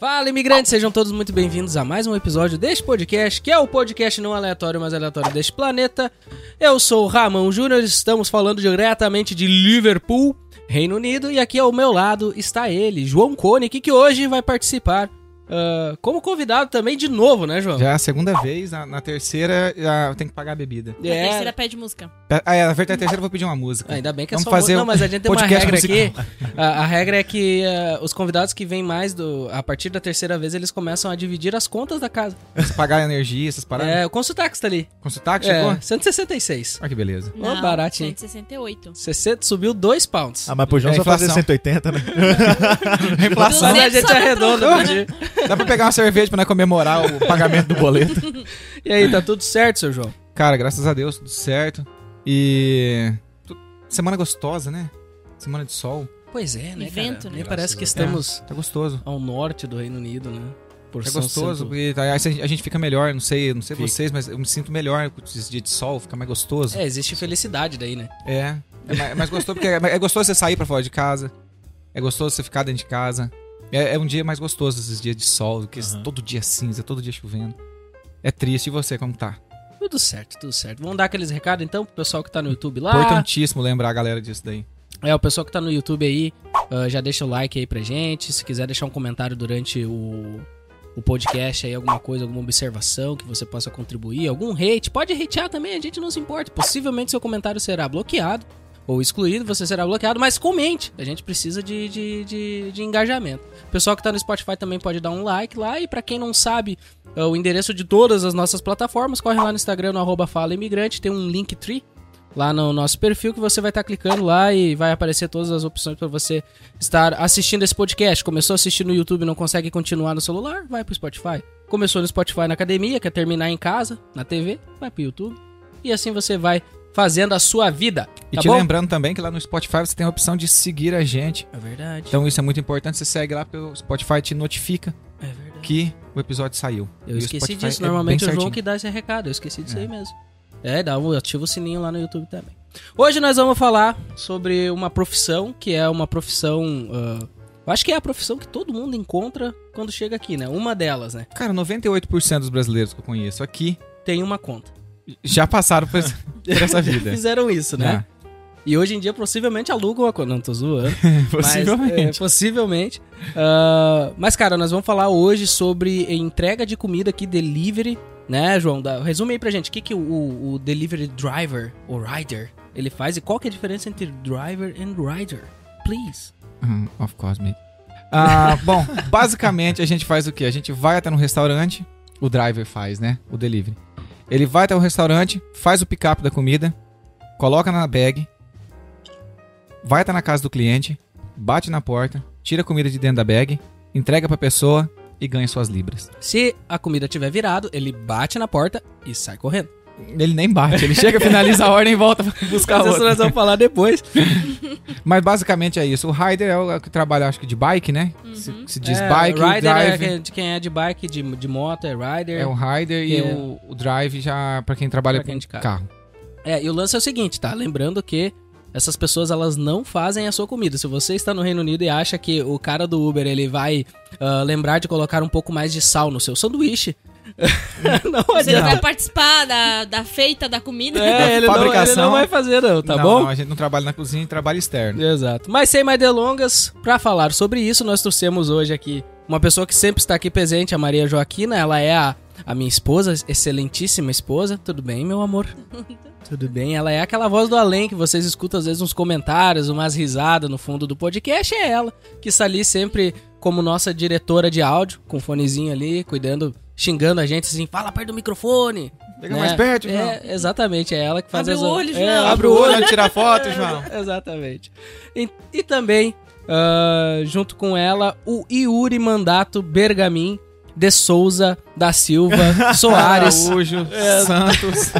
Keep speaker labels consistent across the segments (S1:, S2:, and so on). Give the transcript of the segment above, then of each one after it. S1: Fala, imigrantes! Sejam todos muito bem-vindos a mais um episódio deste podcast, que é o podcast não aleatório, mas aleatório deste planeta. Eu sou o Ramon Júnior, estamos falando diretamente de Liverpool, Reino Unido, e aqui ao meu lado está ele, João Cone, que, que hoje vai participar ah, como convidado também de novo, né, João?
S2: Já é a segunda vez, na, na terceira já tem que pagar a bebida.
S1: É.
S3: Na terceira pede música.
S2: Pe- Ah, é, na verdade, na terceira eu vou pedir uma música.
S1: Ainda bem que é
S2: Vamos
S1: só
S2: fazer um
S1: Não, mas a gente tem uma
S2: podcast
S1: regra
S2: musical.
S1: aqui. A, a regra é que ah, os convidados que vêm mais do, a partir da terceira vez, eles começam a dividir as contas da casa.
S2: Se pagar energia, essas paradas.
S1: É, com sotaque tá ali.
S2: Com sotaque, chegou?
S1: É, 166.
S2: Olha que beleza.
S1: Ó, baratinho.
S3: 168.
S1: 60 subiu 2 pounds.
S4: Ah, mas pro João
S2: É
S4: só fazer
S2: inflação.
S4: 180, né? É
S2: Inflação.
S1: Mas a
S3: 200
S1: gente
S3: só na
S1: arredonda
S3: troca.
S1: pro dia.
S2: Dá pra pegar uma cerveja pra nós comemorar o pagamento do boleto.
S1: E aí, tá tudo certo, seu João?
S2: Cara, graças a Deus, tudo certo. E. tu- Semana gostosa, né? Semana de sol.
S1: Pois é, né,
S3: E vento,
S1: cara?
S3: né?
S1: Nem
S4: Graças
S1: parece que
S4: a Deus.
S1: estamos
S2: Tá gostoso.
S1: ao norte do Reino Unido, né? Por
S2: É
S1: São
S2: gostoso,
S1: Santo-
S2: porque aí a gente- a gente fica melhor, não sei, não sei
S4: Fica.
S2: vocês, mas eu me sinto melhor com esses dias de sol, fica mais gostoso.
S1: É, existe felicidade daí, né?
S2: É. É mais, mais gostoso porque é, é gostoso você sair pra fora de casa. É gostoso você ficar dentro de casa. É, é um dia mais gostoso esses dias de sol, do que esse-
S4: Aham.
S2: todo dia cinza, todo dia chovendo. É triste. E você, como tá?
S1: Tudo certo, tudo certo. Vamos dar aqueles recados então pro pessoal que tá no YouTube lá.
S2: Importantíssimo lembrar a galera disso daí.
S1: É, o pessoal que tá no YouTube aí, ah, já deixa o like aí pra gente. Se quiser deixar um comentário durante o, o podcast aí, alguma coisa, alguma observação que você possa contribuir, algum hate, pode hatear também, a gente não se importa. Possivelmente seu comentário será bloqueado ou excluído, você será bloqueado, mas comente. A gente precisa de, de, de, de engajamento. O pessoal que tá no Spotify também pode dar um like lá. E pra quem não sabe ah, o endereço de todas as nossas plataformas, corre lá no Instagram, no arroba Fala Imigrante, tem um link tree lá no nosso perfil que você vai estar clicando lá e vai aparecer todas as opções para você estar assistindo esse podcast. Começou a assistir no YouTube, e não consegue continuar no celular? Vai pro Spotify. Começou no Spotify na academia, quer terminar em casa, na TV? Vai pro YouTube. E assim você vai fazendo a sua vida.
S2: E
S1: tá
S2: te
S1: bom?
S2: lembrando também que lá no Spotify você tem a opção de seguir a gente.
S1: É verdade.
S2: Então isso é muito importante. Você segue lá porque o Spotify te notifica
S1: É verdade.
S2: que o episódio saiu. E
S1: Eu
S2: o
S1: esqueci
S2: Spotify
S1: disso.
S2: é
S1: Normalmente é
S2: bem
S1: o João
S2: certinho.
S1: que dá esse recado. Eu esqueci disso aí mesmo. É, dá, um- ativa o sininho lá no YouTube também. Hoje nós vamos falar sobre uma profissão que é uma profissão. ah, eu acho que é a profissão que todo mundo encontra quando chega aqui, né? Uma delas, né?
S2: Cara, 98% dos brasileiros que eu conheço aqui
S1: Tem uma conta.
S2: já passaram por essa- por essa vida. É.
S1: Fizeram isso, né?
S2: Já.
S1: E hoje em dia possivelmente alugam a conta. Não, tô zoando. Mas, é,
S2: Possivelmente.
S1: possivelmente. Ah, mas, cara, nós vamos falar hoje sobre entrega de comida aqui, delivery, né, João? Dá- Resume aí pra gente, o que, que o- o, o delivery driver, ou rider, ele faz e qual que é a diferença entre driver and rider? Please.
S2: Hum, of course, mate. Ah, bom, basicamente a gente faz o quê? A gente vai até no restaurante, o driver faz, né? O delivery. Ele vai até o restaurante, faz o pick-up da comida, coloca na bag, vai até na casa do cliente, bate na porta, tira a comida de dentro da bag, entrega pra pessoa e ganha suas libras.
S1: Se a comida tiver virado, ele bate na porta e sai correndo.
S2: Ele nem bate, ele chega, finaliza a ordem e volta pra buscar
S1: Mas isso
S2: outra.
S1: nós vamos falar depois.
S2: Mas basicamente é isso. O rider é o que trabalha, acho que de bike, né? Se, se diz bike, o
S1: É, rider
S2: drive.
S1: é de quem é de bike, de, de moto, é rider.
S2: É o rider e
S1: É.
S2: o, o drive já pra quem trabalha
S1: Pra quem
S2: com
S1: de carro.
S2: carro.
S1: É, e o lance é o seguinte, tá? Lembrando que essas pessoas, elas não fazem a sua comida. Se você está no Reino Unido e acha que o cara do Uber, ele vai ah, lembrar de colocar um pouco mais de sal no seu sanduíche, não
S3: Você não
S1: adianta.
S3: vai participar da, da feita da comida?
S1: É, ele, não, ele
S2: fabricação.
S1: não vai fazer não, tá
S2: não,
S1: bom?
S2: não, a gente não trabalha na cozinha, a gente trabalha externo.
S1: Exato. Mas sem mais delongas, pra falar sobre isso, nós trouxemos hoje aqui uma pessoa que sempre está aqui presente, a Maria Joaquina. Ela é a, a minha esposa, excelentíssima esposa. Tudo bem, meu amor? Tudo bem. Ela é aquela voz do além que vocês escutam às vezes uns comentários, umas risadas no fundo do podcast. É ela que está ali sempre como nossa diretora de áudio, com o fonezinho ali, cuidando, xingando a gente assim, fala perto do microfone.
S2: Chega
S1: né?
S2: mais perto, João.
S1: É, exatamente, é ela que faz
S3: Abre
S1: as...
S3: o olho,
S1: é,
S3: João.
S2: Abre o olho, tira foto, João.
S1: Exatamente. E, e também, ah, junto com ela, o Iuri Mandato Bergamin de Souza da Silva Soares.
S2: Araújo, Santos.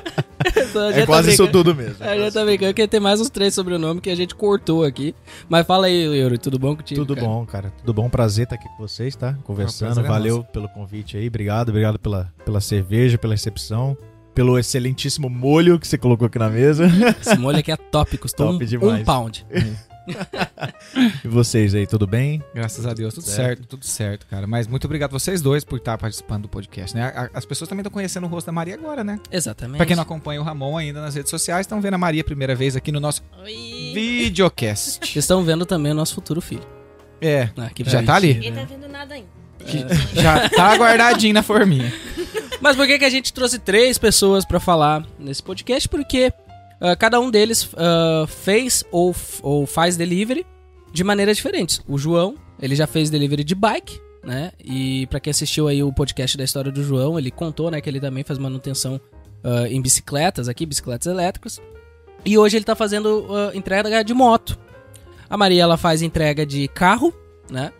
S1: Então, a gente
S4: Ah, É
S1: tá
S4: quase isso
S1: brincando-
S4: tudo mesmo.
S1: A gente tá brincando que tem mais uns três sobrenomes que a gente cortou aqui. Mas fala aí, Iuri, tudo bom contigo?
S4: Tudo
S1: cara?
S4: bom, cara. Tudo bom. Prazer estar aqui com vocês, tá?
S2: É um
S4: Conversando.
S2: prazer
S4: Valeu pelo convite aí. Obrigado. Obrigado pela, pela cerveja, pela recepção. Pelo excelentíssimo molho que você colocou aqui na mesa.
S1: Esse molho aqui é top, custou
S4: Top
S1: um,
S4: demais. Uhum.
S1: um pound.
S4: E vocês aí, tudo bem?
S2: Graças a Deus, tudo
S4: Certo.
S2: certo. tudo certo, cara. Mas muito obrigado vocês dois por estar participando do podcast, né? A- As pessoas também estão conhecendo o rosto da Maria agora, né?
S1: Exatamente.
S2: Pra quem não acompanha o Ramon ainda nas redes sociais, estão vendo a Maria a primeira vez aqui no nosso
S3: Oi.
S2: é videocast.
S1: Vocês estão vendo também o nosso futuro filho.
S2: É,
S1: Ah, que
S2: já
S1: bonitinho.
S2: tá ali?
S3: Ninguém tá vendo nada ainda.
S2: Já tá guardadinho na forminha.
S1: Mas por que, que a gente trouxe três pessoas pra falar nesse podcast? Porque ah, cada um deles ah, fez ou, f- ou faz delivery de maneiras diferentes. O João, ele já fez delivery de bike, né? E pra quem assistiu aí o podcast da história do João, ele contou, né, que ele também faz manutenção ah, em bicicletas aqui, bicicletas elétricas. E hoje ele tá fazendo ah, entrega de moto. A Maria, ela faz entrega de carro, né?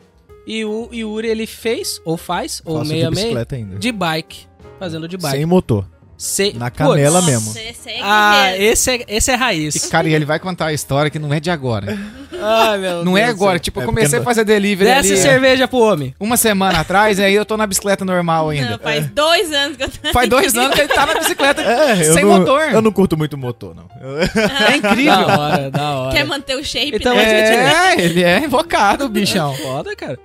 S1: E o Yuri, ele fez, ou faz, ou
S4: Faço
S1: meia
S4: de
S1: meia,
S4: bicicleta ainda.
S1: de bike. Fazendo de bike.
S4: Sem motor.
S1: Se-
S4: Na canela Ela
S3: Nossa,
S4: mesmo.
S3: Esse é
S1: Ah,
S3: guerreiro.
S1: esse é, esse é
S2: E,
S1: raiz.
S2: cara, e ele vai contar a história que não é de agora.
S1: Ai, meu
S2: Não é
S1: Deus do
S2: agora.
S1: céu.
S2: Tipo, eu
S4: É
S2: comecei
S4: porque-
S2: a fazer delivery
S1: Desce
S2: ali
S1: cerveja pro homem.
S2: uma semana atrás e aí eu tô na bicicleta normal ainda.
S3: Não, faz dois anos que eu tô
S2: Faz dois anos que ele tá na bicicleta
S4: É, eu
S2: sem
S4: não,
S2: motor.
S4: Eu não curto muito motor, não.
S2: É incrível.
S1: Da hora, da hora.
S3: Quer manter o shape,
S1: Então
S3: né?
S2: É, ele é invocado, o bichão.
S1: Foda, cara.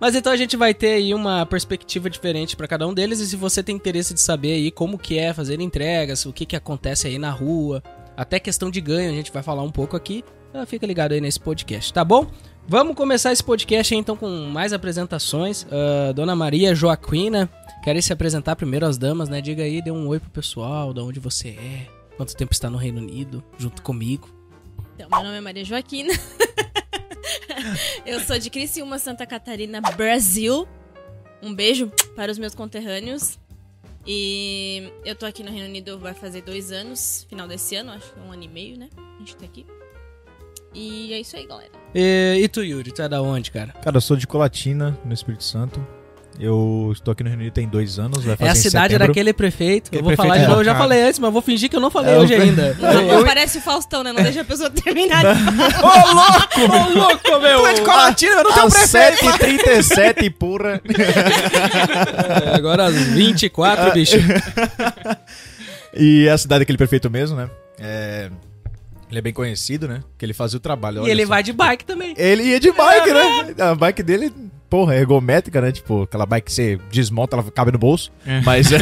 S1: Mas então a gente vai ter aí uma perspectiva diferente pra cada um deles. E se você tem interesse de saber aí como que é fazer entregas, o que que acontece aí na rua, até questão de ganho, a gente vai falar um pouco aqui. Ah, Fica ligado aí nesse podcast, tá bom? Vamos começar esse podcast aí, então com mais apresentações. Ah, Dona Maria Joaquina, querem se apresentar primeiro às damas, né? Diga aí, dê um oi pro pessoal, de onde você é, quanto tempo está no Reino Unido, junto comigo.
S3: Então, meu nome é Maria Joaquina. eu sou de Criciúma, Santa Catarina, Brasil. Um beijo para os meus conterrâneos. E eu tô aqui no Reino Unido vai fazer dois anos, final desse ano, acho que é um ano e meio, né? A gente tá aqui. E é isso aí, galera.
S1: E, e tu, Yuri, tu é da onde, cara?
S4: Cara, eu sou de Colatina, no Espírito Santo. Eu estou aqui no Reino Unido tem dois anos, vai fazer
S1: É a
S4: em
S1: cidade
S4: setembro.
S1: daquele prefeito. é eu
S4: Aquele
S1: vou falar
S4: prefeito
S1: de novo, eu já
S2: invocado.
S1: falei antes, mas eu vou fingir que eu não falei
S4: É, o
S1: hoje
S4: pre-
S1: ainda.
S3: Não, parece o Faustão, né? Não deixa a pessoa terminar.
S2: Ô, louco!
S1: Ô, louco, meu!
S2: Tu é de Colatina, eu não
S1: um
S2: tenho
S4: Aos
S2: prefeito.
S4: 7h37, porra.
S1: É, agora às 24, bicho.
S4: E é a cidade daquele prefeito mesmo, né? É, Ele é bem conhecido, né? Que ele fazia o trabalho.
S1: E
S4: olha
S1: ele
S4: só.
S1: vai É. de bike também.
S4: Ele ia de bike, né? A bike dele, porra, é ergométrica, né? Tipo, aquela bike que você desmonta, ela cabe no bolso.
S1: É.
S4: Mas. é.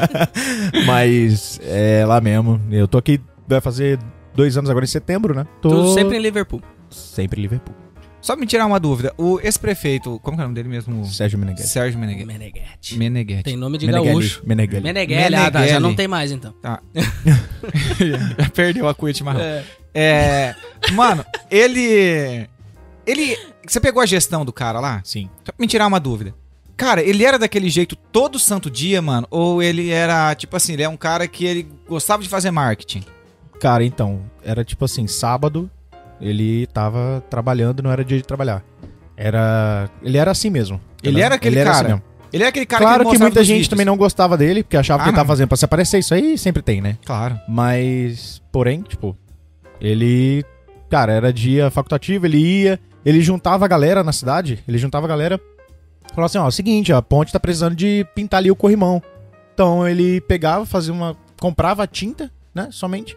S4: mas é lá mesmo. Eu tô aqui, vai fazer dois anos agora em setembro, né? Tô
S1: Tô sempre em Liverpool.
S4: sempre Liverpool.
S2: Só me tirar uma dúvida. O ex-prefeito, como que é o nome dele mesmo?
S4: Sérgio Meneghelli.
S2: Sérgio Meneghetti.
S1: Meneghetti.
S2: Meneghetti.
S1: Tem nome de
S4: Meneghelli,
S1: gaúcho.
S4: Meneghelli.
S1: Meneghelli, ah, tá, já
S2: Meneghelli.
S1: não tem mais então.
S2: Tá. Já Perdeu a cuia de marrom.
S1: É.
S2: É. Mano, ele. Ele. Você pegou a gestão do cara lá?
S4: Sim.
S2: Só pra me tirar uma dúvida. Cara, ele era daquele jeito todo santo dia, mano? Ou ele era, tipo assim, ele é um cara que ele gostava de fazer marketing?
S4: Cara, então, era tipo assim, sábado ele tava trabalhando, não era dia de trabalhar. Era. Ele era assim mesmo.
S2: Ele
S4: entendeu?
S2: era aquele
S4: assim
S2: cara.
S4: mesmo.
S2: Ele é aquele cara
S4: claro que,
S2: mostrava
S4: muita
S2: nos
S4: gente
S2: vídeos.
S4: também não gostava dele, porque achava
S2: Ah,
S4: que ele tava
S2: não.
S4: fazendo pra se aparecer. Isso aí sempre tem, né?
S2: Claro.
S4: Mas, porém, tipo, ele. Cara, era dia facultativo, ele ia, ele juntava a galera na cidade, ele juntava a galera. Falava assim: ó, seguinte, a ponte tá precisando de pintar ali o corrimão. Então ele pegava, fazia uma. comprava a tinta, né? Somente.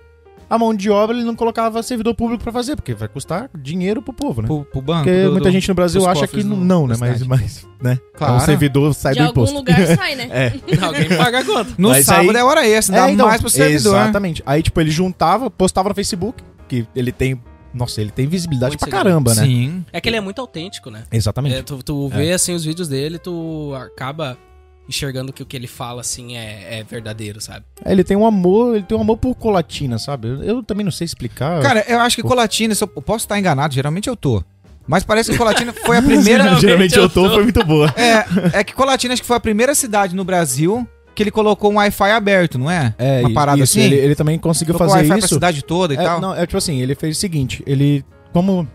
S4: A mão de obra ele não colocava servidor público pra fazer, porque vai custar dinheiro pro povo, né?
S2: Pro, pro banco.
S4: Porque
S2: do-
S4: muita
S2: do-
S4: gente no Brasil
S2: dos
S4: acha que
S2: cofres
S4: não,
S2: no-
S4: não, né?
S2: da
S4: Mas,
S2: cidade.
S4: mas, né?
S2: Claro.
S4: Então o servidor sai
S3: De
S4: do
S3: algum
S4: imposto.
S3: lugar sai, né?
S4: É.
S1: Alguém paga a conta.
S2: No
S4: Mas
S2: sábado
S4: aí-
S2: é hora extra, dá
S4: É, então,
S2: mais pro servidor.
S4: Exatamente. Aí, tipo, ele juntava, postava no Facebook, que ele tem. Nossa, ele tem visibilidade
S1: Muito
S4: pra
S1: seguidor.
S4: caramba, né?
S2: Sim.
S1: É que ele é muito autêntico, né?
S4: Exatamente.
S1: É, tu, tu vê assim os vídeos dele, tu acaba enxergando que o que ele fala assim é, é verdadeiro, sabe?
S4: É, Ele tem um amor, ele tem um amor por colatina, sabe? Eu, eu também não sei explicar.
S2: Cara, eu acho que Colatina, se eu eu posso estar enganado, geralmente eu tô. Mas parece que Colatina foi a primeira.
S4: geralmente eu tô,
S1: eu tô.
S4: foi muito boa.
S2: é, é que Colatina acho que foi a primeira cidade no Brasil que ele colocou um Wi-Fi aberto, não é?
S4: É,
S2: Uma
S4: e-
S2: parada
S4: isso,
S2: assim?
S4: Ele, ele também conseguiu
S2: colocou
S4: fazer
S2: Wi-Fi pra
S4: isso.
S2: cidade toda e
S4: É,
S2: tal.
S4: não, é tipo assim, ele fez o seguinte, ele. Como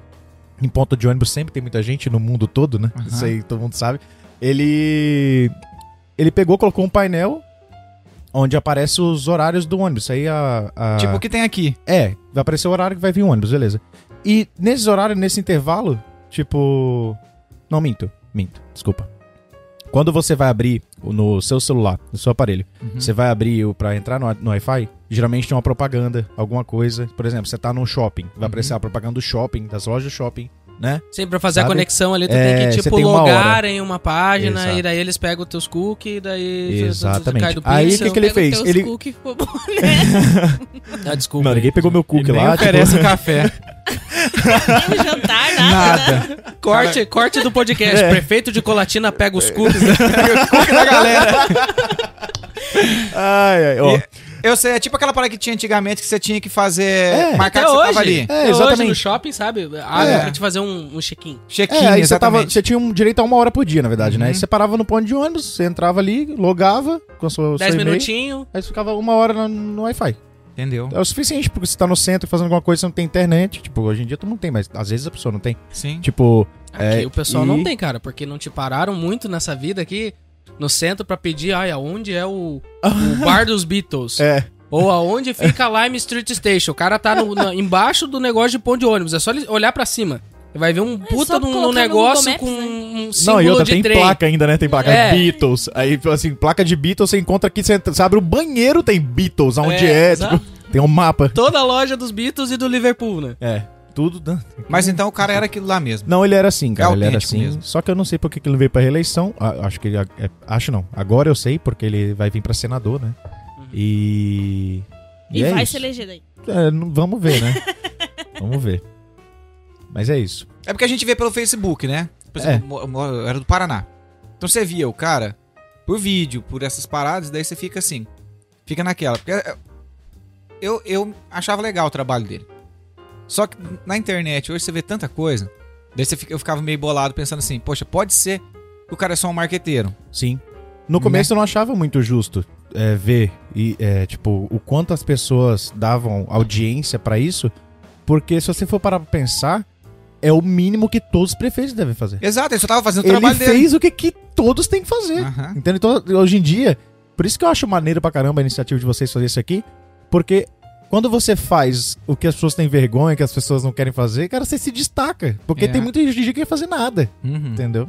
S4: em ponto de ônibus sempre tem muita gente no mundo todo, né?
S2: Aham.
S4: Isso aí todo mundo sabe. Ele. Ele pegou, colocou um painel onde aparece os horários do ônibus. Isso aí a. a-
S2: Tipo o que tem aqui.
S4: É, vai aparecer o horário que vai vir o ônibus, beleza. E nesses horários, nesse intervalo, tipo. Não, minto. Minto, desculpa. Quando você vai abrir o- no seu celular, no seu aparelho,
S2: Uhum.
S4: você vai abrir o- pra entrar no, no Wi-Fi, geralmente tem uma propaganda, alguma coisa. Por exemplo, você tá num shopping,
S2: Uhum.
S4: vai aparecer a propaganda do shopping, das lojas do shopping, né?
S1: Sempre pra fazer a
S4: Sabe?
S1: conexão ali, tu
S4: É,
S1: tem que,
S4: você
S1: tipo,
S4: tem uma
S1: logar em uma página
S4: Exato.
S1: e daí eles pegam os teus cookies e daí tu- tu- tu- tu
S4: Exatamente.
S1: cai do
S4: Aí,
S1: pixel.
S4: o que que ele
S3: Pega
S4: fez?
S3: Teus
S4: Ele-
S3: cookie, ficou bom, né?
S1: Ah, desculpa.
S4: Não,
S1: aí.
S4: ninguém pegou meu cookie
S2: Ele nem
S4: lá. tipo,
S2: oferece café.
S3: Nem um jantar, nada, né?
S2: Nada.
S1: Corte, corte do
S4: É.
S1: podcast. Prefeito de Colatina pega os cookies.
S2: da galera.
S4: ai, ai, ó.
S2: Eu sei, é tipo aquela parada que tinha antigamente que você tinha que fazer.
S4: É.
S2: marcar
S1: Até
S2: que você
S1: hoje.
S2: tava ali.
S1: até hoje
S4: exatamente.
S1: no shopping, sabe? Ah,
S4: É.
S1: pra te fazer um, um check-in.
S2: Check-in,
S4: É, aí você, tava,
S2: exatamente. Uhum.
S4: você tinha um direito a uma hora por dia, na verdade, né? Aí você parava no ponto de ônibus, você entrava ali, logava com a sua, o seu
S1: Dez
S4: e-mail,
S1: minutinhos.
S4: aí você ficava uma hora no, no Wi-Fi.
S2: Entendeu?
S4: É o suficiente, porque você tá no centro fazendo alguma coisa, você não tem internet. Tipo, hoje em dia tu não tem, mas às vezes a pessoa não tem.
S2: Sim.
S4: Tipo,
S1: Aqui
S4: É,
S1: o pessoal
S4: e-
S1: não tem, cara, porque não te pararam muito nessa vida aqui no centro pra pedir, ai, aonde é o, o bar dos Beatles?
S4: É.
S1: Ou aonde fica a Lime Street Station? O cara tá no- na- embaixo do negócio de ponto de ônibus, é só ele olhar pra cima. Ele Vai ver um puta
S3: É só
S1: de um-
S3: colocar
S1: um
S3: no
S1: negócio
S3: Google Maps,
S1: com
S3: né?
S1: um
S4: não,
S1: símbolo
S4: e outra,
S1: de
S4: tem
S1: trem.
S4: placa ainda, né? Tem placa
S1: É.
S4: Beatles. Aí, assim, placa de Beatles, você encontra aqui, você, entra- você abre o banheiro, tem Beatles, aonde
S1: É,
S4: é,
S1: exato.
S4: tipo, tem um mapa.
S1: Toda a loja dos Beatles e do Liverpool, né?
S4: É, tudo... né?
S2: Mas então o cara era aquilo lá mesmo.
S4: Não, ele era assim, cara.
S2: É
S4: ele era
S2: autêntico
S4: assim.
S2: mesmo.
S4: Só que eu não sei porque que ele veio pra reeleição. A- acho que ele. é, acho não. Agora eu sei, porque ele vai vir pra senador, né?
S1: Uhum.
S4: E.
S3: E,
S4: é
S3: vai
S4: isso.
S3: se eleger daí.
S4: É, não- vamos ver, né? vamos ver. Mas é isso.
S2: É porque a gente vê pelo Facebook, né? Por
S4: É.
S2: exemplo, eu mo- eu era do Paraná. Então você via o cara por vídeo, por essas paradas, daí você fica assim. Fica naquela. Porque é, eu, eu achava legal o trabalho dele. Só que na internet hoje você vê tanta coisa. Daí você fica- eu ficava meio bolado pensando assim, poxa, pode ser que o cara é só um marqueteiro.
S4: Sim. No
S2: Né?
S4: começo eu não achava muito justo é, ver e, é, tipo, o quanto as pessoas davam audiência pra isso. Porque se você for parar pra pensar, é o mínimo que todos os prefeitos devem fazer.
S2: Exato, ele só tava fazendo É o
S4: Ele
S2: trabalho dele.
S4: fez o que, que todos têm que fazer.
S2: Aham.
S4: Entende? Então, hoje em dia, por isso que eu acho maneiro pra caramba a iniciativa de vocês fazer isso aqui, porque quando você faz o que as pessoas têm vergonha, que as pessoas não querem fazer, cara, você se destaca. Porque
S2: É.
S4: tem muita gente que quer fazer nada,
S2: Uhum.
S4: entendeu?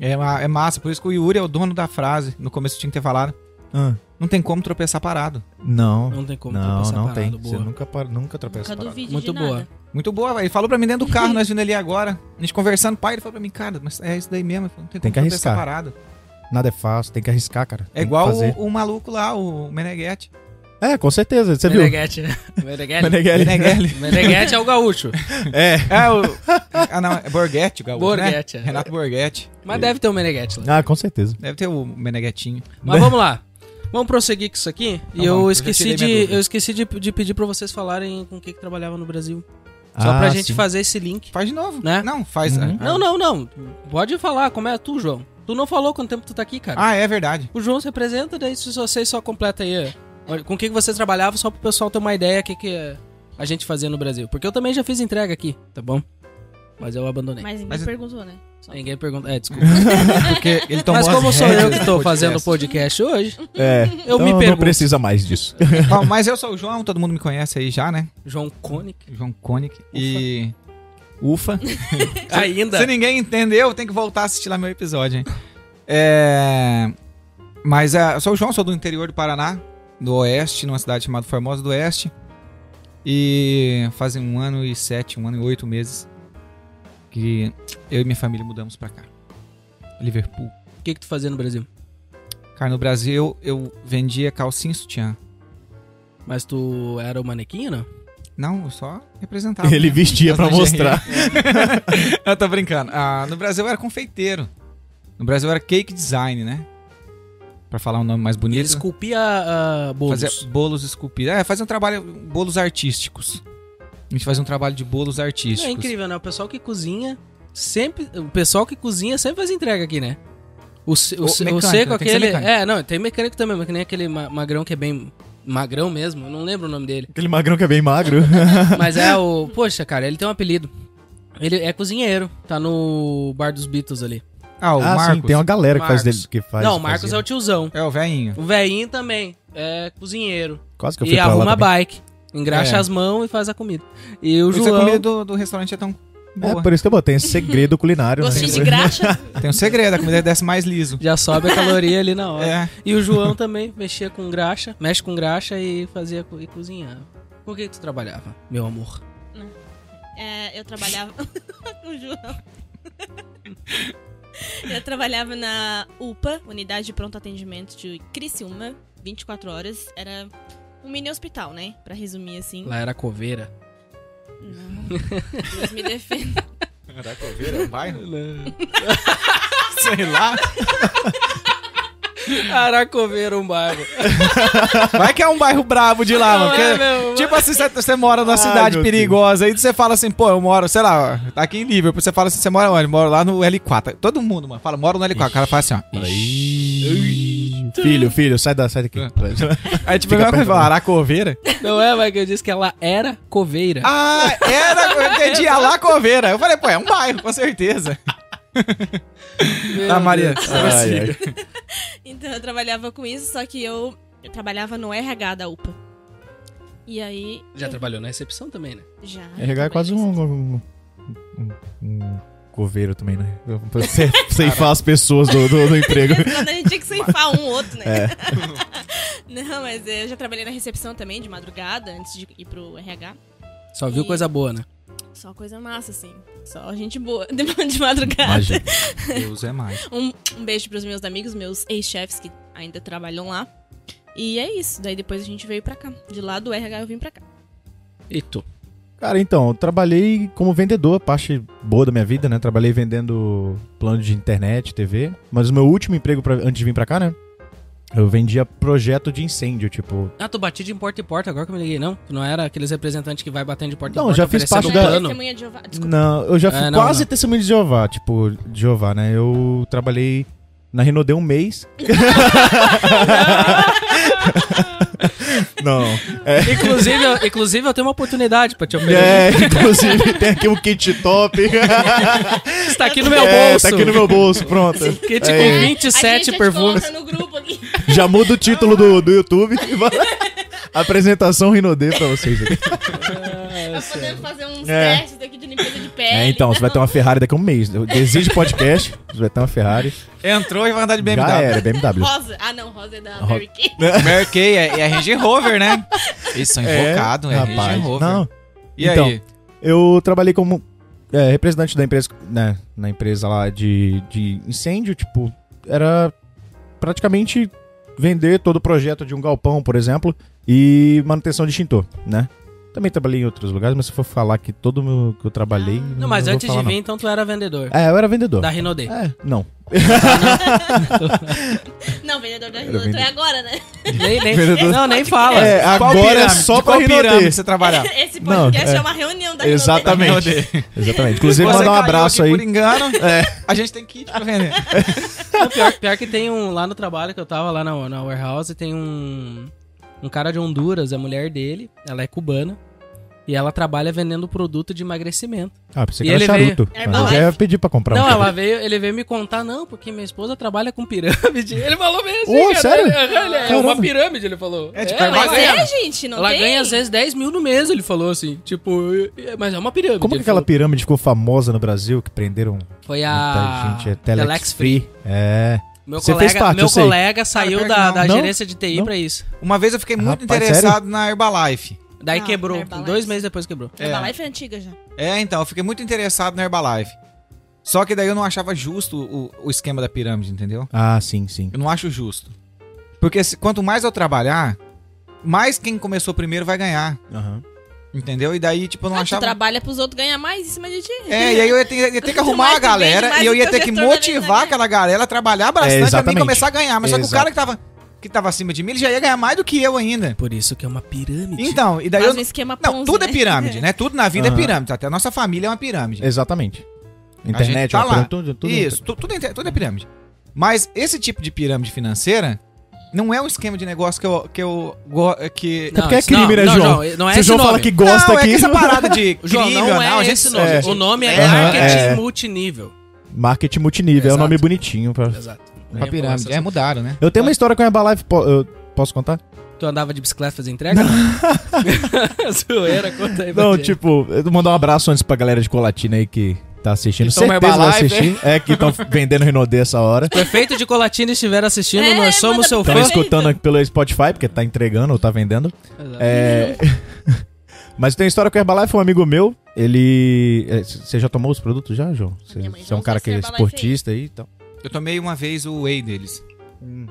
S2: É, ma- é massa, por isso que o Yuri é o dono da frase. No começo eu tinha que ter falado.
S4: Hum.
S2: Não tem como tropeçar parado.
S4: Ah. não.
S1: Não tem como
S4: Não,
S1: tropeçar
S4: não
S1: parado,
S4: tem.
S1: boa.
S4: Você nunca, para- nunca tropeça
S3: Nunca
S4: parado.
S3: duvide
S1: Muito
S3: de nada.
S1: boa.
S2: Muito boa, ele falou pra mim dentro do carro, nós vindo ali agora, a gente conversando, pai, ele falou pra mim, cara, mas é isso daí mesmo, não tem,
S4: Tem que
S2: como fazer essa
S4: arriscar.
S2: parada.
S4: Nada é fácil, tem que arriscar, cara.
S2: É
S4: Tem que
S2: igual
S4: fazer.
S2: o, o maluco lá, o Meneghetti.
S4: É, com certeza. Você viu?
S1: Meneghetti, né? Meneghetti.
S4: Meneghelli.
S2: Meneghetti.
S1: Meneghetti é o gaúcho.
S4: É.
S2: é o... Ah, não, é Borghetti, o gaúcho, né?
S1: Borghetti. é.
S2: Renato Borghetti.
S1: Mas deve ter o Meneghetti lá.
S4: Ah, com certeza.
S2: Deve ter o Meneghetinho.
S4: Né?
S1: Mas vamos lá. Vamos prosseguir com isso aqui. E
S2: Tá
S1: eu,
S2: bom, eu já
S1: esqueci
S2: tirei
S1: de,
S2: minha dúvida.
S1: eu esqueci de, de pedir pra vocês falarem com o que, que trabalhava no Brasil. Só pra
S4: Ah,
S1: gente
S4: sim.
S1: fazer esse link.
S2: Faz de novo.
S1: Né?
S2: Não, faz...
S4: Uhum.
S2: Ah,
S1: Não, não, não. Pode falar. Como é tu, João? Tu não falou quanto tempo tu tá aqui, cara.
S2: Ah, é verdade.
S1: O João se apresenta, daí se vocês só completa aí. ó, Com o que, que vocês trabalhavam, só pro pessoal ter uma ideia do que, que a gente fazia no Brasil. Porque eu também já fiz entrega aqui, tá bom? Mas eu abandonei.
S3: Mas ninguém
S2: Mas-
S3: perguntou, né? Só-
S1: Ninguém pergunta. É, desculpa.
S2: Porque ele tomou
S1: Mas
S2: as
S1: como sou
S2: rédeas
S1: eu que
S2: do
S1: tô
S2: podcast.
S1: fazendo o podcast hoje,
S4: É.
S1: eu
S4: Então
S1: me
S4: não
S1: pergunto.
S4: precisa mais disso.
S2: Bom, mas eu sou o João, todo mundo me conhece aí já, né?
S1: João Koenig.
S2: João Koenig. E... Ufa.
S1: Ainda.
S2: Se ninguém entendeu, tem que voltar a assistir lá meu episódio, hein? É... Mas é, eu sou o João, sou do interior do Paraná, do Oeste, numa cidade chamada Formosa do Oeste. E fazem um ano e sete, um ano e oito meses que eu e minha família mudamos pra cá. Liverpool.
S1: O que, que tu fazia no Brasil?
S2: Cara, no Brasil eu vendia calcinha e sutiã.
S1: Mas tu era o manequim, não?
S2: Não, eu só representava.
S4: Ele
S2: né?
S4: vestia
S2: As
S4: pra
S2: lingerie.
S4: mostrar.
S2: eu tô brincando. Ah, no Brasil eu era confeiteiro. No Brasil eu era cake design, né? Pra falar um nome mais
S1: Ele
S2: bonito.
S1: esculpia ah, bolos.
S2: Fazia bolos esculpidos. É, fazia um trabalho, bolos artísticos. A gente fazia um trabalho de bolos artísticos.
S1: É incrível, né? O pessoal que cozinha sempre. O pessoal que cozinha sempre faz entrega aqui, né? O, se- o,
S2: O
S1: se- o
S2: mecânico,
S1: seco,
S2: né? Tem que ser
S1: aquele.
S2: mecânico.
S1: É, não, tem mecânico também, mas que nem aquele ma- magrão que é bem. Magrão mesmo, eu não lembro o nome dele.
S4: Aquele magrão que é bem magro.
S1: Mas é o. Poxa, cara, ele tem um apelido. Ele é cozinheiro, tá no bar dos Beatles ali.
S2: Ah, o
S4: ah,
S2: Marcos.
S4: sim, tem uma galera que faz,
S1: Marcos.
S4: dele, que faz.
S1: não, o Marcos
S4: fazia.
S1: é o tiozão.
S2: É o velhinho.
S1: O velhinho também é cozinheiro.
S4: Quase que eu fui
S1: E
S4: pra lá
S1: arruma
S4: também.
S1: bike. Engraxa
S2: É.
S1: as mãos e faz a comida. E o
S2: Essa
S1: João.
S2: comida do, do restaurante é tão boa.
S4: É por isso que eu botei segredo culinário. né?
S3: Gostinho de graxa.
S2: Tem um segredo, a comida desce mais liso.
S1: Já sobe a caloria ali na hora.
S2: É.
S1: E o João também mexia com graxa, mexe com graxa e fazia co- e cozinhava. Por que que tu trabalhava, meu amor?
S3: É, eu trabalhava. o João. eu trabalhava na UPA, Unidade de Pronto Atendimento de Criciúma, 24 horas. Era um mini hospital, né? Pra resumir assim.
S1: Lá era coveira.
S3: Não. Deus me defenda.
S2: Caracoveira, é um bairro?
S4: Sei lá.
S1: Aracoveira, um bairro.
S2: Vai que é um bairro brabo de lá,
S1: Não,
S2: mano. porque-
S1: é mesmo.
S2: tipo assim, você- você mora numa
S4: Ai,
S2: cidade
S4: meu
S2: perigosa, aí você fala assim, pô, eu moro, sei lá, ó, tá aqui em Liverpool, você fala assim, você mora onde? Moro lá no L4. Todo mundo, mano, fala, moro no L4. O cara fala assim, ó.
S4: Filho, filho, sai, da, sai daqui.
S2: Aí tipo, a mesma coisa, fala, Aracoveira?
S1: Não é, mas que eu disse que ela era coveira.
S2: Ah, era, eu entendi, Alacoveira. Eu falei, pô, é um bairro, com certeza.
S1: Meu
S4: Ah,
S2: Tá, Maria,
S1: Deus.
S2: prossiga.
S4: Ai,
S3: Então eu trabalhava com isso, só que eu, eu trabalhava no RH da UPA. E aí.
S1: Já trabalhou na recepção também, né?
S3: Já.
S4: RH é quase um.
S3: trabalhei
S4: um, um, um coveiro também, né? Pra ce- ceifar as pessoas do, do, do emprego.
S3: assim. Quando a gente tinha que ceifar um outro, né?
S4: É.
S3: Não, mas eu já trabalhei na recepção também, de madrugada, antes de ir pro RH.
S1: Só viu
S3: E-
S1: coisa boa, né?
S3: Só coisa massa, assim. Só gente boa de madrugada.
S4: Imagina.
S2: Deus é mais.
S3: Um, um beijo pros meus amigos, meus ex-chefes que ainda trabalham lá. E é isso. Daí depois a gente veio pra cá. De lá do RH eu vim pra cá.
S1: E tu?
S4: Cara, então, eu trabalhei como vendedor, parte boa da minha vida, né? Trabalhei vendendo plano de internet, TV. Mas o meu último emprego pra- antes de vir pra cá, né? Eu vendia projeto de incêndio, tipo.
S1: Ah, tu bati de porta em porta, agora que eu me liguei, não? Tu não era aqueles representantes que vai batendo de porta em
S4: Não,
S1: porta
S4: já fiz
S1: oferecendo
S3: Eu
S4: parte da-
S3: era
S1: plano?
S3: testemunha de Jeová. Desculpa.
S4: Não, eu já fui
S1: É, não,
S4: quase
S1: não.
S4: testemunho de Jeová, tipo, de Jeová, né? Eu trabalhei na Renaudê um mês. não.
S1: Inclusive, eu, inclusive, eu tenho uma oportunidade pra te oferecer.
S4: É, inclusive tem aqui um kit top.
S1: Tá aqui no meu
S4: É,
S1: bolso. tipo
S4: Tá aqui no meu bolso, pronto.
S1: Kit com
S4: É.
S3: a gente
S1: 27
S3: já te
S1: perfumes.
S3: coloca no grupo aqui.
S4: Já muda o título do, do YouTube. e vai- Apresentação Rinodê pra vocês aqui.
S3: Tá podendo fazer uns
S4: É.
S3: testes aqui de limpeza de pele.
S4: É, então,
S3: tá?
S4: você vai ter uma Ferrari daqui a um mês. Desiste podcast, você vai ter uma Ferrari.
S2: Entrou e vai
S1: é
S2: andar de BMW.
S4: Já era, BMW.
S3: Rosa. Ah, não, Rosa é da Mary Kay.
S2: Mary Kay é, é Range Rover, né? Eles são invocados, é, Range Rover.
S4: Não,
S2: E
S4: Então,
S2: aí?
S4: eu trabalhei como é, representante da empresa, né, na empresa lá de, de incêndio, tipo, era praticamente vender todo o projeto de um galpão, por exemplo, e manutenção de extintor, né? Também trabalhei em outros lugares, mas se for falar que todo mundo que eu trabalhei.
S1: Não, mas
S4: vou
S1: antes de
S4: falar,
S1: vir, então tu era vendedor.
S4: Não. É, eu era vendedor.
S1: Da Renaudet.
S4: É, não.
S3: Não, vendedor da
S4: Era
S3: Renault é
S4: vende-
S3: agora, né?
S1: Nem, nem-
S4: Vendedor.
S1: não, nem fala.
S4: É,
S2: Qual
S4: agora é
S2: pirâmide?
S4: só
S2: Qual
S4: pra
S2: pirâmide
S4: Rinodê.
S2: você trabalhava?
S3: Esse
S4: Não,
S3: podcast
S4: é.
S3: é. uma reunião da
S4: Exatamente.
S2: Exatamente.
S4: Exatamente. Inclusive, mandar um abraço aí. É.
S2: Por engano, a gente tem kit pra vender.
S1: Não, pior, pior que tem um lá no trabalho que eu tava lá na, na warehouse, tem um um cara de Honduras, a mulher dele, ela é cubana e ela trabalha vendendo produto de emagrecimento.
S4: Ah, pensei
S1: E
S4: que era
S1: ele É
S4: charuto.
S3: veio-
S4: Mas eu já ia pedir pra comprar
S1: não,
S4: um.
S1: ela veio, ele veio me contar não, porque minha esposa trabalha com pirâmide. Ele falou bem assim,
S4: Ô,
S1: cara,
S4: sério?
S1: Ele, ele é
S4: Caramba.
S1: uma pirâmide, ele falou.
S2: É, tipo, é
S1: ela
S3: Mas
S2: Mas
S1: ganha,
S3: é, gente, não
S1: ela
S3: tem?
S1: ganha às vezes 10 mil no mês, ele falou assim, tipo, é, mas é uma pirâmide.
S4: Como que
S1: ele
S4: aquela
S1: falou.
S4: pirâmide ficou famosa no Brasil que prenderam um?
S1: foi
S4: muita
S1: a
S4: gente? É Telex, Free. É.
S1: Meu
S4: Você
S1: colega,
S4: fez parte,
S1: meu
S4: eu sei.
S1: colega saiu
S2: pior que
S1: da,
S2: não.
S1: da
S4: Não?
S1: gerência de TI
S4: Não?
S1: pra isso.
S2: Uma vez eu fiquei muito
S4: Rapaz,
S2: interessado na Herbalife.
S1: Daí
S3: Ah,
S1: quebrou.
S3: Herbalife.
S1: Dois meses depois quebrou.
S3: É. A live é antiga já.
S2: É, então, eu fiquei muito interessado na Herbalife. Só que daí eu não achava justo o, o esquema da pirâmide, entendeu?
S4: Ah, sim, sim.
S2: Eu não acho justo. Porque se- quanto mais eu trabalhar, mais quem começou primeiro vai ganhar,
S4: Aham.
S2: entendeu? E daí, tipo, eu não
S3: Ah, tu
S2: achava...
S3: trabalha pros outros ganhar mais em cima de ti.
S2: É, e aí eu ia ter, ia ter que arrumar
S3: Mais
S2: a
S3: tu vende,
S2: galera
S3: mais
S2: e eu
S3: o
S2: ia
S3: teu
S2: ter que
S3: retorno ali,
S2: motivar
S3: né?
S2: aquela galera a trabalhar
S4: É,
S2: bastante pra mim
S4: exatamente.
S2: começar a ganhar. Mas só que o
S4: Exato.
S2: cara que tava, que tava acima de mim, ele já ia ganhar mais do que eu ainda.
S1: Por isso que é uma pirâmide.
S2: Então, e daí
S3: Faz
S2: eu.
S3: um esquema
S2: Não,
S3: Ponzi,
S2: tudo é
S3: né?
S2: pirâmide, né? Tudo na vida é
S4: Aham.
S2: pirâmide. Até a nossa família é uma pirâmide.
S4: Exatamente.
S2: gente
S4: Internet,
S2: tá
S4: uma
S2: lá.
S4: coisa, tudo, tudo.
S2: Isso, tu- tudo, é inter- tudo é pirâmide. Mas esse tipo de pirâmide financeira não é um esquema de negócio que eu. Que eu go- que...
S4: É porque é
S1: isso não,
S4: crime, né,
S1: não,
S4: João?
S1: João? Não é
S4: Se o
S1: esse
S4: João
S1: nome.
S4: fala que gosta
S2: não, é
S4: aqui.
S2: que essa parada de
S1: João,
S2: crime,
S1: não
S2: ou
S1: é
S2: não, a gente-
S1: esse nome.
S4: é.
S1: O nome é
S2: Aham,
S1: marketing
S4: é.
S1: multinível.
S4: Marketing multinível, é um
S1: Exato.
S4: nome bonitinho. pra-
S1: Exato.
S2: Pra pirâmide. É, mudaram, né?
S4: Eu tenho uma história com a Herbalife, po- eu posso contar?
S1: Tu Tu andava de bicicleta fazer entrega? Zoeira, conta aí pra
S4: Não,
S1: gente.
S4: tipo, eu vou mandar um abraço antes pra galera de Colatina aí que tá assistindo.
S2: Que tão
S4: Certeza vai
S2: Então, Herbalife,
S4: assistir. É, que estão vendendo Renaudê essa hora.
S1: Prefeito de Colatina estiver assistindo,
S3: É,
S1: nós somos
S3: manda
S1: seu
S4: Estão
S1: fã.
S3: Perfeito.
S4: escutando aqui pelo Spotify, porque tá entregando ou tá vendendo. É... Mas tem uma história com o Herbalife, um amigo meu, ele... é, c- Você já tomou os produtos já, João? Você
S3: Minha mãe
S4: você é um
S3: não
S4: cara
S3: usa
S4: que é
S3: esse Herbalife
S4: esportista aí e tal.
S2: Eu tomei uma vez o whey deles.
S4: Hum.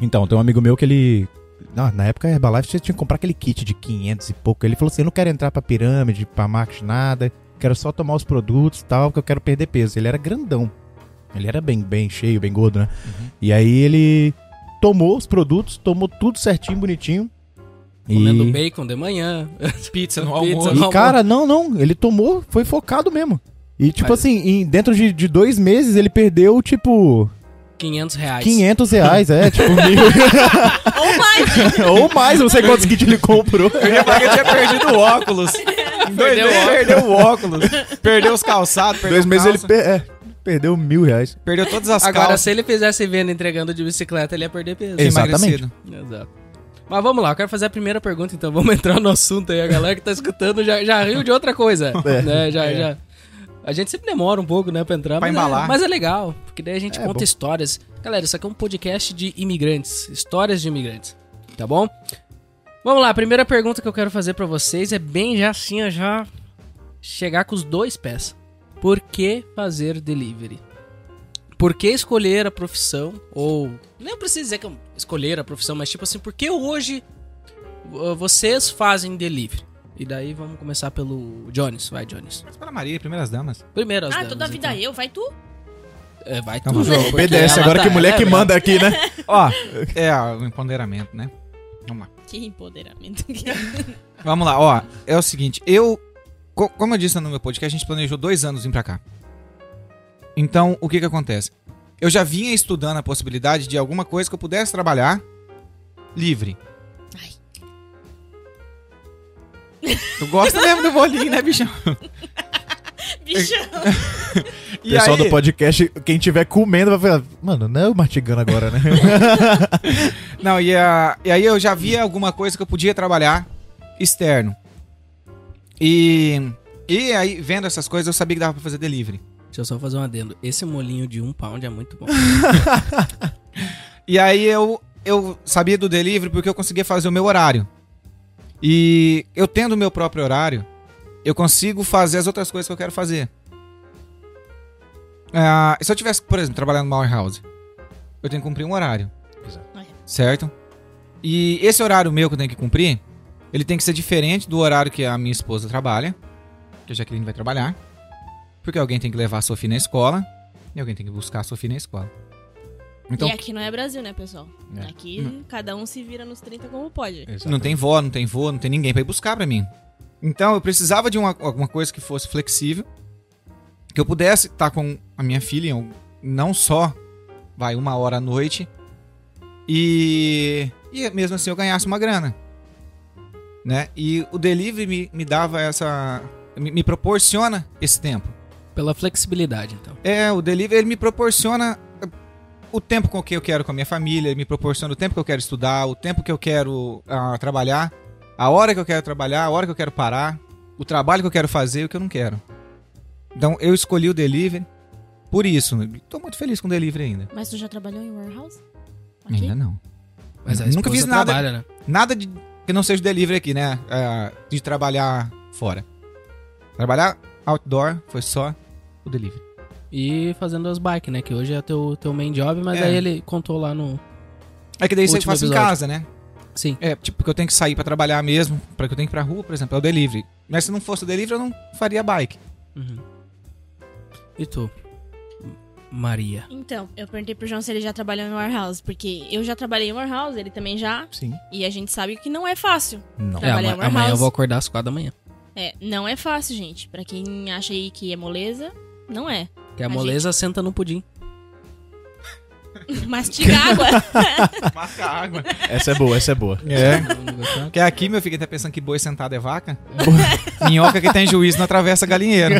S4: Então, tem um amigo meu que ele... Ah, na época, a Herbalife, você tinha que comprar aquele kit de 500 e pouco. Ele falou assim, eu não quero entrar pra pirâmide, pra marketing, nada. Quero só tomar os produtos e tal, porque eu quero perder peso. Ele era grandão. Ele era bem, bem cheio, bem gordo, né? E aí ele tomou os produtos, tomou tudo certinho, bonitinho.
S1: Comendo
S4: e...
S1: bacon de manhã.
S2: Pizza no
S1: Pizza
S2: almoço.
S1: no-
S4: E, cara, não, não. Ele tomou, foi focado mesmo. E, tipo
S1: Mas-
S4: assim, em- dentro de, de dois meses ele perdeu, tipo,
S1: 500 reais.
S4: 500 reais, é, tipo, mil.
S3: Ou mais!
S4: Ou mais, não sei quantos kits ele comprou.
S2: Eu ia falar que eu tinha perdido o óculos.
S1: Perdeu o óculos.
S2: Perdeu o óculos. Perdeu os calçados. Perdeu
S4: dois meses ele
S2: calça,
S4: per- é, perdeu mil reais.
S2: perdeu todas as
S1: Agora, é
S2: calças.
S1: se ele fizesse venda entregando de bicicleta, ele ia perder peso.
S4: Ex-
S2: emagrecido.
S1: Exato. Mas vamos lá, eu quero fazer a primeira pergunta, então vamos entrar no assunto aí. A galera que tá escutando já, já riu de outra coisa.
S2: É.
S1: né? já, já. A gente sempre demora um pouco, né, pra entrar. mas,
S2: Pra embalar.
S1: É, mas é legal, porque daí a gente
S4: É,
S1: conta
S4: bom.
S1: histórias. Galera, isso aqui é um podcast de imigrantes. Histórias de imigrantes. Tá bom? Vamos lá, a primeira pergunta que eu quero fazer pra vocês é bem já assim, ó, já chegar com os dois pés. Por que fazer delivery? Por que escolher a profissão? Ou. Não preciso dizer que eu escolher a profissão, mas tipo assim, por que hoje uh, vocês fazem delivery? E daí vamos começar pelo Jones. Vai, Jones.
S2: Pela Maria, primeiras damas.
S1: Primeiro as
S3: Ah,
S1: damas,
S3: toda a vida
S1: então.
S3: eu, vai tu?
S1: É, vai tu,
S2: Calma,
S1: João, porque
S4: Obedece,
S1: ela
S4: agora
S1: tá-
S4: que mulher
S1: é,
S4: que
S1: ela-
S4: manda aqui, né?
S2: Ó, é o empoderamento, né?
S3: Que empoderamento.
S2: Vamos lá, ó. É o seguinte, eu. co- Como eu disse no meu podcast, a gente planejou dois anos vir pra cá. Então, o que que acontece? Eu já vinha estudando a possibilidade de alguma coisa que eu pudesse trabalhar livre.
S3: Ai.
S2: Tu gosta mesmo do bolinho, né, bichão?
S3: Bichão.
S4: O pessoal
S2: aí-
S4: do podcast, quem tiver comendo vai falar, mano, não é eu mastigando agora, né?
S2: Não, e, a- e aí eu já via alguma coisa que eu podia trabalhar externo. E, e aí, vendo essas coisas, eu sabia que dava pra fazer delivery.
S1: Deixa eu só fazer um adendo. Esse molinho de um pound é muito bom.
S2: E aí eu, eu sabia do delivery porque eu conseguia fazer o meu horário. E eu tendo o meu próprio horário, eu consigo fazer as outras coisas que eu quero fazer. Ah, se eu tivesse, por exemplo, trabalhando no House, eu tenho que cumprir um horário.
S4: Exato.
S3: É.
S2: Certo? E esse horário meu que eu tenho que cumprir, ele tem que ser diferente do horário que a minha esposa trabalha, que a Jaqueline vai trabalhar. Porque alguém tem que levar a Sofia na escola e alguém tem que buscar a Sofia na escola. Então,
S3: E aqui não é Brasil, né, pessoal?
S4: É.
S3: Aqui cada um se vira nos 30 como pode.
S2: Não tem vó, não tem vô, não tem ninguém pra ir buscar pra mim. Então eu precisava de uma, alguma coisa que fosse flexível, que eu pudesse estar com a minha filha, em um- não só vai uma hora à noite, e, e mesmo assim eu ganhasse uma grana. Né? E o delivery me, me dava essa. Me, me proporciona esse tempo.
S1: Pela flexibilidade, então.
S2: É, o delivery ele me proporciona eh, o tempo com que eu quero com a minha família, ele me proporciona o tempo que eu quero estudar, o tempo que eu quero ah, trabalhar, a hora que eu quero trabalhar, a hora que eu quero parar, o trabalho que eu quero fazer e o que eu não quero. Então eu escolhi o delivery por isso. Tô muito feliz com o delivery ainda.
S3: Mas tu já trabalhou em warehouse? Aqui?
S2: Ainda não.
S1: Mas a
S2: Nunca
S1: esposa
S2: fiz nada.
S1: trabalha, né?
S2: Nada de que não seja delivery aqui, né? Ah, de trabalhar fora. Trabalhar outdoor foi só o delivery.
S1: E fazendo as bikes, né? Que hoje é teu, teu main job, mas
S2: É.
S1: aí ele contou lá no.
S2: É que daí você
S1: Último
S2: faz em
S1: episódio.
S2: casa, né?
S1: Sim.
S2: É, tipo, porque eu tenho que sair pra trabalhar mesmo, pra que eu tenho que ir pra rua, por exemplo, é o delivery. Mas se não fosse o delivery, eu não faria bike.
S1: Uhum. E tu? Maria.
S3: Então, eu perguntei pro João se ele já trabalhou em warehouse, porque eu já trabalhei em warehouse, ele também já,
S4: Sim.
S3: e a gente sabe que não é fácil.
S4: Não.
S1: É,
S3: Trabalhar
S1: ama-
S3: warehouse.
S1: amanhã eu vou acordar às quatro da manhã.
S3: É, não é fácil, gente. Pra quem acha aí que é moleza, não é.
S1: Que a,
S3: A
S1: moleza senta no pudim.
S3: Mastiga água.
S2: Marca água.
S4: Essa é boa, essa é boa.
S2: É. Porque aqui, meu filho, tá pensando que boi sentado é vaca. Minhoca que tem juízo não atravessa galinheiro.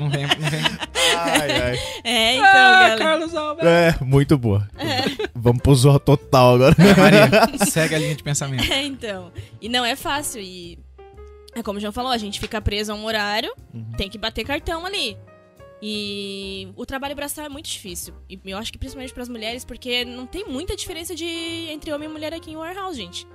S2: não vem, não vem.
S4: Ai, ai.
S3: É, então, galera.
S1: Carlos Alves.
S4: É, muito boa. Vamos pro Zorra Total agora.
S2: Maria, segue a linha de pensamento.
S3: É, então. E não é fácil. E é como o João falou, a gente fica preso a um horário, tem que bater cartão ali. E o trabalho braçal é muito difícil. E eu acho que principalmente para as mulheres, porque não tem muita diferença de entre homem e mulher aqui em Warehouse, gente.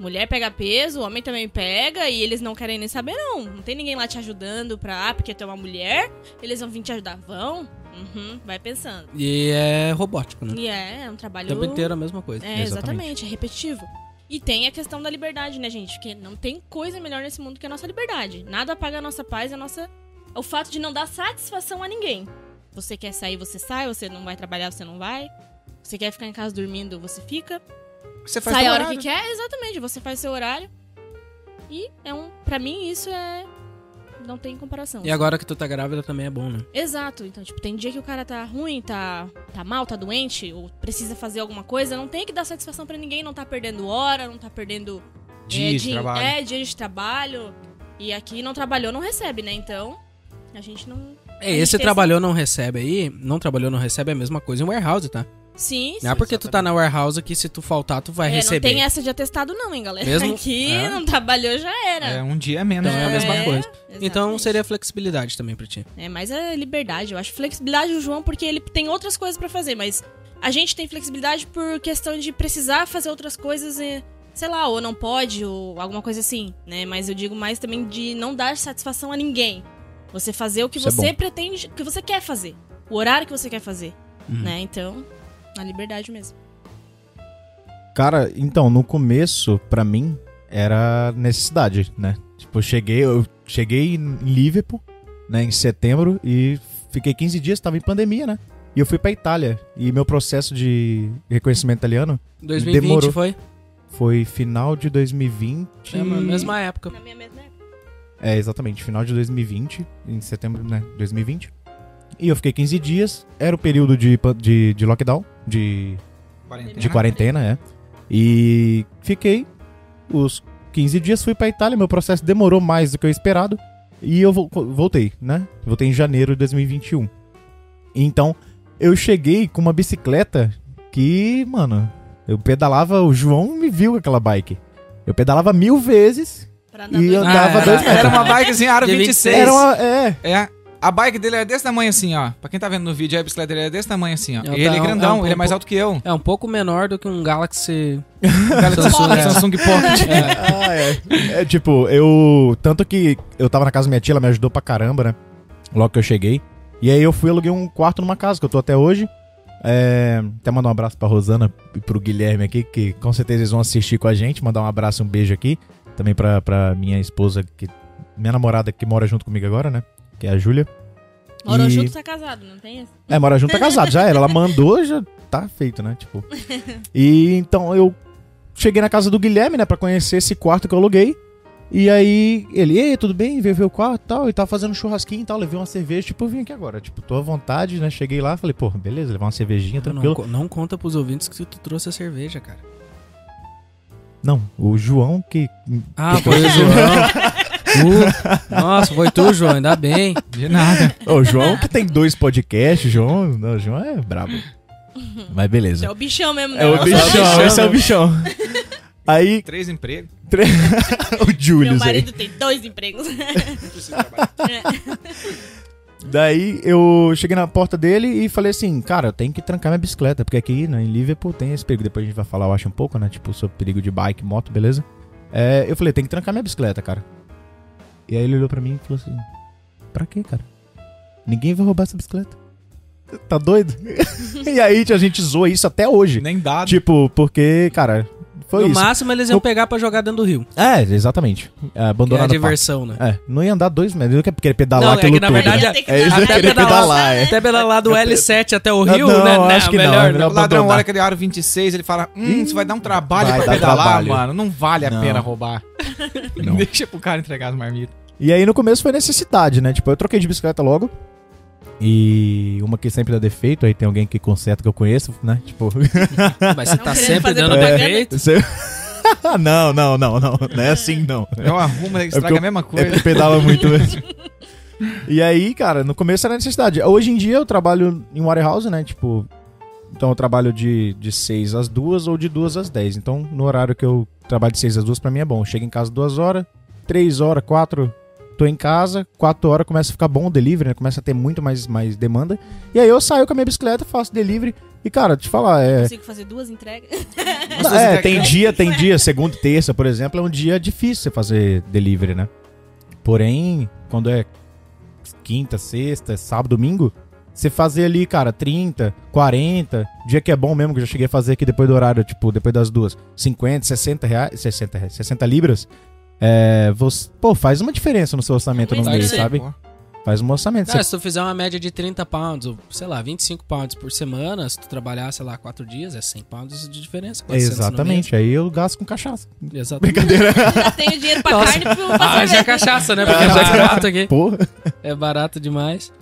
S3: Mulher pega peso, o homem também pega, e eles não querem nem saber, não. Não tem ninguém lá te ajudando pra, ah, porque tu é uma mulher, eles vão vir te ajudar. Vão? Uhum, vai pensando.
S1: E é robótico, né?
S3: E é, é um
S1: O
S3: trabalho.
S1: tempo inteiro a mesma coisa.
S3: É,
S4: Exatamente.
S3: exatamente, é repetitivo. E tem a questão da liberdade, né, gente? Porque não tem coisa melhor nesse mundo que a nossa liberdade. Nada apaga a nossa paz, a nossa. O fato de não dar satisfação a ninguém. Você quer sair, você sai, você não vai trabalhar, você não vai. Você quer ficar em casa dormindo, você fica.
S2: Você faz
S3: Sai
S2: teu
S3: a hora que
S2: horário.
S3: quer, exatamente, você faz seu horário. E é um. Pra mim, isso é. Não tem comparação.
S1: E agora que tu tá grávida também é bom, né?
S3: Exato. Então, tipo, tem dia que o cara tá ruim, tá, tá mal, tá doente, ou precisa fazer alguma coisa, não tem que dar satisfação pra ninguém, não tá perdendo hora, não tá perdendo é,
S2: Dia de trabalho.
S3: É, dia de trabalho. E aqui não trabalhou, não recebe, né? Então, a gente não.
S1: É, esse
S3: fez-
S1: trabalhou não recebe aí, não trabalhou não recebe é a mesma coisa em warehouse, tá?
S3: Sim, sim.
S1: não é porque tu tá na warehouse que se tu faltar tu vai
S3: É, não
S1: receber.
S3: tem essa de atestado, não, hein, galera?
S1: Mesmo-
S3: Aqui
S1: É.
S3: não trabalhou, já era.
S2: É um dia a menos,
S1: Então é a
S2: né?
S1: mesma
S3: É,
S1: coisa. Então
S3: exatamente.
S1: seria flexibilidade também pra ti.
S3: É, mas é liberdade. Eu acho flexibilidade o João porque ele tem outras coisas pra fazer, mas a gente tem flexibilidade por questão de precisar fazer outras coisas, e, sei lá, ou não pode, ou alguma coisa assim, né? Mas eu digo mais também de não dar satisfação a ninguém. Você fazer o que
S4: Isso é
S3: você
S4: bom.
S3: pretende, o que você quer fazer, o horário que você quer fazer,
S1: Uhum.
S3: né? Então, na liberdade mesmo.
S4: Cara, então, no começo, pra mim, era necessidade, né? Tipo, eu cheguei, eu cheguei em Liverpool, né, em setembro, e fiquei 15 dias, tava em pandemia, né? E eu fui pra Itália. E meu processo de reconhecimento italiano
S1: 2020
S4: Demorou.
S1: foi?
S4: foi final de 2020.
S1: É, mas mesma época.
S3: Na minha mesma época.
S4: É, exatamente, final de 2020, em setembro, né, 2020. E eu fiquei 15 dias, era o período de, pan- de, de lockdown, de
S2: Quarentena.
S4: De quarentena, é. E fiquei os 15 dias, fui pra Itália, meu processo demorou mais do que eu esperado. E eu vo- voltei, né? Voltei em janeiro de 2021. Então, eu cheguei com uma bicicleta que, mano, eu pedalava, o João me viu com aquela bike. Eu pedalava mil vezes.
S3: Pra
S4: E
S3: dois-
S4: eu dava
S1: era-
S4: dois
S1: era
S4: metros.
S2: Ah, Era uma bikezinha aro
S1: De
S2: 26.
S4: Era uma, é,
S2: É. A bike dele era desse tamanho assim, ó. Pra quem tá vendo no vídeo, a bicicleta dele é desse tamanho assim, ó.
S1: Então,
S2: E ele é grandão,
S1: é um-
S2: ele é mais alto que eu.
S1: É um pouco menor do que um Galaxy.
S2: Samsung,
S1: Samsung.
S2: Samsung Pocket.
S4: Ah, é. É, tipo, eu. Tanto que eu tava na casa da minha tia, ela me ajudou pra caramba, né? Logo que eu cheguei. E aí eu fui e aluguei um quarto numa casa que eu tô até hoje. É, até mandar um abraço pra Rosana e pro Guilherme aqui, que com certeza eles vão assistir com a gente. Mandar um abraço e um beijo aqui. Também pra, pra minha esposa, que, minha namorada que mora junto comigo agora, né? Que é a Júlia.
S3: Morou
S4: E-
S3: junto, tá casado, não tem essa?
S4: é, mora junto, tá casado, já era. Ela mandou, já tá feito, né? Tipo. E então eu cheguei na casa do Guilherme, né, pra conhecer esse quarto que eu aluguei. E aí ele, ei, tudo bem? Veio ver o quarto e tal. E tava fazendo um churrasquinho e tal, levei uma cerveja. Tipo, eu vim aqui agora. Tipo, tô à vontade, né? Cheguei lá, falei, pô, beleza, levar uma cervejinha,
S1: Não,
S4: tranquilo.
S1: co- não conta pros ouvintes que tu trouxe a cerveja, cara.
S4: Não, o João que. é
S1: Ah, foi o João. Uh, nossa, foi tu, João, ainda bem.
S2: De nada.
S4: Ô, o João que tem dois podcasts, João. Não, o João é brabo. Mas
S3: É
S4: beleza.
S3: o bichão mesmo, né?
S4: É o bichão,
S2: bichão,
S4: esse é o bichão. Aí,
S2: Três empregos.
S4: o
S3: Meu
S4: Julius aí.
S3: marido tem dois empregos.
S4: Daí eu cheguei na porta dele e falei assim, cara, eu tenho que trancar minha bicicleta, porque aqui né, em Liverpool tem esse perigo. Depois a gente vai falar, eu acho, um pouco, né? Tipo, sobre perigo de bike, moto, beleza? É, eu falei, tem que trancar minha bicicleta, cara. E aí ele olhou pra mim e falou assim, pra quê, cara? Ninguém vai roubar essa bicicleta. Tá doido? e aí a gente zoa isso até hoje.
S2: Nem dado.
S4: Tipo, porque, cara, foi
S1: no
S4: isso.
S1: máximo eles iam pegar pra jogar dentro do rio.
S4: É, exatamente.
S1: Que É a
S4: Abandonado. É,
S1: diversão, né?
S4: é, não ia andar dois metros, eu queria pedalar
S1: Não, é
S4: aquilo
S1: que na
S4: tudo.
S1: verdade
S3: Ia ter que
S4: é isso que eu
S3: dar-
S1: até
S4: queria
S1: pedalar,
S4: pedalar, é.
S1: Até pela lá do L7 até o
S4: Ah,
S1: Rio,
S4: não,
S1: né?
S4: acho que não, é melhor
S2: O ladrão
S4: abandonar.
S2: olha aquele aro 26, ele fala: Hum, isso vai dar um trabalho
S4: Vai
S2: pra
S4: dar
S2: pedalar,
S4: trabalho.
S2: mano. Não vale a
S4: Não.
S2: pena roubar.
S4: Não.
S2: Deixa pro cara entregar as marmitas.
S4: E aí no começo foi necessidade, né? Tipo, eu troquei de bicicleta logo. E uma que sempre dá defeito, aí tem alguém que conserta que eu conheço, né? Tipo.
S1: Mas você
S3: Não
S1: tá
S3: querendo
S1: sempre
S3: fazer
S1: dando
S3: propaganda.
S1: defeito.
S4: você- não, não, não, não. Não é assim, não.
S2: Eu arrumo, ele
S4: porque
S2: estraga
S4: eu-
S2: a mesma
S4: É
S2: coisa.
S4: porque pedala muito mesmo. E aí, cara, no começo era necessidade. Hoje em dia eu trabalho em warehouse, né? Tipo, Então eu trabalho de, de 6 às 2 ou de 2 às 10. Então no horário que eu trabalho de 6 às 2 pra mim é bom. Chego em casa 2 horas, 3 horas, 4 tô em casa, 4 horas começa a ficar bom o delivery, né? Começa a ter muito mais, mais demanda. E aí eu saio com a minha bicicleta, faço delivery. E cara, te falar, é.
S3: Consigo fazer duas entregas.
S4: Não, é, tem dia, tem dia, segunda e terça, por exemplo, é um dia difícil você fazer delivery, né? Porém, quando é quinta, sexta, sábado, domingo, você fazer ali, cara, 30, 40, dia que é bom mesmo, que eu já cheguei a fazer aqui depois do horário, tipo, depois das duas, 50, 60 reais, 60 reais, 60 libras, é, você, pô, faz uma diferença no seu orçamento
S3: É
S4: no
S3: muito
S4: mês,
S3: sim.
S4: sabe? Faz um orçamento.
S1: Cara,
S4: Você,
S1: se tu fizer uma média de 30 pounds, ou sei lá, 25 pounds por semana, se tu trabalhar, sei lá, 4 dias, é 100 pounds de diferença. 400 no
S4: exatamente, aí eu gasto com cachaça.
S1: mês. Exatamente.
S4: Brincadeira.
S3: Já tenho dinheiro pra
S1: Nossa.
S3: carne e pra
S1: Ah,
S3: fazer
S1: já é cachaça, né? Porque é barato aqui.
S4: Porra.
S1: É barato demais.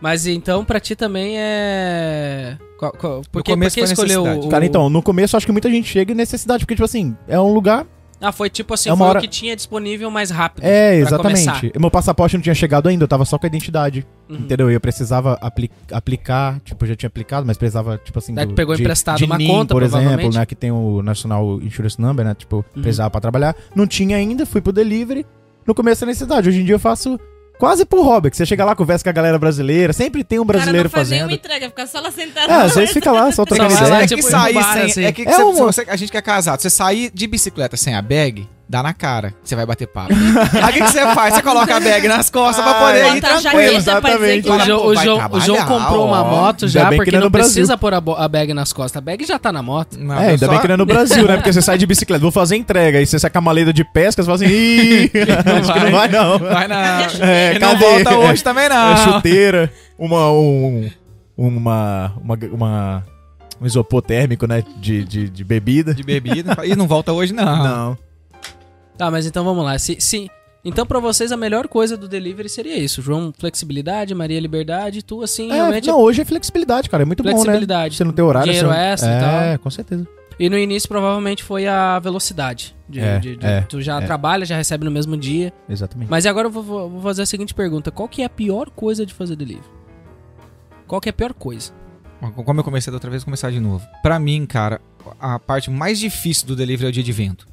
S1: Mas então, pra ti também é. Qual, qual, por
S2: No
S1: que, por
S2: começo
S1: que
S2: foi
S1: escolheu
S2: necessidade.
S1: o.
S4: Cara, então, no começo acho que muita gente chega em necessidade, porque, tipo assim, é um lugar.
S1: Ah, foi tipo assim,
S4: É uma
S1: foi
S4: hora-
S1: o que tinha disponível mais rápido.
S4: É,
S1: pra começar.
S4: exatamente. Meu passaporte não tinha chegado ainda, eu tava só com a identidade.
S1: Uhum.
S4: Entendeu? E eu precisava apli- aplicar, tipo, eu já tinha aplicado, mas precisava, tipo assim.
S1: Daí tu pegou
S4: de-
S1: emprestado
S4: de
S1: uma
S4: NIN,
S1: conta,
S4: por exemplo,
S1: provavelmente. Uhum.
S4: né? Que tem o National Insurance Number, né? Tipo, precisava pra trabalhar. Não tinha ainda, fui pro delivery. No começo da necessidade. Hoje em dia eu faço quase por hobby, que você chega lá, conversa com a galera brasileira. Sempre tem um brasileiro
S3: o cara não faz
S4: fazendo.
S3: nenhuma entrega, fica só lá sentado.
S4: É, às vezes fica lá, só
S1: Só
S4: trocando
S1: vai
S4: ideia.
S1: lá,
S2: é
S1: tipo,
S2: que sair
S1: roubar,
S2: sem.
S1: assim.
S2: É que
S4: É
S2: você-
S4: uma-
S2: você- a gente que é casado, você sair de bicicleta sem a bag, dá na cara. Você vai bater papo. Aí o que, que você faz? Você coloca a bag nas costas pra poder
S3: Bota
S2: ir
S3: a
S2: tranquilo.
S3: jaqueta pra dizer
S4: exatamente.
S3: que...
S1: O
S2: Fala,
S1: João,
S2: pô,
S1: o
S2: vai
S1: João- o
S2: trabalhar,
S1: João comprou
S2: ó.
S1: uma moto
S4: Ainda
S1: já,
S4: bem que
S1: porque
S4: não é
S1: não
S4: no Brasil.
S1: precisa pôr a, bo- a bag nas costas. A bag já tá na moto.
S2: Não,
S4: É, ainda
S2: só-
S4: bem que não é no Brasil, né? Porque você sai de bicicleta, vou fazer entrega, aí você sai com a maleta de pesca, você fala assim, Ih, acho que não vai não.
S2: Vai na.
S4: É,
S2: Ele não
S4: cadê?
S2: volta hoje também não.
S4: É, chuteira, uma, um, uma, uma, uma- um isopor térmico, né? De, de, de bebida.
S2: De bebida. E não volta hoje não.
S4: Não.
S1: Tá, mas então vamos lá. Se, se- então pra vocês a melhor coisa do delivery seria isso. João, flexibilidade, Maria, liberdade, tu assim,
S4: É,
S1: realmente...
S4: não, hoje é flexibilidade, cara, é muito bom, né?
S1: Flexibilidade.
S4: Você não tem horário.
S1: Dinheiro
S4: você não...
S1: extra e
S4: é,
S1: tal.
S4: com certeza.
S1: E no início provavelmente foi a velocidade. de-
S4: É,
S1: de- de-
S4: é,
S1: tu já
S4: é.
S1: trabalha, já recebe no mesmo dia.
S4: Exatamente.
S1: Mas e agora eu vou, vou- vou fazer a seguinte pergunta. Qual que é a pior coisa de fazer delivery? Qual que é a pior coisa?
S2: Como eu comecei da outra vez, vou começar de novo. Pra mim, cara, a parte mais difícil do delivery é o dia de vento.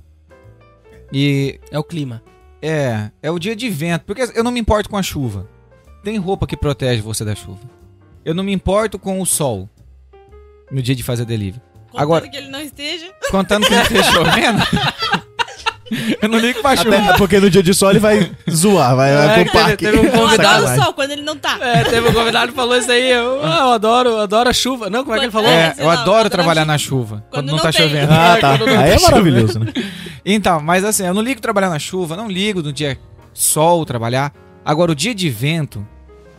S2: E
S1: É o clima.
S2: é, é o dia de vento, porque eu não me importo com a chuva. Tem roupa que protege você da chuva. Eu não me importo com o sol no dia de fazer delivery.
S3: Contando
S2: Agora-
S3: que ele não esteja.
S2: Contando que não esteja chovendo. eu não ligo pra chuva.
S4: Até é porque no dia de sol ele vai zoar, vai, vai
S1: É,
S4: pro
S1: teve-
S4: parque.
S1: teve um
S3: Eu
S1: convidado
S3: adoro
S4: Sacanagem.
S3: o sol quando ele não tá.
S1: É, teve um convidado que falou isso aí. Eu, ah, eu adoro, eu adoro a chuva. Não, como é que ele falou?
S2: É,
S3: sei
S2: eu
S3: lá,
S2: adoro
S3: quando
S2: trabalhar
S3: não-
S2: na chuva, quando,
S3: quando
S2: não,
S3: não
S2: tá
S3: tem.
S2: chovendo.
S4: Ah, tá. Aí é maravilhoso, né?
S2: Então, mas assim, eu não ligo trabalhar na chuva, não ligo no dia sol trabalhar. Agora, o dia de vento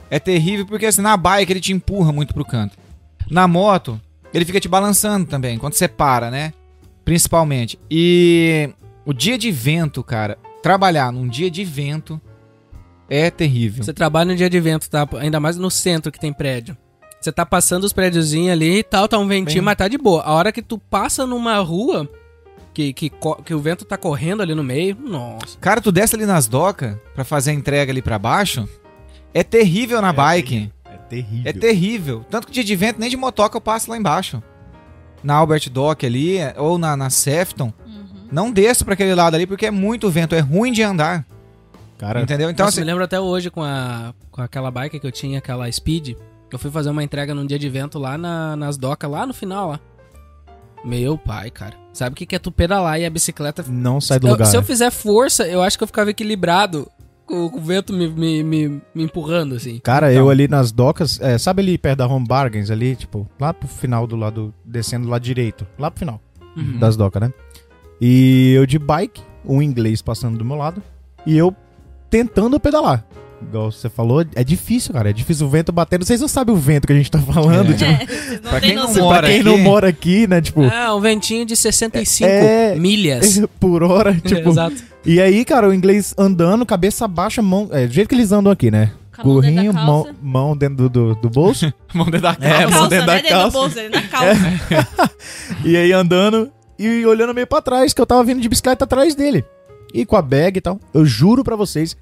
S2: é terrível porque assim, na bike ele te empurra muito pro canto. Na moto, ele fica te balançando também, quando você para, né? Principalmente. E o dia de vento, cara, trabalhar num dia de vento é
S4: Então.
S2: terrível.
S1: Você trabalha no dia de vento, tá? Ainda mais no centro que tem prédio. Você tá passando os prédiozinhos ali e tal, tá um ventinho,
S2: Bem-
S1: mas tá de boa. A hora que tu passa numa rua que, que, co- que o vento tá correndo ali no meio, nossa.
S2: Cara, tu desce ali nas docas pra fazer a entrega ali pra baixo, é terrível na bike.
S4: É terrível.
S2: É terrível. Tanto que dia de vento, nem de motoca eu passo lá embaixo. Na Albert Dock ali, é, ou na, na Sefton.
S3: Uhum.
S2: Não desço pra aquele lado ali, porque é muito vento, é ruim de andar.
S4: Cara,
S2: Entendeu? Então,
S1: Nossa,
S2: assim,
S1: me lembro até hoje com, a, com aquela bike que eu tinha, aquela Speed. Eu fui fazer uma entrega num dia de vento lá na- nas docas, lá no final, lá. Meu pai, cara. Sabe o que, que é tu pedalar e a bicicleta
S4: não sai do
S1: Eu-
S4: lugar.
S1: então, se eu
S4: né?
S1: fizer força, eu acho que eu ficava equilibrado com, com o vento me, me, me, me empurrando, assim.
S4: Cara,
S1: Então.
S4: eu ali nas docas, é, sabe ali perto da Home Bargains ali, tipo, lá pro final do lado, descendo lá direito, lá pro final
S2: Uhum.
S4: das docas, né? E eu de bike, um inglês passando do meu lado, e eu tentando pedalar. Igual você falou, é difícil, cara, é difícil o vento batendo. Vocês não sabem o vento que a gente tá falando,
S2: É.
S4: tipo,
S3: É, vocês não
S2: Pra
S3: têm
S2: quem não
S3: noção.
S2: mora-
S4: pra quem não
S2: aqui.
S4: mora aqui, né, tipo,
S1: Ah, um ventinho de 65
S4: É-
S1: milhas. É,
S4: por hora, tipo.
S1: Exato.
S4: e aí, cara, o inglês andando, cabeça baixa, mão. É, do jeito que eles andam aqui, né?
S3: Com a mão dentro da
S4: Gorrinho, mão,
S3: calça.
S4: mão dentro do, do, do bolso.
S2: mão dentro da
S4: É,
S3: Na
S4: mão
S3: calça, né?
S4: dentro da calça. É.
S3: do bolso, ele na calça.
S4: E aí andando e olhando meio pra trás, que eu tava vindo de bicicleta atrás dele. E com a bag e tal. Eu juro pra vocês,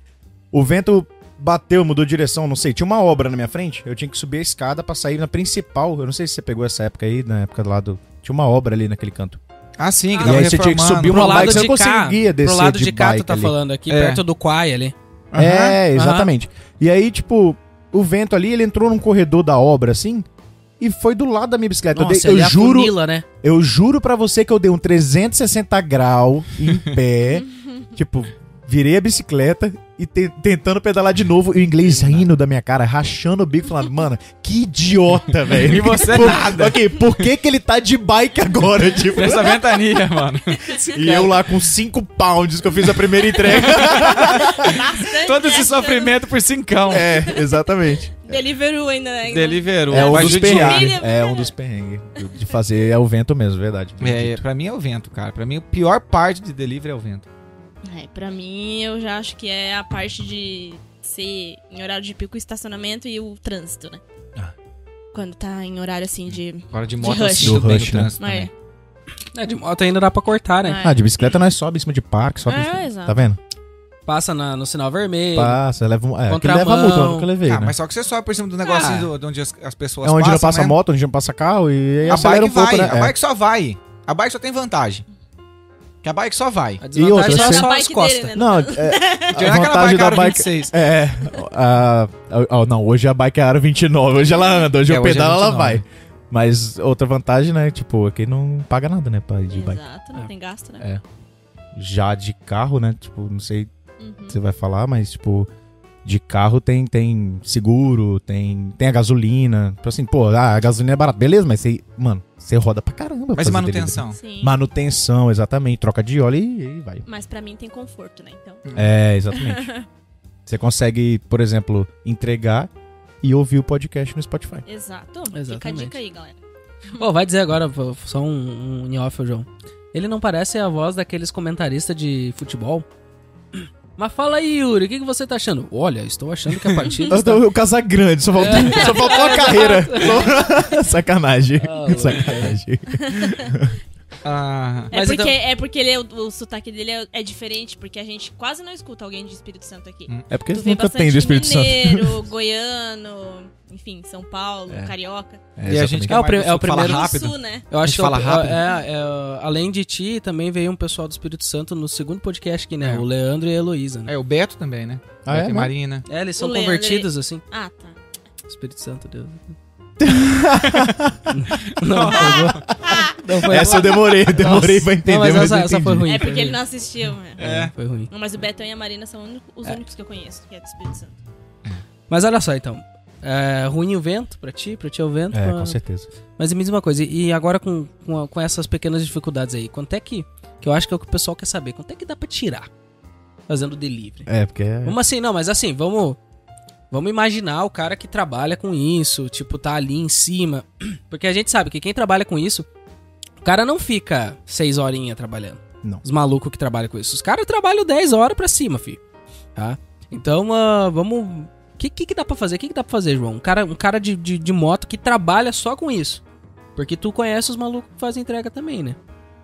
S4: o vento bateu, mudou de direção, não sei. Tinha uma obra na minha frente, eu tinha que subir a escada pra sair na principal. Eu não sei se você pegou essa época aí, na época lá do. Tinha uma obra ali naquele canto.
S2: Ah, sim,
S1: Ah,
S2: que
S1: e
S2: tava
S4: aí você tinha que
S2: reformando.
S4: subir uma
S1: Pro
S4: bike,
S1: lado
S4: você
S1: de
S4: não
S1: cá.
S4: conseguia descer
S1: Pro lado de,
S4: de
S1: cá, tu
S4: bike
S1: tá
S4: ali.
S1: falando aqui,
S2: É.
S1: perto do Quai ali.
S2: Aham.
S4: É, exatamente. E aí, tipo, o vento ali, ele entrou num corredor da obra assim. E foi do lado da minha bicicleta. É, eu dei- eu
S1: ele
S4: juro,
S1: afunila, né?
S4: Eu juro pra você que eu dei um 360 grau em pé. tipo, virei a bicicleta e te- tentando pedalar de novo. E o inglês rindo da minha cara, rachando o bico, falando, mano, que idiota, velho.
S2: E você
S4: Por-
S2: nada.
S4: Ok, por que que ele tá de bike agora, tipo?
S2: Nessa ventania, mano.
S4: E eu lá com 5 pounds que eu fiz a primeira entrega.
S3: Bastante
S2: Todo esse
S3: gastando.
S2: sofrimento por cincão.
S4: é, exatamente.
S3: Deliveroo ainda, né? Ainda.
S2: Deliverou.
S4: É um
S2: vai
S4: dos
S2: judiar. né?
S4: perrengues. É um dos perrengues. De fazer é o vento mesmo, verdade.
S2: É, pra mim é o vento, cara. Pra mim, a pior parte de delivery é o vento.
S3: É, pra mim, eu já acho que é a parte de ser em horário de pico, estacionamento e o trânsito, né?
S4: Ah.
S3: Quando tá em horário assim de.
S2: Agora de
S3: moto,
S2: moto
S3: eu rush.
S4: sinto bem no trânsito
S3: É.
S1: É, de moto ainda dá pra cortar, né?
S3: Ah,
S4: Ah, de bicicleta nós sobe em cima de parque, sobe. em
S3: É,
S4: cima-
S3: exato.
S4: Tá vendo?
S1: Passa na- no sinal vermelho.
S4: Passa, leva um. É, aquele
S1: Contramão.
S4: leva a multa, eu nunca levei.
S2: Ah,
S4: né?
S2: mas só que você sobe por cima do negócio
S1: Ah.
S2: do- de onde as, as pessoas
S4: É onde
S2: passam,
S4: não passa
S2: né?
S4: moto, onde não passa carro e aí
S2: A
S4: acelera
S2: bike
S4: um pouco,
S2: vai,
S4: né?
S2: a bike só vai. A bike só tem vantagem. Que a bike só vai.
S1: A desvantagem
S4: E outra,
S1: é
S4: você-
S1: só
S3: A
S1: as
S3: bike
S1: costas.
S3: dele, né?
S4: É. Não, é,
S2: Dirá
S4: a
S2: que ela vai
S4: vantagem da
S2: cara
S4: bike
S2: 26.
S4: é... a- a- ó, não, hoje a bike é aro 29, hoje ela anda, hoje
S2: É,
S4: o
S2: hoje é
S4: pedal ela
S2: 29.
S4: vai. Mas outra vantagem, né, tipo, aqui não paga nada, né, pra ir de bike.
S3: Exato, não
S1: É.
S3: tem gasto, né?
S4: É. Já de carro, né, tipo, não sei
S3: Uhum.
S4: você vai falar, mas tipo, de carro tem, tem seguro, tem, tem a gasolina. Tipo assim, pô, ah, a gasolina é barata. Beleza, mas você, mano, você roda pra caramba. pra
S2: Mas
S4: fazer
S2: e manutenção.
S3: Sim.
S4: delivery. Manutenção, exatamente. Troca de óleo e, e vai.
S3: Mas pra mim tem conforto, né? Então.
S1: Hum.
S4: É, exatamente. você consegue, por exemplo, entregar e ouvir o podcast no Spotify.
S3: Exato. Fica a
S1: Exatamente.
S3: dica aí, galera.
S1: Pô, vai dizer agora, pô, só um, um em off, ô João. Ele não parece a voz daqueles comentaristas de futebol? Mas fala aí, Yuri, o que, que você tá achando? Olha, estou achando que a partida. está...
S4: O Casagrande, só faltou, só faltou a carreira. Sacanagem.
S1: Ah,
S4: Sacanagem.
S2: Ah,
S3: É
S1: Mas
S3: porque,
S1: então-
S3: é porque ele é- o, o sotaque dele é, é diferente, porque a gente quase não escuta alguém de Espírito Santo aqui.
S2: Hum.
S4: É porque
S3: Tu vê
S4: nunca
S3: bastante
S4: tem do Espírito Santo.
S3: mineiro, goiano, enfim, São Paulo, carioca.
S4: É,
S2: E a gente
S4: exatamente.
S2: que
S1: É o
S2: mais
S1: pri-
S2: do
S1: é o
S2: sul fala
S1: primeiro-
S3: Do
S2: Tá rápido.
S3: sul, né?
S1: Eu
S2: A
S1: acho
S2: gente
S1: que
S2: fala
S1: eu-
S2: rápido.
S1: é, é, além de ti, também veio um pessoal do Espírito Santo no segundo podcast aqui, né?
S2: É.
S1: O Leandro e a Heloísa, né?
S2: É o Beto também, né?
S4: Ah,
S2: Beto
S4: é,
S2: e
S4: né?
S2: Marina.
S1: É, eles são
S3: O Leandro,
S1: convertidos, assim.
S3: Ah, tá.
S1: Espírito Santo, Deus. não, não foi
S4: Essa eu demorei, demorei
S1: Nossa.
S4: pra entender.
S1: Não, mas
S4: mas
S1: essa-
S4: eu
S1: essa
S4: entendi.
S1: foi ruim.
S3: É porque
S1: ruim.
S3: ele não assistiu, né?
S1: É, foi ruim.
S3: Não, mas o Betão e a Marina são uni- os únicos que eu conheço, que é do Espírito Santo.
S1: Mas olha só, então. É, ruim o vento pra ti, pra ti é o vento.
S4: É,
S1: pra-
S4: com certeza.
S1: Mas me diz uma coisa, e agora com, com, a- com essas pequenas dificuldades aí, quanto é que. Que eu acho que é o que o pessoal quer saber, quanto é que dá pra tirar fazendo delivery?
S4: É, porque é.
S1: Vamos assim, não, mas assim, vamos. Vamos imaginar o cara que trabalha com isso, tipo, tá ali em cima. Porque a gente sabe que quem trabalha com isso, o cara não fica seis horinhas trabalhando.
S4: Não.
S1: Os malucos que trabalham com isso. Os caras trabalham 10 horas pra cima, fi. Tá? Então, ah, vamos. O que, que, que dá pra fazer? O que, que dá pra fazer, João? Um cara, um cara de, de, de moto que trabalha só com isso. Porque tu conhece os malucos que fazem entrega também, né?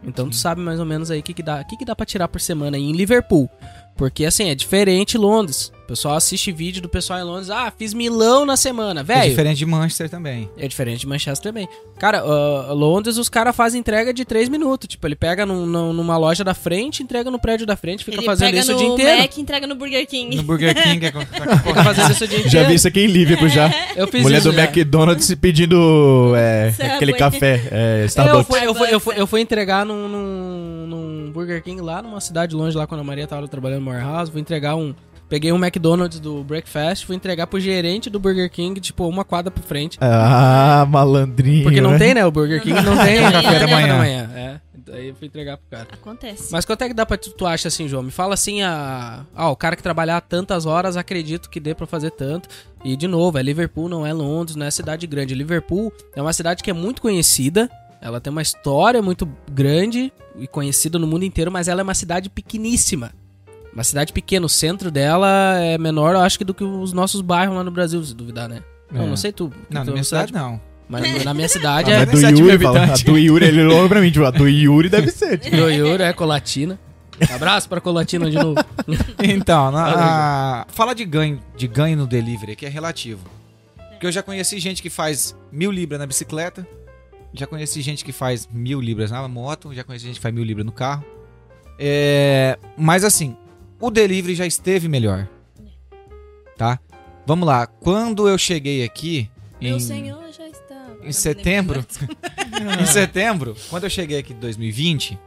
S1: Então tu sabe mais ou menos aí o que, que dá. O que, que dá pra tirar por semana aí em Liverpool? Porque assim, é diferente Londres. O pessoal assiste vídeo do pessoal em Londres. Ah, fiz Milão na semana,
S2: É
S1: velho.
S2: diferente de Manchester também.
S1: É diferente de Manchester também. Cara, ah, Londres os caras fazem entrega de 3 minutos. Tipo, ele pega num- num- numa loja da frente, entrega no prédio da frente, fica
S3: ele
S1: fazendo
S3: pega
S1: isso
S3: no
S1: o dia inteiro.
S3: Mac e entrega no Burger King.
S2: No Burger King é co-
S1: Fica fazendo isso o dia inteiro.
S4: Já vi isso aqui em Liverpool já.
S1: Eu fiz
S4: Mulher
S1: isso
S4: do
S1: já.
S4: McDonald's se pedindo é,
S3: Subway.
S4: aquele café, é,
S1: Eu
S4: Starbucks.
S1: fui, eu, fui, eu, fui, eu fui entregar num, num- num Burger King lá numa cidade longe, lá quando a Maria tava trabalhando no warehouse. Fui entregar um. Peguei um McDonald's do Breakfast, fui entregar pro gerente do Burger King, tipo, uma quadra pra frente.
S4: Ah, malandrinho.
S1: Porque não
S4: né?
S1: tem, né? O Burger King não tem
S3: Café da
S2: manhã.
S1: É. Daí eu fui entregar pro cara.
S3: Acontece.
S1: Mas quanto é que dá pra tu, tu acha assim, João? Me fala assim, a... ah, o cara que trabalhar tantas horas, acredito que dê pra fazer tanto. E de novo, é Liverpool, não é Londres, não é cidade grande. Liverpool é uma cidade que é muito conhecida, ela tem uma história muito grande e conhecida no mundo inteiro, mas ela é uma cidade pequeníssima. Uma cidade pequena, o centro dela é menor, eu acho que do que os nossos bairros lá no Brasil, se duvidar, né? Não,
S2: É.
S1: não sei tu.
S2: Não,
S1: tu
S2: na minha
S1: é
S2: cidade não.
S1: Mas na minha
S4: Ah,
S1: cidade
S4: mas
S1: é.
S4: do
S2: 17 mil
S4: Yuri, fala, a
S2: habitantes.
S4: "Ah, do Yuri, ele olhou pra mim, tipo, a do Yuri deve ser. tipo.
S1: Doiura, é Colatina. Abraço pra Colatina de novo.
S2: Então, na, a- fala de ganho, de ganho no delivery, aqui é relativo. Porque eu já conheci gente que faz mil libras na bicicleta, já conheci gente que faz mil libras na moto, já conheci gente que faz mil libras no carro. É, mas assim, o delivery já esteve melhor. Tá? Vamos lá. Quando eu cheguei aqui.
S3: Meu
S2: em-
S3: senhor já está.
S2: em setembro, em setembro, quando eu cheguei aqui em 2020,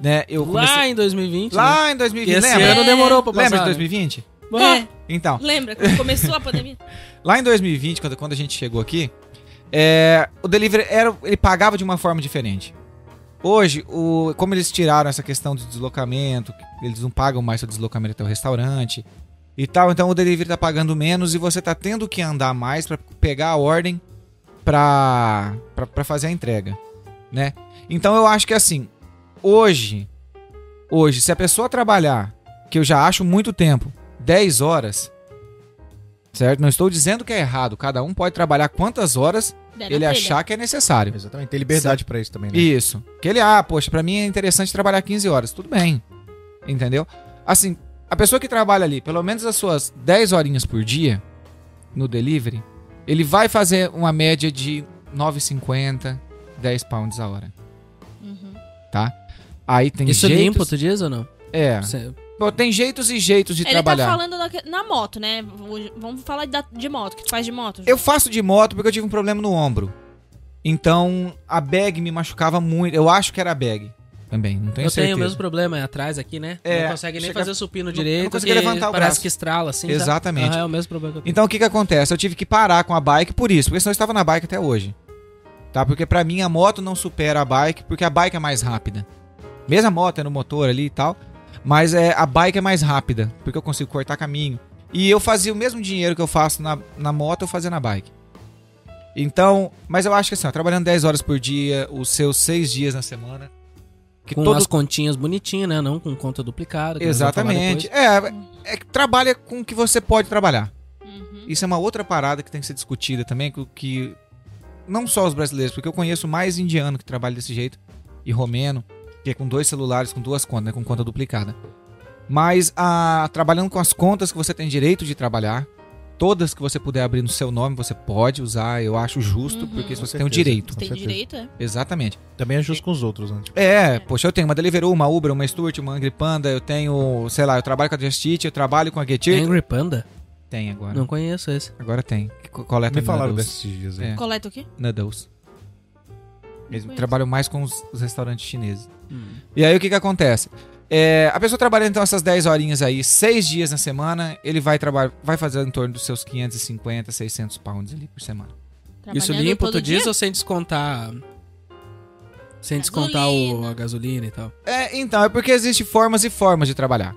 S2: né, eu comecei...
S1: Lá em 2020. né?
S2: Lá em
S1: E
S2: 2020,
S1: esse
S2: lembra?
S1: ano demorou pra passar.
S2: Lembra de
S1: né?
S2: 2020?
S1: Ah,
S3: É,
S2: Então,
S3: lembra quando começou a pandemia?
S2: lá em 2020, quando, quando a gente chegou aqui, é, o delivery era, ele pagava de uma forma diferente. Hoje, o, como eles tiraram essa questão de deslocamento, que eles não pagam mais seu deslocamento até o restaurante e tal, então o delivery tá pagando menos e você tá tendo que andar mais para pegar a ordem pra, pra, pra fazer a entrega, né? Então eu acho que assim, hoje, hoje, se a pessoa trabalhar, que eu já acho muito tempo, 10 horas, certo? Não estou dizendo que é errado, cada um pode trabalhar quantas horas
S3: Deram
S2: ele
S3: a telha.
S2: achar que é necessário.
S4: Exatamente, tem liberdade pra isso também, né?
S2: Isso. Que ele, ah, poxa, pra mim é interessante trabalhar 15 horas. Tudo bem. Entendeu? Assim, a pessoa que trabalha ali, pelo menos as suas 10 horinhas por dia no delivery, ele vai fazer uma média de 9,50, 10 pounds a hora. Tá?
S3: Uhum.
S2: Aí tem
S1: Isso é
S2: jeitos...
S1: limpo, tu diz ou não?
S2: É.
S1: Cê-
S2: Pô, Tem jeitos e jeitos de
S3: Ele
S2: trabalhar.
S3: tá falando na, na moto, né? Hoje- Vamos falar da- de moto, que tu faz de moto. Ju?
S2: Eu faço de moto porque eu tive um problema no ombro. Então, a bag me machucava muito. Eu acho que era a bag. Também, não tenho
S1: eu
S2: certeza.
S1: tenho o mesmo problema, é atrás aqui, né?
S2: É,
S1: não consegue nem
S2: chega-
S1: fazer o supino
S2: não-
S1: direito.
S2: não consegui
S1: porque
S2: levantar o
S1: Parece
S2: braço.
S1: que estrala assim. sabe?
S2: Exatamente.
S1: Ah, é o mesmo problema que eu tenho.
S2: Então o que que acontece? Eu tive que parar com a bike por isso, porque senão eu estava na bike até hoje. Tá? Porque pra mim a moto não supera a bike, porque a bike é mais rápida. Mesmo a moto é no motor ali e tal, mas é, a bike é mais rápida, porque eu consigo cortar caminho. E eu fazia o mesmo dinheiro que eu faço na, na moto, eu fazia na bike. Então, mas eu acho que assim, ó, trabalhando 10 horas por dia, os seus 6 dias na semana, que
S1: com
S2: todo
S1: as continhas bonitinhas, né? Não com conta duplicada. que nós vamos falar
S2: Exatamente. É, é que trabalha com o que você pode trabalhar.
S3: Uhum.
S2: Isso é uma outra parada que tem que ser discutida também, que, que não só os brasileiros, porque eu conheço mais indiano que trabalha desse jeito, e romeno, que é com dois celulares, com duas contas, né, com conta duplicada. Mas a, trabalhando com as contas que você tem direito de trabalhar, todas que você puder abrir no seu nome, você pode usar, eu acho justo,
S3: Uhum.
S2: porque se
S4: Com
S2: você tem o
S4: certeza.
S2: direito.
S3: Tu tem
S4: com certeza.
S3: direito, é?
S2: Exatamente.
S4: Também é justo com os outros, né? Tipo,
S2: É, poxa, eu tenho uma Deliveroo, uma Uber, uma Sturt, uma Angry Panda, eu tenho, sei lá, eu trabalho com a Just Eat, eu trabalho com a Get
S1: depois.
S2: Eat.
S1: Angry Panda?
S2: Tem agora.
S1: Não conheço esse.
S2: Agora tem. Que co-
S1: É,
S2: Coleta
S4: me falaram
S2: noodles.
S4: desses dias aí.
S2: É.
S3: Coleta o quê?
S2: Noodles. Eles
S3: conheço.
S2: trabalham mais com os, os restaurantes chineses. E aí o que que acontece? É, a pessoa trabalha então essas 10 horinhas aí, 6 dias na semana, ele vai trabalhar, vai fazer em torno dos seus 550, 600 pounds ali por semana.
S1: Isso
S3: Trabalhando
S1: limpo,
S3: todo
S1: tu
S3: dia?
S1: diz, ou sem descontar... Sem descontar o,
S3: Gasolina.
S1: a gasolina e tal.
S2: É, então, é porque existem formas e formas de trabalhar,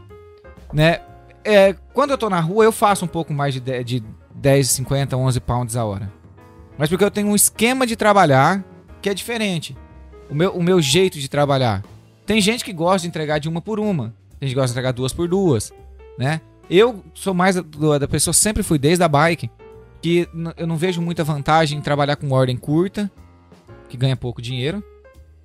S2: né? É, quando eu tô na rua, eu faço um pouco mais de, de, de 10, 50, 11 pounds a hora. Mas porque eu tenho um esquema de trabalhar que é diferente. O meu, o meu jeito de trabalhar. Tem gente que gosta de entregar de uma por uma. Tem gente que gosta de entregar duas por duas, né? Eu sou mais da- do- da pessoa, sempre fui desde a bike, que n- eu não vejo muita vantagem em trabalhar com ordem curta, que ganha pouco dinheiro.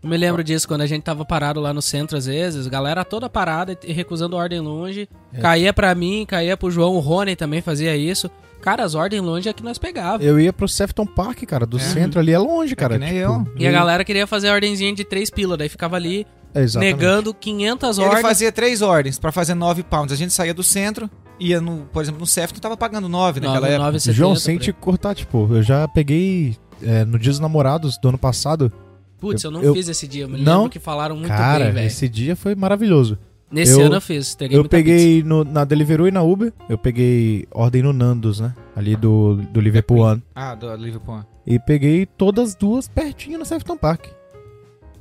S1: Eu me lembro disso, quando a gente tava parado lá no centro, às vezes, galera toda parada e recusando ordem longe.
S4: É.
S1: Caía pra mim, caía pro João, o Rony também fazia isso. Cara, as ordens longe é que nós pegava.
S4: Eu ia pro Sefton Park, cara, do
S2: É.
S4: centro ali é longe, cara.
S2: que nem eu.
S1: E a galera queria fazer a ordenzinha de três pila, daí ficava ali
S4: É, exatamente.
S1: negando 500
S2: Ele
S1: ordens.
S2: fazia três ordens pra fazer nove pounds. A gente saía do centro, ia no, por exemplo, no Cefton tava pagando nove naquela
S1: Nove-
S2: época.
S1: 9,70
S4: João,
S1: por
S4: sem
S1: aí.
S4: te cortar, tipo, eu já peguei é, no Dia dos Namorados do ano passado.
S1: Putz, eu não
S4: eu-
S1: fiz esse dia. Eu me
S4: Não?
S1: lembro que falaram muito
S4: cara,
S1: bem, velho.
S4: esse dia foi maravilhoso.
S1: Nesse
S4: eu-
S1: ano eu fiz. Teria
S4: eu
S1: muita
S4: peguei no- na Deliveroo e na Uber, eu peguei ordem no Nandos, né? Ali do, do Liverpool One.
S2: Ah, do Liverpool.
S4: E peguei todas as duas pertinho no Sefton Park.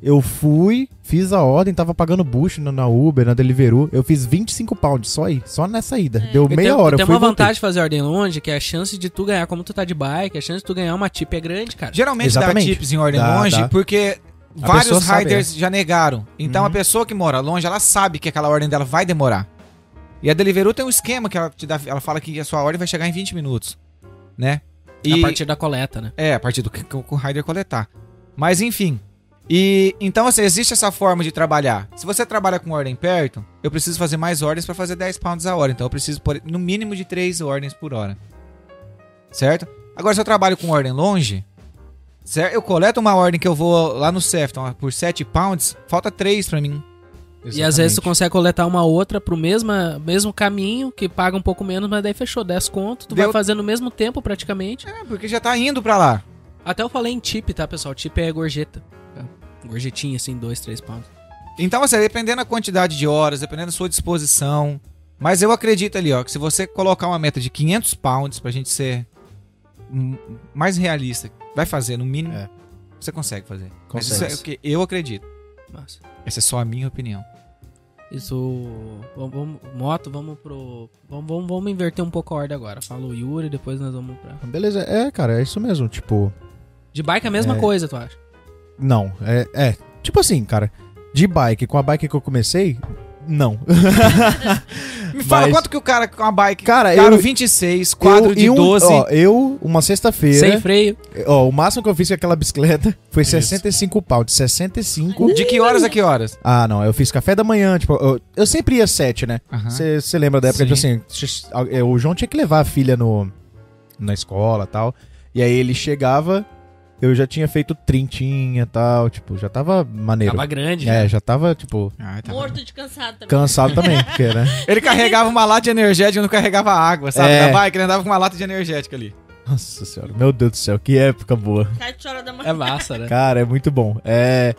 S4: Eu fui, fiz a ordem, tava pagando bush na, na Uber, na Deliveroo. Eu fiz 25 pounds só aí, só nessa ida.
S3: É.
S4: Deu
S1: E
S4: meia
S1: tem,
S4: hora.
S1: e Tem
S4: eu fui
S1: uma
S4: e voltei.
S1: vantagem de fazer ordem longe, que é a chance de tu ganhar, como tu tá de bike, a chance de tu ganhar uma tip é grande, cara.
S2: Geralmente
S4: Exatamente.
S2: dá tips em ordem
S4: Dá,
S2: longe,
S4: dá.
S2: porque
S4: A
S2: vários
S4: pessoa sabe, é.
S2: riders já negaram. Então
S4: Uhum.
S2: a pessoa que mora longe, ela sabe que aquela ordem dela vai demorar. E a Deliveroo tem um esquema que ela te dá, ela fala que a sua ordem vai chegar em 20 minutos, né?
S1: A partir da coleta, né?
S2: É, a partir do que que o rider coletar. Mas enfim, E então, assim, existe essa forma de trabalhar. Se você trabalha com ordem perto, eu preciso fazer mais ordens para fazer 10 pounds a hora. Então, eu preciso por, no mínimo de 3 ordens por hora. Certo? Agora, se eu trabalho com ordem longe, certo? eu coleto uma ordem que eu vou lá no Sefton por 7 pounds, falta 3 para mim.
S1: E às vezes tu consegue coletar uma outra pro mesma, mesmo caminho, que paga um pouco menos, mas daí fechou 10 conto, tu
S2: Deu-
S1: vai fazendo o mesmo tempo praticamente.
S2: É, porque já tá indo pra lá.
S1: Até eu falei em tip, tá, pessoal? Tip é gorjeta. Gorjetinha, assim, 2, 3 pounds.
S2: Então, assim, dependendo da quantidade de horas, dependendo da sua disposição. Mas eu acredito ali, ó, que se você colocar uma meta de 500 pounds pra gente ser hum, mais realista, vai fazer no mínimo,
S4: É.
S2: você consegue fazer. Mas
S4: Consegue.
S2: isso é o que eu acredito.
S1: Massa.
S2: Essa é só a minha opinião.
S1: Isso. Vamos, vamos- moto, vamos pro. Vamos, vamos, vamos inverter um pouco a ordem agora. Fala o Yuri, depois nós vamos pra.
S4: Beleza, é, cara, é isso mesmo. Tipo,
S1: De bike é a mesma
S4: É.
S1: coisa, tu acha?
S4: não, é, é. Tipo assim, cara, de bike, com a bike que eu comecei, não.
S2: Me fala
S4: Mas-
S2: quanto que o cara com a bike. tá
S4: Cara,
S2: Caro
S4: eu.
S2: 26, quadro
S4: eu,
S2: de
S4: e um-
S2: 12.
S4: Ó, eu, uma
S1: Sem
S4: sexta-feira,
S1: freio.
S4: ó, o máximo que eu fiz com aquela bicicleta foi
S2: Isso.
S4: 65 pounds. 65.
S2: De que horas a que horas?
S4: Ah, não, eu fiz café da manhã, tipo, eu, eu sempre ia sete, né?
S2: Aham.
S4: Você lembra da época,
S2: Sim.
S4: tipo assim, x- a- é, o João tinha que levar a filha no, na escola tal. E aí ele chegava, eu já tinha feito trintinha tal, tipo, já tava maneiro.
S1: Tava grande.
S4: é, já tava, tipo,
S2: Ah, tá.
S3: Morto de cansado também.
S4: cansado também, porque, né?
S2: Ele carregava uma lata de energético e não carregava água, sabe?
S4: É.
S2: Da bike, ele andava com uma lata de energético ali.
S4: Nossa senhora, meu Deus do céu, que época boa.
S3: Sete horas da manhã.
S1: É massa, né?
S4: Cara, é muito bom. É.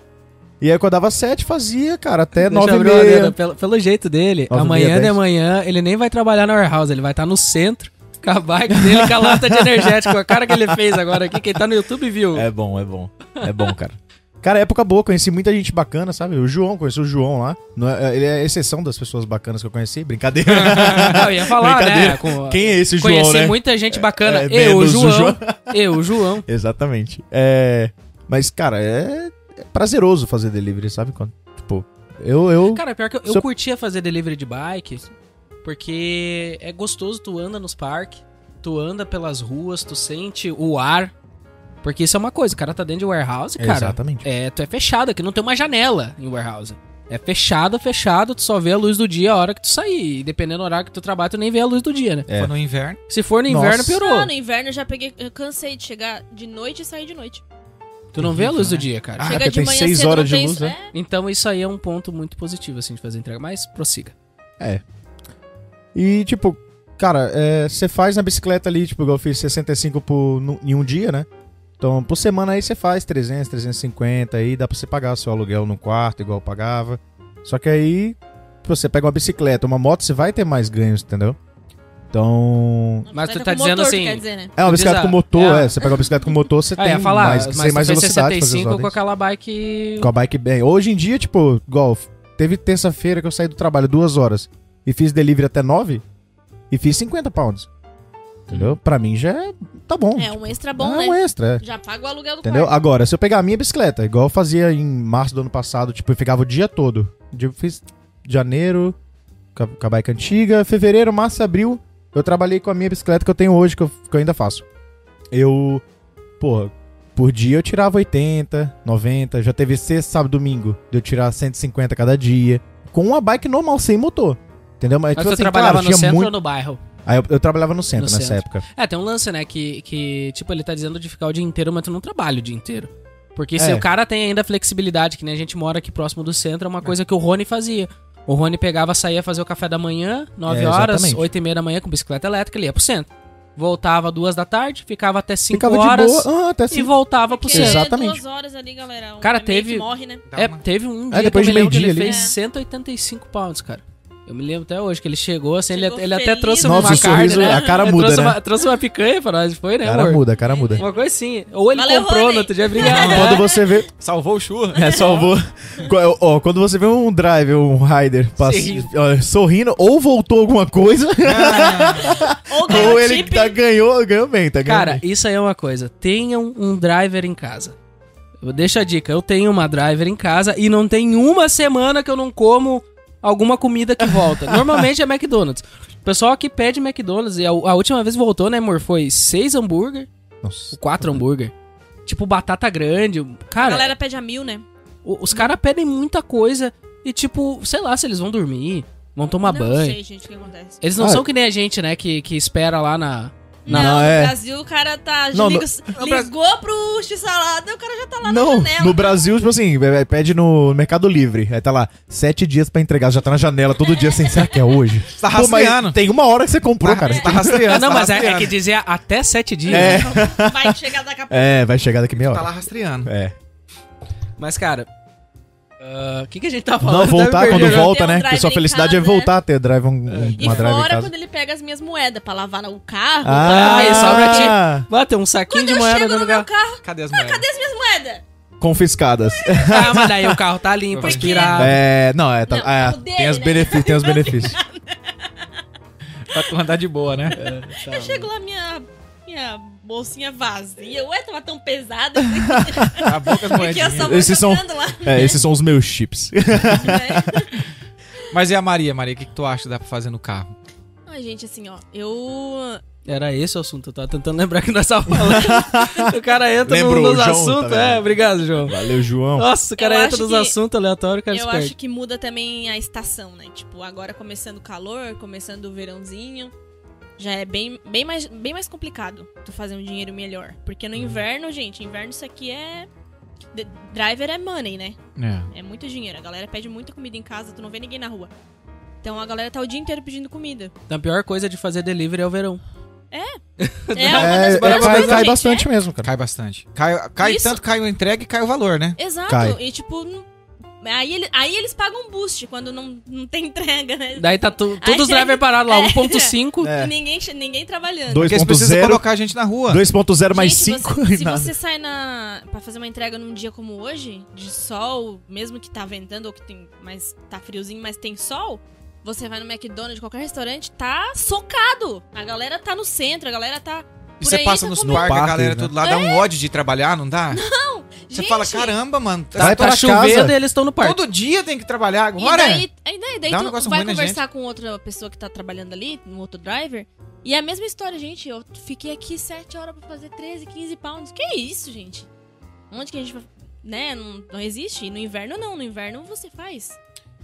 S4: E aí quando dava sete, fazia, cara, até
S1: Deixa eu
S4: É nove e
S1: abrir uma
S4: meia.
S1: adenda. Pelo, pelo jeito dele,
S4: Nove e meia,
S1: amanhã de
S4: dez.
S1: manhã ele nem vai trabalhar na warehouse, ele vai estar no centro com a bike dele com a lata de energético. A cara que ele fez agora aqui, quem tá no YouTube viu.
S4: É bom, é bom. É bom, cara. Cara, época boa, conheci muita gente bacana, sabe? O João, conheci o João lá. Não é- ele é a exceção das pessoas bacanas que eu conheci. Brincadeira.
S1: Não, eu ia falar, né?
S4: Brincadeira.
S1: Com,
S4: Quem é esse João,
S1: conheci
S4: né?
S1: muita gente bacana.
S4: É,
S1: eu, o
S4: menos o
S1: João,
S4: João.
S1: Eu, o João.
S4: Exatamente. É, mas, cara, é, é prazeroso fazer delivery, sabe? Quando, tipo, eu... eu
S1: Cara, pior que eu, eu
S4: Seu-
S1: curtia fazer delivery de bike, porque é gostoso, tu anda nos parques, tu anda pelas ruas, tu sente o ar. Porque isso é uma coisa, o cara tá dentro de warehouse, cara.
S4: Exatamente.
S1: É, tu é fechado aqui, não tem uma janela em warehouse. É fechado, fechado, tu só vê a luz do dia a hora que tu sair. E dependendo do horário que tu trabalha, tu nem vê a luz do dia, né?
S4: É.
S2: Foi no inverno.
S1: Se for no
S4: Nossa.
S1: inverno,
S3: Não,
S1: piorou.
S3: Tá no inverno eu já peguei. Eu cansei de chegar de noite e sair de noite.
S1: Tu não vê a
S2: Né?
S1: luz do dia, cara.
S4: Ah,
S3: Chega
S4: porque
S3: de
S4: tem
S3: manhã
S4: seis
S3: cedo,
S4: horas
S3: não
S4: de
S3: tem
S4: luz,
S3: isso.
S4: né?
S3: É,
S1: Então isso aí é um ponto muito positivo, assim, de fazer entrega. Mas prossiga.
S4: E, tipo, cara, é, você faz na bicicleta ali, tipo, igual eu fiz 65 por, nu- em um dia, né? Então, por semana aí você faz 300, 350 aí, dá pra você pagar seu aluguel no quarto, igual eu pagava. Só que aí, tipo, você pega uma bicicleta, uma moto, você vai ter mais ganhos, entendeu? Então...
S3: uma
S1: Mas tu
S3: bicicleta
S1: tá
S3: é com
S1: dizendo
S3: motor, tu
S1: assim,
S3: Quer dizer, né?
S4: É, uma
S1: Tu
S4: bicicleta
S1: diz a-
S4: com motor,
S1: é.
S4: é. Você pega uma bicicleta com motor, você
S1: Ah,
S4: tem
S1: ia falar,
S4: mais,
S1: mas
S4: sem
S1: tu
S4: mais
S1: fez
S4: velocidade. fazer as
S1: 65 com
S4: ordens.
S1: aquela bike
S4: Com a bike bem. Hoje em dia, tipo, igual, teve terça-feira que eu saí do trabalho duas horas e fiz delivery até nove e fiz 50 pounds. Entendeu? Pra mim já é, tá bom.
S3: Uhum. É um extra bom,
S4: é
S3: né?
S4: um extra, é.
S3: Já paga o aluguel do
S4: Entendeu? Ah,
S3: quarto.
S4: Agora, se eu pegar a minha bicicleta, igual eu fazia em março do ano passado, tipo, eu ficava o dia todo. Eu fiz janeiro com a, com a bike antiga, fevereiro, março, abril. Eu trabalhei com a minha bicicleta que eu tenho hoje, que eu, que eu ainda faço. Eu, porra, por dia eu tirava 80, 90. Já teve sexta, sábado, domingo. De eu tirar 150 cada dia. Com uma bike normal, sem motor. Entendeu? Mas,
S1: Mas
S4: tipo
S1: você
S4: assim,
S1: trabalhava
S4: claro,
S1: no
S4: tinha
S1: centro
S4: muito-
S1: ou no bairro?
S4: Aí eu, eu trabalhava no centro
S1: No
S4: nessa
S1: centro.
S4: época.
S1: É, tem um lance, né? Que, que, tipo, ele tá dizendo de ficar o dia inteiro, mas tu não trabalha o dia inteiro. Porque se
S4: É.
S1: o cara tem ainda flexibilidade, que nem a gente mora aqui próximo do centro, é uma coisa que o Rony fazia. O Rony pegava, saía fazer o café da manhã, 9
S4: É,
S1: horas,
S4: exatamente.
S1: 8 e meia da manhã com bicicleta elétrica, ele ia pro centro. Voltava duas da tarde, ficava até 5
S4: Ficava
S1: horas
S4: de boa. Ah, até
S1: e
S4: assim.
S1: voltava pro
S3: Porque
S1: centro.
S4: Exatamente.
S3: duas horas ali, galera. Um
S1: Cara,
S3: é meio que
S1: teve-
S3: morre, né?
S2: Dá
S1: É,
S2: uma-
S1: teve um
S4: Ah,
S1: dia
S4: depois
S1: que eu
S4: de
S1: me lembro que ele
S4: meio-dia
S1: fez
S3: ali. É.
S1: 185 pounds, cara. Eu me lembro até hoje que ele chegou, assim, ele,
S3: Chegou
S1: ele até
S3: feliz.
S1: trouxe
S4: Nossa,
S1: uma
S4: o
S1: carne,
S4: sorriso,
S1: né?
S4: a cara
S1: Ele
S4: muda,
S1: trouxe
S4: né?
S1: Uma, trouxe uma picanha pra nós, foi, né,
S4: Cara
S1: amor?
S4: muda, cara muda.
S1: Uma coisa assim. Ou ele
S3: Valeu,
S1: comprou
S3: Rony.
S1: no outro dia, obrigado.
S4: Quando você vê,
S2: Salvou o churro.
S4: É, salvou. Qu- é ó, quando você vê um driver, um rider pass-
S1: Sorrindo.
S4: ó, sorrindo, ou voltou alguma coisa,
S3: Ou
S4: ou
S3: ganhou
S4: ele
S3: chip,
S4: tá- ganhou, ganhou bem, tá ganhando
S1: Cara,
S4: bem.
S1: isso aí é uma coisa. Tenham um driver em casa. Eu- Deixa a dica. Eu tenho uma driver em casa e não tem uma semana que eu não como alguma comida que volta. Normalmente é McDonald's. O pessoal aqui pede McDonald's e a, a última vez voltou, né, amor? Foi seis hambúrguer,
S4: Nossa.
S1: quatro hambúrguer. Tipo batata grande.
S3: a
S1: Cara,
S3: galera pede a mil, né?
S1: O- os caras pedem muita coisa e, tipo, sei lá se eles vão dormir, vão tomar
S3: não
S1: banho.
S3: sei, gente, o que acontece.
S1: Eles não
S4: Ah.
S1: são que nem a gente, né? Que, que espera lá na.
S3: Não,
S4: Não, é.
S3: no Brasil o cara tá.
S4: Não,
S3: liga-
S2: no Brasil-
S3: ligou pro x-salada, o cara já tá lá
S4: não,
S3: na janela.
S4: no Brasil, tipo assim, é, é, pede no Mercado Livre. Aí tá lá, sete dias pra entregar, já tá na janela todo dia assim, será que é hoje?
S2: Tá
S4: Pô, mas
S2: rastreando.
S4: tem uma hora que você comprou, cara.
S2: Tá rastreando.
S1: Ah, não,
S2: tá
S1: mas é, é
S2: rastreando.
S1: que dizia até sete dias.
S4: É.
S1: né?
S3: Então, Vai chegar daqui a pouco.
S4: É, vai chegar daqui meia
S2: Tá
S4: hora.
S2: lá rastreando.
S4: É.
S1: Mas, cara. ah, O que, que a gente tá falando?
S4: Não, voltar
S1: Até me
S4: quando
S1: perdi agora.
S4: volta,
S3: Tem um
S4: né?
S3: driver
S4: Porque sua
S3: em
S4: felicidade é
S3: casa, É.
S4: voltar a ter drive, um,
S3: E
S4: uma drive em
S3: fora
S4: casa.
S3: quando ele pega as minhas moedas pra lavar no carro.
S4: Ah,
S1: Aí, sobra Mano, tem um saquinho
S3: Quando
S1: de
S3: eu
S1: moeda
S3: chego
S1: dentro
S3: no
S1: do
S3: meu
S1: carro.
S3: carro,
S2: Cadê as moedas?
S3: cadê as minhas moedas?
S4: confiscadas.
S1: Ah, mas daí o carro tá limpo,
S2: Porque-
S1: aspirado.
S4: É, não, é, tá-
S3: Não,
S4: é,
S3: o dele,
S4: tem os
S3: né?
S4: benefícios, tem os benefícios.
S2: Pra tu andar de boa, né?
S1: Tá.
S3: Eu chego lá, minha, minha bolsinha vazia. Ué, tava tão pesada.
S2: Acabou Tá com as
S3: Porque eu
S2: moedinhas.
S3: é só
S4: Esses
S3: vou
S4: são-
S3: jogando lá.
S4: É, esses são os meus chips.
S3: né?
S2: Mas e a Maria, Maria? O que, que tu acha que dá pra fazer no carro?
S3: Ai, gente, assim, ó. Eu...
S1: Era esse o assunto, eu tava tentando lembrar que nós tava falando. o cara entra no-
S4: Lembrou,
S1: nos
S4: João,
S1: assuntos.
S4: tá vendo?
S1: é, obrigado, João.
S4: Valeu, João.
S1: Nossa, o cara
S3: Eu
S1: entra
S3: acho
S1: nos
S3: que-
S1: assuntos aleatórios, o cara
S3: eu
S1: espera.
S3: acho que muda também a estação, né? Tipo, agora começando o calor, começando o verãozinho, já é bem, bem, mais, bem mais complicado tu fazer um dinheiro melhor. Porque no inverno, gente, inverno isso aqui é. D- Driver é money, né?
S2: É.
S3: É muito dinheiro. A galera pede muita comida em casa, tu não vê ninguém na rua. Então a galera tá o dia inteiro pedindo comida.
S1: Então, a pior coisa de fazer delivery é o verão.
S3: É
S4: É,
S3: uma das
S4: é,
S3: piores
S4: cai,
S3: coisas,
S4: cai
S3: gente, né?
S4: bastante mesmo, cara.
S2: Cai bastante. Cai, cai
S3: Isso.
S2: tanto, cai o entrega e cai o valor, né?
S3: é. Exato.
S4: Cai.
S3: E tipo. não- Aí, ele- aí eles pagam um boost quando não, não tem entrega, né?
S1: Daí tá tu-
S3: Aí
S1: todos os
S3: chega-
S1: drivers parados lá,
S3: É.
S1: 1.5.
S4: É.
S3: Ninguém, che- ninguém trabalhando.
S2: Porque eles precisam
S4: 2.0,
S2: colocar a gente na rua.
S4: 2.0 mais
S3: Gente,
S4: 5
S3: você-
S4: e
S3: se
S4: nada.
S3: você sai na para fazer uma entrega num dia como hoje, de sol, mesmo que tá ventando ou que tem, mas tá friozinho, mas tem sol, você vai no McDonald's, qualquer restaurante, tá socado. A galera tá no centro, a galera tá
S2: E
S3: por
S2: você
S3: aí,
S2: passa
S3: tá
S2: nos
S3: comendo.
S2: parques, a
S4: Parque,
S2: galera
S4: né?
S2: tudo lá, dá um ódio de trabalhar, não dá? Você
S3: Gente,
S2: fala, caramba, mano, tá,
S4: Vai
S1: tá
S4: pra
S1: chovendo
S4: casa.
S1: e eles estão no parque.
S2: todo dia tem que trabalhar
S3: E
S2: agora?
S3: daí, aí daí, daí
S2: Dá um
S3: tu
S2: negócio
S3: vai
S2: ruim na
S3: conversar com outra pessoa que tá trabalhando ali, um outro driver, e é a mesma história, gente. Eu fiquei aqui 7 horas pra fazer 13, 15 pounds. Que isso, gente? Onde que a gente vai. Né? Não, não existe. E no inverno, não. No inverno você faz.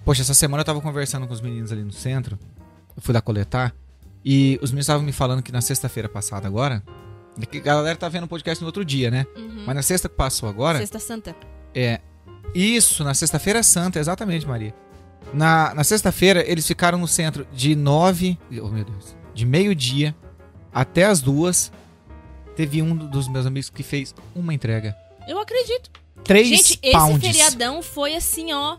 S2: Poxa, essa semana eu tava conversando com os meninos ali no centro. Eu fui lá coletar. E os meninos estavam me falando que na sexta-feira passada agora. é que A galera tá vendo o podcast no outro dia, né?
S3: Uhum.
S2: Mas na sexta que passou agora.
S3: Sexta Santa.
S2: É. Isso, na sexta-feira santa, exatamente, Maria. Na, na sexta-feira, eles ficaram no centro de nove. Oh, meu Deus. De meio-dia até as duas. Teve um dos meus amigos que fez uma entrega.
S3: Eu acredito.
S2: Três
S3: Gente, esse
S2: pounds.
S3: feriadão foi assim, ó.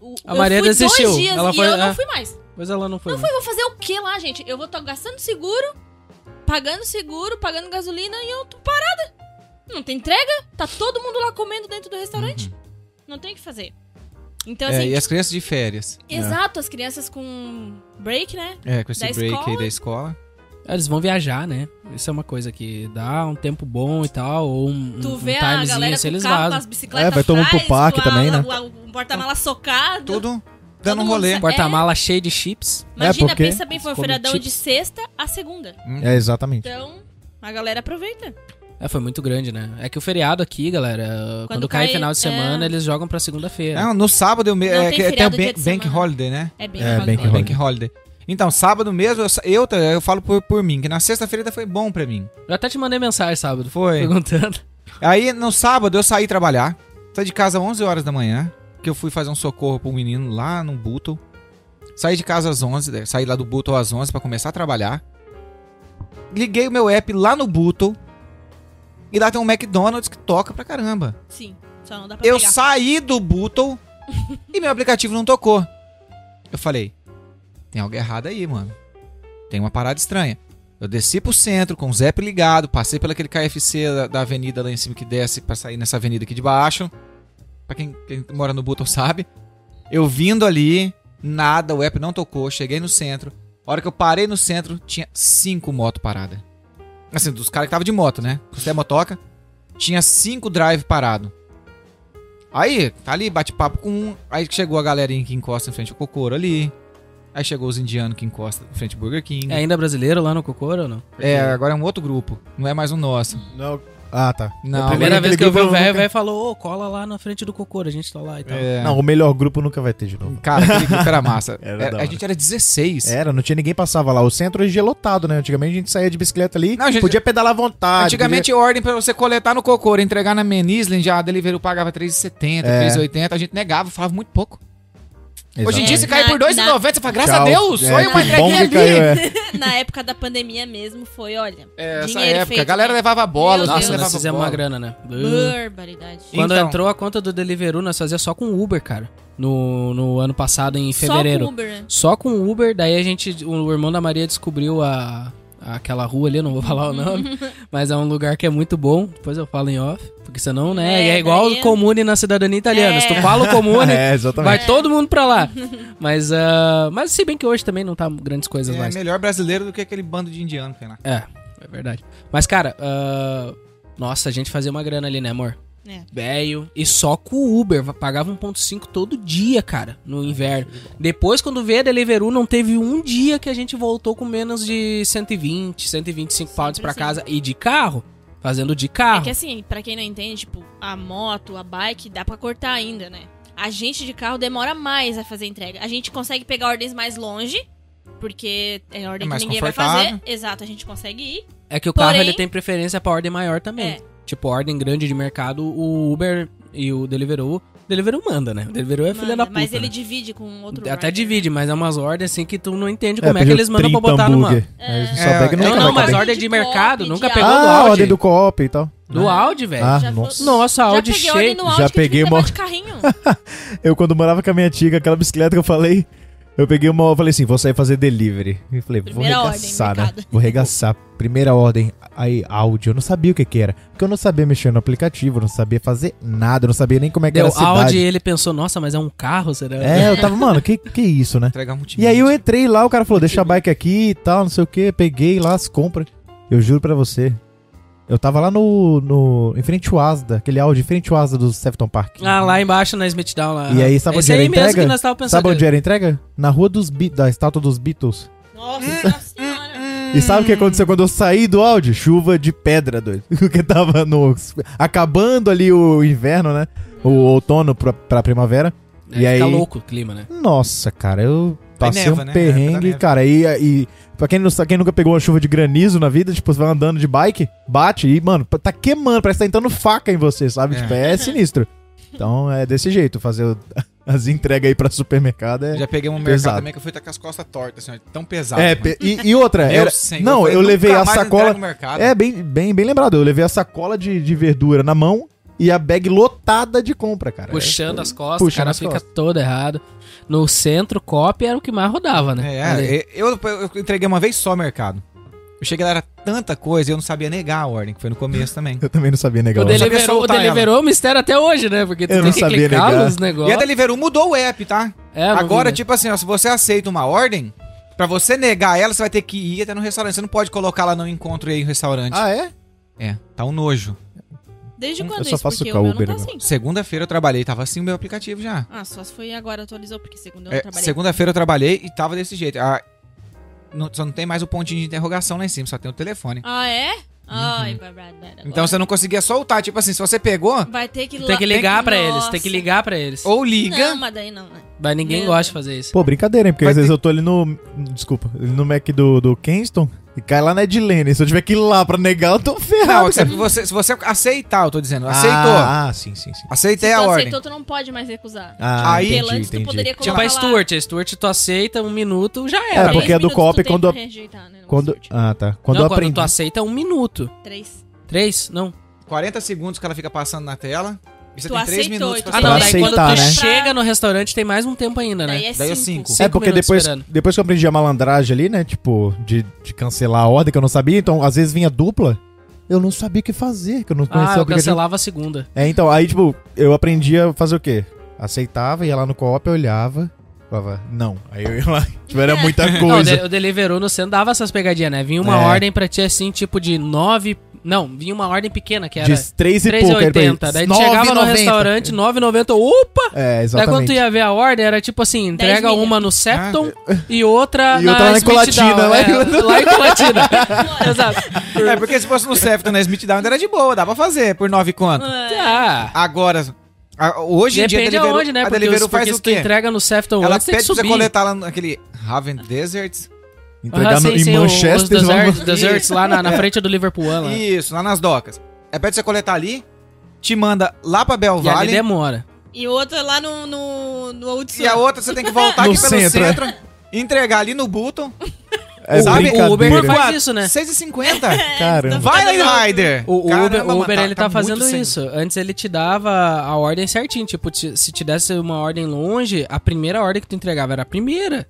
S3: O-
S1: A
S3: eu
S1: Maria
S3: fui
S1: desistiu.
S3: Dois dias
S1: Ela
S3: e
S1: foi-
S3: eu
S1: é.
S3: não fui mais.
S1: Mas ela não foi.
S3: Eu vou fazer o que lá, gente? Eu vou estar gastando seguro, pagando seguro, pagando gasolina e eu tô parada. Não tem entrega? Tá todo mundo lá comendo dentro do restaurante.
S4: Uhum.
S3: Não tem o que fazer. Então,
S2: É,
S3: assim,
S2: e as crianças de férias.
S4: é.
S3: exato, as crianças com break, né?
S2: É, com esse
S3: Da
S2: break aí
S3: escola.
S2: da escola.
S1: Eles vão viajar, né? Isso é uma coisa que dá um tempo bom e tal, ou um,
S3: Tu
S4: Uhum,
S1: um
S3: vê a
S1: timezinho,
S3: galera
S1: se
S3: com o
S1: eles
S3: carro, com
S1: vazam.
S3: as bicicletas
S4: assim, É, vai todo mundo pro
S3: atrás,
S4: parque
S3: com a-
S4: também, né?
S3: o- o porta-mala socado.
S2: Tudo dando um
S3: mundo
S2: rolê.
S3: sai-
S1: Porta-mala cheio de chips.
S3: Imagina,
S4: é, porque-
S3: pensa bem, foi um
S1: Come
S3: feriadão
S1: chips.
S3: de sexta a segunda.
S4: É, exatamente.
S3: Então, a galera aproveita.
S1: É, foi muito grande, né? É que o feriado aqui, galera, quando, cai,
S3: cai,
S1: final de
S3: é.
S1: semana, eles jogam pra segunda-feira.
S2: Não, no sábado eu me...
S3: Não
S2: é,
S3: tem
S2: que- tem o
S3: feriado
S2: ban-
S3: dia de
S2: Bank
S3: semana.
S2: Holiday, né?
S3: É bem
S4: É,
S3: legal.
S4: bem que
S2: É,
S4: rola.
S2: Bank Holiday. Então, sábado mesmo, eu, sa- eu, tá- eu falo por, por mim, que na sexta-feira ainda foi bom pra mim.
S1: Eu até te mandei mensagem sábado,
S2: um- Foi.
S1: perguntando.
S2: Aí, no sábado, eu saí trabalhar. Saí de casa às 11 horas da manhã, que eu fui fazer um socorro pro menino lá no Buto. Saí de casa às 11, né, saí lá do Buto às 11 pra começar a trabalhar. Liguei o meu app lá no Buto. E lá tem um McDonald's que toca pra caramba.
S3: Sim, só não dá pra
S2: Eu
S3: pegar.
S2: saí do Bootle e meu aplicativo não tocou. Eu falei, tem algo errado aí, mano. Tem uma parada estranha. Eu desci pro centro com o Zep ligado, passei pelo aquele KFC da, da avenida lá em cima que desce pra sair nessa avenida aqui de baixo. Pra quem, quem mora no Bootle sabe. Eu vindo ali, nada, o app não tocou, cheguei no centro. A hora que eu parei no centro, tinha cinco motos paradas. Assim, dos caras que tava de moto, né? Você é motoca. Tinha cinco drive parado. Aí, tá ali, bate papo com um. Aí chegou a galerinha que encosta em frente ao Cocoro ali. Aí chegou os indianos que encosta em
S4: É,
S2: frente ao Burger King.
S1: É ainda brasileiro lá no Cocoro ou não?
S2: É, agora é um outro grupo, não é mais o nosso.
S4: Não, Ah, tá.
S2: Não,
S1: A primeira
S4: agora
S1: vez que eu vi
S4: aquele
S1: o velho,
S4: grupo
S1: o velho falou, ô, cola lá na frente do cocô, a gente tá lá e tal.
S2: é,
S4: Não, o melhor grupo nunca vai ter de novo.
S2: Cara, aquele grupo era massa.
S4: Era
S2: Era-
S4: da
S2: a
S4: hora. É,
S2: gente era 16.
S4: Era, não tinha ninguém passava lá. O centro hoje é lotado, né? Antigamente a gente saía de bicicleta ali,
S2: Não, gente-
S4: podia pedalar à vontade.
S2: Antigamente, ordem pra você coletar no Cocoro, entregar na Menislen, já a Deliveroo pagava 3,70,
S4: É.
S2: 3,80, a gente negava, falava muito pouco.
S4: podia...
S2: Hoje em dia,
S4: Exatamente.
S2: se cair por
S3: Na-
S2: 2,90, você fala, graças
S4: Tchau.
S2: a Deus,
S4: É,
S2: foi uma
S4: que bom
S2: entreguinha
S4: que
S2: ali.
S4: caiu, é.
S3: Na época da pandemia mesmo, foi, olha,
S2: É, Essa
S3: dinheiro
S2: época,
S3: feito. né?
S2: a galera Hum. levava bola,
S3: Meu
S2: os
S3: Deus.
S2: meninos
S1: Nossa,
S3: eu
S1: nós
S2: levavam
S1: fizemos
S2: bola.
S1: uma grana, né? Uh.
S3: Barbaridade.
S1: Quando
S2: Então.
S1: entrou a conta do Deliveroo, nós fazia só com Uber, cara. No, no ano passado, em
S3: Só
S1: fevereiro.
S3: com Uber, né?
S1: Só com Uber, daí a gente. O irmão da Maria descobriu a, aquela rua ali, eu não vou falar o nome, mas é um lugar que é muito bom. Depois eu falo em off, porque senão, né?
S3: É,
S1: É, igual
S3: daí-
S1: o comune na cidadania italiana. Se tu
S3: É.
S1: fala o
S2: um
S1: comune,
S4: É, exatamente.
S1: vai todo mundo pra lá. Mas, ah, mas se bem que hoje também não tá grandes coisas mais.
S2: É melhor brasileiro do que aquele bando de indiano que tem lá.
S1: É, é verdade. Mas, cara, ah, nossa, a gente fazia uma grana ali, né, amor?
S3: É.
S1: Velho. E só com o Uber. Pagava 1,5 todo dia, cara, no inverno.
S3: Ah, tá,
S1: Depois, quando veio a Deliveroo, não teve um dia que a gente voltou com menos de 120, 125 pounds pra
S3: assim.
S1: casa. E de carro. Fazendo de
S3: É
S1: carro.
S3: que assim, pra quem não entende, tipo, a moto, a bike, dá pra cortar ainda, né? A gente de carro demora mais a fazer entrega. A gente consegue pegar ordens mais longe, porque é ordem
S2: É
S3: que
S2: mais
S3: ninguém vai fazer.
S2: confortável.
S3: Exato, a gente consegue ir.
S1: É que o carro
S3: Porém-
S1: ele tem preferência pra ordem maior também.
S3: É.
S1: Tipo, ordem grande de mercado, o Uber e o Deliveroo. Deliveroo manda, né? O Deliveroo é filha
S3: manda,
S1: da puta.
S3: mas ele
S1: né?
S3: divide com um outro né?
S1: Até
S3: rider,
S1: divide, mas é umas ordens assim que tu não entende
S4: É,
S1: como é que
S4: pediu
S1: eles mandam pra
S4: 30
S1: botar numa.
S4: hambúrguer. Aí você só
S2: É,
S4: pega e
S2: é,
S4: nunca
S1: Não, não,
S4: vai
S1: mas
S4: caber.
S1: ordem de
S3: De
S1: mercado
S3: Coop,
S1: nunca
S3: de
S1: pegou do
S4: Ah, a
S1: Audi.
S4: ordem
S1: Do,
S4: do co-op e tal.
S1: Audi, velho.
S4: Ah,
S3: É, Já fo-
S4: nossa.
S1: Nossa, a
S3: Já
S1: Audi
S3: peguei ordem
S1: cheio.
S3: no áudio
S4: Já
S3: que eu tive
S4: peguei
S3: que
S4: uma-
S3: levar de carrinho.
S4: Eu, quando morava com a minha tia, com aquela bicicleta que eu falei, eu peguei uma, eu falei assim, vou sair fazer delivery. E falei,
S3: Primeira
S4: vou
S3: ordem,
S4: arregaçar, né?
S3: mercado.
S4: Vou arregaçar. Primeira ordem, aí áudio. Eu não sabia o que que era. Porque eu não sabia mexer no aplicativo, eu não sabia fazer nada, eu não sabia nem como é que
S1: Deu
S4: era a cidade.
S1: Audi e ele pensou, nossa, mas é um carro, será?
S4: É, eu tava, mano, que que isso, né?
S2: Entregar um time.
S4: E aí eu entrei lá, o cara falou, deixa a bike aqui e tal, não sei o que, peguei lá as compras. Eu juro pra você. Eu tava lá no. no em frente ao Asda, aquele áudio em frente ao Asda do Sefton Park.
S1: Ah, lá embaixo na Smithdown lá.
S4: E aí, sabe
S1: Esse
S4: onde era
S1: aí
S4: a
S1: mesmo
S4: entrega?
S1: que nós tava pensando.
S4: Sabe onde é? era a entrega? Na rua dos Be- da estátua dos Beatles.
S2: Hum.
S3: Nossa senhora.
S4: E sabe o que aconteceu quando eu saí do áudio? Chuva de pedra, doido. Porque tava no. acabando ali o inverno, né? O outono pra, pra primavera.
S1: É,
S4: e aí.
S1: Fica louco o clima, né?
S4: Nossa, cara, eu passei
S2: neva, né?
S4: um
S2: Na época da
S4: perrengue,
S2: neve.
S4: cara. E, e pra quem, não, sabe- quem nunca pegou uma chuva de granizo na vida, tipo, você vai andando de bike, bate e, mano, tá queimando, parece que tá entrando faca em você, sabe?
S2: É.
S4: Tipo, é sinistro. Então é desse jeito, fazer o- as entregas aí pra supermercado é.
S2: Já peguei um mercado
S4: Pesado.
S2: também que eu fui tá com as costas tortas, assim, ó, tão pesado.
S4: É,
S2: mano.
S4: pe- e, e outra,
S2: Meu
S4: era-
S2: senhor,
S4: não,
S2: falei,
S4: eu
S2: nunca
S4: levei a
S2: mais entrego
S4: sacola.
S2: no mercado.
S4: É, bem, bem, bem lembrado, eu levei a sacola de, de verdura na mão e a bag lotada de compra, cara.
S1: É.
S4: É.
S1: Puxando as costas,
S4: Puxando
S1: o cara
S4: as
S1: fica
S4: costas.
S1: todo errado. No centro, copy era o que mais rodava, né? Ali.
S2: É, é, eu, eu entreguei uma vez só mercado. Eu cheguei lá, era tanta coisa e eu não sabia negar a ordem, que foi no começo também.
S4: Eu também não sabia negar.
S1: O
S4: não.
S2: dele- sabia
S1: Deliveroo, o
S2: soltar ela.
S1: Deliveroo é um mistério até hoje, né? Porque tu
S4: Eu
S1: tem
S4: não
S1: que
S4: sabia
S1: clicar
S4: negar.
S1: nos
S2: E a
S1: negócios.
S2: Deliveroo mudou o app, tá?
S1: É, não vi,
S2: Agora,
S1: né?
S2: tipo assim, ó, se você aceita uma ordem, pra você negar ela, você vai ter que ir até no restaurante. Você não pode colocar lá no encontro e aí no restaurante.
S4: Ah, é?
S2: É, tá um nojo.
S3: Desde
S2: Eu
S3: quando
S4: só
S3: isso?
S4: faço
S3: Porque
S4: com a
S3: o meu
S4: Uber
S3: não tá
S4: agora.
S3: assim.
S2: Segunda-feira eu trabalhei, tava assim o meu aplicativo já.
S3: Ah, só se foi agora atualizou, porque segunda eu
S2: É,
S3: não trabalhei.
S2: Segunda-feira eu trabalhei e tava desse jeito. Ah, não- só não tem mais o pontinho de interrogação lá em cima, só tem o telefone.
S3: Ah, é? Ai, babado.
S2: Então você não conseguia soltar. Tipo assim, se você pegou,
S3: Vai ter que...
S1: Tem que ligar pra eles,
S3: Nossa.
S1: tem que ligar pra eles.
S2: ou liga.
S3: Não, mas daí não, né?
S1: Mas ninguém
S3: Meu
S1: gosta de fazer isso.
S4: Pô, brincadeira, hein? Porque
S2: Vai
S4: às vezes eu tô ali no. Desculpa, no Mac do, do Kingston e cai lá na Edilene. Se eu tiver que ir lá pra negar, eu tô ferrado.
S2: Não, se
S4: cara.
S2: você, se você aceitar, eu tô dizendo, aceitou.
S4: é Ah, ah, sim, sim, sim.
S2: Aceitei
S3: Se
S2: é a
S3: tu
S2: ordem.
S3: aceitou, tu não pode mais recusar.
S4: Ah,
S2: Aí-
S3: Porque
S4: entendi,
S3: antes
S4: entendi.
S3: tu poderia colocar
S1: Tipo a
S3: lá,
S1: Stuart, a Stuart tu aceita um minuto, já
S4: É,
S1: era.
S3: três
S4: porque a do
S3: minutos
S4: Coop,
S3: tu tem
S4: quando-
S3: pra rejeitar, né, no
S4: Quando...
S3: Stuart.
S4: Ah, tá. Quando
S1: não,
S4: eu
S1: quando
S4: aprendi.
S1: tu aceita um minuto.
S3: Três.
S1: Três? Não.
S2: 40 segundos que ela fica passando na tela. E você
S3: Tu
S2: tem 3
S3: aceitou,
S2: minutos
S3: então
S2: pra
S1: Ah,
S2: sair.
S1: não,
S4: Pra
S1: daí
S4: aceitar,
S1: quando tu
S4: né?
S1: chega no restaurante tem mais um tempo ainda, né?
S3: Daí é
S2: Daí é
S3: cinco.
S2: cinco.
S4: É
S1: cinco
S4: porque
S1: minutos
S4: depois,
S1: esperando.
S4: depois que eu aprendi a malandragem ali, né? Tipo, de, de cancelar a ordem que eu não sabia, então às vezes vinha dupla. Eu não sabia o que fazer, que eu não conhecia
S1: Ah,
S4: o
S1: eu
S4: aplicativo.
S1: cancelava a segunda.
S4: É, então, aí, tipo, eu aprendi a fazer o quê? Aceitava, ia lá no co-op, eu olhava, falava, não. Aí eu ia lá, tipo, era muita
S1: Não, o,
S4: coisa.
S1: de, o Deliveroo no centro dava essas pegadinhas, né? Vinha uma
S4: É.
S1: ordem pra ti assim, tipo de nove Não, vinha uma ordem pequena, que era
S4: De 3 e pouco. aí ele pra ele,
S1: 3,80. Daí tu chegava no
S2: 9,90.
S1: restaurante, 9,90. Opa!
S4: É,
S1: Daí quando tu
S4: exatamente.
S1: ia ver a ordem, era tipo assim, entrega
S3: milhas.
S1: uma no Septon e outra
S4: Ah, E outra lá em
S1: Smith
S4: Colatina,
S1: Down.
S4: lá
S1: É,
S4: em-
S1: lá em Colatina. Exato.
S2: É, porque se fosse no Sefton na Smith Down, era de boa, dá pra fazer por nove quanto.
S1: Ah,
S2: Agora, a- hoje em
S1: depende
S2: dia a Deliveroo,
S1: aonde, né?
S2: a
S1: Porque,
S2: Deliveroo
S1: os, porque
S2: faz
S1: se
S2: o
S1: tu
S2: quê?
S1: entrega no Sefton
S2: Ela
S1: antes, tem
S2: pede
S1: que
S2: pra você
S1: subir.
S2: coletar lá naquele Haven Deserts.
S4: Entregar
S1: Ah,
S4: no-
S1: sim,
S4: em
S1: sim, o- os
S4: Manchester.
S1: deserts,
S4: vamos-
S1: deserts lá na, na frente do Liverpool. Lá. E,
S2: Isso, lá nas docas. É pede pra você coletar ali, te manda lá pra Bel
S1: ali
S2: Valley.
S1: demora.
S3: E outra lá no, no, no Old
S2: E a outra você tem que voltar
S4: No
S2: aqui pelo
S4: centro, é.
S2: centro, entregar ali no Button.
S4: É
S2: Sabe,
S4: brincadeira.
S1: o Uber
S2: Por
S1: faz
S2: quatro,
S1: isso, né?
S2: 6,50.
S4: Caramba.
S2: Vai, Lane Rider.
S1: O, o
S2: Caramba,
S1: Uber, o
S2: mano,
S1: Uber, ele tá,
S2: muito
S1: fazendo
S2: sem-
S1: isso. Antes ele te dava a ordem certinho. Tipo, te- se te desse uma ordem longe, a primeira ordem que tu entregava era a primeira.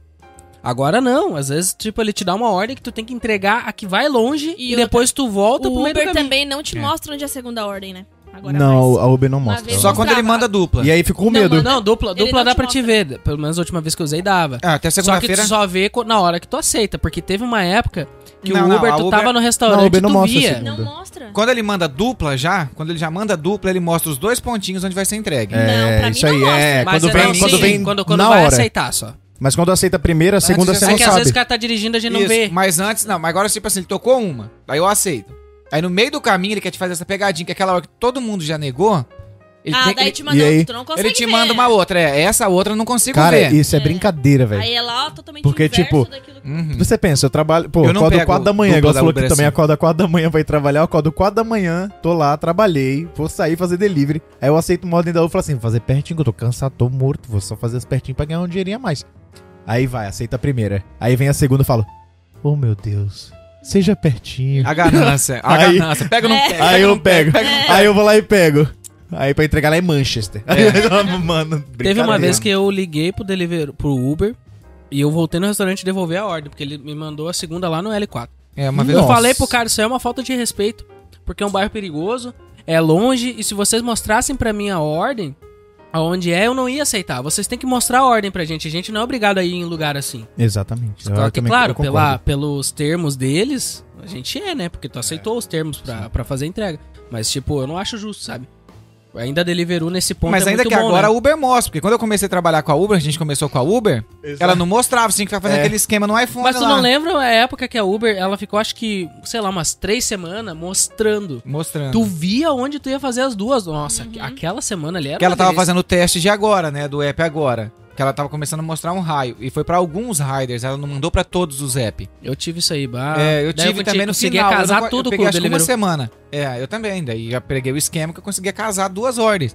S1: Agora não. Às vezes, tipo, ele te dá uma ordem que tu tem que entregar a que vai longe
S3: E
S1: e, depois tu volta pro
S3: O
S1: meio do
S3: Uber
S1: caminho.
S3: também não te
S2: É.
S3: mostra onde é a segunda ordem, né? Agora
S4: Não,
S3: mais.
S4: a Uber não
S3: Uma
S4: mostra.
S3: vez
S2: Só quando ele
S3: Mostrava.
S2: manda dupla.
S4: E aí ficou com
S3: Não,
S4: medo.
S3: mano,
S1: Não, dupla,
S3: Ele
S1: dupla
S3: não
S1: dá
S3: te
S1: pra te ver. Pelo menos a última vez que eu usei dava.
S2: Ah, até
S1: Só que tu
S2: segunda-feira.
S1: só vê co- na hora que tu aceita, porque teve uma época que
S2: Não,
S1: o
S2: não,
S1: Uber,
S2: a
S1: tu
S2: Uber-
S1: tava no
S4: Não, a
S1: restaurante
S4: Uber
S1: e
S4: não
S1: tu
S4: mostra
S1: via.
S4: assim.
S3: Não
S4: Manda.
S3: mostra.
S2: Quando ele manda dupla já, quando ele já manda dupla, ele mostra os dois pontinhos onde vai ser entregue.
S3: Não, pra mim
S4: isso
S3: não
S4: aí
S3: mostra.
S4: é.
S1: Mas
S4: Quando
S1: é,
S4: vem,
S1: não,
S4: quando
S1: sim,
S4: vem
S1: quando, quando
S4: na
S1: vai
S4: hora.
S1: aceitar só.
S4: Mas quando aceita a primeira, a segunda
S2: Antes
S4: você
S2: você
S1: é
S4: não
S1: que às vezes
S4: sabe.
S1: o cara tá dirigindo, a gente não
S2: Isso,
S1: vê.
S2: Mas antes, não. Mas agora, tipo assim, ele tocou uma. Aí eu aceito. Aí no meio do caminho ele quer te fazer essa pegadinha, que é aquela hora que todo mundo já negou. Ele,
S3: ah,
S2: tem-
S3: daí
S2: ele-
S3: te manda
S4: e aí?
S3: outro, tu não consegue
S2: ele te
S3: ver.
S2: manda uma outra. É, essa outra eu não consigo
S4: Cara,
S2: ver.
S4: isso é brincadeira, velho.
S3: Aí é lá totalmente
S4: Porque,
S3: inverso
S4: tipo,
S3: daquilo que...
S2: Uhum.
S4: Você pensa, eu trabalho. Pô,
S2: Eu não
S4: acordo
S2: pego
S4: 4 da manhã.
S2: dupla
S4: Igual você
S2: da
S4: falou
S2: Uber
S4: que também
S2: assim.
S4: acordo 4 da manhã pra ir trabalhar. Eu acordo 4 da manhã, tô lá, trabalhei, vou sair fazer delivery. Aí eu aceito uma ordem da Uber e falo assim: vou fazer pertinho, que eu tô cansado, tô morto, vou só fazer as pertinho pra ganhar um dinheirinho a mais. Aí vai, aceita a primeira. Aí vem a segunda e falo: Oh meu Deus, seja pertinho.
S2: A ganância. A
S4: Aí-
S2: ganância. Pega no
S3: É.
S2: pé.
S4: Aí eu não pego. Aí eu vou lá e pego. Aí pra entregar lá em Manchester.
S2: É.
S4: Mano,
S1: Teve uma
S4: brincadeira.
S1: vez que eu liguei pro, deliver, pro Uber e eu voltei no restaurante e devolvi a ordem, porque ele me mandou a segunda lá no L4.
S2: É, uma vez
S1: Eu
S4: Nossa.
S1: falei pro cara, isso aí é uma falta de respeito, porque é um bairro perigoso, é longe, e se vocês mostrassem pra mim a ordem, aonde é, eu não ia aceitar. Vocês têm que mostrar a ordem pra gente, a gente não é obrigado a ir em lugar assim.
S4: Exatamente. Eu
S1: Claro, que,
S4: também-
S1: claro
S4: eu concordo.
S1: pela, pelos termos deles, a gente é, né? Porque tu aceitou os termos pra, pra fazer a entrega. Mas, tipo, eu não acho justo, sabe? Ainda a Deliveroo nesse ponto
S2: Mas
S1: é
S2: ainda
S1: muito
S2: que
S1: bom,
S2: agora
S1: né?
S2: a Uber mostra. Porque quando eu comecei a trabalhar com a Uber, a gente começou com a Uber,
S4: Exato.
S2: ela não mostrava, assim, que vai fazer
S4: É.
S2: aquele esquema no iPhone
S1: Mas tu
S2: lá.
S1: não lembra a época que a Uber, ela ficou, acho que, sei lá, umas três semanas mostrando.
S2: Mostrando.
S1: Tu via onde tu ia fazer as duas. Nossa, aquela semana ali era
S2: Que ela
S1: uma
S2: tava
S1: delícia.
S2: fazendo o teste de agora, né? Do app agora. Que ela tava começando a mostrar um raio. E foi pra alguns riders, ela não mandou pra todos os apps.
S1: Eu tive isso aí, bah.
S2: é, eu
S1: Daí
S2: tive
S1: conti-
S2: também no
S1: conseguia
S2: final. eu
S1: casar
S2: não- eu
S1: tudo
S2: peguei,
S1: com o
S2: acho que uma
S1: Deliveroo.
S2: semana. É, eu também. Daí já peguei o esquema que eu conseguia casar duas ordens.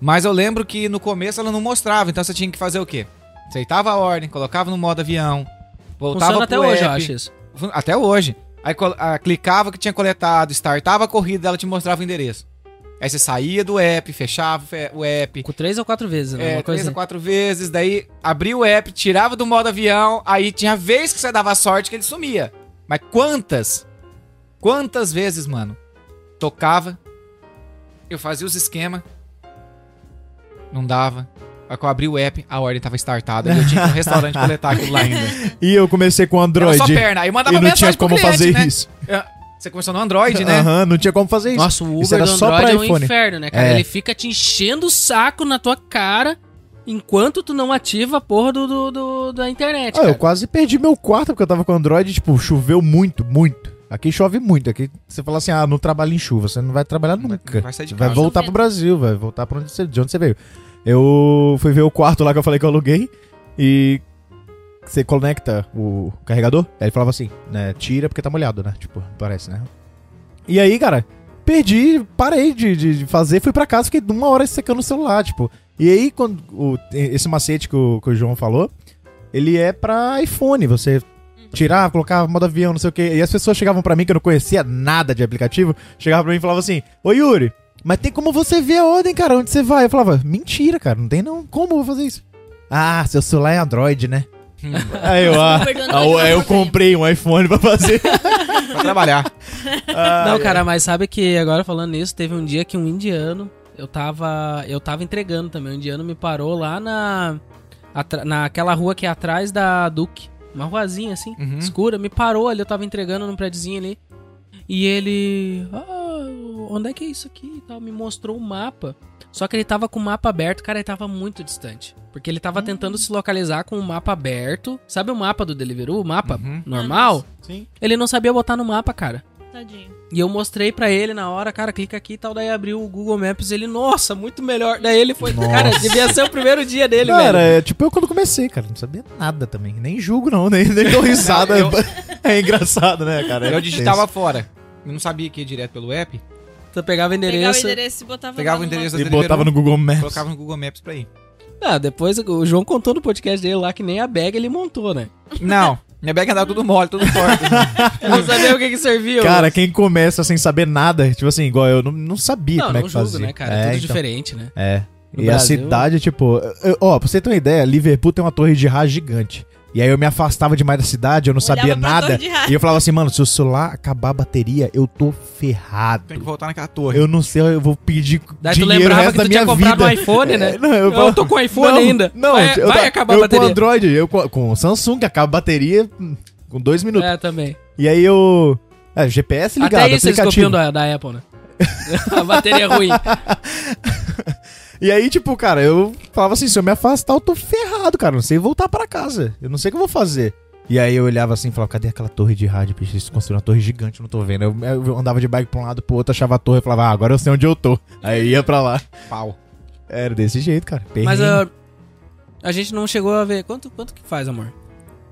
S2: Mas eu lembro que no começo ela não mostrava, então você tinha que fazer o quê? Aceitava a ordem, colocava no modo avião, voltava
S1: Funciona
S2: pro
S1: até hoje, eu
S2: app.
S1: acho isso.
S2: Fun- Até hoje. Aí col- ah, clicava que tinha coletado, startava a corrida, ela te mostrava o endereço. Aí você saía do app, fechava o fe- o app,
S1: Com três ou quatro vezes, né?
S2: é,
S1: uma
S2: três
S1: coisa.
S2: a quatro vezes, daí abria o app, tirava do modo avião, aí tinha vez que você dava sorte que ele sumia. Mas quantas? Quantas vezes, mano? Tocava, eu fazia os esquemas, não dava. Aí que eu abri o app, a ordem tava startada, e eu tinha que ir no restaurante coletar aquilo lá ainda.
S4: E eu comecei com
S2: Era
S4: Android.
S2: só perna, aí eu mandava
S4: e não tinha
S2: mensagem pro
S4: como
S2: cliente,
S4: fazer
S2: né?
S4: isso.
S2: Você começou no Android, né?
S4: Aham, não tinha como fazer isso.
S1: Nossa, o
S4: Isso
S1: Uber
S4: era
S1: do
S4: só
S1: Android
S4: pra
S1: é um
S4: iPhone.
S1: inferno, né, cara?
S4: É.
S1: Ele fica te enchendo o saco na tua cara enquanto tu não ativa a porra do, do- do- da internet,
S4: Ah, eu
S1: cara.
S4: quase perdi meu quarto porque eu tava com Android, tipo, choveu muito, muito. Aqui chove muito. Aqui você fala assim: ah, não trabalha em chuva, você não vai trabalhar
S2: Não vai-
S4: nunca.
S2: não vai sair de
S4: Você vai
S2: casa.
S4: voltar pro Brasil, vai voltar pra onde você, de onde você veio. Eu fui ver o quarto lá que eu falei que eu aluguei e você conecta o carregador. Aí ele falava assim, né? Tira porque tá molhado, né? Tipo, parece, né? E aí, cara, perdi, parei de, de- de fazer, fui pra casa, fiquei uma hora secando o celular, tipo. E aí, quando o- esse macete que o, que o João falou, ele é pra iPhone, você tirava, colocava modo avião, não sei o quê. E as pessoas chegavam pra mim, que eu não conhecia nada de aplicativo, chegavam pra mim e falavam assim, ô Yuri, mas tem como você ver a ordem, cara, onde você vai? Eu falava, mentira, cara, não tem não, como eu vou fazer isso? Ah, seu celular é Android, né?
S2: Hum.
S4: aí eu, ah,
S3: Uber do Android
S4: ah,
S3: não
S4: eu
S3: consegue.
S4: comprei um iPhone pra fazer. Ah.
S2: Pra trabalhar.
S1: Não, cara, mas sabe que agora falando nisso, teve um dia que um indiano, eu tava, eu tava entregando também, um indiano me parou lá na atra- naquela rua que é atrás da Duque, uma ruazinha assim,
S2: Uhum.
S1: escura, me parou ali, eu tava entregando num prédiozinho ali. E ele. Ah, onde é que é isso aqui? e tal, me mostrou o mapa. Só que ele tava com o mapa aberto, cara, ele tava muito distante. Porque ele tava
S2: Hum.
S1: tentando se localizar com o mapa aberto. Sabe o mapa do Deliveroo? O mapa
S2: Uhum.
S1: normal?
S4: Sim.
S1: Ele não sabia botar no mapa, cara.
S3: Tadinho.
S1: E eu mostrei pra ele na hora, cara, clica aqui e tal. Daí abriu o Google Maps ele, nossa, muito melhor. Daí ele foi. Cara, devia ser o primeiro dia dele,
S4: cara,
S1: velho.
S4: é tipo eu quando comecei, cara. Não sabia nada também. Nem julgo, não. Nem, nem dou risada.
S2: Eu-
S4: É engraçado, né, cara?
S2: Eu
S4: É
S2: digitava fora. Eu não sabia que ia direto pelo app.
S1: Então pegava o
S3: Pegava o
S1: endereço.
S3: endereço e botava
S2: Pegava
S3: lá
S2: o
S3: no
S2: endereço
S4: tenso. E
S2: Deliveroo,
S4: botava no Google Maps.
S2: Colocava no Google Maps pra ir.
S1: Ah, depois o João contou no podcast dele lá que nem a bag ele montou, né?
S2: Não, minha bag andava tudo mole, tudo torto.
S1: Eu não sabia o que que serviu.
S4: Cara, quem começa sem saber nada, tipo assim, igual eu, não, não sabia
S1: não,
S4: como é
S1: não
S4: que
S1: julgo,
S4: fazia.
S1: né, cara?
S4: É,
S1: É tudo
S4: então.
S1: diferente, né?
S4: É.
S1: No
S4: e
S1: Brasil-
S4: a cidade, tipo. eu- Ó, pra você ter uma ideia, Liverpool tem uma torre de rádio gigante. E aí eu me afastava demais da cidade, eu não
S3: Olhava
S4: sabia
S3: pra torre
S4: nada.
S3: de rádio.
S4: E eu falava assim, mano, se o celular acabar a bateria, eu tô
S2: Tem que
S4: ferrado.
S2: voltar naquela torre.
S4: Eu não sei, eu vou pedir
S1: Daí tu
S4: dinheiro o
S1: lembrava
S4: resto
S1: que
S4: da
S1: tu
S4: minha
S1: tinha comprado
S4: vida.
S1: um iPhone, né?
S4: É, Não, eu,
S1: Eu
S4: falo-
S1: tô com iPhone
S4: Não,
S1: ainda.
S4: Não,
S1: Vai-
S4: eu
S1: vai
S4: tá-
S1: acabar a
S4: eu
S1: bateria.
S4: com Android, eu com, com o Samsung, acaba a bateria hum, com dois minutos.
S1: É, também.
S4: E aí eu... É, GPS Tá ligado,
S1: Até isso eles
S4: aplicativo.
S1: copiam da, da Apple, né? a bateria é ruim.
S4: E aí, tipo, cara, eu falava assim, se eu me afastar, eu tô ferrado, cara. Não sei voltar pra casa. Eu não sei o que eu vou fazer. E aí eu olhava assim e falava, cadê aquela torre de rádio, bicho? Eles construíram uma torre gigante, eu não tô vendo. Eu, eu andava de bike pra um lado pro outro, achava a torre e falava, ah, agora eu sei onde eu tô. Aí ia pra lá.
S2: Pau.
S4: Era desse jeito, cara.
S1: Mas
S4: Perrengue.
S1: ah, a gente não chegou a ver. Quanto, quanto que faz, amor?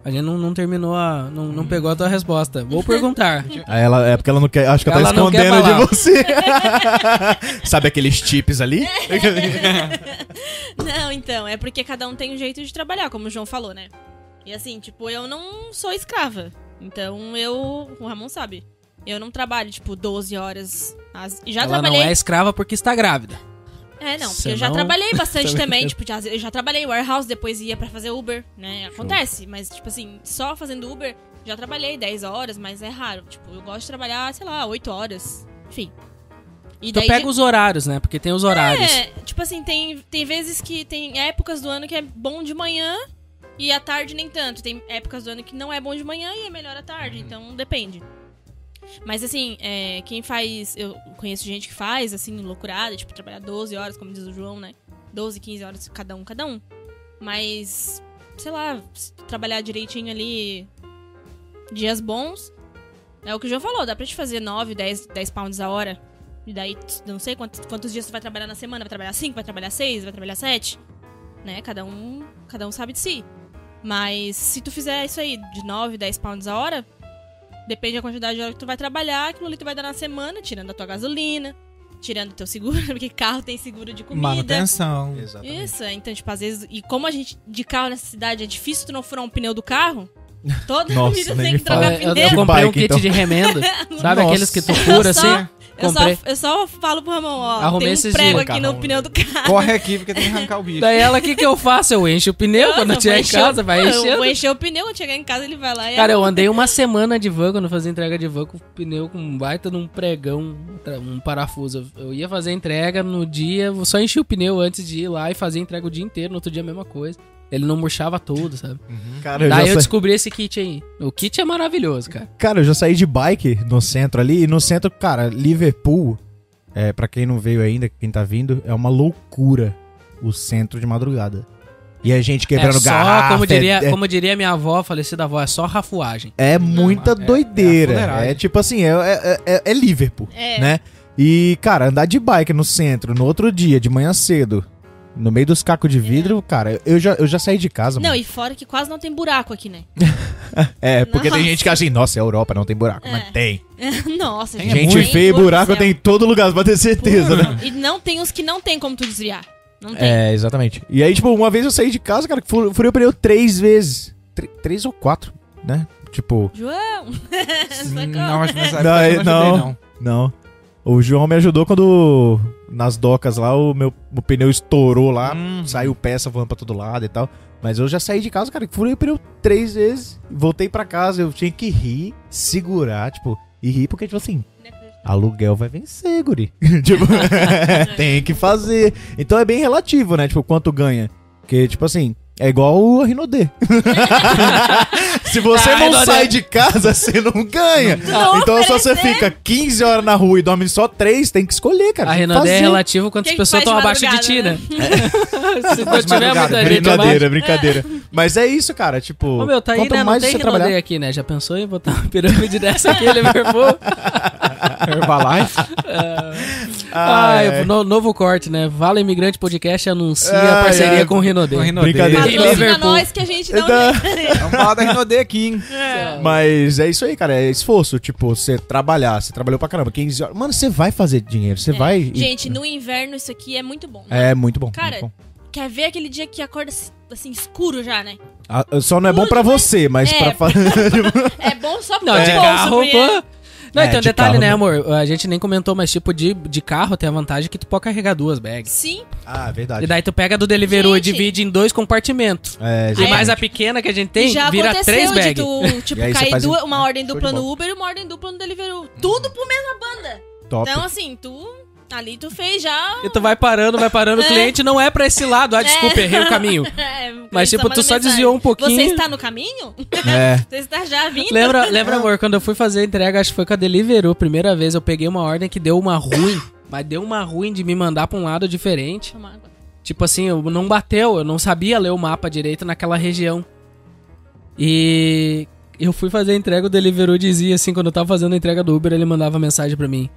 S1: A gente não, não terminou a. Não,
S4: Hum.
S1: não pegou a tua resposta. Vou perguntar.
S4: Aí ela, é porque ela não quer. Acho que ela,
S1: Ela
S4: tá
S1: não quer
S4: escondendo de
S1: falar.
S4: você. Sabe aqueles chips ali?
S1: É.
S3: Não, então, é porque cada um tem um jeito de trabalhar, como o João falou, né? E assim, tipo, eu não sou escrava. Então eu. O Ramon sabe. Eu não trabalho, tipo, 12 horas. às- e Já
S1: Ela
S3: trabalhei.
S1: não é escrava porque está grávida.
S3: É, não, porque
S1: Senão- Tá
S3: eu já trabalhei bastante
S1: Também.
S3: também, tipo, já, eu já trabalhei warehouse, depois ia pra fazer Uber, né? Acontece, mas, tipo assim, só fazendo Uber, já trabalhei 10 horas, mas é raro. Tipo, eu gosto de trabalhar, sei lá, 8 horas, enfim. E
S1: Tu Então pega os horários, né? Porque tem os horários.
S3: é, tipo assim, tem, tem vezes que tem épocas do ano que é bom de manhã e à tarde nem tanto. Tem épocas do ano que não é bom de manhã e é melhor à tarde, então depende. Mas assim, é, quem faz. Eu conheço gente que faz, assim, loucurada, tipo, trabalhar 12 horas, como diz o João, né? 12, 15 horas cada um, cada um. Mas, sei lá, se tu trabalhar direitinho ali, dias bons. É o que o João falou, dá pra te fazer 9, 10, 10 pounds a hora. E daí, tu- não sei quantos, quantos dias tu vai trabalhar na semana. Vai trabalhar 5, vai trabalhar 6, vai trabalhar 7. Né? Cada um, cada um sabe de si. Mas se tu fizer isso aí de 9, 10 pounds a hora, depende da quantidade de hora que tu vai trabalhar, aquilo ali tu vai dar na semana, tirando a tua gasolina, tirando o teu seguro, porque carro tem seguro de comida.
S2: Manutenção.
S4: Exatamente.
S3: Isso, então, tipo, às vezes. E como a gente, de carro nessa cidade, é difícil tu não furar um pneu do carro. Toda
S4: Nossa,
S3: vida
S4: nem
S3: tem
S4: me
S3: que trocar
S1: Eu- eu,
S3: pneu.
S1: eu comprei um
S4: bike,
S1: kit
S4: então.
S1: de remendo. Sabe
S4: Nossa.
S1: aqueles que tu cura
S3: Eu
S1: assim?
S3: só- Eu só,
S1: comprei.
S3: eu só falo pro Ramon, ó,
S1: Arrumei
S3: tem
S1: esses
S3: um prego
S1: dias,
S3: aqui
S4: Carrão,
S3: no pneu do carro.
S2: Corre aqui porque tem que arrancar o bicho.
S1: Daí ela, o que, que eu faço? Eu encho o pneu quando eu
S3: Nossa,
S1: tiver
S3: vou
S1: em
S3: encher o-
S1: casa, vai
S3: Não,
S1: enchendo.
S3: Eu vou encher o pneu, quando chegar em casa ele vai lá e...
S1: Cara, eu andei uma semana de van quando eu fazia entrega de van com o pneu com um baita num pregão, tra- um parafuso. Eu eu ia fazer a entrega no dia, eu só enchi o pneu antes de ir lá e fazia a entrega o dia inteiro, no outro dia a mesma coisa. Ele não murchava todo, sabe?
S4: Cara, eu já
S1: Daí eu
S4: sa-
S1: descobri esse kit aí. O kit é maravilhoso, cara.
S4: Cara, eu já saí de bike no centro ali, e no centro, cara, Liverpool, é, pra quem não veio ainda, quem tá vindo, é uma loucura o centro de madrugada. E a gente quebrando
S1: é só,
S4: garrafa,
S1: como diria,
S4: é,
S1: como diria minha avó, falecida avó, é só rafuagem.
S4: é muita
S2: é- é a
S4: doideira.
S2: fuleiragem.
S4: É, tipo assim, é, é- é- é Liverpool,
S3: É.
S4: né? E, cara, andar de bike no centro, no outro dia, de manhã cedo, no meio dos cacos de vidro, cara, eu já, eu já saí de casa,
S3: Não,
S4: mano.
S3: e fora que quase não tem buraco aqui, né?
S4: É, porque tem
S3: Nossa.
S4: gente que acha assim, nossa, é Europa, não tem buraco, mas
S3: É.
S4: tem.
S3: Nossa,
S2: Tem
S4: gente
S3: muito.
S4: feia e
S3: Meu Deus
S4: buraco
S3: do céu.
S4: tem em todo lugar, pra ter certeza, né?
S3: E não tem os que não tem como tu desviar. Não tem.
S4: É, exatamente. E aí, tipo, uma vez eu saí de casa, cara, que fu- furei o pneu três vezes. Tr- três ou quatro, né? Tipo,
S3: João! Socorro.
S2: Hum, Não, acho que nessa
S4: Não,
S2: época eu não,
S4: não.
S2: ajudei, não.
S4: não. O João me ajudou quando, nas docas lá, o meu o pneu estourou lá,
S1: Uhum.
S2: Hum.
S4: saiu peça voando pra todo lado e tal. Mas eu já saí de casa, cara, que furei o pneu três vezes, voltei pra casa, eu tinha que rir, segurar, tipo, e rir porque, tipo assim, aluguel vai vencer, guri. tipo, tem que fazer. Então é bem relativo, né? Tipo, quanto ganha. Porque, tipo assim, É igual o Rinodê. Se você
S1: Ah,
S4: não
S1: Rinodê.
S4: sai de casa, você não ganha.
S3: Não
S4: então só você
S3: oferecer.
S4: fica 15 horas na rua e dorme só 3, tem que escolher, cara.
S1: A
S4: Tem que
S1: Renaudet é
S4: fazer.
S1: relativo quantas
S3: Quem que
S1: pessoas
S3: faz de
S1: estão abaixo de ti, né?
S3: madrugada, né?
S1: Se não
S2: Faz
S1: tiver muita
S2: madrugada,
S1: gente abaixo...
S4: Brincadeira, brincadeira. Mas é isso, cara. Tipo,
S1: Ô, meu, tá aí,
S4: quanto
S1: né? Não
S4: mais
S1: tem
S4: você
S1: Renaudet
S4: trabalhar.
S1: aqui, né? Já pensou em botar uma pirâmide dessa aqui, Liverpool?
S2: Herbalife.
S1: Ah,
S4: é.
S1: é. no- novo corte, né? Vale Imigrante Podcast anuncia
S4: Ah,
S1: a parceria
S4: é.
S1: com o Renaudet.
S2: Com o Rinodê.
S4: Brincadeira.
S1: E
S3: Patrocina
S1: Liverpool.
S3: nós que a gente dá um
S4: Então-
S3: jeito.
S2: Vamos falar da Rinodê aqui, hein?
S4: Mas é isso aí, cara. É esforço. Tipo, você trabalhar. Você trabalhou pra caramba. 15 horas. Mano, você vai fazer dinheiro. Você vai. e-
S3: É. Gente, no inverno isso aqui é muito bom.
S4: É muito bom.
S3: Cara,
S4: muito bom.
S3: Quer ver aquele dia que acorda assim, escuro já, né?
S4: Ah, só não é bom
S3: tudo
S4: pra você, mas
S3: É.
S4: pra. fa-
S3: É bom só pra
S1: Não, de
S3: bom,
S1: carro,
S3: sobre ele.
S1: pô. Não,
S4: É,
S1: então,
S4: de
S1: detalhe,
S4: carro
S1: né,
S4: não.
S1: amor? A gente nem comentou, mas tipo, de, de carro tem a vantagem que tu pode carregar duas bags.
S3: Sim,
S4: ah,
S1: E
S4: verdade.
S1: daí tu pega do Deliveroo e
S3: Gente.
S1: divide em dois compartimentos. E
S4: É, exatamente.
S1: mais a pequena que a gente tem,
S3: já
S1: vira três
S3: aconteceu de
S1: bags.
S3: tu, tipo,
S4: E aí você
S3: cair
S4: faz
S3: duas-
S4: um-
S3: uma ordem
S4: Show
S3: dupla
S4: de bola.
S3: no Uber e uma ordem dupla no Deliveroo. Tudo pro mesma banda.
S4: Top.
S3: Então, assim, tu... Ali tu fez já...
S1: E tu vai parando, vai parando, o
S3: É.
S1: cliente não é pra esse lado. Ah, desculpa, errei o caminho.
S3: É, o
S1: Mas tipo,
S3: cliente tá
S1: tu
S3: mandando
S1: só
S3: mensagem.
S1: desviou um pouquinho.
S3: Você está no caminho?
S4: É.
S3: Você está já vindo?
S1: Lembra, lembra, amor, quando eu fui fazer a entrega, acho que foi com a Deliveroo, primeira vez eu peguei uma ordem que deu uma ruim. Mas deu uma ruim de me mandar pra um lado diferente.
S3: Tomar água.
S1: Tipo assim, eu não bateu, eu não sabia ler o mapa direito naquela região. E eu fui fazer a entrega, o Deliveroo dizia assim, quando eu tava fazendo a entrega do Uber, ele mandava mensagem pra mim.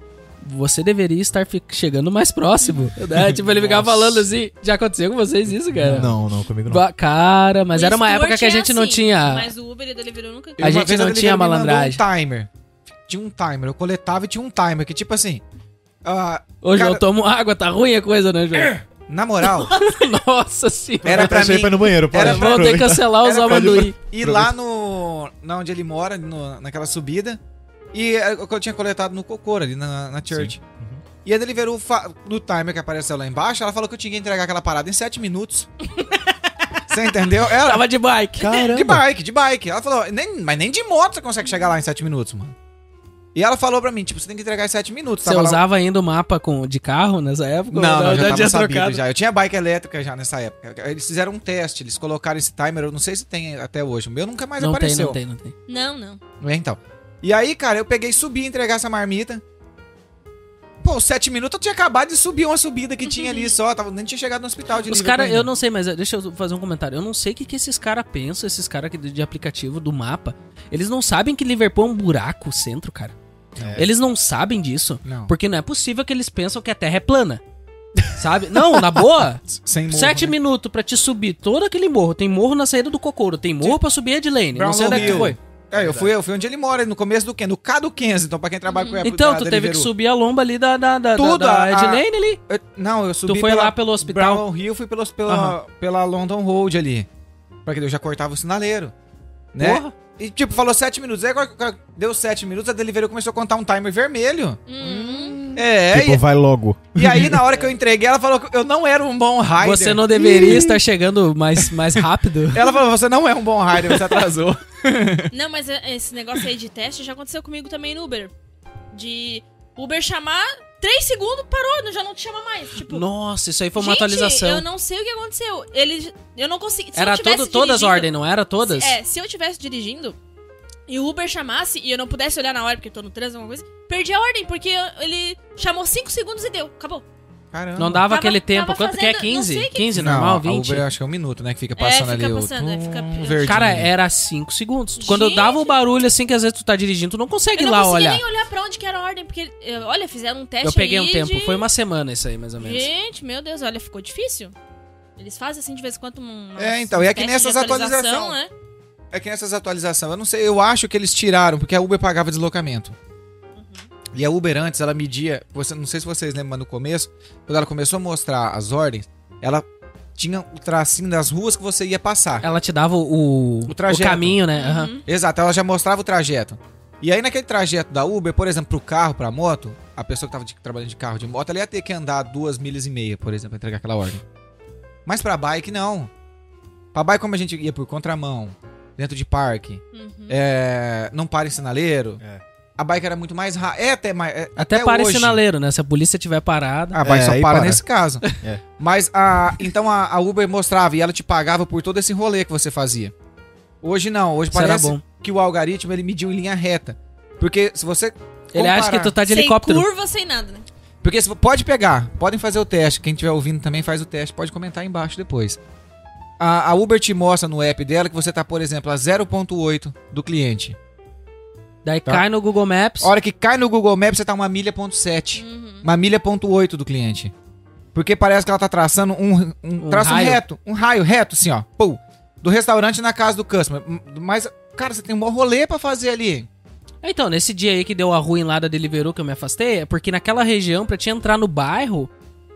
S1: Você deveria estar fi- chegando mais próximo. né? Tipo, ele ficava
S4: Nossa.
S1: falando assim, já aconteceu com vocês isso, cara?
S4: Não, não, comigo não.
S1: Ba- Cara, mas
S3: O
S1: era uma
S3: Stuart
S1: época que a
S3: é
S1: gente não
S3: assim,
S1: tinha...
S3: Mas o Uber e o Deliveroo nunca...
S1: A gente
S2: vez
S1: não
S2: Deliveroo
S1: tinha
S2: me mandou
S1: malandragem.
S2: um timer. Tinha um timer. Eu coletava e tinha um timer. Que tipo assim... ah,
S1: Hoje
S2: cara-
S1: eu tomo água, tá ruim a coisa, né, João?
S2: na moral,
S1: Nossa senhora.
S2: era pra
S4: Isso aí
S2: mim...
S4: foi no banheiro, pode
S2: Era pra-
S1: Vou ter que cancelar os
S2: Era pra-
S1: amendoim.
S2: ir lá no... Na onde ele mora, no- naquela subida. E é o que eu tinha coletado no Cocor, ali na, na church. E a Deliveroo, fa- no timer que apareceu lá embaixo, ela falou que eu tinha que entregar aquela parada em 7 minutos. Você entendeu? Ela,
S1: Tava de bike.
S2: De
S4: Caramba.
S2: bike, de bike. Ela falou, nem, mas nem de moto você consegue chegar lá em 7 minutos, mano. E ela falou pra mim, tipo, você tem que entregar em 7 minutos. tá
S1: Você
S2: Tava lá-
S1: usava ainda o mapa com, de carro nessa época?
S2: Não, não,
S1: eu
S2: já tava sabido já. Eu tinha bike elétrica já nessa época. Eles fizeram um teste, eles colocaram esse timer, eu não sei se tem até hoje. O meu nunca mais
S1: não tem,
S2: apareceu.
S1: não tem, não tem.
S3: Não, não.
S2: É, então. E aí, cara, eu peguei e subi entregar essa marmita. Pô, 7 minutos eu tinha acabado de subir uma subida que tinha ali só. Tava, nem tinha chegado no hospital de
S1: Os
S2: Liverpool
S1: caras,
S2: ainda.
S1: eu não sei, mas eh, deixa eu fazer um comentário. Eu não sei o que, que esses caras pensam, esses caras de, de aplicativo do mapa. Eles não sabem que Liverpool é um buraco centro, cara.
S2: É.
S1: Eles não sabem disso.
S2: Não.
S1: Porque não é possível que eles pensam que a Terra é plana. Sabe? Não, na boa.
S2: Sem morro,
S1: Sete
S2: né?
S1: minutos pra te subir todo aquele morro. Tem morro na saída do Cocoro, tem morro pra subir a Edlane. Não sei
S2: Brownlow
S1: onde é que
S2: Hill.
S1: foi.
S2: É, eu fui, eu fui onde ele mora, no começo do quê? No K do Kensington, pra quem trabalha com o
S1: Então, tu teve que subir a lomba ali da, da, da,
S2: Tudo,
S1: da,
S2: a-
S1: da Edlane ali.
S2: Eu- não, eu subi
S1: Tu foi lá pelo hospital.
S2: Brown Hill, fui pelos, pela, pela London Road ali. Porque eu já cortava o sinaleiro. Né?
S1: Porra.
S2: E tipo, falou sete minutos. Aí agora- agora deu sete minutos, a delivery começou a contar um timer vermelho.
S3: Hum.
S2: É,
S4: Tipo, vai logo.
S2: e, e aí na hora que eu entreguei, ela falou que eu não era um bom rider.
S1: Você não deveria estar chegando mais, mais rápido.
S2: Ela falou, você não é um bom rider, você atrasou.
S3: Não, mas é, esse negócio aí de teste já aconteceu comigo também no Uber. De Uber chamar, três segundos, parou, não- já não te chama mais. Tipo,
S1: Nossa, isso aí foi uma
S3: gente,
S1: atualização.
S3: eu não sei o que aconteceu. Ele, eu não consegui. se eu
S1: Era
S3: tivesse
S1: todo, todas
S3: dirigindo-
S1: ordem, não era todas?
S3: É, se eu tivesse dirigindo e o Uber chamasse e eu não pudesse olhar na hora porque eu tô no trânsito, alguma coisa, perdi a ordem, porque eu- ele chamou cinco segundos e deu, acabou.
S2: Caramba.
S1: Não dava
S3: Tava-
S1: aquele tempo.
S3: tava
S1: Quanto que é?
S3: fazendo- não
S1: 15?
S3: sei que-
S1: 15 normal?
S2: a
S1: 20?
S2: Uber, acho que é um minuto, né? Que fica passando
S3: fica
S2: ali
S3: passando,
S2: o
S3: é, fica-
S2: tum, verdinho.
S1: Cara, era 5 segundos. Quando eu
S3: Gente.
S1: dava o barulho, assim, que às vezes tu tá dirigindo, tu não consegue
S3: eu
S1: ir lá
S3: não consegui
S1: olhar.
S3: nem olhar pra onde que era a ordem, porque, eh, olha, fizeram um teste
S1: Eu peguei um
S3: aí
S1: tempo,
S3: de-
S1: foi uma semana isso aí, mais ou menos.
S3: Gente, meu Deus, olha, ficou difícil. Eles fazem assim de vez em quando um.
S2: É, então, e é que
S3: teste
S2: nessas
S3: de atualização,
S2: atualização.
S3: né?
S2: É que nessas atualizações, eu não sei, eu acho que eles tiraram, porque a Uber pagava deslocamento. E a Uber antes, ela media, você, não sei se vocês lembram, mas no começo, quando ela começou a mostrar as ordens, ela tinha o tracinho das ruas que você ia passar.
S1: Ela te dava o, o,
S2: O trajeto.
S1: o caminho, né? Aham.
S3: Uhum.
S2: Exato, ela já mostrava o trajeto. E aí naquele trajeto da Uber, por exemplo, pro carro, pra moto, a pessoa que tava de- trabalhando de carro, de moto, ela ia ter que andar duas milhas e meia, por exemplo, pra entregar aquela ordem. Mas pra bike, não. Pra bike, como a gente ia por contramão, dentro de parque,
S3: Uhum.
S2: é, não para em sinaleiro.
S4: É.
S2: a bike era muito mais rápida. É até mais. é-
S1: Até, para
S2: hoje. Ah,
S1: sinaleiro, né? Se a polícia tiver parada.
S2: A bike
S4: É,
S2: só
S4: aí
S2: para,
S4: para.
S2: nesse caso.
S4: É.
S2: Mas a. Então a, a Uber mostrava e ela te pagava por todo esse rolê que você fazia. Hoje não, hoje
S1: Será
S2: parece
S1: bom.
S2: que o algoritmo ele mediu em linha reta. Porque se você.
S1: Ele acha que
S2: comparar-
S1: tu tá de
S3: sem
S1: helicóptero.
S3: curva, sem nada, né?
S2: Porque se, pode pegar, podem fazer o teste. Quem estiver ouvindo também faz o teste, pode comentar aí embaixo depois. A, a Uber te mostra no app dela que você tá, por exemplo, a 0.8 do cliente.
S1: Daí
S4: Tá.
S1: cai no Google Maps.
S2: A hora que cai no Google Maps, você tá uma milha ponto 7.
S3: Uhum.
S2: Uma milha ponto 8 do cliente. Porque parece que ela tá traçando um, um,
S1: Um
S2: traço
S1: raio.
S2: reto. Um raio reto, assim, ó. Pum. Do restaurante na casa do customer. Mas, cara, você tem um maior rolê pra fazer ali.
S1: Então, nesse dia aí que deu a ruim lá da Deliveroo que eu me afastei, é porque naquela região, pra te entrar no bairro,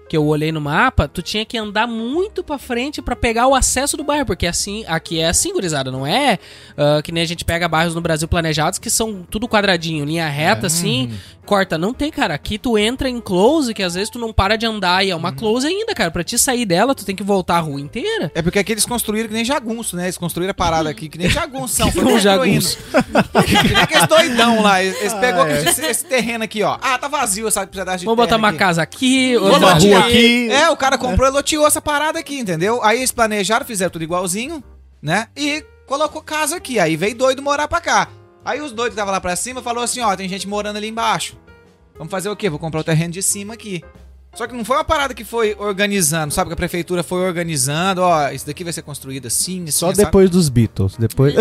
S1: que eu olhei no mapa, tu tinha que andar muito pra frente pra pegar o acesso do bairro, porque assim, aqui é assim, gurizada, não é ah, que nem a gente pega bairros no Brasil planejados que são tudo quadradinho, linha
S2: Uhum.
S1: reta, assim, corta. Não tem, cara. Aqui tu entra em close, que às vezes tu não para de andar e é uma
S2: Uhum.
S1: close ainda, cara. Pra te sair dela, tu tem que voltar a rua inteira.
S2: É porque aqui eles construíram que nem jagunço, né? Eles construíram a parada aqui que nem jagunço. São, foi
S1: Um
S2: como
S1: jagunço.
S2: Que nem aqueles doidão lá. Eles pegou
S4: é.
S2: esse, esse terreno aqui, ó. Ah, tá vazio essa pedaço de
S1: Vamos
S2: terra
S1: botar uma
S2: aqui.
S1: casa aqui,
S2: Vamos
S1: outra
S4: Uma
S2: lotear.
S4: rua aqui.
S2: É, o cara comprou e loteou essa parada aqui, entendeu? Aí eles planejaram, fizeram tudo igualzinho, né? E colocou casa aqui. Aí veio doido morar pra cá. Aí os doidos que estavam lá pra cima falou assim, ó, tem gente morando ali embaixo. Vamos fazer o quê? Vou comprar o terreno de cima aqui. Só que não foi uma parada que foi organizando, sabe? Que a prefeitura foi organizando, ó, isso daqui vai ser construído assim, assim,
S4: Só
S2: sabe?
S4: depois dos Beatles. Depois.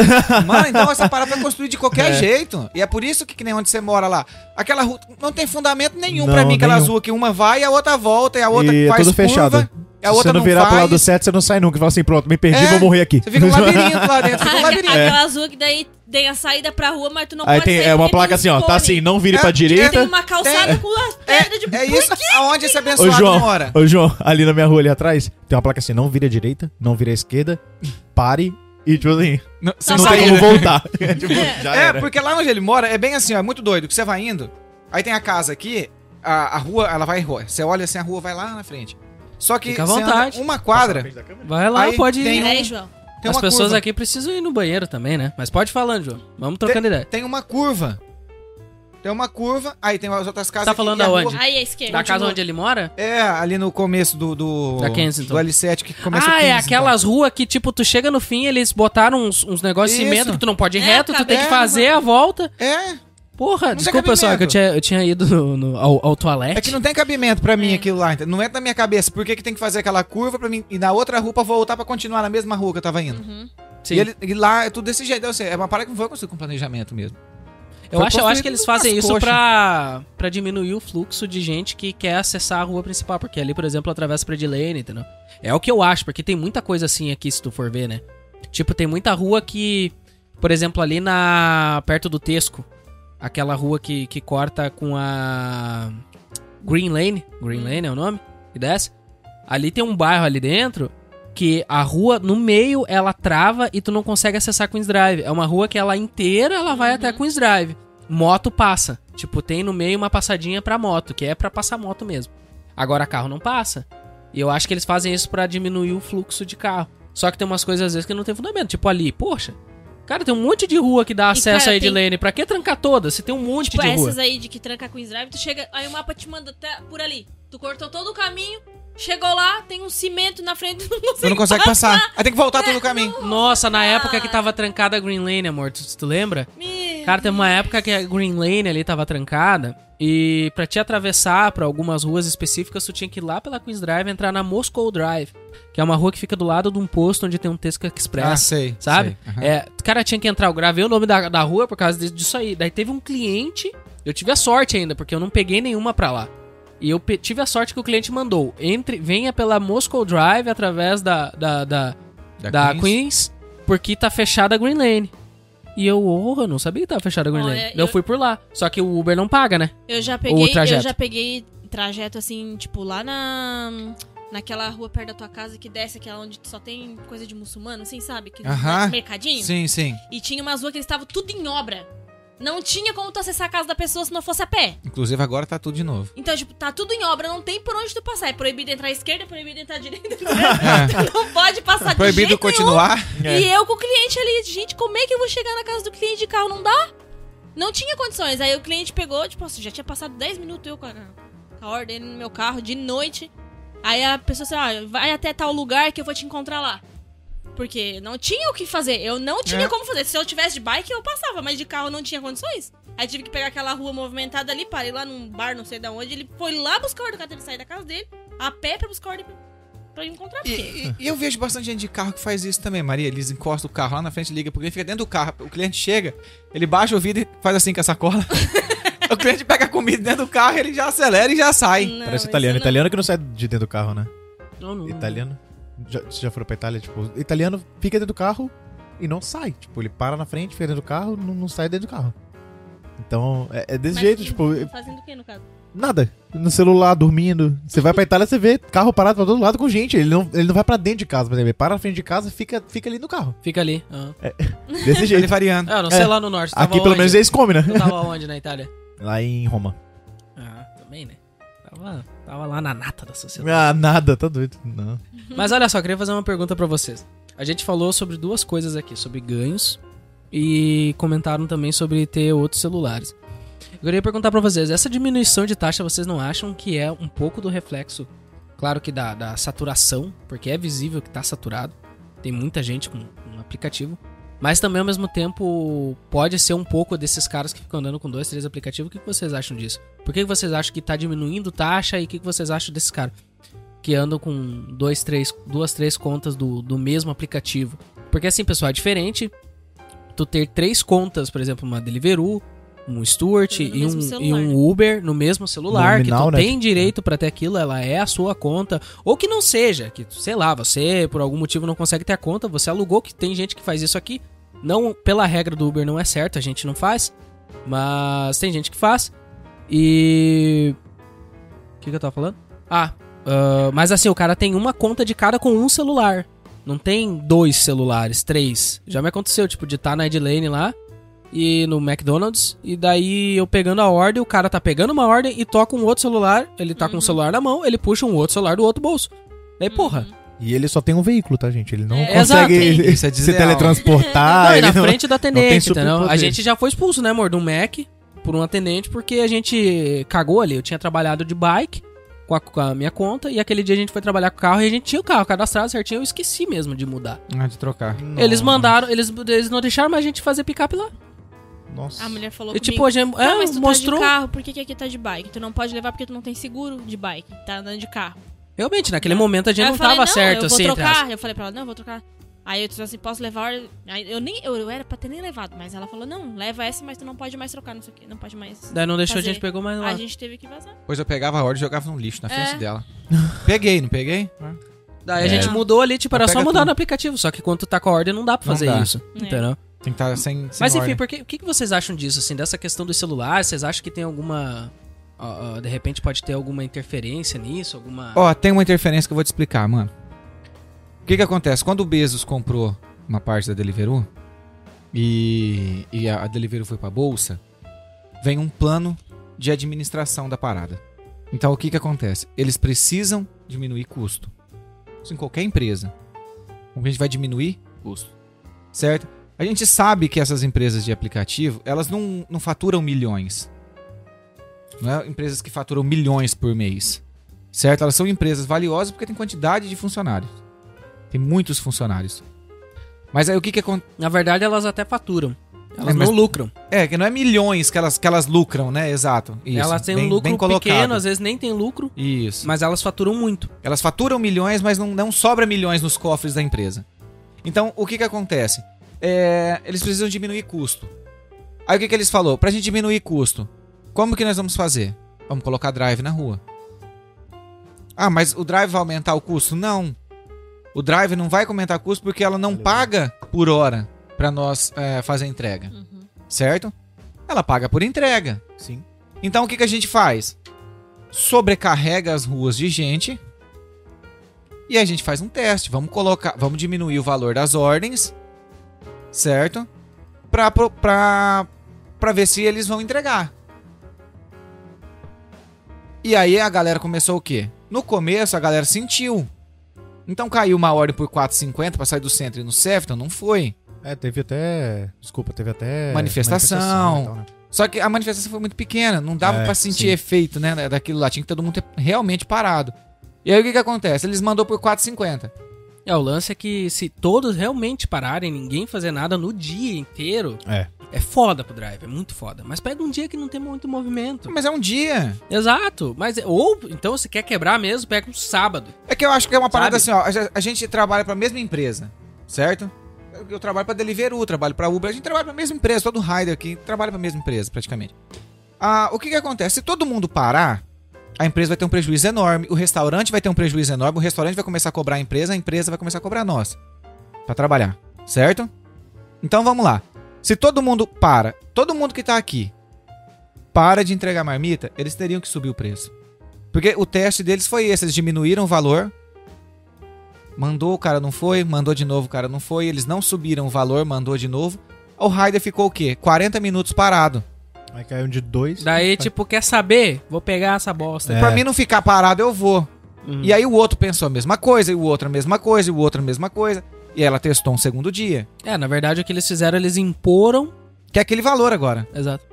S2: Mano, então essa parada foi construída de qualquer jeito. E é por isso que, que nem onde você mora lá. Aquela rua não tem fundamento nenhum pra
S4: Não,
S2: mim, aquelas
S4: nenhum.
S2: ruas que uma vai e a outra volta, e a outra
S4: E é
S2: faz
S4: tudo
S2: curva,
S4: fechado.
S2: e a outra
S4: Se você não virar
S2: vai.
S4: pro lado certo, você não sai nunca. Fala assim, pronto, me perdi,
S2: É,
S4: vou morrer aqui.
S2: Você fica um labirinto lá dentro,
S1: É.
S2: fica um labirinto.
S3: Aquela azul que daí tem a saída pra rua, mas tu não
S4: Aí
S3: pode
S4: tem
S3: sair
S4: é uma
S3: porque
S4: placa
S3: tem
S4: assim, ó.
S3: cone.
S4: Tá assim, não vire
S2: É,
S4: pra
S3: Tem
S4: direita.
S3: uma calçada com as pedras de
S2: É, é isso aonde esse
S4: Ô,
S2: abençoado
S4: João.
S2: mora.
S4: Ô, João, ali na minha rua ali atrás, tem uma placa assim, não vira à direita, não vira à esquerda, pare e tipo assim,
S2: Não,
S3: Tá
S2: você
S4: não
S3: bom.
S4: tem
S2: sabe-
S4: como voltar. É, tipo, já
S2: É,
S4: era.
S2: porque lá onde ele mora é bem assim, ó, é muito doido. Que você vai indo, aí tem a casa aqui, a, a rua, ela vai. Você olha assim, a rua vai lá na frente. Só que
S1: Fica à
S2: você anda
S1: vontade.
S2: uma quadra, tem
S1: Vai lá,
S2: Aí
S1: pode
S2: tem
S1: ir.
S2: um-
S3: É, João.
S2: uma
S1: As pessoas
S2: curva.
S1: aqui precisam ir no banheiro também, né? Mas pode ir falando, João. Vamos trocando ideia.
S2: Tem uma curva. Tem uma curva, aí tem as outras casas.
S1: Tá
S2: aqui,
S1: falando
S2: e a
S1: aonde?
S2: rua-
S3: Aí é esquerda.
S1: Da casa onde ele mora?
S2: É, ali no começo do. do
S1: Da Kensington.
S2: Do L7 que começa então.
S1: ah,
S2: o
S1: é
S2: 15,
S1: aquelas ruas que, tipo, tu chega no fim, eles botaram uns, uns negócios de
S2: Isso.
S1: cimento que tu não pode ir
S3: É,
S1: reto, tu tem que
S2: cabelo,
S1: fazer a volta.
S2: então. É,
S1: Porra,
S2: tem
S1: desculpa, pessoal,
S2: cabimento.
S1: que eu tinha, eu tinha ido no- no- ao, ao toalete.
S2: é que não tem cabimento pra
S1: É.
S2: mim aquilo lá. entendeu? Não entra na minha cabeça. Por que, que tem que fazer aquela curva pra mim e na outra rua pra voltar pra continuar na mesma rua que eu tava indo?
S1: Uhum. Sim.
S2: E, ele- e lá é tudo desse jeito. Ou seja, é uma parada que não foi construída com planejamento mesmo.
S1: eu,
S2: foi
S1: acho, eu acho que
S2: construído
S1: eles fazem
S2: nas
S1: isso
S2: coxas.
S1: pra, pra diminuir o fluxo de gente que quer acessar a rua principal, porque ali, por exemplo, atravessa pra Edilene, entendeu? É o que eu acho, porque tem muita coisa assim aqui, se tu for ver, né? Tipo, tem muita rua que, por exemplo, ali na perto do Tesco, aquela rua que, que corta com a Green Lane,
S2: Hum.
S1: Green Lane é o nome, e desce. Ali tem um bairro ali dentro que a rua no meio ela trava e tu não consegue acessar a Queens Drive. É uma rua que ela inteira ela vai
S3: Uhum.
S1: até a Queens Drive. Moto passa. Tipo, tem no meio uma passadinha pra moto, que é pra passar moto mesmo. Agora carro não passa. E eu acho que eles fazem isso pra diminuir o fluxo de carro. Só que tem umas coisas às vezes que não tem fundamento. Tipo ali, poxa. Cara, tem um monte de rua que dá acesso
S3: cara,
S1: a Edilene. Pra que trancar todas? Se tem um monte
S3: Tipo,
S1: de rua.
S3: essas aí de que tranca com o Drive, tu chega, aí o mapa te manda até por ali. Tu cortou todo o caminho, chegou lá, tem um cimento na frente, tu não
S2: Você não consegue
S3: consegue
S2: passar. Aí tem que voltar todo o caminho.
S1: Nossa,
S3: Ah.
S1: na época que tava trancada a Green Lane, amor, tu, tu lembra?
S3: Me-
S1: Cara, teve uma época que a Green Lane ali tava trancada e pra te atravessar pra algumas ruas específicas, tu tinha que ir lá pela Queens Drive e entrar na Moscow Drive, que é uma rua que fica do lado de um posto onde tem um Tesco
S2: Ah,
S1: Express.
S2: sei.
S1: Sabe?
S2: sei. Aham.
S1: É, o cara tinha que entrar, eu gravei o nome da, da rua por causa disso- disso aí. Daí teve um cliente, eu tive a sorte ainda, porque eu não peguei nenhuma pra lá. E eu pe- tive a sorte que o cliente mandou, entre, venha pela Moscow Drive através da- da- da, da Queens. porque tá fechada a Green Lane. E eu, oh, eu não sabia que tava fechada a Green
S3: Olha,
S1: Lane. Daí Eu...
S3: eu-
S1: fui por lá. Só que o Uber não paga, né?
S3: Eu já peguei, eu
S1: trajeto.
S3: já peguei trajeto assim, tipo, lá na naquela rua perto da tua casa que desce aquela onde só tem coisa de muçulmano, assim, sabe? Que
S2: Aham.
S3: mercadinho.
S2: Sim, sim.
S3: E tinha umas ruas que eles estavam tudo em obra. Não tinha como tu acessar a casa da pessoa se não fosse a pé.
S2: Inclusive agora tá tudo de novo.
S3: Então, tipo, tá tudo em obra, não tem por onde tu passar. É proibido entrar à esquerda, é proibido entrar à direita.
S2: É.
S3: tu não pode passar de
S2: Proibido
S3: Ah, jeito nenhum.
S2: continuar.
S4: É.
S3: E eu com o cliente ali, gente, como é que eu vou chegar na casa do cliente de carro? Não dá? Não tinha condições. Aí o cliente pegou, tipo assim, já tinha passado 10 minutos eu com a, com a ordem no meu carro de noite. Aí a pessoa disse, ah, vai até tal lugar que eu vou te encontrar lá. Porque não tinha o que fazer. Eu não tinha
S2: É.
S3: como fazer. Se eu tivesse de bike, eu passava, mas de carro eu não tinha condições. Aí tive que pegar aquela rua movimentada ali, parei lá num bar, não sei de onde. Ele foi lá buscar o ordem, ele sair da casa dele, a pé pra buscar o ordem pra- pra eu encontrar.
S2: E,
S3: Porque...
S2: e- e eu vejo bastante gente de carro que faz isso também, Maria. Eles encostam o carro lá na frente, liga pro cliente, fica dentro do carro. O cliente chega, ele baixa o vidro e faz assim com a sacola. o cliente pega a comida dentro do carro, ele já acelera e já
S1: Hum.
S2: sai.
S3: Não,
S4: Parece
S3: isso
S4: italiano.
S3: não.
S4: Italiano que não sai de dentro do carro, né?
S1: Não, não.
S4: Italiano. Já, você já foram pra Itália? Tipo, italiano fica dentro do carro e não sai. Tipo, ele para na frente, fica dentro do carro, não, não sai dentro do carro. Então, é, é
S3: Mas
S4: desse
S3: tá
S4: jeito, tipo, é-
S3: Fazendo o que no caso?
S4: nada. No celular, dormindo. Você vai pra Itália, você vê carro parado pra todo lado com gente. Ele não, ele não vai pra dentro de casa, por exemplo. Ele para na frente de casa fica fica ali no carro.
S1: Fica ali. Ah,
S4: Desse
S2: Ele
S4: jeito.
S2: variando.
S1: Ah, não sei lá no norte. tu tava
S4: Aqui, pelo
S1: onde?
S4: menos, eles comem, né?
S1: Tu tava onde na Itália?
S4: Lá em Roma.
S1: Ah, também, né? Tava, tava lá na nata da sociedade.
S4: Ah, nada, tá doido. Não.
S1: Mas olha só, eu queria fazer uma pergunta pra vocês. A gente falou sobre duas coisas aqui, sobre ganhos e comentaram também sobre ter outros celulares. Eu queria perguntar pra vocês, essa diminuição de taxa vocês não acham que é um pouco do reflexo, claro que da, da saturação, porque é visível que tá saturado, tem muita gente com um aplicativo, mas também ao mesmo tempo pode ser um pouco desses caras que ficam andando com dois, três aplicativos. O que que vocês acham disso? Por que que vocês acham que tá diminuindo taxa e o que que vocês acham desses caras? que andam com dois, três, duas, três contas do, do mesmo aplicativo. Porque assim, pessoal, é diferente tu ter três contas, por exemplo, uma Deliveroo, um Stuart
S3: Tudo no
S1: e
S3: mesmo
S1: um,
S3: celular.
S1: e um Uber no mesmo celular, que
S4: Nominal,
S1: tu
S4: né?
S1: tem direito pra ter aquilo, ela é a sua conta, ou que não seja, que sei lá, você por algum motivo não consegue ter a conta, você alugou, que tem gente que faz isso aqui, não pela regra do Uber não é certo, a gente não faz, mas tem gente que faz. E o que, que eu tava falando? Ah, ah, mas assim, o cara tem uma conta de cada com um celular. Não tem dois celulares, três. Já me aconteceu, tipo, de estar na Edlane lá e no McDonald's. E daí eu pegando a ordem, o cara tá pegando uma ordem e toca um outro celular. Ele tá com um
S3: Uhum.
S1: celular na mão, ele puxa um outro celular do outro bolso. Daí, porra.
S4: E ele só tem um veículo, tá, gente? Ele não
S3: É,
S4: consegue
S2: exato. Isso é
S4: se
S2: desleal.
S4: teletransportar.
S1: não, e
S4: Ah, ele
S1: na
S4: não-
S1: frente da
S4: tem
S1: atendente, entendeu? A
S4: superpoder.
S1: gente já foi expulso, né, amor, do Mac por um atendente porque a gente cagou ali. Eu tinha trabalhado de bike com a, com a minha conta e aquele dia a gente foi trabalhar com o carro e a gente tinha o carro cadastrado certinho. Eu esqueci mesmo de mudar.
S2: Ah, de trocar.
S1: Eles mandaram, eles, eles não deixaram mais a gente fazer picape lá.
S4: Nossa.
S3: A mulher falou
S1: E
S3: comigo,
S1: tipo, a gente,
S3: Tá,
S1: é,
S3: mas tu
S1: mostrou.
S3: tá de carro, por que, que aqui tá de bike? Tu não pode levar porque tu não tem seguro de bike, tá andando de carro.
S1: Realmente, naquele momento a gente
S3: Aí
S1: não
S3: eu falei,
S1: tava certo,
S3: eu vou
S1: assim, entre aspas.
S3: trocar. Eu falei pra ela, não, eu vou trocar. Aí eu disse assim, posso levar... Aí eu nem, eu, eu era pra ter nem levado, mas ela falou, não, leva essa, mas tu não pode mais trocar, não sei o quê, não pode mais...
S1: Daí não deixou,
S3: fazer.
S1: a gente pegou mais um lá.
S3: A gente teve que vazar.
S2: Depois eu pegava a ordem e jogava no lixo na frente
S3: É.
S2: dela. Peguei, não peguei?
S1: Daí a
S4: É.
S1: gente mudou ali, tipo, era
S2: Pega
S1: só mudar
S2: tudo.
S1: no aplicativo. Só que quando tu tá com a ordem, não dá pra
S2: Não
S1: fazer
S2: dá.
S1: isso.
S3: É.
S1: Entendeu?
S2: Tem que estar sem, sem
S1: Mas enfim,
S2: ordem.
S1: porque, o que, que vocês acham disso, assim, dessa questão dos celulares? Vocês acham que tem alguma. ó, ó, de repente pode ter alguma interferência nisso? Alguma.
S2: Ó, tem uma interferência que eu vou te explicar, mano. O que que acontece? Quando o Bezos comprou uma parte da Deliveroo e, e a a Deliveroo foi pra bolsa, vem um plano de administração da parada. Então o que que acontece? Eles precisam diminuir custo. Isso em qualquer empresa. Como que a gente vai diminuir custo? Certo? A gente sabe que essas empresas de aplicativo, elas não, não faturam milhões. Não é empresas que faturam milhões por mês certo? Elas são empresas valiosas porque tem quantidade de funcionários. Tem muitos funcionários. Mas aí o que que acontece?
S1: Na verdade, elas até faturam. Elas
S2: É, mas-
S1: não lucram.
S2: É, que não é milhões que elas, que elas lucram, né? Exato. Isso.
S1: elas têm
S2: Bem-
S1: um
S2: bem
S1: lucro
S2: colocado.
S1: pequeno, às vezes nem tem lucro,
S2: Isso.
S1: mas elas faturam muito.
S2: Elas faturam milhões, mas não, não sobra milhões nos cofres da empresa. Então, o que que acontece? É, eles precisam diminuir custo. Aí o que que eles falou? Pra gente diminuir custo, como que nós vamos fazer? Vamos colocar drive na rua. Ah, mas o drive vai aumentar o custo? Não. O drive não vai aumentar o custo porque ela não
S4: Valeu.
S2: paga por hora pra nós é, fazer a entrega,
S3: Uhum.
S2: certo? Ela paga por entrega.
S4: Sim.
S2: Então o que, que a gente faz? Sobrecarrega as ruas de gente e a gente faz um teste. Vamos colocar, vamos diminuir o valor das ordens, certo? Pra, pro- pra, pra ver se eles vão entregar. E aí a galera começou o quê? No começo a galera sentiu. Então caiu uma ordem por 4,50 pra sair do centro e ir no Sefton? Não foi.
S4: É, teve até. Desculpa, teve até.
S2: Manifestação.
S4: manifestação e tal, né?
S2: Só que a manifestação foi muito pequena, não dava
S4: É,
S2: pra sentir
S4: sim.
S2: efeito, né, da- daquilo lá. Tinha que todo mundo ter realmente parado. E aí o que que acontece? Eles mandou por 4,50.
S1: É, o lance é que se todos realmente pararem, ninguém fazer nada no dia inteiro,
S4: É.
S1: é foda pro drive, é muito foda. Mas pega um dia que não tem muito movimento.
S2: Mas é um dia.
S1: Exato, mas ou então se quer quebrar mesmo, pega um sábado.
S2: É que eu acho que é uma parada
S1: Sabe?
S2: assim, ó. a- A gente trabalha pra mesma empresa, certo? Eu- Eu trabalho pra Deliveroo, trabalho pra Uber, a gente trabalha pra mesma empresa, todo rider aqui trabalha pra mesma empresa, praticamente. Ah, o que que acontece? Se todo mundo parar, a empresa vai ter um prejuízo enorme, o restaurante vai ter um prejuízo enorme, o restaurante vai começar a cobrar a empresa, a empresa vai começar a cobrar nós Pra trabalhar, certo? Então vamos lá. Se todo mundo para, todo mundo que tá aqui para de entregar marmita, eles teriam que subir o preço. Porque o teste deles foi esse, eles diminuíram o valor Mandou, o cara não foi, mandou de novo, o cara não foi, eles não subiram o valor, mandou de novo. O Raider ficou o quê? 40 minutos parado.
S4: Aí caiu um de dois.
S1: Daí, tipo, quer saber? Vou pegar essa bosta.
S4: É.
S2: Pra mim não ficar parado, eu vou.
S1: Uhum.
S2: E aí o outro pensou a mesma coisa, e o outro a mesma coisa, e o outro a mesma coisa. E ela testou um segundo dia.
S1: É, na verdade o que eles fizeram, eles imporam.
S2: Que é aquele valor agora.
S1: Exato.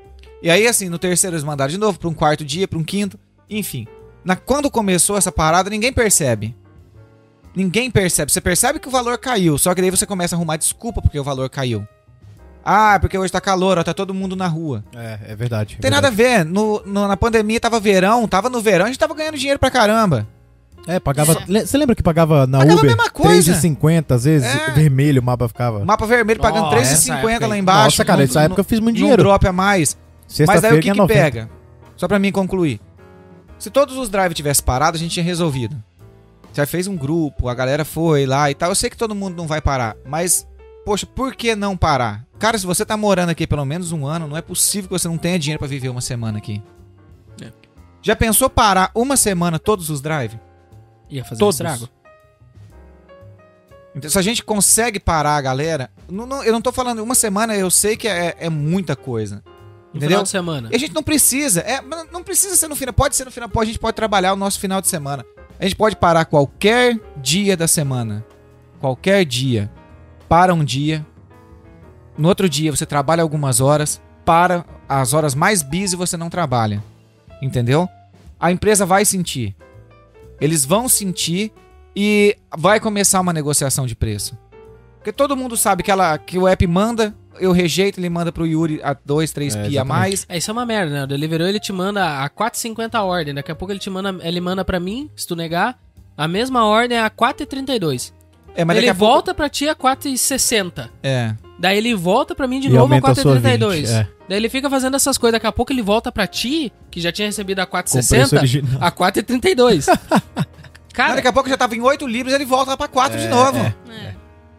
S2: E aí, assim, no terceiro eles mandaram de novo, pra um quarto dia, pra um quinto, enfim. Na, quando começou essa parada, ninguém percebe. Ninguém percebe. Você percebe que o valor caiu, só que daí você começa a arrumar desculpa porque o valor caiu. Ah, é porque hoje tá calor, ó, tá todo mundo na rua.
S4: É, é verdade. é
S2: Tem nada a ver. No, no- na pandemia tava verão, tava no verão, a gente tava ganhando dinheiro pra caramba.
S4: verdade. É, pagava. le- Você lembra que pagava na
S2: Pagava a
S4: Uber?
S2: mesma coisa.
S4: 3,50 às vezes,
S2: É.
S4: vermelho o mapa ficava.
S2: Mapa vermelho pagando
S1: Nossa, essa época
S2: 3,50 lá
S1: aí.
S2: embaixo.
S4: Nossa, cara,
S2: num-
S4: nessa época eu fiz muito
S2: num
S4: dinheiro.
S2: drop a mais. Mas daí
S4: Sexta-feira é
S2: o que,
S4: ganha
S2: que
S4: 90.
S2: pega? Só pra mim concluir. Se todos os drives tivessem parado, a gente tinha resolvido. Já fez um grupo, a galera foi lá e tal. Eu sei que todo mundo não vai parar, mas, poxa, por que não parar? Cara, se você tá morando aqui pelo menos um ano, não é possível que você não tenha dinheiro pra viver uma semana aqui.
S1: É.
S2: Já pensou parar uma semana todos os drives?
S1: Ia fazer um
S2: Todos.
S1: estrago.
S2: Então, se a gente consegue parar a galera, não- não- eu não tô falando uma semana, eu sei que é, é muita coisa.
S1: No
S2: Entendeu?
S1: final de semana.
S2: E a gente não precisa. É, mas não precisa ser no final. Pode ser no final. Pode, a gente pode trabalhar o nosso final de semana. A gente pode parar qualquer dia da semana. Qualquer dia. Para um dia. No outro dia você trabalha algumas horas. Para as horas mais busy você não trabalha. Entendeu? A empresa vai sentir. Eles vão sentir e vai começar uma negociação de preço. Porque todo mundo sabe que, ela, que o app manda, eu rejeito, ele manda pro Yuri a 2, 3
S4: É,
S2: pia a
S4: exatamente.
S2: mais.
S1: É, isso é uma merda, né? O Deliveroo ele te manda a 4,50 a ordem. Daqui a pouco ele te manda, ele manda pra mim, se tu negar, a mesma ordem é a 4,32.
S2: É, mas
S1: ele
S2: daqui a pouco-
S1: volta pra ti a 4,60.
S2: É.
S1: Daí ele volta pra mim de
S4: E
S1: novo a
S4: aumenta a sua
S1: 4,32.
S4: 20, é.
S1: Daí ele fica fazendo essas coisas. Daqui a pouco ele volta pra ti, que já tinha recebido a
S4: Com preço
S1: 4,60,
S4: original.
S1: a
S2: é
S1: 4,32.
S2: Mas
S1: Cara,
S2: Ah, daqui a pouco já tava em 8 livros, ele volta lá pra 4 de novo.
S4: é.
S3: É.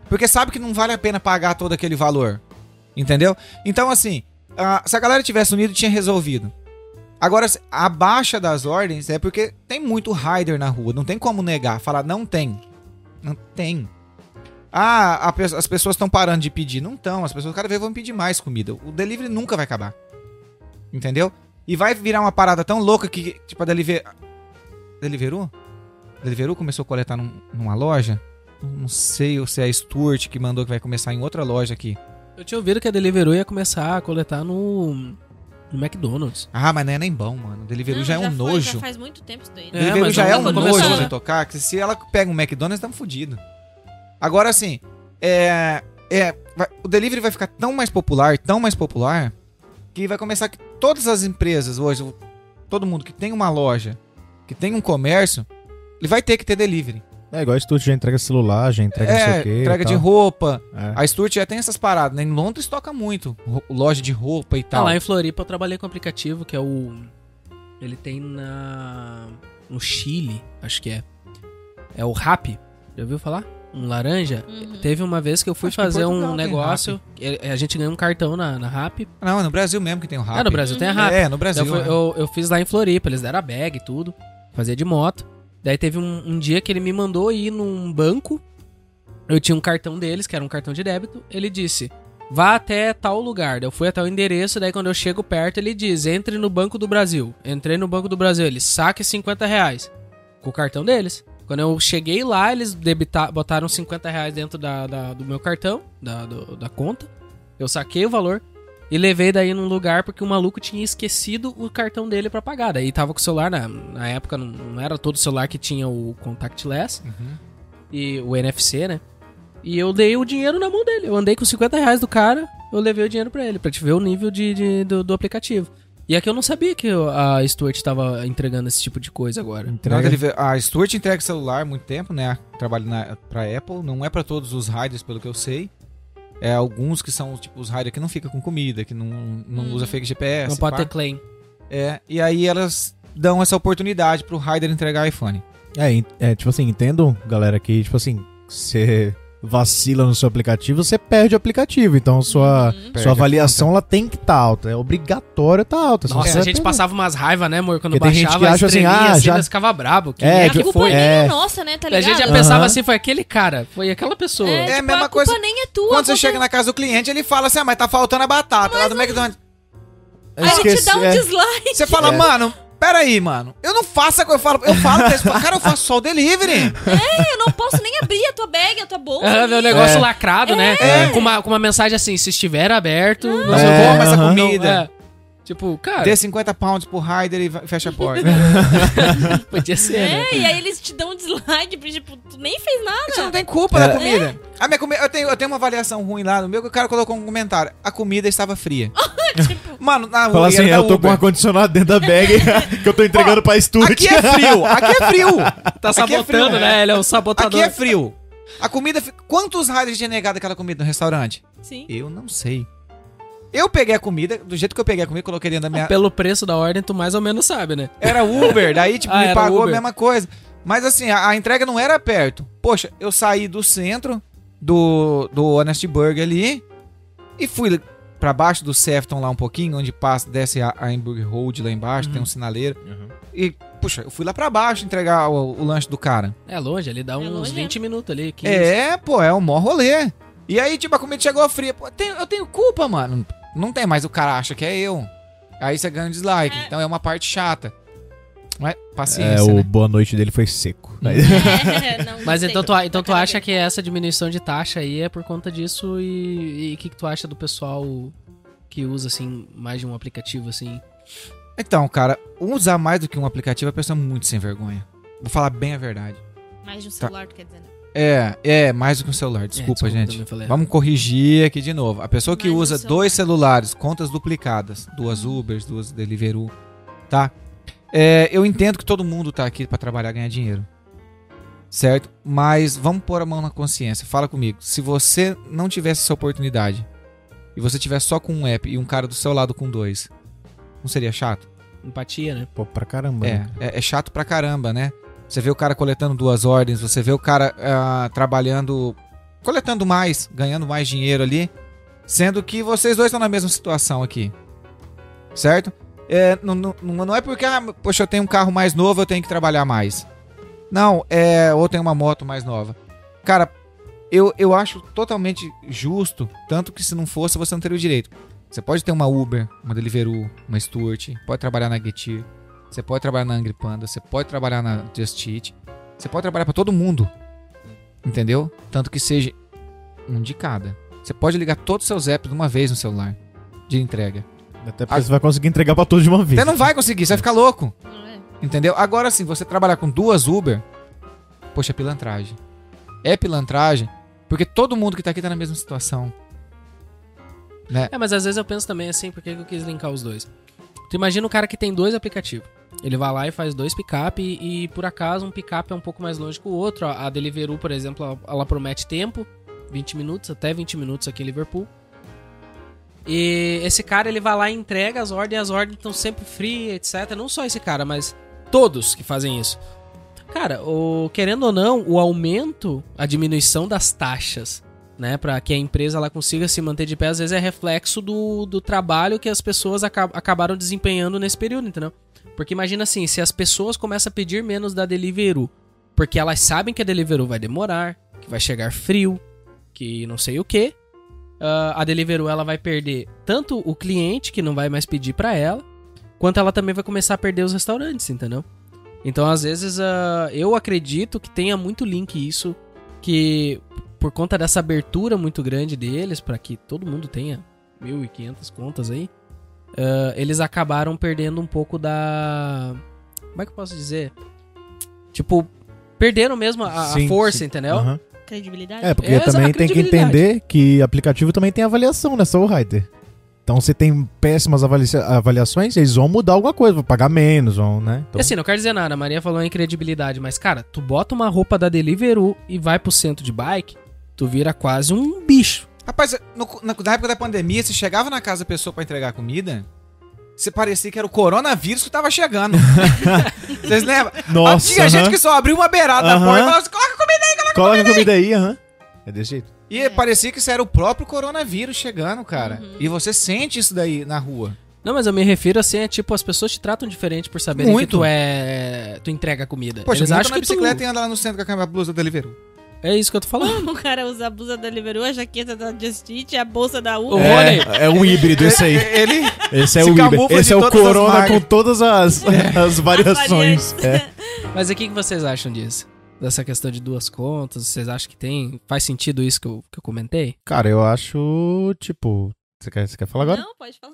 S2: Porque sabe que não vale a pena pagar todo aquele valor. Entendeu? Então, assim, ah, se a galera tivesse unido, tinha resolvido. Agora, se- a baixa das ordens é porque tem muito rider na rua. Não tem como negar. Falar, não tem. Não tem. Ah, a pe- as pessoas estão parando de pedir. Não estão. As pessoas cada vez vão pedir mais comida. O delivery nunca vai acabar. Entendeu? E vai virar uma parada tão louca que, tipo, a Deliver... Deliveroo? Deliveroo começou a coletar num- numa loja? Não sei ou se é a Stuart que mandou que vai começar em outra loja aqui.
S1: eu tinha ouvido que a Deliveroo ia começar a coletar no, no McDonald's.
S2: Ah, mas não é nem bom, mano. Deliveroo
S3: Não,
S2: já é um
S3: foi,
S2: nojo.
S3: Já faz muito tempo isso daí.
S1: É,
S3: Né?
S2: Deliveroo
S1: mas
S2: já
S1: não
S2: é
S1: tá
S2: um
S1: começando,
S2: nojo
S1: né?
S2: de tocar, que se ela pega um McDonald's, tamo fudido. Agora assim, é, é, vai- o delivery vai ficar tão mais popular, tão mais popular, que vai começar que todas as empresas hoje, o- todo mundo que tem uma loja, que tem um comércio, ele vai ter que ter delivery.
S4: É igual estúdio, já entrega celular, já entrega não sei
S2: é,
S4: o quê.
S2: entrega
S4: e
S2: de
S4: tal.
S2: roupa.
S4: É.
S2: A Stuart já tem essas paradas, né? Em Londres toca muito, ro- loja de roupa e
S1: Tá
S2: tal.
S1: lá em Floripa eu trabalhei com um aplicativo que é o. Ele tem na. No Chile, acho que é. É o Rap. Já ouviu falar? Um laranja?
S3: Uhum.
S1: Teve uma vez que eu fui
S2: Acho que em
S1: fazer
S2: Portugal
S1: um
S2: tem
S1: negócio. e A gente ganhou um cartão na, na Rap.
S2: Não, é no Brasil mesmo que tem o rap.
S1: Ah, no Brasil tem a Rap.
S2: É, no
S1: Então
S2: Brasil.
S1: eu, fui-
S2: é.
S1: eu, eu fiz lá em Floripa, eles deram a bag e tudo. Fazia de moto. Daí teve um, um dia que ele me mandou ir num banco. Eu tinha um cartão deles, que era um cartão de débito. Ele disse: vá até tal lugar. Daí Eu fui até o endereço, daí quando eu chego perto, ele diz: entre no Banco do Brasil. Entrei no Banco do Brasil, ele saque 50 reais. Com o cartão deles. Quando eu cheguei lá, eles debita- botaram 50 reais dentro da, da- do meu cartão, da, do- da conta. Eu saquei o valor. E levei daí num lugar porque o maluco tinha esquecido o cartão dele pra pagar. Daí tava com o celular, na, na época não, não era todo celular que tinha o contactless
S2: Uhum.
S1: e o NFC, né? E eu dei o dinheiro na mão dele. Eu andei com 50 reais do cara, eu levei o dinheiro pra ele, pra te ver o nível de, de- do, do aplicativo. E aqui eu não sabia que o- a Stuart tava entregando esse tipo de coisa agora.
S2: Entrega.
S4: Entrega.
S2: A Stuart entrega celular há muito tempo, né? Trabalha na, pra Apple. Não é pra todos os riders, pelo que eu sei. É alguns que são, tipo, os riders que não fica com comida, que não, não
S3: Hum.
S2: usa fake GPS.
S1: Uhum. não pode
S2: pá.
S1: ter claim.
S2: É, e aí elas dão essa oportunidade pro rider entregar iPhone.
S4: É, en- é, tipo assim, entendo, galera, que, tipo assim, você vacila no seu aplicativo, você perde o aplicativo. Então sua,
S3: Uhum.
S2: Perde
S4: sua
S2: a
S4: avaliação ela tem que estar alta. É obrigatório estar alta. senão
S1: Nossa,
S4: você
S1: a
S4: vai
S1: gente
S4: perder.
S1: passava umas raivas, né, amor? Quando
S4: Porque tem gente
S1: baixava
S4: que
S1: a
S4: acha assim,
S1: estrelinha, assim,
S4: ah, já-
S1: nós ficava brabo. Que
S4: É,
S1: merda
S3: a
S4: que
S1: que
S3: culpa
S1: foi?
S3: nem
S4: É.
S3: é nossa, né? Tá
S1: A
S3: ligado?
S1: gente já pensava
S4: Aham.
S1: assim, foi aquele cara, foi aquela pessoa.
S3: É,
S2: É a
S3: tipo,
S2: mesma
S3: a
S2: coisa-
S3: culpa nem é tua.
S2: Quando
S3: a
S2: você
S1: Uhum.
S3: culpa-
S2: chega na casa do cliente, ele fala assim: ah, mas tá faltando a batata lá do
S1: é
S2: McDonald's.
S4: Eu
S3: Aí ele te
S4: esqueci,
S3: dá um
S4: é.
S3: dislike.
S2: Você fala, mano, peraí, mano. Eu não faço a coisa. Eu falo, eu falo pra eles, falo, cara, eu faço só o delivery.
S3: Eu não posso nem abrir a tua bag, a tua bolsa.
S1: Ah,
S3: ali.
S1: meu negócio lacrado, né?
S2: É.
S1: Com, uma, com uma mensagem assim, se estiver aberto, não
S2: Mas
S1: sei o
S2: eu
S1: quê.
S2: como essa
S4: aham.
S2: comida.
S1: É. Tipo, cara,
S2: Dê 50 pounds pro rider e vai- fecha a porta.
S1: podia ser, né?
S3: É, e aí eles te dão um dislike, porque, tipo, tu nem fez nada.
S2: Você Ah, não tem culpa
S4: É.
S2: da comida. A minha comi- eu, tenho, eu tenho uma avaliação ruim lá no meu que o cara colocou um comentário. A comida estava fria. Mano, na rua.
S4: Fala
S2: e
S4: assim,
S2: era da
S4: eu tô com
S2: Uber.
S4: um ar-condicionado dentro da bag que eu tô entregando pra Stuart.
S2: Aqui é frio, aqui é frio.
S1: Tá
S2: Aqui é frio,
S1: sabotando, né? Ele é o sabotador.
S2: Aqui é frio. A comida. fi- Quantos riders tinha negado aquela comida no restaurante?
S3: Sim.
S2: Eu não sei. Eu peguei a comida, do jeito que eu peguei a comida, coloquei dentro da minha.
S1: Pelo preço da ordem, tu mais ou menos sabe, né?
S2: Era Uber, daí tipo,
S1: Ah,
S2: me
S1: era
S2: pagou
S1: Uber.
S2: a mesma coisa. Mas assim, a, a entrega não era perto. Poxa, eu saí do centro do, do Honest Burger ali e fui pra baixo do Sefton lá um pouquinho, onde passa, desce a, a Hamburg Road lá embaixo,
S1: Uhum.
S2: tem um sinaleiro. E, puxa, eu fui lá pra baixo entregar o, o lanche do cara.
S1: É longe, ele dá uns
S3: longe,
S1: 20 minutos ali. 15.
S2: É, pô, é um mó rolê. E aí, tipo, a comida chegou fria. Pô, tem- eu tenho culpa, mano. Não tem mais, o cara acha que é eu. Aí você ganha um dislike.
S3: É.
S2: Então é uma parte chata. Mas paciência.
S4: É,
S2: né? Uhum.
S4: o boa noite dele foi seco. Aí-
S3: É, não
S1: Mas
S3: sei.
S1: então tu, então tu
S3: Cara
S1: acha que essa diminuição de taxa aí é por conta disso e e o que, que tu acha do pessoal que usa, assim, mais de um aplicativo, assim?
S2: Então, cara, usar mais do que um aplicativo é pessoa muito sem vergonha. Vou falar bem a verdade.
S3: Mais
S1: Tá.
S3: de um celular, tu quer dizer, né?
S2: É, é, mais do que um celular, desculpa,
S1: desculpa,
S2: gente.
S1: também falei.
S2: Vamos corrigir aqui de novo. A pessoa que
S3: Mais um
S2: usa
S3: celular.
S2: dois celulares, contas duplicadas, duas Ubers, duas Deliveroo, tá? É, eu entendo que todo mundo tá aqui pra trabalhar e ganhar dinheiro. Certo? Mas vamos pôr a mão na consciência. Fala comigo. Se você não tivesse essa oportunidade e você tivesse só com um app e um cara do seu lado com dois, não seria chato?
S1: Empatia, né?
S4: Pô, pra caramba.
S2: É,
S4: né?
S2: é, é chato pra caramba, né? Você vê o cara coletando duas ordens, você vê o cara ah, trabalhando, coletando mais, ganhando mais dinheiro ali, sendo que vocês dois estão na mesma situação aqui, certo? É, não, não, não é porque, ah, poxa, eu tenho um carro mais novo, eu tenho que trabalhar mais. Não, é, ou tenho uma moto mais nova. Cara, eu, eu acho totalmente justo, tanto que se não fosse, você não teria o direito. Você pode ter uma Uber, uma Deliveroo, uma Stuart, pode trabalhar na Getir, você pode trabalhar na Angry Panda, você pode trabalhar na Just Eat, você pode trabalhar pra todo mundo. Entendeu? Tanto que seja um de cada. Você pode ligar todos os seus apps de uma vez no celular de entrega.
S4: Até porque você vai conseguir entregar pra todos de uma vez.
S2: Você não vai conseguir, você vai ficar louco.
S3: Não é?
S2: Entendeu? Agora sim, você trabalhar com duas Uber, poxa, é pilantragem. É pilantragem, porque todo mundo que tá aqui tá na mesma situação.
S1: É, mas às vezes eu penso também assim, por que que eu quis linkar os dois? Tu imagina o cara que tem dois aplicativos. Ele vai lá e faz dois picape e, e, por acaso um picape é um pouco mais longe que o outro. A a Deliveroo, por exemplo, ela- ela promete tempo, 20 minutos, até 20 minutos aqui em Liverpool. E esse cara, ele vai lá e entrega as ordens, as ordens estão sempre frias, etc. Não só esse cara, mas todos que fazem isso. Cara, o, querendo ou não, o aumento, a diminuição das taxas, né, para que a empresa ela consiga se manter de pé, às vezes é reflexo do, do trabalho que as pessoas aca- acabaram desempenhando nesse período, entendeu? Porque imagina assim, se as pessoas começam a pedir menos da Deliveroo, porque elas sabem que a Deliveroo vai demorar, que vai chegar frio, que não sei o que, a Deliveroo ela vai perder tanto o cliente que não vai mais pedir pra ela, quanto ela também vai começar a perder os restaurantes, entendeu? Então às vezes ah, eu acredito que tenha muito link isso que por conta dessa abertura muito grande deles para que todo mundo tenha 1.500 contas aí, ah, eles acabaram perdendo um pouco da. Como é que eu posso dizer? Tipo, perderam mesmo a, a
S4: Sim,
S1: força,
S4: sim.
S2: né?
S1: entendeu?
S4: Aham.
S3: Credibilidade?
S4: É, porque
S1: É, exato,
S4: também tem que
S1: credibilidade.
S4: entender que aplicativo também tem avaliação, né, Soul Rider? Então, se tem péssimas avalia- avaliações, eles vão mudar alguma coisa, vão pagar menos, vão, né? Então,
S1: E Assim, não quero dizer nada, a Maria falou em credibilidade, mas cara, tu bota uma roupa da Deliveroo e vai pro centro de bike, tu vira quase um bicho.
S2: Rapaz, no- na, na época da pandemia, você chegava na casa da pessoa pra entregar comida, você parecia que era o coronavírus que tava chegando. Vocês lembram?
S4: Nossa,
S2: Tinha gente
S4: aham.
S2: que só abriu uma beirada da
S4: Aham.
S2: porta e falava assim, coloca comida.
S4: coloca a comida aí, aham. É desse jeito.
S2: E
S3: É.
S2: parecia que isso era o próprio coronavírus chegando, cara.
S3: Uhum.
S2: E você sente isso daí na rua.
S1: Não, mas eu me refiro assim, é tipo, as pessoas te tratam diferente por saberem que
S2: Muito.
S1: tu é. Tu entrega comida.
S2: Poxa,
S1: Eles
S2: eu
S1: acham
S2: na
S1: que
S2: bicicleta
S1: tu...
S2: e anda lá no centro com a cam- a blusa da Deliveroo.
S1: É isso que eu tô falando.
S3: O cara usa a blusa da Deliveroo, a jaqueta da Just Eat, a bolsa da
S1: O
S3: U.
S1: É. Rony.
S4: É, um híbrido esse aí.
S2: Ele...
S4: Esse
S2: Se
S4: é o híbrido.
S2: camufla
S4: Esse
S2: de
S4: é o
S2: todas as
S4: Corona
S2: marcas. É.
S4: com todas as, as
S3: variantes.
S4: variações. É.
S1: Mas e o que que vocês acham disso? Dessa questão de duas contas, vocês acham que tem. Faz sentido isso que eu, que eu comentei?
S4: Cara, eu acho, tipo... Você quer, você quer falar agora?
S3: Não, pode falar.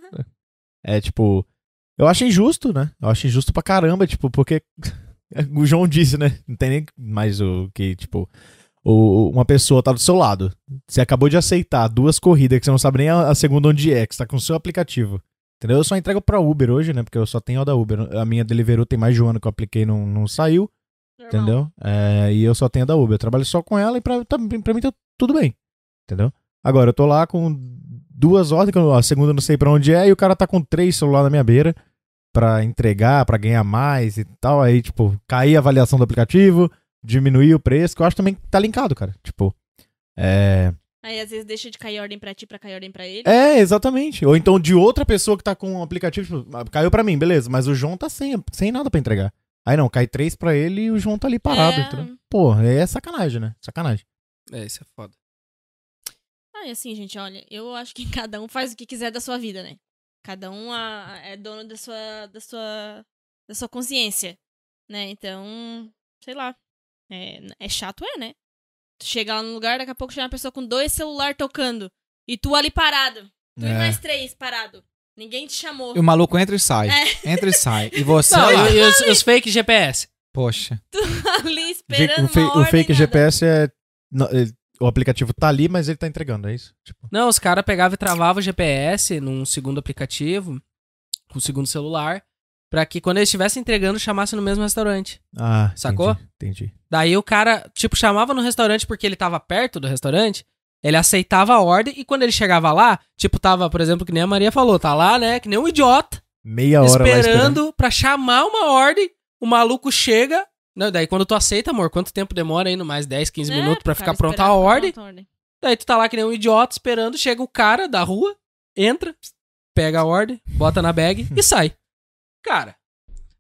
S4: É tipo. Eu acho injusto, né? Eu acho injusto pra caramba, tipo, porque. o João disse, né? Não tem nem mais o que, tipo. o- uma pessoa tá do seu lado. Você acabou de aceitar duas corridas que você não sabe nem a, a segunda onde é, que você tá com o seu aplicativo. Entendeu? Eu só entrego pra Uber hoje, né? Porque eu só tenho a da Uber. A minha Deliveroo tem mais de um ano que eu apliquei e não, não saiu,
S3: Normal.
S4: entendeu? É, e eu só tenho a da Uber. Eu trabalho só com ela e pra, tá, pra mim tá tudo bem. Entendeu? Agora, eu tô lá com duas ordens, que eu- a segunda eu não sei pra onde é, e o cara tá com três celulares na minha beira pra entregar, pra ganhar mais e tal. Aí, tipo, cair a avaliação do aplicativo, diminuir o preço, que eu acho também que tá linkado, cara. Tipo, é.
S3: Aí às vezes deixa de cair ordem pra ti, pra cair ordem pra ele.
S4: É, exatamente. Ou então de outra pessoa que tá com o aplicativo, tipo, caiu pra mim, beleza, mas o João tá sem, sem nada pra entregar. Aí não, cai três pra ele e o João tá ali parado.
S3: É.
S4: entendeu? Pô, aí é sacanagem, né? Sacanagem.
S1: É, isso é foda.
S3: Ah, e assim, gente, olha, eu acho que cada um faz o que quiser da sua vida, né? Cada um ah, é dono da sua, da sua, da sua consciência, né? Então, sei lá. É, é chato, é, né? Tu chega lá no lugar, daqui a pouco chega uma pessoa com dois celular tocando. E tu ali parado. Tu e
S2: É.
S3: mais três parado. Ninguém te chamou.
S2: E o maluco entra e sai. Entra e sai. E você
S1: Não,
S2: lá.
S1: e, e os, os fake GPS?
S2: Poxa.
S3: ali
S4: Ge-
S3: esperando
S4: o, fe-
S3: uma
S4: o
S3: ordem,
S4: fake
S3: nada.
S4: GPS é. não, ele- o aplicativo tá ali, mas ele tá entregando, é isso? Tipo,
S1: Não, os caras pegavam e travavam o GPS num segundo aplicativo, com o segundo celular, pra que quando eles estivessem entregando, chamasse no mesmo restaurante.
S4: ah,
S1: Sacou?
S4: Entendi. entendi.
S1: Daí o cara, tipo, chamava no restaurante porque ele tava perto do restaurante, ele aceitava a ordem e quando ele chegava lá, tipo, tava, por exemplo, que nem a Maria falou, tá lá, né, que nem um idiota,
S4: Meia É hora lá esperando.
S1: esperando pra chamar uma ordem, o maluco chega. Não, daí quando tu aceita, amor, quanto tempo demora aí? No mais 10, 15
S3: É,
S1: minutos pra
S3: pro cara
S1: ficar pronta
S3: esperar
S1: a
S3: ficar
S1: ordem.
S3: pronta a ordem.
S1: Daí tu tá lá que nem um idiota esperando, chega o cara da rua, entra, pega a ordem, bota na bag e sai. Cara.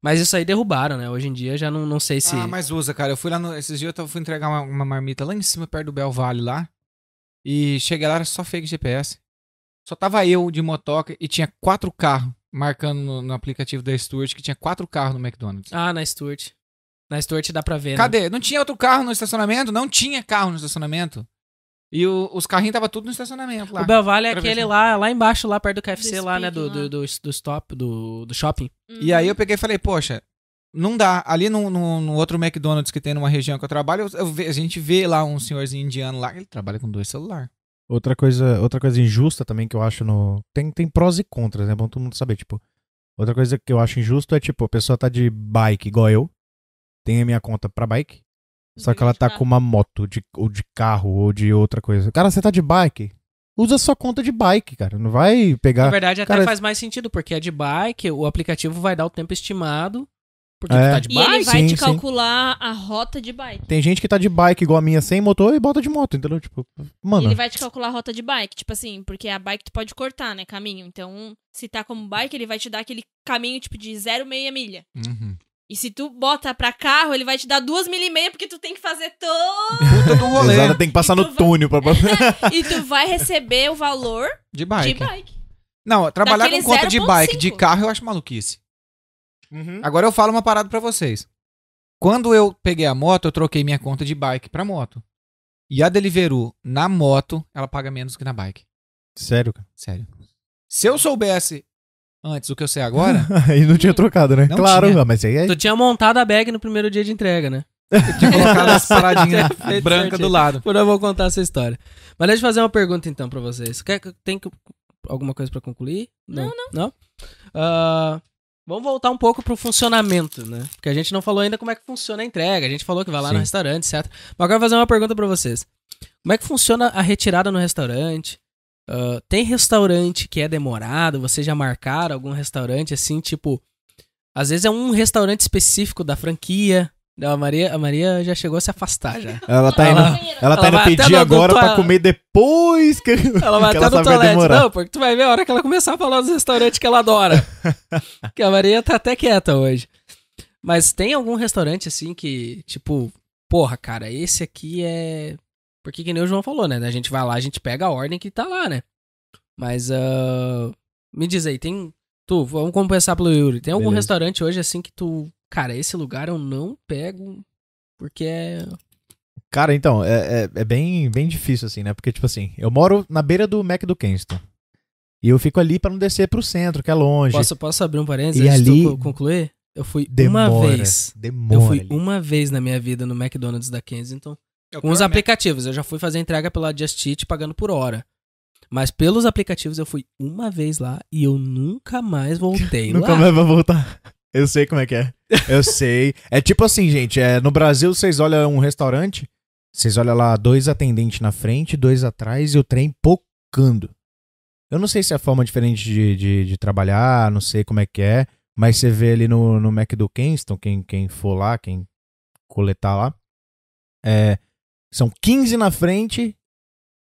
S1: Mas isso aí derrubaram, né? Hoje em dia já não, não sei se.
S2: Ah, mas usa, cara. Eu fui lá no, esses dias eu tava- fui entregar uma, uma marmita lá em cima, perto do Bel Vale lá. E cheguei lá, era só fake GPS. Só tava eu de motoca e tinha quatro carros marcando no, no aplicativo da Stuart que tinha quatro carros no McDonald's.
S1: Ah, na Stuart. Na Stuart dá pra ver, né?
S2: Cadê? Não tinha outro carro no estacionamento? Não tinha carro no estacionamento. E o- os carrinhos tava tudo no estacionamento lá.
S1: O Bel Vale é
S2: Pra ver
S1: aquele
S2: se-
S1: lá, lá embaixo, lá perto do KFC,
S3: Do
S1: lá, né? Do,
S3: speak,
S1: do,
S3: lá.
S1: do, do stop, do, do shopping.
S2: E aí eu
S3: Uhum.
S2: peguei e falei, poxa, não dá. Ali no, no- no outro McDonald's que tem numa região que eu trabalho, eu- eu ve- a gente vê lá um senhorzinho indiano lá, ele trabalha com dois celulares.
S4: Outra coisa, outra coisa injusta também que eu acho no. Tem, tem prós e contras, né? É bom todo mundo saber. Tipo, outra coisa que eu acho injusto é, tipo, a pessoa tá de bike igual eu. Tem a minha conta pra bike. Só que ela tá com uma moto, de, ou de carro, ou de outra coisa. Cara, você tá de bike? Usa sua conta de bike, cara. Não vai
S1: Na
S2: É.
S4: pegar.
S1: verdade, até
S4: cara,
S1: faz mais sentido, porque é de bike, o aplicativo vai dar o tempo estimado. Porque
S4: É.
S1: tu tá de
S3: Uhum. E ele
S1: bike.
S3: vai
S4: Sim,
S3: te
S4: sim.
S3: calcular a rota de bike.
S4: Tem gente que tá de bike igual a minha sem motor e bota de moto, entendeu? Tipo, mano.
S3: Ele vai te calcular a rota de bike, tipo assim, porque a bike tu pode cortar, né, caminho. Então, se tá como bike, ele vai te dar aquele caminho, tipo, de 0,6 milha.
S1: Uhum.
S3: E se tu bota pra carro, ele vai te dar duas milha e meia, porque tu tem que fazer todo...
S2: Puta de um rolê
S4: Exato, tem que passar no
S3: Então
S4: túnel pra.
S3: e tu vai receber o valor
S2: de
S4: Ah,
S2: bike.
S3: de
S4: é
S3: bike.
S2: Não, trabalhar
S3: Daquele
S2: com conta de bike, de
S3: 0.5.
S2: carro, eu acho maluquice. Agora eu falo uma parada pra vocês. Quando eu peguei a moto, eu troquei minha conta de bike pra moto. E a Deliveroo, na moto, ela paga menos que na bike.
S4: Sério, cara.
S2: Sério. Se eu soubesse antes do que eu sei agora,
S4: Aí não tinha trocado, né?
S2: Não
S4: claro,
S2: tinha.
S4: ah, mas aí é.
S1: Tu tinha montado a bag no primeiro dia de entrega, né?
S2: eu tinha colocado as paradinhas
S1: Tinha feito
S2: brancas do
S1: certinho.
S2: lado.
S1: Por eu vou contar essa história. Mas deixa eu fazer uma pergunta então pra vocês. Quer que tem que- alguma coisa pra concluir? Não, não. Ah, vamos voltar um pouco pro funcionamento, né? Porque a gente não falou ainda como é que funciona a entrega. A gente falou que vai lá no
S2: Sim.
S1: restaurante, etc. Mas agora eu vou fazer uma pergunta pra vocês. Como é que funciona a retirada no restaurante? Ah, tem restaurante que é demorado? Vocês já marcaram algum restaurante assim, tipo, às vezes é um restaurante específico da franquia. Não, a Maria, a Maria já chegou a se afastar já.
S4: Ela tá
S1: Ela-
S4: indo, ela tá
S1: ela vai
S4: indo
S1: até
S4: pedir
S1: no- no
S4: agora pra
S1: toa-
S4: comer depois que,
S1: Ela vai
S4: que
S1: até no
S4: ela sabe que vai
S1: toalete. né?
S4: demorar.
S1: Não, porque tu vai ver a hora que ela começar a falar dos restaurantes que ela adora. que a Maria tá até quieta hoje. Mas tem algum restaurante assim que, tipo, porra, cara, esse aqui é. Porque que nem o João falou, né? A gente vai lá, a gente pega a ordem que tá lá, né? Mas, ah, me diz aí, tem. Tu, vamos começar pelo Yuri. Tem algum
S4: Beleza.
S1: restaurante hoje assim que tu. Cara, esse lugar eu não pego porque é.
S4: Cara, então, é, é, é bem, bem difícil, assim, né? Porque, tipo assim, eu moro na beira do Mac do Kingston. E eu fico ali pra não descer pro centro, que é longe.
S1: Posso, posso abrir um parênteses
S4: E
S1: antes de
S4: ali-
S1: tu co- concluir? Eu fui
S4: Demora.
S1: uma vez.
S4: Demora.
S1: Eu fui
S4: ali.
S1: uma vez na minha vida no McDonald's da Kensington
S2: É o
S1: com os
S2: pior, né?
S1: aplicativos. Eu já fui fazer entrega pela Just Eat pagando por hora. Mas pelos aplicativos eu fui uma vez lá e eu nunca mais voltei
S4: Nunca
S1: lá.
S4: mais vai voltar. Eu sei como é que é. Eu sei. É tipo assim, gente, é, no Brasil vocês olham um restaurante, vocês olham lá dois atendentes na frente, dois atrás e o trem pocando. Eu não sei se é a forma diferente de, de, de trabalhar, não sei como é que é, mas você vê ali no, no Mac do Kingston, quem, quem for lá, quem coletar lá, é, são 15 na frente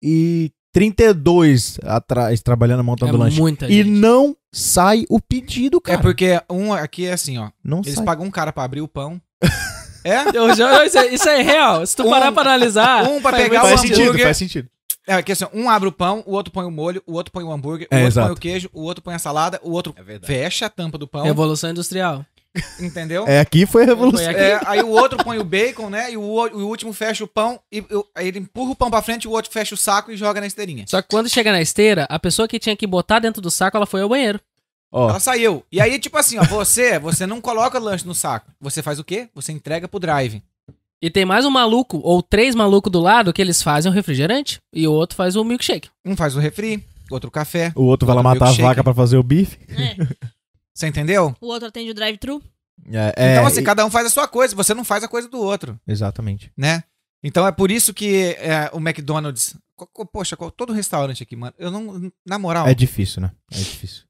S4: e 32 atrás, trabalhando, montando
S1: é
S4: lanche.
S1: muita
S4: E
S1: gente.
S4: não sai o pedido,
S2: É
S4: cara.
S2: porque um aqui é assim, ó.
S4: Não
S2: Eles
S4: sai.
S2: pagam um cara pra abrir o pão. É?
S1: Eu já- isso, é, isso é real. Se tu
S2: Um-
S1: parar pra analisar.
S2: Um pra
S1: faz
S2: pegar o
S1: muito
S4: Faz
S2: hambúrguer.
S4: sentido, faz sentido.
S2: É, que assim, ó, um abre o pão, o outro põe o molho, o outro põe o hambúrguer, o
S4: É,
S2: outro
S4: exato. É
S2: põe o queijo, o outro põe a salada, o outro fecha a tampa
S4: um
S2: do pão,
S1: Revolução Industrial.
S2: entendeu?
S4: É, aqui foi a revolução.
S1: Foi aqui.
S2: É, aí o outro põe o bacon, né? E o, o- o último fecha o pão, e eu- aí ele empurra o pão pra frente, o outro fecha o saco e joga na esteirinha.
S1: Só que quando chega na esteira, a pessoa que tinha que botar dentro do saco, ela foi ao banheiro.
S4: Ó,
S2: Ela saiu. E aí, tipo assim, ó, você, você não coloca lanche no saco. Você faz o quê? Você entrega pro drive.
S1: E tem mais um maluco, ou três malucos do lado, que eles fazem o refrigerante e o outro faz o milkshake.
S2: Um faz o refri, outro o café.
S4: o outro vai lá
S2: Outro
S4: matar a
S2: milkshake.
S4: vaca pra fazer o bife.
S3: É,
S2: Você entendeu?
S3: o outro atende o drive-thru.
S4: É,
S2: então,
S4: é,
S2: assim,
S4: e-
S2: cada um faz a sua coisa, você não faz a coisa do outro,
S4: Exatamente.
S2: né? Então é por isso que é, o McDonald's. co- co- Poxa, co- todo restaurante aqui, mano. Eu não. Na moral.
S4: É difícil, né? É difícil.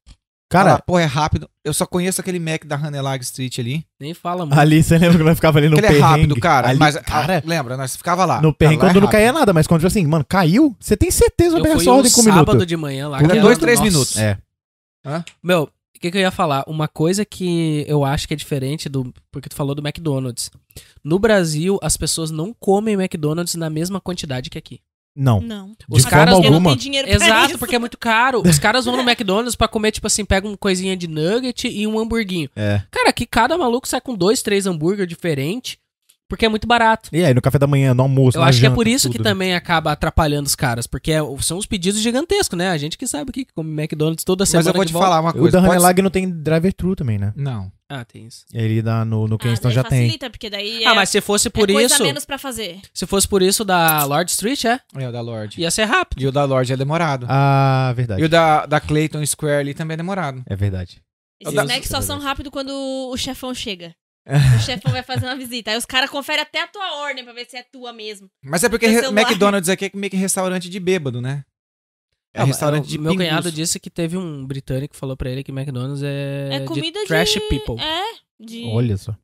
S2: Cara,
S4: Cara,
S2: porra, é rápido. Eu só conheço aquele Mac da Hanelag Street ali.
S1: Nem fala muito.
S4: ali você lembra quando eu ficava ali no
S2: Que ele é
S4: perrengue?
S2: rápido, cara.
S4: Ali,
S2: mas,
S4: cara,
S2: ah, lembra, nós ficava lá.
S4: no perrengue
S2: Cara, lá
S4: quando não
S2: é rápido.
S4: caía nada, mas quando tipo assim, mano, caiu, você tem certeza
S1: Eu
S4: que
S1: fui
S4: essa ordem
S1: um
S4: com um
S1: sábado
S4: minuto.
S1: de manhã lá.
S2: Era
S1: que
S2: dois, três
S1: Nossa.
S2: minutos.
S4: É.
S1: Meu, o que, que eu ia falar? Uma coisa que eu acho que é diferente do. Porque tu falou do McDonald's. No Brasil, as pessoas não comem McDonald's na mesma quantidade que aqui.
S4: Não.
S3: Não.
S4: Os
S3: Até
S1: caras-
S3: porque não
S4: alguma.
S3: tem dinheiro pra
S1: Exato,
S3: isso.
S1: porque é muito caro. Os caras vão no McDonald's pra comer, tipo assim, pega uma coisinha de nugget e um hamburguinho.
S4: É.
S1: Cara, aqui cada maluco sai com dois, três hambúrguer diferentes, porque é muito barato.
S4: E aí, no café da manhã, no almoço,
S1: Eu
S4: na
S1: acho que é
S4: janta,
S1: por isso
S4: tudo,
S1: que
S4: né?
S1: também acaba atrapalhando os caras, porque é- são os pedidos gigantescos, né? A gente que sabe o que que come McDonald's toda semana.
S2: Mas eu vou
S1: de
S2: te
S1: volta.
S2: falar uma coisa.
S4: O da
S2: pode ser-
S4: Hanelag não tem drive-thru também, né?
S2: Não.
S1: Ah, tem isso.
S4: Ele dá no, no
S3: Ah,
S4: Kingston
S3: daí
S4: já tem.
S3: facilita, porque daí é,
S1: Ah, mas se fosse por
S3: é coisa
S1: isso.
S3: menos pra fazer.
S1: Se fosse por isso da Lord Street, é?
S2: É o da Lorde.
S1: Ia ser rápido.
S2: E o da Lorde é demorado.
S4: Ah, verdade.
S2: E o da, da Clayton Square ali também é demorado.
S4: É verdade.
S2: Eu
S3: Esses
S2: dava-
S3: snacks só são rápidos quando o chefão chega. O chefão vai fazer uma visita. Aí os caras conferem até a tua ordem pra ver se é tua mesmo.
S2: Mas é porque
S3: Tem
S2: re-
S3: celular.
S2: McDonald's aqui é meio que restaurante de bêbado, né? É
S1: Não,
S2: restaurante
S1: Ah, o
S2: de
S1: Meu
S2: pingus.
S1: cunhado disse que teve um britânico que falou pra ele que McDonald's é,
S3: É, comida de...
S1: trash people.
S3: É, de...
S4: Olha só.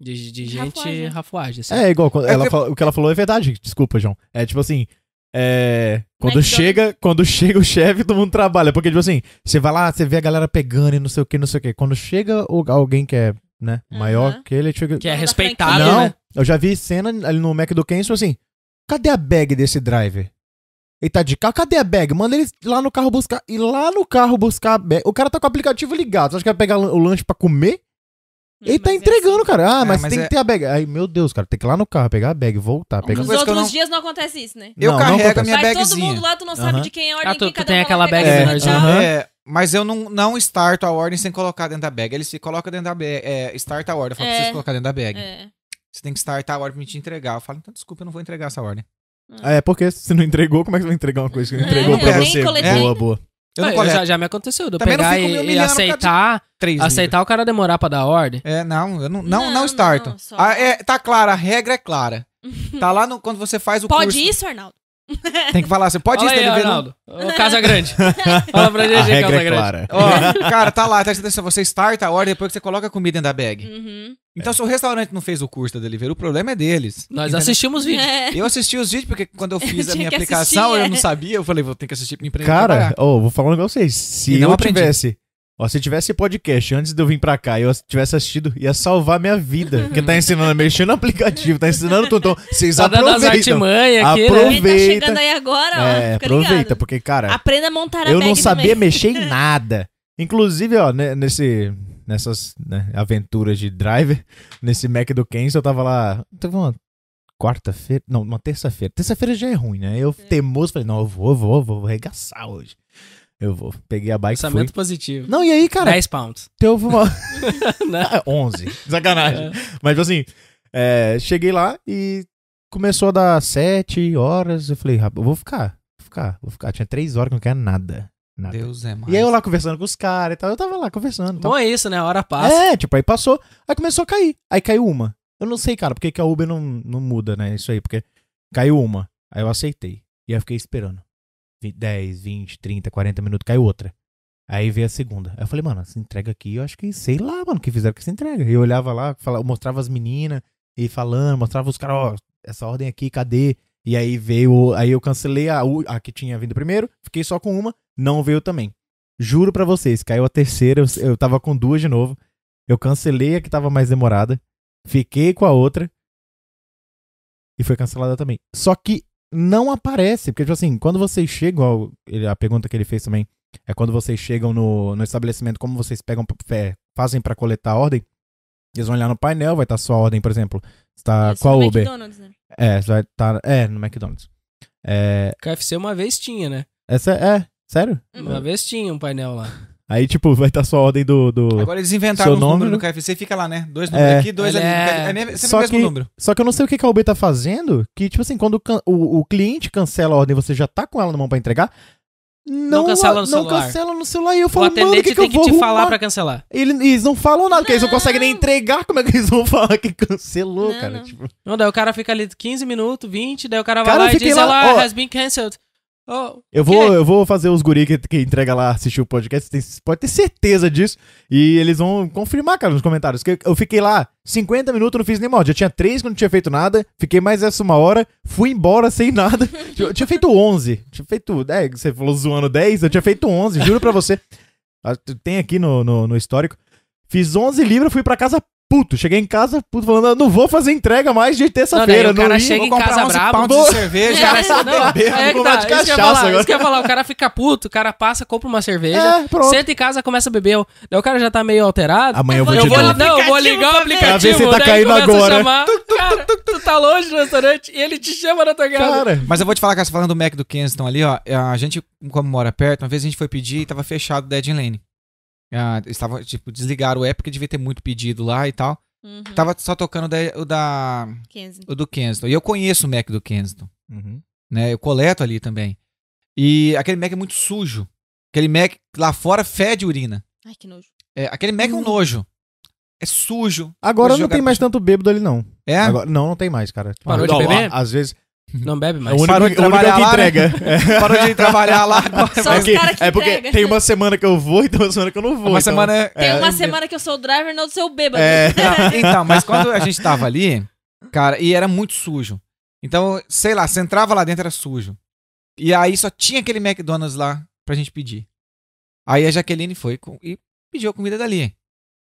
S1: De, de
S3: De
S1: gente
S3: rafuagem.
S1: rafuagem, assim.
S4: É igual, quando
S2: É
S4: ela
S2: que-
S4: fala- o que ela falou é verdade, desculpa, João. É tipo assim, é, quando
S3: McDonald's.
S4: chega, quando chega o chefe, todo mundo trabalha, porque tipo assim, você vai lá, você vê a galera pegando e não sei o que, não sei o que. Quando chega o- alguém que é, né, maior
S3: Aham.
S4: que ele, chega,
S1: Uhum. Que é
S3: Não, da
S1: respeitado,
S4: não,
S1: né?
S4: eu já vi cena ali no Mac do Kenson assim, cadê a bag desse driver? Ele tá de carro, cadê a bag? Manda ele lá no carro buscar. E lá no carro buscar a bag. O cara tá com o aplicativo ligado. Você acha que vai pegar o lanche pra comer?
S3: Hum,
S4: Ele tá
S3: mas é
S4: entregando, cara. Ah,
S2: É,
S4: mas,
S2: mas
S4: tem
S2: é-
S4: que ter a bag. Aí, meu Deus, cara, tem que ir lá no carro, pegar a bag, voltar,
S3: assim.
S4: pegar.
S3: Nos
S2: coisa que eu não-
S3: outros dias não acontece isso, né?
S2: Eu
S4: Não, não
S2: carrego a
S4: acontece.
S2: minha
S3: Vai todo
S2: bagzinha.
S3: mundo lá, tu não sabe
S4: Aham.
S3: de quem é a ordem.
S1: Ah, tu-
S3: que
S1: tu
S3: cada
S1: tem
S3: um vai
S1: aquela
S3: pegar
S1: bag
S3: e
S4: É,
S3: vai
S1: menorzinha.
S3: dar.
S2: É, Mas eu não, não starto a ordem sem colocar dentro da bag. Ele se coloca dentro da bag. É, start a ordem. Eu falo,
S3: É.
S2: preciso colocar dentro da bag.
S3: É.
S2: Você tem que startar a ordem pra me te entregar. Eu falo, então desculpa, eu não vou entregar essa ordem.
S4: É, porque se você não entregou, como é que você vai entregar uma coisa que não
S3: É,
S4: entregou pra
S2: eu
S3: nem
S4: você?
S3: coletei.
S4: Boa, boa.
S2: Eu não
S1: Ah,
S2: coleto
S1: já, já me aconteceu, de eu
S2: Também não
S1: pegar
S2: fico me
S1: e- e,
S2: humilhando por causa
S1: aceitar,
S2: três livros.
S1: aceitar o cara demorar pra dar ordem.
S2: É, não, eu não, não, não,
S3: Não,
S2: starto.
S3: não, só-
S2: Ah, é, tá clara, a regra é clara. Tá lá no, quando você faz o
S3: Pode
S2: curso.
S3: isso, Arnaldo?
S2: Tem que falar assim, pode
S1: Olha
S2: isso,
S1: aí,
S2: ele vê no-
S1: Arnaldo. Ô, Casa Grande. Fala pra gente,
S2: é
S1: Casa Grande.
S2: Ó, cara, tá lá, tá escrito assim, você starta a ordem depois que você coloca a comida dentro da bag.
S3: Uhum.
S2: Então, se o restaurante não fez o curso da Delivery, o problema é deles.
S1: Nós
S2: Entendeu?
S1: assistimos vídeo.
S3: É.
S2: Eu assisti os vídeos, porque quando eu fiz a
S3: Tinha
S2: minha
S3: que
S2: aplicação,
S3: assistir,
S2: eu não
S3: é.
S2: sabia. Eu falei, vou ter que assistir pra empreender.
S4: Cara, ó, vou falar um negócio pra vocês. Se
S2: E não
S4: eu
S2: aprendi.
S4: tivesse. Ó, se tivesse podcast antes de eu vir pra cá e eu tivesse assistido, ia salvar minha vida. Porque tá ensinando a mexer no aplicativo, tá ensinando o Tonton. Vocês
S1: Tá dando as
S4: aproveitam.
S1: artimanhas aqui, né?
S4: Aprove-
S3: Quem tá
S4: Aproveita.
S3: chegando aí agora, ó.
S4: É,
S3: fica
S4: aproveita,
S3: ligado.
S4: porque, cara,
S3: Aprenda a montar a
S4: eu
S3: bag
S4: não
S3: do
S4: sabia
S3: mês.
S4: mexer em nada. Inclusive, ó, ne- nesse, nessas né, aventuras de driver, nesse Mac do Kenzo, eu tava lá. Teve uma quarta-feira. Não, uma terça-feira. Terça-feira já é ruim, né? Eu teimoso falei, não, eu vou, eu vou, eu vou, vou arregaçar hoje. Eu vou. Peguei a bike. e Fui.
S1: Pensamento positivo.
S4: Não, e aí, cara,
S1: 10 pounds.
S4: teve uma.
S1: Né?
S4: Ah, 11. Sacanagem.
S1: É.
S4: Mas, tipo assim, é, cheguei lá e começou a dar 7 horas. Eu falei, rapaz, eu vou ficar, vou ficar, vou ficar. Tinha 3 horas que eu não quero nada. nada.
S2: Deus é mais.
S4: E aí eu lá conversando com os caras e tal. Eu tava lá conversando. e tal.
S1: Bom é isso, né? A hora passa.
S4: É, tipo, aí passou. Aí começou a cair. Aí caiu uma. Eu não sei, cara, porque que a Uber não, não muda, né? Isso aí, porque caiu uma. Aí eu aceitei. E aí eu fiquei esperando. Vi- 10, 20, 30, 40 minutos, caiu outra. Aí veio a segunda. Aí eu falei, mano, essa entrega aqui, eu acho que sei lá, mano, o que fizeram com essa entrega. E eu olhava lá, falava, mostrava as meninas e falando, mostrava os caras, ó, essa ordem aqui, cadê? E aí veio, aí eu cancelei a, u- a que tinha vindo primeiro, fiquei só com uma, não veio também. Juro pra vocês, caiu a terceira, eu, eu tava com duas de novo. Eu cancelei a que tava mais demorada, fiquei com a outra e foi cancelada também. Só que não aparece, porque, tipo assim, quando vocês chegam ao. ele- A pergunta que ele fez também é quando vocês chegam no, no estabelecimento, como vocês pegam, é, fazem pra coletar a ordem, eles vão olhar no painel, vai estar sua ordem, por exemplo. Está
S3: Isso
S4: qual
S3: no
S4: Uber?
S3: McDonald's, né?
S4: É, vai tá, é, no McDonald's. É,
S1: KFC uma vez tinha, né?
S4: essa é, sério?
S1: Uma vez tinha um painel lá.
S4: Aí, tipo, vai estar sua ordem do. do...
S2: Agora eles inventaram
S4: Seu
S2: um
S4: nome,
S2: número
S4: né?
S2: no KFC e fica lá, né? Dois números
S4: É.
S2: aqui, dois
S1: Ele
S2: ali.
S1: é-
S2: É mesmo- sempre
S4: Só
S2: o mesmo
S4: que-
S2: número.
S4: Só que eu não sei o que, que a UB tá fazendo, que, tipo assim, quando o, can- o, o cliente cancela a ordem e você já tá com ela na mão pra entregar, não,
S1: cancela no
S4: não
S1: celular.
S4: cancela no celular. E eu
S1: o
S4: falo, mano, o
S1: atendente
S4: que, que eu
S1: tem que,
S4: vou
S1: te
S4: arrumar?
S1: falar pra cancelar.
S4: Eles, eles não falam nada, porque eles não
S3: Não.
S4: conseguem nem entregar. Como é que eles vão falar que cancelou,
S3: Não,
S4: cara?
S3: não.
S4: Tipo,
S1: Não, daí o cara fica ali 15 minutos, 20, daí o cara vai
S4: Cara, eu
S1: lá e
S4: fiquei
S1: diz,
S4: lá,
S1: lá,
S4: ó.
S1: has been cancelled. Oh,
S4: eu, vou, eu vou fazer os guri que, que entrega lá assistir o podcast, tem- pode ter certeza disso. E eles vão confirmar, cara, nos comentários. Que eu fiquei lá 50 minutos, não fiz nem molde. Eu tinha três que eu não tinha feito nada, fiquei mais essa uma hora, fui embora sem nada. Eu tinha feito 11. Tinha feito. É, você falou zoando 10, eu tinha feito 11, juro pra você. Ah, tu Tem aqui no, no, no histórico. Fiz 11 livros, fui pra casa puto. Cheguei em casa puto, falando, "Eu não vou fazer entrega mais de terça-feira.
S1: Não, daí o cara
S4: ia,
S1: chega
S4: vou
S1: em
S4: comprar
S1: casa
S4: 11
S3: Ah,
S1: bravo,
S4: pounds
S2: Pão
S4: de
S2: de cerveja.
S1: cara, não, é
S4: beber,
S1: que
S4: vou comprar
S1: tá,
S4: de
S1: isso que eu ia
S4: cachaça
S1: falar, isso
S4: agora.
S1: que eu ia falar, o cara fica puto, o cara passa, compra uma cerveja,
S4: É, pronto.
S1: senta em casa, começa a beber, daí o cara já tá meio alterado.
S4: Amanhã eu vou
S1: Eu
S4: Ah, de
S1: vou,
S4: novo.
S1: não, eu vou ligar o
S3: Pra ver se
S1: aplicativo,
S4: tá
S1: daí
S4: caindo
S1: começa a
S4: agora.
S1: chamar, cara, tu tá longe do restaurante e ele te chama na tua casa.
S4: Cara,
S2: Mas eu vou te falar, cara, você falando do Mac do Kensington ali, ó. A gente, como mora perto, uma vez a gente foi pedir e tava fechado o Dead Lane. Ah, eles estavam, tipo, desligaram o app porque devia ter muito pedido lá e tal.
S3: Uhum.
S4: Tá.
S2: Tava só tocando o da- o, da,
S3: Kensington.
S2: o do Kensington. E eu conheço o Mac do Kensington, né? Eu coleto ali também. E aquele Mac é muito sujo. Aquele Mac lá fora fede urina.
S3: Ai, que nojo.
S2: É, aquele Mac é
S4: Hum.
S2: um nojo. É sujo.
S4: agora
S2: Vou
S4: não
S2: jogar
S4: tem mais tanto bêbado ali, não.
S2: É?
S4: Agora- não, não tem mais, cara.
S1: Parou de
S4: Não,
S1: beber?
S4: a- Às vezes.
S1: Não bebe
S4: É o
S1: mais.
S4: único,
S2: parou de
S4: o único é
S2: trabalhar
S4: que
S2: lá, né?
S4: entrega. É.
S2: Parou de trabalhar lá agora.
S3: Só os
S4: É que-
S3: caras que
S4: é porque
S3: entregam.
S4: tem uma semana que eu vou e tem uma semana que eu não vou.
S2: Uma
S4: então-
S2: semana é-
S3: Tem uma
S4: é,
S3: semana que eu sou o driver, não sou o bêbado.
S4: É.
S2: Não, então, mas quando a gente tava ali, cara, e era muito sujo. Então, sei lá, você entrava lá dentro, era sujo. E aí só tinha aquele McDonald's lá pra gente pedir. Aí a Jaqueline foi com- e pediu a comida dali.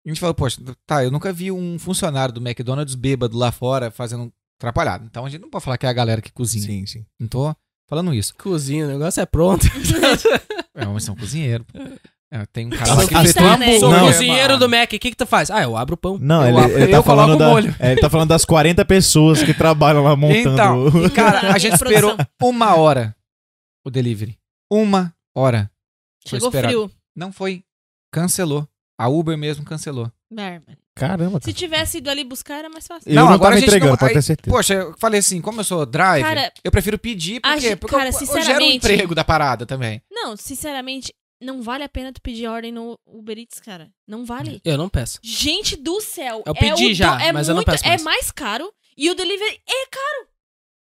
S2: A gente falou, poxa, tá, eu nunca vi um funcionário do McDonald's bêbado lá fora fazendo um atrapalhado. Então a gente não pode falar que é a galera que cozinha.
S4: Sim, sim.
S2: Não tô falando isso.
S1: Cozinha, o negócio é pronto.
S2: É, mas você é um cozinheiro. pô. É, tem um cara
S1: Tá
S2: lá
S1: bom,
S2: que
S4: tá,
S2: fez
S3: né?
S2: uma
S1: Sou
S4: Não.
S1: cozinheiro do Mac, o que que tu faz? Ah, eu abro o pão.
S4: Não,
S2: Eu
S4: ele,
S2: abro-
S4: ele tá
S2: eu coloco
S4: falando
S2: o
S4: da,
S2: molho.
S4: é, ele tá falando das 40 pessoas que trabalham lá montando.
S2: Então,
S4: o-
S2: E, cara, a gente
S3: Produção.
S2: esperou uma hora o delivery. Uma hora.
S3: Chegou
S2: esperado.
S3: frio.
S2: Não foi. Cancelou. A Uber mesmo cancelou.
S3: Merda.
S4: Caramba,
S3: Se
S4: cara.
S3: tivesse ido ali buscar, era mais fácil.
S4: Eu não, tava
S2: gente
S4: entregando, pode
S2: aí-
S4: ter certeza.
S2: Poxa, eu falei assim, como eu sou drive,
S3: Cara,
S2: eu prefiro pedir, por
S3: a
S2: quê?
S3: gente-
S2: Porque
S3: cara,
S2: eu, eu gero um
S3: sinceramente-
S2: emprego da parada também.
S3: Não, sinceramente, não vale a pena tu pedir ordem no Uber Eats, cara. Não vale.
S1: Eu não peço.
S3: Gente do céu.
S1: É. Eu
S3: é
S1: pedi
S3: o
S1: já,
S3: do- é
S1: mas eu não
S3: muito-
S1: peço
S3: É
S1: mais.
S3: mais caro e o delivery é caro.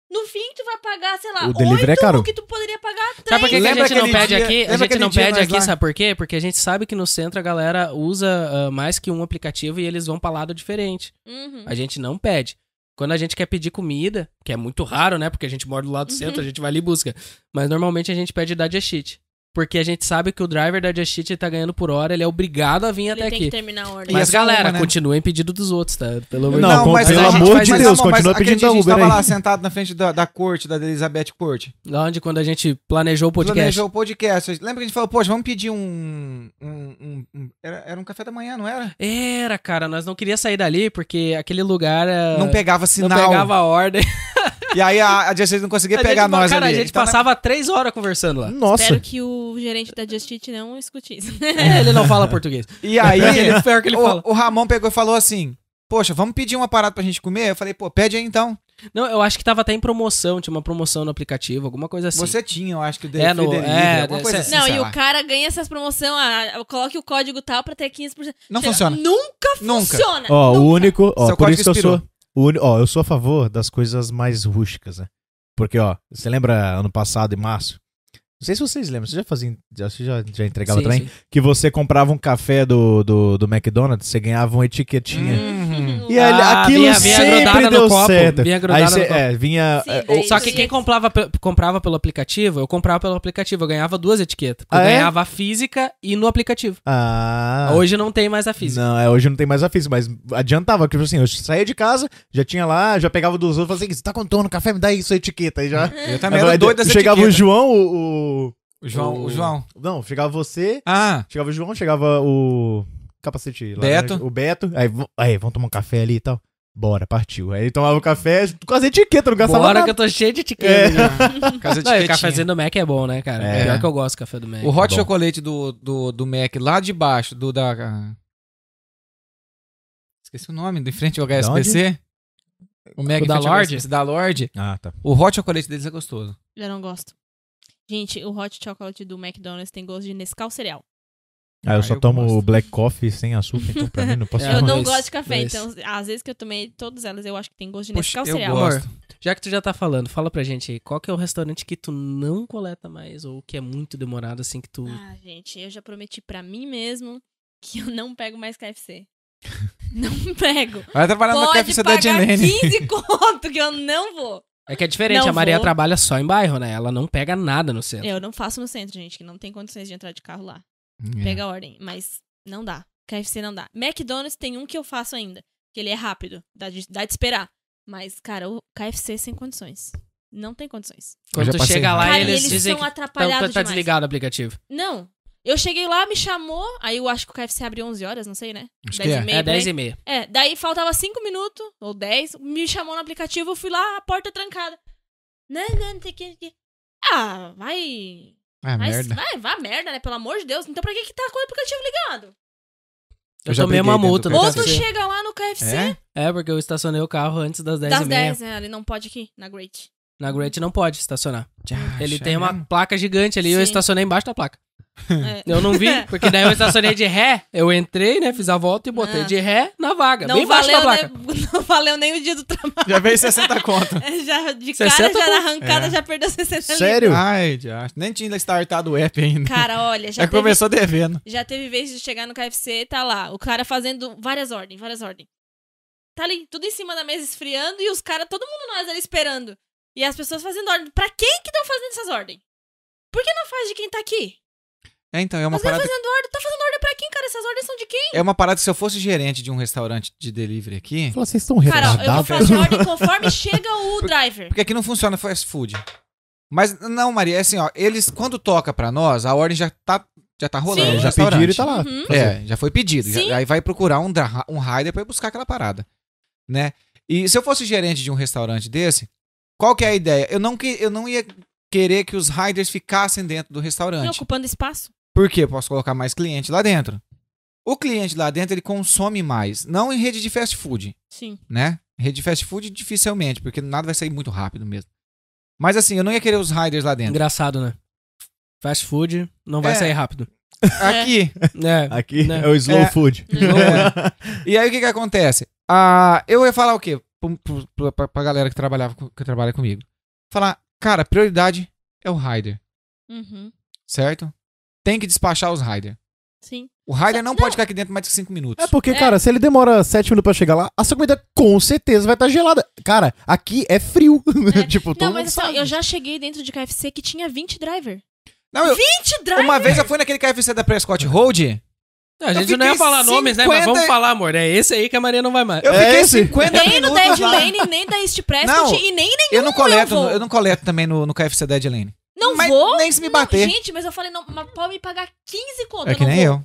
S3: No fim, tu vai pagar, sei lá,
S4: O delivery é
S3: oito
S4: caro.
S3: o que tu poderia pagar
S1: Sabe por que, que
S2: Lembra
S1: a gente não
S2: aquele
S1: pede
S2: dia-
S1: aqui? A
S2: lembra
S1: gente
S2: aquele
S1: não
S2: dia
S1: pede
S2: nós
S1: aqui,
S2: lá?
S1: sabe por quê? Porque a gente sabe que no centro a galera usa ah, mais que um aplicativo e eles vão pra lado diferente.
S3: Uhum.
S1: A gente não pede. Quando a gente quer pedir comida, que é muito raro, né? Porque a gente mora do lado do
S2: Uhum.
S1: centro, a gente vai ali e busca. Mas normalmente a gente pede da Just Eat. Porque a gente sabe que o driver da Just Eat tá ganhando por hora, ele é obrigado a vir
S3: Ele
S1: até
S3: tem
S1: aqui.
S3: que terminar a ordem.
S2: E
S1: Mas
S2: essa
S1: galera,
S2: é uma, né?
S1: continuem pedindo dos outros, tá? Pelo amor de
S4: Não,
S1: Deus.
S4: com-
S1: Mas a
S4: pelo
S1: gente
S4: amor
S1: faz
S4: de
S1: isso.
S2: mas,
S4: Deus,
S2: amor, mas
S4: continua
S2: aquele
S4: pedindo
S2: dia
S4: da
S2: a gente
S4: Uber
S2: tava
S4: aí.
S2: lá sentado na frente da, da corte, da Elizabeth Corte.
S1: Lá onde quando a gente planejou o podcast.
S2: Planejou o podcast. Lembra que a gente falou, poxa, vamos pedir um... um- um- um- era, era um café da manhã, não era?
S1: Era, cara, nós não queríamos sair dali porque aquele lugar
S4: É.
S1: eh,
S2: não pegava
S1: não
S2: sinal.
S1: pegava a ordem.
S2: E aí a, a Jessie não conseguia
S1: A
S2: pegar
S1: gente-
S2: nós
S1: cara,
S2: ali.
S1: a gente
S2: Então, né,
S1: passava três horas conversando lá.
S4: Nossa.
S3: Espero que o gerente da Just Eat não escute isso.
S1: É, ele não fala português.
S2: E aí
S1: ele, É pior que ele fala.
S2: o, o Ramon pegou e falou assim, poxa, vamos pedir uma parada pra gente comer? Eu falei, pô, pede aí então.
S1: Não, eu acho que tava até em promoção, tinha uma promoção no aplicativo, alguma coisa assim.
S2: Você tinha, eu acho que, o
S1: É, no-
S2: delivery,
S1: é,
S2: alguma
S1: cê-
S2: coisa assim,
S3: Não,
S2: sei
S3: e
S2: lá.
S3: o cara ganha essas promoções, ah, coloque o código tal pra ter 15%.
S2: Não
S3: Sei lá,
S2: funciona.
S3: Nunca
S2: Nunca.
S3: funciona.
S4: Ó, o
S1: Então,
S3: Nunca.
S4: único. Ó,
S2: Seu
S4: por
S2: código
S4: isso que eu
S2: expirou.
S4: sou. o uni- Ó, eu sou a favor das coisas mais rústicas, né? Porque, ó, você lembra ano passado, em março? Não sei se vocês lembram, você já fazia. Já, você já, já entregava
S1: Sim,
S4: também?
S1: sim.
S4: Que você comprava um café do, do, do McDonald's, você ganhava uma etiquetinha.
S2: Uhum.
S4: E ali-
S1: Hum. Ah,
S4: aquilo
S1: vinha- vinha grudada
S4: sempre
S1: no
S4: deu
S1: copo,
S4: certo.
S1: vinha grudada
S4: Aí
S1: no
S4: você,
S1: copo.
S4: é, vinha.
S3: Sim,
S4: é,
S3: daí
S4: o-
S1: Só que quem
S3: Isso.
S1: comprava, pe- comprava pelo aplicativo, eu comprava pelo aplicativo, eu ganhava duas etiquetas. Eu
S4: Ah, é?
S1: ganhava a física e no aplicativo.
S4: Ah.
S1: Hoje não tem mais a física.
S4: Não, é, hoje não tem mais a física, mas adiantava, que tipo assim, eu saía de casa, já tinha lá, já pegava dos outros e falava assim, você tá contando no café, me dá aí sua etiqueta. Aí já.
S2: Eu também
S4: Agora,
S2: era doido dessa
S4: Chegava o
S2: etiqueta.
S4: João, o, o-
S2: o João. O João.
S4: Não, chegava você,
S2: Ah,
S4: chegava o João, chegava o. Capacete lá.
S2: Beto.
S4: né? O Beto. Aí, v- aí, vamos tomar um café ali e tal. Bora, partiu. Aí ele tomava o café com as etiquetas, não gastava
S1: Bora
S4: nada.
S1: que eu tô cheio de etiqueta. né?
S2: casa de
S1: Não, e o
S2: Tá É. etiquetinha.
S1: cafezinho do Mac é bom, né, cara?
S4: É.
S1: Pior que eu gosto do café do Mac.
S2: O hot
S4: bom.
S2: chocolate do, do, do Mac lá de baixo, do da. Esqueci o nome, do em frente ao HSBC. O Mac
S1: O
S2: em
S1: da
S2: frente ao
S1: Lorde?
S2: HSBC, da Lorde.
S4: Ah, tá.
S2: O hot chocolate deles é gostoso.
S3: Eu não gosto. Gente, o hot chocolate do McDonald's tem gosto de Nescau cereal.
S4: Ah, eu
S2: Ah,
S4: só
S2: eu
S4: tomo
S2: gosto.
S4: black coffee sem açúcar, então pra mim não posso
S1: É,
S4: tomar.
S3: eu não
S1: mas-
S3: gosto de café,
S1: mas-
S3: então às vezes que eu tomei todas elas, eu acho que tem gosto de
S2: Poxa,
S3: Nescau
S2: eu
S3: cereal.
S2: gosto.
S1: Já que tu já tá falando, fala pra gente aí, qual que é o restaurante que tu não coleta mais, ou que é muito demorado, assim, que tu...
S3: Ah, gente, eu já prometi pra mim mesmo que eu não pego mais KFC. não pego.
S2: Vai trabalhar no
S3: Pode
S2: KFC da
S3: pagar
S2: Jenlene.
S3: 15 conto que eu não vou.
S1: É que é diferente,
S3: Não
S1: a Maria
S3: vou. É.
S1: trabalha só em bairro, né? Ela não pega nada no centro.
S3: Eu não faço no centro, gente, que não tem condições de entrar de carro lá.
S2: Hum,
S1: É.
S3: Pega a ordem, mas não dá. KFC não dá. McDonald's tem um que eu faço ainda, que ele é rápido, dá de, dá de esperar. Mas, cara, o KFC sem condições. Não tem condições.
S1: Quando
S2: já
S1: tu
S2: passei
S1: chega lá,
S2: raiva.
S3: Cara, e
S1: eles,
S3: eles
S1: dizem
S3: são
S1: que
S3: atrapalhados
S1: tá, tá
S3: demais.
S1: desligado o aplicativo.
S3: Não. Eu cheguei lá, me chamou, aí eu acho que o KFC abriu 11 horas, não sei, né?
S2: Acho que
S3: 10
S2: é.
S3: e meia.
S1: É
S3: por aí.
S1: 10 e meia.
S3: É, daí faltava 5 minutos, ou 10, me chamou no aplicativo, eu fui lá, a porta trancada. Não, não, não tem que... tem que- Ah, vai...
S2: Ah,
S3: vai,
S2: merda.
S3: vai, vai merda, né? Pelo amor de Deus. Então pra que que tá com o aplicativo ligado?
S1: Eu,
S2: Eu já
S1: tomei
S2: briguei
S1: uma
S2: dentro
S1: multa
S2: do
S1: no
S3: Ou tu
S2: KFC.
S1: KFC.
S3: chega lá no KFC,
S2: É?
S1: assim. É, porque eu estacionei o carro antes das 10
S3: das
S1: e meia.
S3: 10, né? Ele não pode aqui, na Great.
S1: Na Great não pode estacionar.
S2: Ah,
S1: Ele
S2: já
S1: tem uma
S2: mesmo?
S1: placa gigante ali, eu
S3: Sim.
S1: estacionei embaixo da placa.
S3: É.
S1: Eu não vi, porque daí eu estacionei de ré, eu entrei, né, fiz a volta e botei
S3: Ah.
S1: de ré na vaga, bem
S3: Não
S1: embaixo da
S3: valeu,
S1: placa.
S3: né? não valeu nem o dia do trabalho.
S2: Já veio 60 conto.
S3: Já, de
S1: 60
S3: cara, já na
S1: pontos.
S3: arrancada, já perdeu 60 ali.
S4: Sério?
S2: Ai, já. Nem tinha startado o app ainda.
S3: Cara, olha,
S2: já
S3: já teve
S2: É começou devendo.
S3: Já teve vez de chegar no KFC e tá lá, o cara fazendo várias ordens, várias ordens. Tá ali, tudo em cima da mesa esfriando e os caras, todo mundo nós ali esperando. E as pessoas fazendo ordem. Pra quem que estão fazendo essas ordens? Por que não faz de quem tá aqui?
S2: É, então, é uma
S3: Mas vai
S2: parada.
S3: fazendo ordem, tá fazendo ordem pra quem, cara? Essas ordens são de quem?
S2: É uma parada que se eu fosse gerente de um restaurante de delivery aqui.
S4: Fala, vocês estão
S3: Cara, ó, eu vou
S4: retardados.
S3: fazer ordem conforme chega o driver.
S2: Porque aqui não funciona fast food. Mas não, Maria, é assim, ó, eles quando toca pra nós, a ordem já tá já tá rolando.
S3: Sim.
S2: no
S4: Já
S2: restaurante.
S4: pediram e tá lá.
S3: Uhum.
S2: É, já foi pedido. já-
S3: Sim.
S2: aí vai procurar um dra- um rider pra ir buscar aquela parada, né? E se eu fosse gerente de um restaurante desse, qual que é a ideia? Eu não que eu não ia querer que os riders ficassem dentro do
S3: E é
S2: restaurante.
S3: ocupando espaço.
S2: Por quê? Eu posso colocar mais cliente lá dentro. O cliente lá dentro, ele consome mais. Não em rede de fast food
S3: Sim.
S2: né? Rede de fast food dificilmente, porque nada vai sair muito rápido mesmo. Mas assim, eu não ia querer os riders lá dentro.
S1: Engraçado, né? Fast food não vai
S2: É.
S1: sair rápido.
S2: Aqui.
S1: É.
S4: Aqui
S1: Né?
S4: é o slow
S2: É.
S4: food.
S3: Né?
S2: É. E aí o que que acontece? Ah, eu ia falar o quê? Pro- pro- pro- Pra, pra galera que, trabalhava, co- que trabalha comigo. Falar, cara, prioridade é o rider,
S3: Uhum.
S2: certo? Tem que despachar os rider.
S3: Sim.
S2: O rider não, pode ficar aqui dentro mais de 5 minutos.
S4: É porque,
S3: É.
S4: cara, se ele demora sete minutos pra chegar lá, a sua comida com certeza vai estar gelada. Cara, aqui é frio.
S3: É.
S4: tipo, todo
S3: Não,
S4: mundo
S3: mas assim, ó,
S4: sabe.
S3: eu já cheguei dentro de KFC que tinha 20 driver.
S2: Não, eu-
S3: 20 driver?
S2: uma vez eu fui naquele KFC da Prescott Road,
S1: Não, a
S2: Eu
S1: gente não ia
S2: fiquei
S1: falar nomes, né? Mas
S2: 50
S1: vamos falar, amor. É esse aí que a Maria não vai mais.
S2: eu
S4: É
S2: fiquei
S4: esse?
S2: 50
S3: Nem no
S2: minutos
S3: Dead
S2: lá.
S3: Lane, nem da East Prescott
S2: Não,
S3: e nem nenhum.
S2: Eu não coleto,
S3: vou.
S2: eu não coleto também no, no KFC Dead Lane.
S3: Não
S2: Mas
S3: vou.
S2: nem se me
S3: Não,
S2: bater.
S3: gente, mas eu falei, não, mas pode me pagar 15 conto.
S2: É que
S3: não
S2: nem
S3: vou.
S2: eu.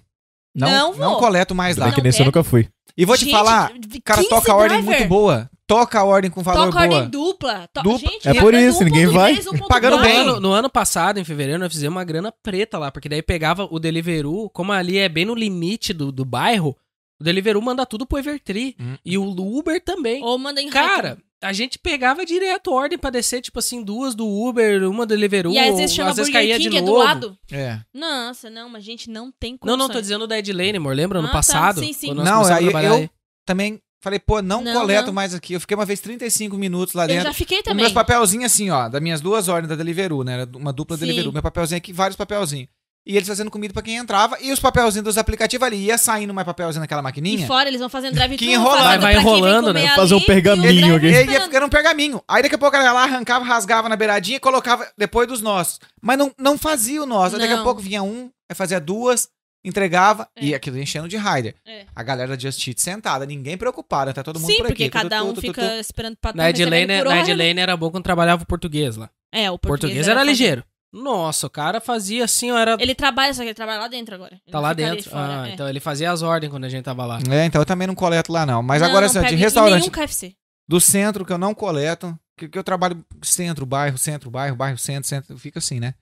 S2: Não,
S3: Não
S2: não,
S3: vou.
S2: coleto mais lá.
S4: Bem que
S3: Não é.
S4: nem se eu
S3: quero.
S4: nunca fui.
S2: E vou te
S3: Gente,
S2: falar,
S3: de-
S2: cara,
S3: 15
S2: toca a ordem
S3: driver.
S2: muito boa. Toca a ordem com valor
S3: Toca ordem
S2: boa.
S3: dupla. To...
S2: Dupla.
S3: Gente, um
S4: É por
S3: pagando
S4: isso, ninguém vai.
S3: 1.10, 1.2.
S2: Pagando
S1: no,
S2: bem.
S1: ano, no ano passado, em fevereiro, nós fizemos uma grana preta lá, porque daí pegava o Deliveroo, como ali é bem no limite do, do bairro, o Deliveroo manda tudo pro Evertree.
S2: Hum.
S1: E o Uber também.
S3: Ou manda em
S1: Cara, a gente pegava direto ordem pra descer, tipo assim, duas do Uber, uma do Deliveroo,
S3: E às vezes chama
S1: às vezes caía de
S3: Burger King, é
S1: novo.
S3: do lado.
S2: É.
S3: Nossa, não, mas gente, não tem
S1: Não,
S3: condições.
S1: não, tô dizendo da Edlane, amor. Lembra ano
S3: Ah, tá.
S1: passado?
S3: Sim, sim.
S1: quando nós
S2: Não,
S1: começamos a
S2: aí
S1: trabalhar
S2: eu também falei, pô, não,
S3: Não,
S2: coleto
S3: não.
S2: mais aqui. Eu fiquei uma vez 35 minutos lá
S3: Eu
S2: dentro.
S3: já fiquei
S2: Os
S3: também.
S2: meus papelzinhos assim, ó, das minhas duas ordens da Deliveroo, né? Era uma dupla
S3: Sim.
S2: Deliveroo. Meu papelzinho aqui, vários papelzinhos. E eles fazendo comida pra quem entrava. E os papelzinhos dos aplicativos ali. Ia saindo mais papelzinho naquela
S3: E
S2: maquininha.
S3: fora, eles vão fazendo drive-thru.
S2: Que enrola-
S1: Vai- vai enrolando, né?
S4: Fazer um pergaminho
S2: E
S4: aqui.
S2: aí ia- era um pergaminho. Aí daqui a pouco ela lá arrancava, rasgava na beiradinha e colocava depois dos nossos. Mas não, não fazia o nosso. Aí Daqui a
S3: Não.
S2: pouco vinha um, aí fazia duas, entregava
S3: É.
S2: e aquilo enchendo de rider.
S3: É.
S2: A galera da Just Eat sentada, ninguém preocupada, tá todo mundo
S3: Sim,
S2: por aqui.
S3: porque
S2: tudo,
S3: cada um
S2: tudo, tudo,
S3: fica
S2: tudo.
S3: esperando pra
S1: Na
S3: recebendo
S1: Edlane,
S3: por
S1: na
S3: hora.
S1: Edlane era bom quando trabalhava o português lá.
S3: É, o
S1: O
S3: português,
S1: português era
S3: fácil.
S1: ligeiro. Nossa, o cara fazia assim, ó, era.
S3: Ele trabalha, só que ele trabalha lá dentro agora. Ele
S1: Tá
S3: não
S1: lá
S3: fica ali
S1: dentro.
S3: fora,
S1: ah,
S3: é.
S1: então ele fazia as ordens quando a gente tava lá.
S2: É, então eu também não coleto lá não. Mas
S3: Não,
S2: agora
S3: não
S2: assim, ó, de
S3: pega em
S2: restaurante
S3: nenhum KFC.
S2: do centro que eu não coleto, que, que eu trabalho centro, bairro, centro, bairro, bairro, centro, centro, fica assim, né?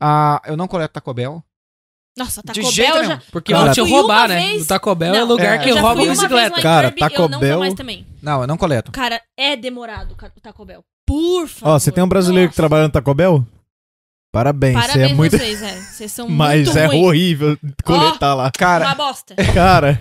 S2: Ah, eu não coleto Taco Bell.
S3: Nossa, Taco
S2: de
S3: Bell
S2: jeito
S3: eu
S2: nenhum.
S3: já...
S1: Porque
S4: Cara,
S1: vão te
S3: eu fui
S1: roubar,
S3: uma
S1: né?
S3: vez-
S1: O Taco Bell é
S3: Não,
S1: lugar
S2: é.
S1: que
S3: eu já
S1: rouba
S3: fui uma
S1: bicicleta.
S3: vez lá em
S4: Cara,
S3: Kirby, eu
S4: Taco
S3: não vou
S4: Bell-
S3: mais também.
S2: Não, eu não coleto.
S3: Cara, é demorado ca- o Taco Bell. Por favor.
S4: Ó, você tem um brasileiro que
S3: Nossa.
S4: trabalha no Taco Bell? Parabéns, você
S3: Parabéns
S4: é muito...
S3: vocês, é. Vocês são
S4: Mas
S3: muito
S4: é
S3: ruim.
S4: horrível coletar lá.
S3: Uma
S2: Cara,
S3: bosta.
S4: Cara,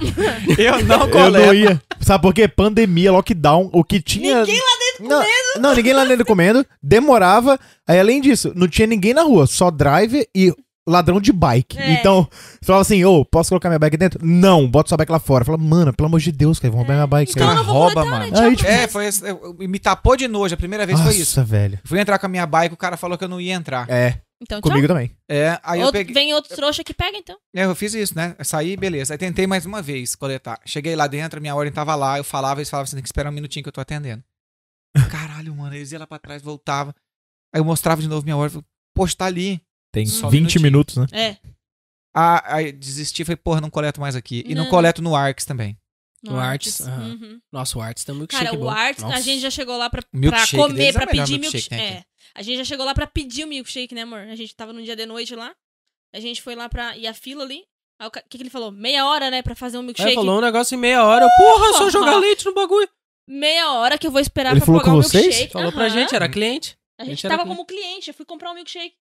S2: eu não
S4: eu
S2: coleto.
S4: não ia. Sabe por quê? Pandemia, lockdown, o que tinha...
S3: Ninguém
S4: lá dentro comendo. Não, ninguém lá dentro comendo. Demorava. Aí, além disso, não tinha ninguém na rua. Só driver e ladrão de bike.
S3: É.
S4: Então, você falava assim, ô, posso colocar minha bike dentro? Não, bota sua bike lá fora. Fala, mano, pelo amor de Deus, cara, vão roubar minha bike.
S3: Então eu
S4: cara.
S3: não vou
S2: Rouba,
S3: coletar,
S2: mano.
S3: né? Tchau,
S4: Aí, tipo,
S3: pra
S2: É,
S3: vocês.
S2: foi esse- eu- eu- me tapou de nojo. A primeira vez foi isso.
S4: Nossa, velho.
S2: Fui entrar com a minha bike, o cara falou que eu não ia entrar.
S4: É,
S3: Então, tchau.
S4: comigo também.
S2: É, aí eu
S3: Outro-
S2: peguei.
S3: Vem outro trouxa que pega, então.
S2: é, Eu fiz isso, né? Eu saí, beleza. Aí tentei mais uma vez coletar. Cheguei lá dentro, minha ordem tava lá, eu falava, eles falavam, você tem que esperar um minutinho que eu tô atendendo. Caralho, mano, eles iam lá pra trás, voltavam. Aí eu mostrava de novo minha ordem, falava, poxa, tá ali.
S4: Tem
S2: Só um
S4: 20
S2: minutinho.
S4: minutos, né?
S3: É.
S2: Ah, aí desisti, falei, porra, não coleto mais aqui. E não,
S3: Não.
S2: coleto no Arcs também.
S1: No Arts, aham.
S3: Uhum.
S1: Nossa, o Arts tá muito
S3: Cara,
S4: é
S1: chique,
S3: o
S1: bom.
S3: Arts, a
S1: Nossa.
S3: gente já chegou lá pra,
S2: O
S3: pra
S2: milkshake
S3: comer,
S2: deles é
S3: pra
S2: o melhor
S3: pedir
S2: milkshake
S3: milkshake.
S1: né,
S2: que tem
S3: É. A gente já chegou lá pra pedir o milkshake, né, amor? A gente tava num dia de noite lá. A gente foi lá pra. E a fila ali. aí o ca- que, que ele falou? Meia hora, né, pra fazer um
S1: Aí
S3: milkshake.
S1: falou um negócio em meia hora. Eu, Porra, só
S3: Porra!
S1: jogar leite no bagulho.
S3: Meia hora que eu vou esperar
S4: Ele
S3: pra
S4: falou
S3: pagar
S4: com
S3: o
S4: vocês?
S3: milkshake.
S1: Falou pra
S3: Aham.
S1: gente, era cliente.
S3: A gente
S1: Gente, era
S3: tava
S1: com-
S3: como cliente, eu fui comprar um milkshake.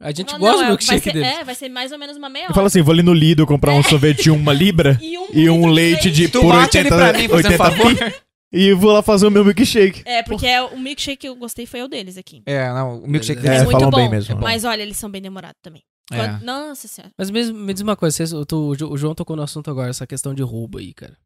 S1: A gente
S3: Falou,
S1: gosta
S3: não,
S1: do
S3: é, vai
S1: milkshake
S3: ser,
S1: dele.
S3: É, vai ser mais ou menos uma meia
S4: Eu
S3: hora.
S4: falo assim, vou ali no Lido comprar um sorvete de uma libra
S3: E um,
S4: e um
S3: litro
S4: leite de
S2: Tu
S4: por
S2: bate ele
S4: 80,
S2: pra mim, fazendo
S4: 80
S2: favor.
S4: e vou lá fazer o meu milkshake.
S3: É, porque é, o milkshake que eu gostei foi o deles aqui.
S2: É, não, o milkshake
S1: É,
S2: deles
S3: muito
S4: falam
S3: bom,
S4: bem mesmo.
S2: é bom.
S3: Mas olha, eles são bem demorados também.
S2: É.
S3: Quando- Nossa senhora.
S1: Mas me, me diz uma coisa, vocês- o, tu- o Jo- o João tocou no assunto agora, essa questão de roubo aí, cara.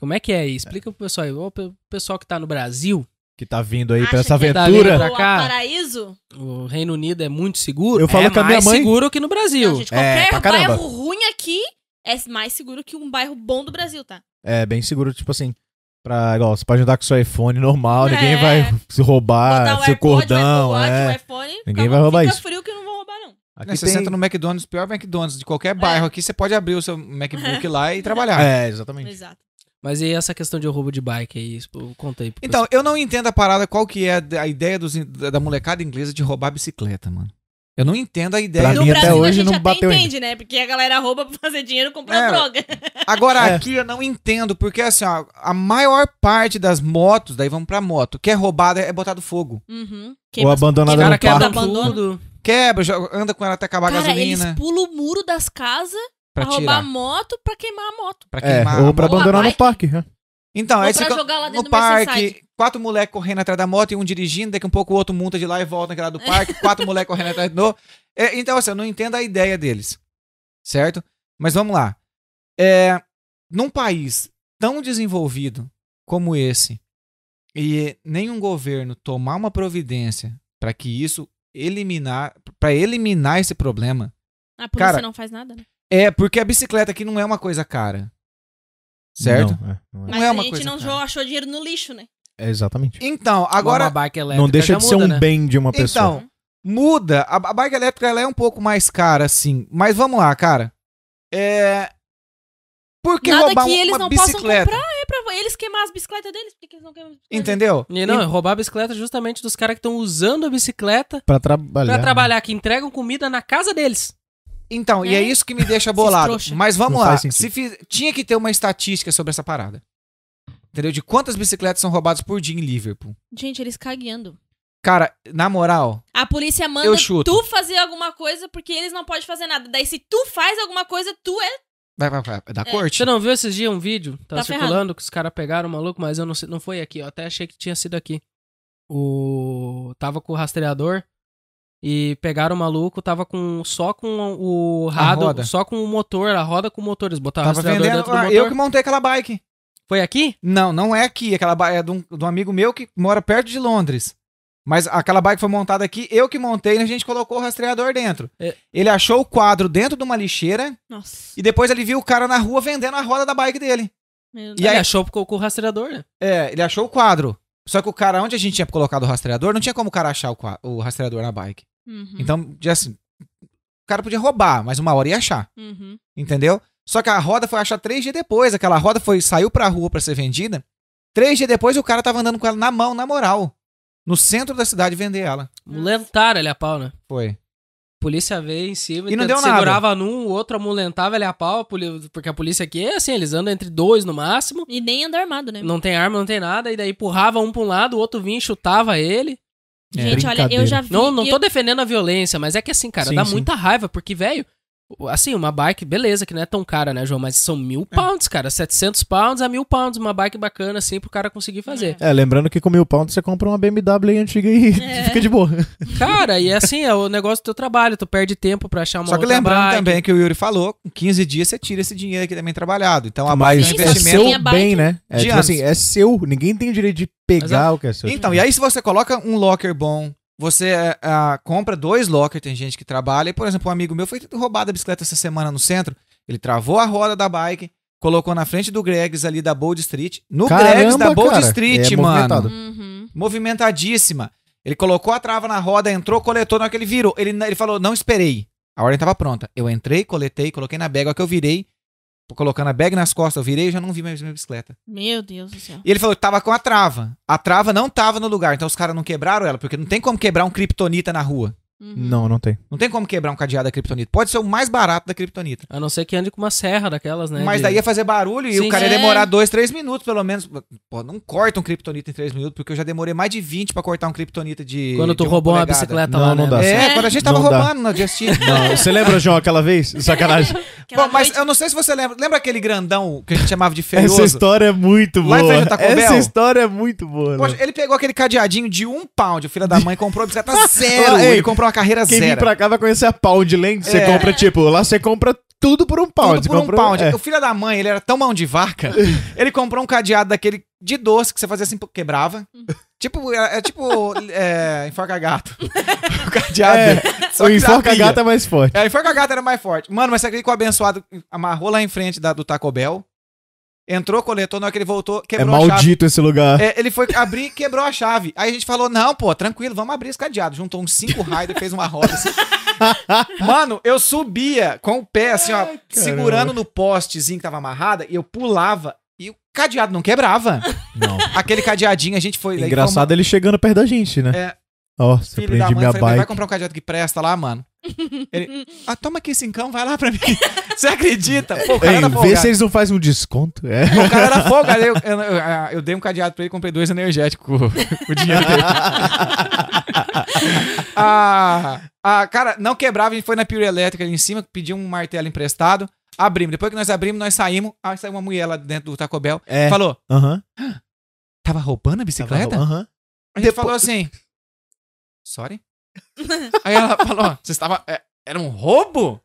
S1: Como é que é aí? Explica pro pessoal aí. Ô, pe- O pessoal que tá no Brasil,
S4: Que tá vindo aí pra
S3: Acha
S4: essa
S3: que é
S1: vindo
S4: aventura.
S1: pra
S3: Ou a
S1: cá.
S3: Paraíso?
S1: o Reino Unido é muito seguro.
S4: Eu falo
S1: é
S4: com a minha
S1: mais
S4: mãe-
S1: seguro que no Brasil.
S3: Não, gente,
S4: É,
S3: qualquer
S4: pra caramba.
S3: bairro ruim aqui é mais seguro que um bairro bom do Brasil, tá?
S4: É, bem seguro, tipo assim. Pra, igual, você pode andar com seu iPhone normal,
S3: É.
S4: ninguém vai Ah, se roubar,
S3: Botar o
S4: seu
S3: AirPod,
S4: cordão.
S3: vai pro
S4: é.
S3: watch, o iPhone,
S4: Ninguém
S3: calma,
S4: vai roubar
S3: fica
S4: isso.
S3: frio que não vão roubar, não.
S4: Aqui
S2: Né, você senta no McDonald's, pior McDonald's de
S3: É.
S2: qualquer bairro aqui, você pode abrir o seu MacBook lá e trabalhar.
S4: É, exatamente.
S3: Exato.
S1: Mas e essa questão de roubo de bike aí? Expo- Conta aí. pro
S2: Então, eu não entendo a parada, qual que é a a ideia dos in- da da molecada inglesa de roubar bicicleta, mano. Eu não entendo a ideia.
S4: Pra
S3: no
S4: mim, até
S3: Brasil a
S4: hoje
S3: gente
S4: não
S3: até
S4: bateu ainda.
S3: entende, né? Porque a galera rouba pra fazer dinheiro comprar
S2: É,
S3: droga.
S2: Agora
S4: É.
S2: aqui eu não entendo, porque assim, ó, a maior parte das motos, daí vamos pra moto, que é roubada é botado fogo.
S3: Uhum.
S4: Ou abandonada
S3: queima
S1: cara
S4: no
S1: quebra
S3: as coisas,
S4: parque.
S3: abandona.
S1: tudo.
S2: Quebra, joga- anda com ela até acabar a
S3: Cara,
S2: gasolina
S3: eles pulam o muro das casas pra
S2: pra
S3: roubar
S2: tirar,
S3: moto pra queimar a moto.
S2: pra
S4: É,
S2: queimar.
S4: ou
S2: a
S4: pra
S2: moto.
S3: Ou a
S4: abandonar no
S3: bike.
S4: parque. né?
S2: Então,
S3: Ou
S2: aí você
S3: pra
S2: fica
S3: jogar lá dentro
S2: no
S3: do Mercedside.
S2: parque, quatro moleques correndo atrás da moto e um dirigindo, daqui um pouco o outro multa de lá e volta naquela do parque, quatro moleques correndo atrás de novo. É, então, assim, eu não entendo a ideia deles, certo? Mas vamos lá. É, num país tão desenvolvido como esse, e nenhum governo tomar uma providência para que isso eliminar, para eliminar esse problema,
S3: A polícia
S2: Cara,
S3: não faz nada, né?
S2: é porque a bicicleta aqui não é uma coisa cara, certo?
S4: Não, é, não é.
S3: Mas
S2: é
S3: a
S2: uma
S3: gente
S2: coisa,
S3: não
S2: cara.
S3: jo- achou dinheiro no lixo, né?
S4: É, exatamente.
S2: Então,
S1: Agora
S2: agora
S1: uma bike elétrica
S4: Não deixa
S1: já
S4: de ser
S1: muda,
S4: um
S1: né?
S4: bem de uma pessoa.
S2: Então, muda. A, a bike elétrica ela é um pouco mais cara, assim. Mas vamos lá, cara. É. Por que
S3: nada
S2: roubar
S3: que
S2: um-
S3: eles
S2: uma
S3: não
S2: bicicleta?
S3: possam comprar é pra eles queimar as bicicletas deles. Por que que eles não queimam as bicicletas
S2: Entendeu?
S1: E não, é roubar a bicicleta justamente dos caras que estão usando a bicicleta
S4: Pra trabalhar.
S1: pra trabalhar, que entregam comida na casa deles.
S2: Então, e é
S3: É.
S2: isso que me deixa
S3: Esses
S2: bolado.
S3: trouxa.
S2: Mas vamos
S4: Não
S2: lá.
S4: faz sentido.
S2: Se fiz- Tinha que ter uma estatística sobre essa parada. Entendeu? De quantas bicicletas são roubadas por dia em Liverpool.
S3: deles? Gente, eles cagueando.
S2: Cara, na moral,
S3: A polícia manda
S2: Eu chuto.
S3: tu fazer alguma coisa porque eles não podem fazer nada. Daí se tu faz alguma coisa, tu é...
S2: vai, vai, vai, da corte.
S1: Você não viu esses dias um vídeo? Tava
S3: Tá ferrado.
S1: circulando que os caras pegaram o maluco, mas eu não sei, não foi aqui. Eu até achei que tinha sido aqui. O. Tava com o rastreador e pegaram o maluco, tava com. Só com o
S2: roda.
S1: rado, só com o motor, a roda com o motor. Eles botaram
S2: Tava
S1: o rastreador
S2: vendendo.
S1: dentro do
S2: Ah,
S1: motor.
S2: eu que montei aquela bike.
S1: Foi aqui?
S2: Não, não é aqui. Aquela ba- é de um, de um amigo meu que mora perto de Londres. Mas aquela bike foi montada aqui, eu que montei e a gente colocou o rastreador dentro.
S1: É.
S2: Ele achou o quadro dentro de uma lixeira
S3: Nossa.
S2: e depois ele viu o cara na rua vendendo a roda da bike dele. E
S3: Meu
S1: E
S3: Deus.
S1: aí
S2: aí-
S1: achou com, com o rastreador, né?
S2: É, ele achou o quadro. Só que o cara, onde a gente tinha colocado o rastreador, não tinha como o cara achar o, qua- o rastreador na bike.
S3: Uhum,
S2: Então, de assim, o cara podia roubar, mas uma hora ia achar,
S3: uhum.
S2: entendeu? Só que a roda foi achar três dias depois. Aquela roda foi saiu pra rua pra ser vendida. Três dias depois o cara tava andando com ela na mão, na moral. No centro da cidade vender ela.
S1: Mulentaram ele a pau, né?
S2: Foi.
S1: Polícia veio em cima
S2: E não deu nada.
S1: segurava num, o outro amulentava ele a pau, a poli- porque a polícia aqui é assim, eles andam entre dois no máximo.
S3: E nem anda armado, né?
S1: Não tem arma, não tem nada, e daí empurrava um pra um lado, o outro vinha e chutava ele.
S2: É,
S3: Gente, olha, eu já vi...
S1: Não, não
S3: e
S1: tô defendendo a violência, mas é que assim, cara,
S4: Sim,
S1: dá
S4: sim.
S1: muita raiva, porque, velho, assim, uma bike, beleza, que não é tão cara, né, João? Mas são mil pounds, cara. 700 pounds a mil pounds, uma bike bacana, assim, pro cara conseguir fazer.
S4: É, lembrando que com mil pounds você compra uma BMW aí antiga e
S3: É.
S4: fica de boa.
S2: Então,
S1: Cara, e assim, é o negócio do teu trabalho, tu perde tempo pra achar uma
S2: Só que
S1: outra
S2: lembrando
S1: bike.
S2: também que o Yuri falou, com 15 dias você tira esse dinheiro aqui também trabalhado. Então a
S4: Mas
S2: bike é um
S3: Sim,
S4: é
S3: só
S2: investimento.
S3: tem
S4: seu
S3: a bike.
S4: bem, né? É
S2: De
S4: tipo
S2: anos.
S4: assim, é seu. Ninguém tem o direito de pegar o que é seu.
S2: Então, e aí se você coloca um locker bom, você ah, compra dois lockers, tem gente que trabalha. E, por exemplo, um amigo meu foi roubado a bicicleta essa semana no centro. Ele travou a roda da bike, colocou na frente do Greg's ali da Bold Street. No
S4: Caramba,
S2: Greg's da Bold
S4: cara,
S2: Street,
S4: é
S2: mano.
S4: movimentado.
S3: Uhum.
S2: Movimentadíssima. Ele colocou a trava na roda, entrou, coletou, na hora que ele virou. Ele, ele falou, não esperei. A ordem tava pronta. Eu entrei, coletei, coloquei na bag. A hora que eu virei, colocando a bag nas costas, eu virei e já não vi mais minha bicicleta.
S3: Meu Deus do céu.
S2: E ele falou que tava com a trava. A trava não tava no lugar, então os caras não quebraram ela, porque não tem como quebrar um kryptonita na rua.
S3: Uhum.
S4: Não, não tem.
S2: Não tem como quebrar um cadeado da kryptonita. Pode ser o mais barato da kryptonita.
S1: A não ser que ande com uma serra daquelas, né?
S2: Mas
S1: de-
S2: daí é ia fazer barulho e
S1: Sim, É.
S2: o cara ia
S3: sim.
S2: demorar dois, três minutos, pelo menos. Pô, não corta um kryptonita em três minutos, porque eu já demorei mais de 20 pra cortar um kryptonita de.
S1: Quando tu
S2: de um
S1: roubou uma
S2: polegada.
S1: bicicleta
S4: Não,
S1: lá,
S4: não
S1: né?
S4: dá.
S2: É,
S3: É.
S2: quando a gente tava
S4: Tá Não dá.
S2: roubando na Justice.
S4: Não, você lembra, João, aquela vez? Sacanagem.
S3: Aquela
S2: Bom, mas
S3: noite-
S2: eu não sei se você lembra. Lembra aquele grandão que a gente chamava de
S4: Essa
S2: feioso?
S4: história é muito
S2: Lá em
S4: boa.
S2: frente ao Taco
S4: Essa
S2: Bell.
S4: história é muito boa. né?
S2: Poxa, ele pegou aquele cadeadinho de um pound, o filho da mãe comprou a bicicleta zero.
S4: Ei,
S2: ele comprou uma carreira
S4: Quem vir
S2: é zero.
S4: pra cá vai conhecer a Pound Land. Você
S2: É.
S4: compra, tipo, lá você compra tudo por um pound.
S2: Tudo por um
S4: compra-
S2: pound.
S4: é.
S2: O filho da mãe, ele era tão mão de vaca, ele comprou um cadeado daquele de doce que você fazia assim, pô, quebrava. Tipo, é, é tipo é, enforca gato. O cadeado.
S4: É,
S2: Só
S4: o
S2: que
S4: enforca
S2: abria.
S4: gata é mais forte.
S2: É, o enforca gato era mais forte. Mano, mas você acredita que o abençoado amarrou lá em frente da- do Taco Bell, entrou, coletou, na hora que ele voltou,
S4: É
S2: quebrou a chave.
S4: maldito esse lugar.
S2: É, ele foi abrir e quebrou a chave. Aí a gente falou: não, pô, tranquilo, vamos abrir esse cadeado. Juntou uns cinco raios e fez uma roda assim. Mano, eu subia com o pé, assim, ó, segurando no postezinho que tava amarrada, e eu pulava e o cadeado não quebrava.
S4: Não.
S2: Aquele cadeadinho, a gente foi. daí foi
S4: Engraçado ele chegando perto da gente, né?
S2: É.
S4: Nossa,
S2: um filho da mãe,
S4: prendi minha
S2: falei, "Vai- vai
S4: bike.
S2: comprar um cadeado que presta lá, mano. Ele, ah, toma aqui cincão, vai lá pra mim. Você acredita? Pô, o cara
S4: Ei,
S2: era
S4: vê se
S2: folgado.
S4: eles não fazem um desconto. É.
S2: O cara era folgado. Eu, eu, eu- eu dei um cadeado pra ele e comprei dois energéticos com com o dinheiro dele. ah, ah, cara, não quebrava, a gente foi na pira elétrica ali em cima, pediu um martelo emprestado, abrimos. Depois que nós abrimos, nós saímos. Aí saiu uma mulher lá dentro do Taco Bell.
S4: É.
S2: Falou,
S4: Aham.
S2: tava roubando a
S4: Tava-
S2: bicicleta?
S4: Aham.
S2: A gente falou assim. Sorry? Aí ela falou: vocês estavam. é, Era um roubo?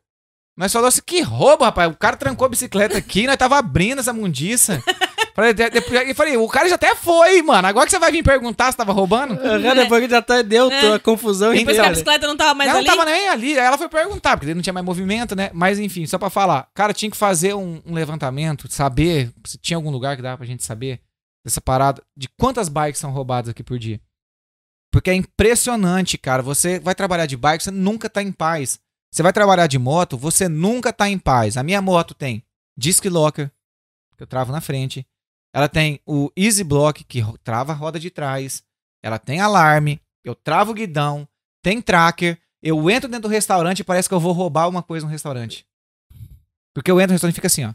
S2: Nós falou assim: que roubo, rapaz? O cara trancou a bicicleta aqui, nós tava abrindo essa mundiça. Falei, de- depois- eu falei, o cara já até foi, mano. Agora que você vai vir perguntar se tava roubando?
S1: Aham, Depois que já tá, deu
S3: É.
S1: a confusão
S2: Depois
S3: Depois que a
S1: inteira.
S3: bicicleta não tava mais
S2: ela
S3: ali.
S2: não tava nem ali. Aí ela foi perguntar, porque daí não tinha mais movimento, né? Mas enfim, só pra falar. Cara, tinha que fazer um, um levantamento, saber se tinha algum lugar que dava pra gente saber dessa parada, de quantas bikes são roubadas aqui por dia. Porque é impressionante, cara. Você vai trabalhar de bike, você nunca tá em paz. Você vai trabalhar de moto, você nunca tá em paz. A minha moto tem disc locker, que eu travo na frente. Ela tem o easy block, que ro- trava a roda de trás. Ela tem alarme, eu travo o guidão, tem tracker. Eu entro dentro do restaurante e parece que eu vou roubar uma coisa no restaurante. Porque eu entro no restaurante e fica assim, ó.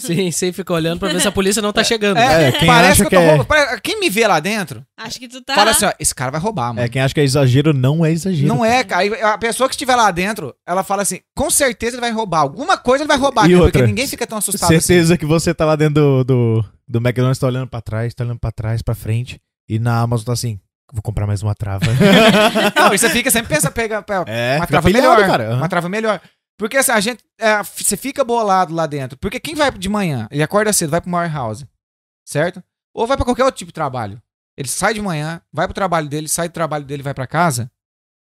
S1: Sim, sim, fica olhando pra ver se a polícia não tá chegando.
S4: É, quem
S2: parece
S4: acha
S2: que eu tô
S4: que é-
S2: roubando. Pare- Quem me vê lá dentro,
S3: Acho que tu tá.
S2: fala assim, ó, esse cara vai roubar, mano.
S4: É, quem acha que é exagero não é exagero.
S2: Não é, cara. Aí A pessoa que estiver lá dentro, ela fala assim, com certeza ele vai roubar. Alguma coisa ele vai roubar,
S4: E
S2: cara,
S4: outra,
S2: porque ninguém fica tão assustado assim.
S4: Certeza que você tá lá dentro do, do, do McDonald's, tá olhando pra trás, tá olhando pra trás, pra frente. E na Amazon tá assim, vou comprar mais uma trava.
S2: Não, e você fica sempre pensa, pega, pega
S4: é,
S2: uma
S4: fica
S2: trava
S4: pilhado,
S2: melhor,
S4: cara. Aham.
S2: uma trava melhor. Porque assim, a gente, é, f- você fica bolado lá dentro. Porque quem vai de manhã, ele acorda cedo, vai pro warehouse, certo? Ou vai pra qualquer outro tipo de trabalho. Ele sai de manhã, vai pro trabalho dele, sai do trabalho dele, vai pra casa.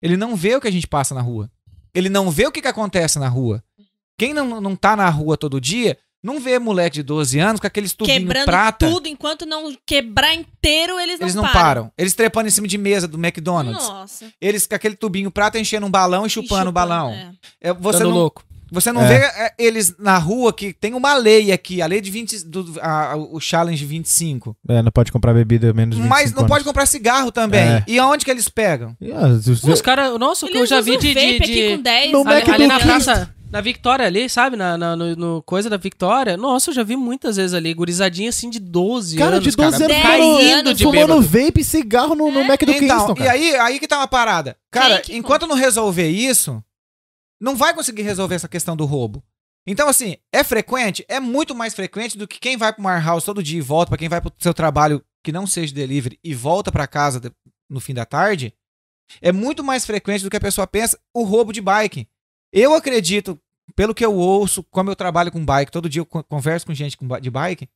S2: Ele não vê o que a gente passa na rua. Ele não vê o que, que acontece na rua. Quem não, não tá na rua todo dia, não vê moleque de 12 anos com aqueles tubinhos
S3: Quebrando
S2: prata.
S3: tudo, enquanto não quebrar inteiro, eles não
S2: eles não param.
S3: param.
S2: Eles trepando em cima de mesa do McDonald's.
S3: Nossa. E
S2: Eles com aquele tubinho prata enchendo um balão e chupando, o balão.
S3: é.
S2: É, Você
S1: Dando
S2: não,
S1: louco.
S2: você não
S4: É.
S2: vê é, eles na rua que tem uma lei aqui, a lei de 20, do, a- o challenge 25.
S4: É, não pode comprar bebida menos de
S2: Mas
S4: 25
S2: não pode
S4: anos.
S2: comprar cigarro também.
S4: É.
S2: E aonde que eles pegam?
S4: Ah, se- se-
S1: Os caras, nossa, o que
S3: Eles
S1: eu já vi
S3: usam
S1: de. de,
S3: um vape aqui
S1: de-
S3: com 10.
S4: No
S3: olha,
S1: ali,
S4: Mac
S1: ali
S4: do
S1: na
S4: Cristo.
S1: praça, na Victória ali, sabe? Na, na- no, no coisa da Victória. Nossa, eu já vi muitas vezes ali, gurizadinha assim de 12
S4: Cara,
S1: anos.
S4: de 12 anos
S1: cara,
S3: fumando-
S1: caindo de
S4: Fumando
S1: bêbado.
S4: vape e cigarro no, no
S3: É,
S4: Mac do Kingston,
S2: Então, e
S4: cara.
S2: aí, aí que tá uma parada. Cara,
S3: Quem que
S2: enquanto não resolver isso, não vai conseguir resolver essa questão do roubo. Então, assim, é frequente? É muito mais frequente do que quem vai pro Mar House todo dia e volta, pra quem vai pro seu trabalho que não seja delivery e volta pra casa de- no fim da tarde. É muito mais frequente do que a pessoa pensa o roubo de bike. Eu acredito, pelo que eu ouço, como eu trabalho com bike, todo dia eu con- converso com gente com ba- de bike,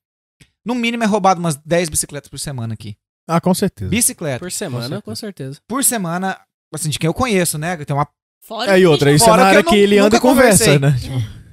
S2: no mínimo é roubado umas 10 bicicletas por semana aqui.
S4: Ah, com certeza.
S2: Bicicleta
S1: Por semana, com certeza.
S2: por semana, assim, de quem eu conheço, né? Tem uma...
S3: Fora
S4: É, e
S3: que
S4: outra,
S3: já-
S4: isso é
S2: Fora que
S4: na área
S2: eu
S4: que,
S2: nu-
S4: ele anda e
S2: nunca
S4: conversa, né?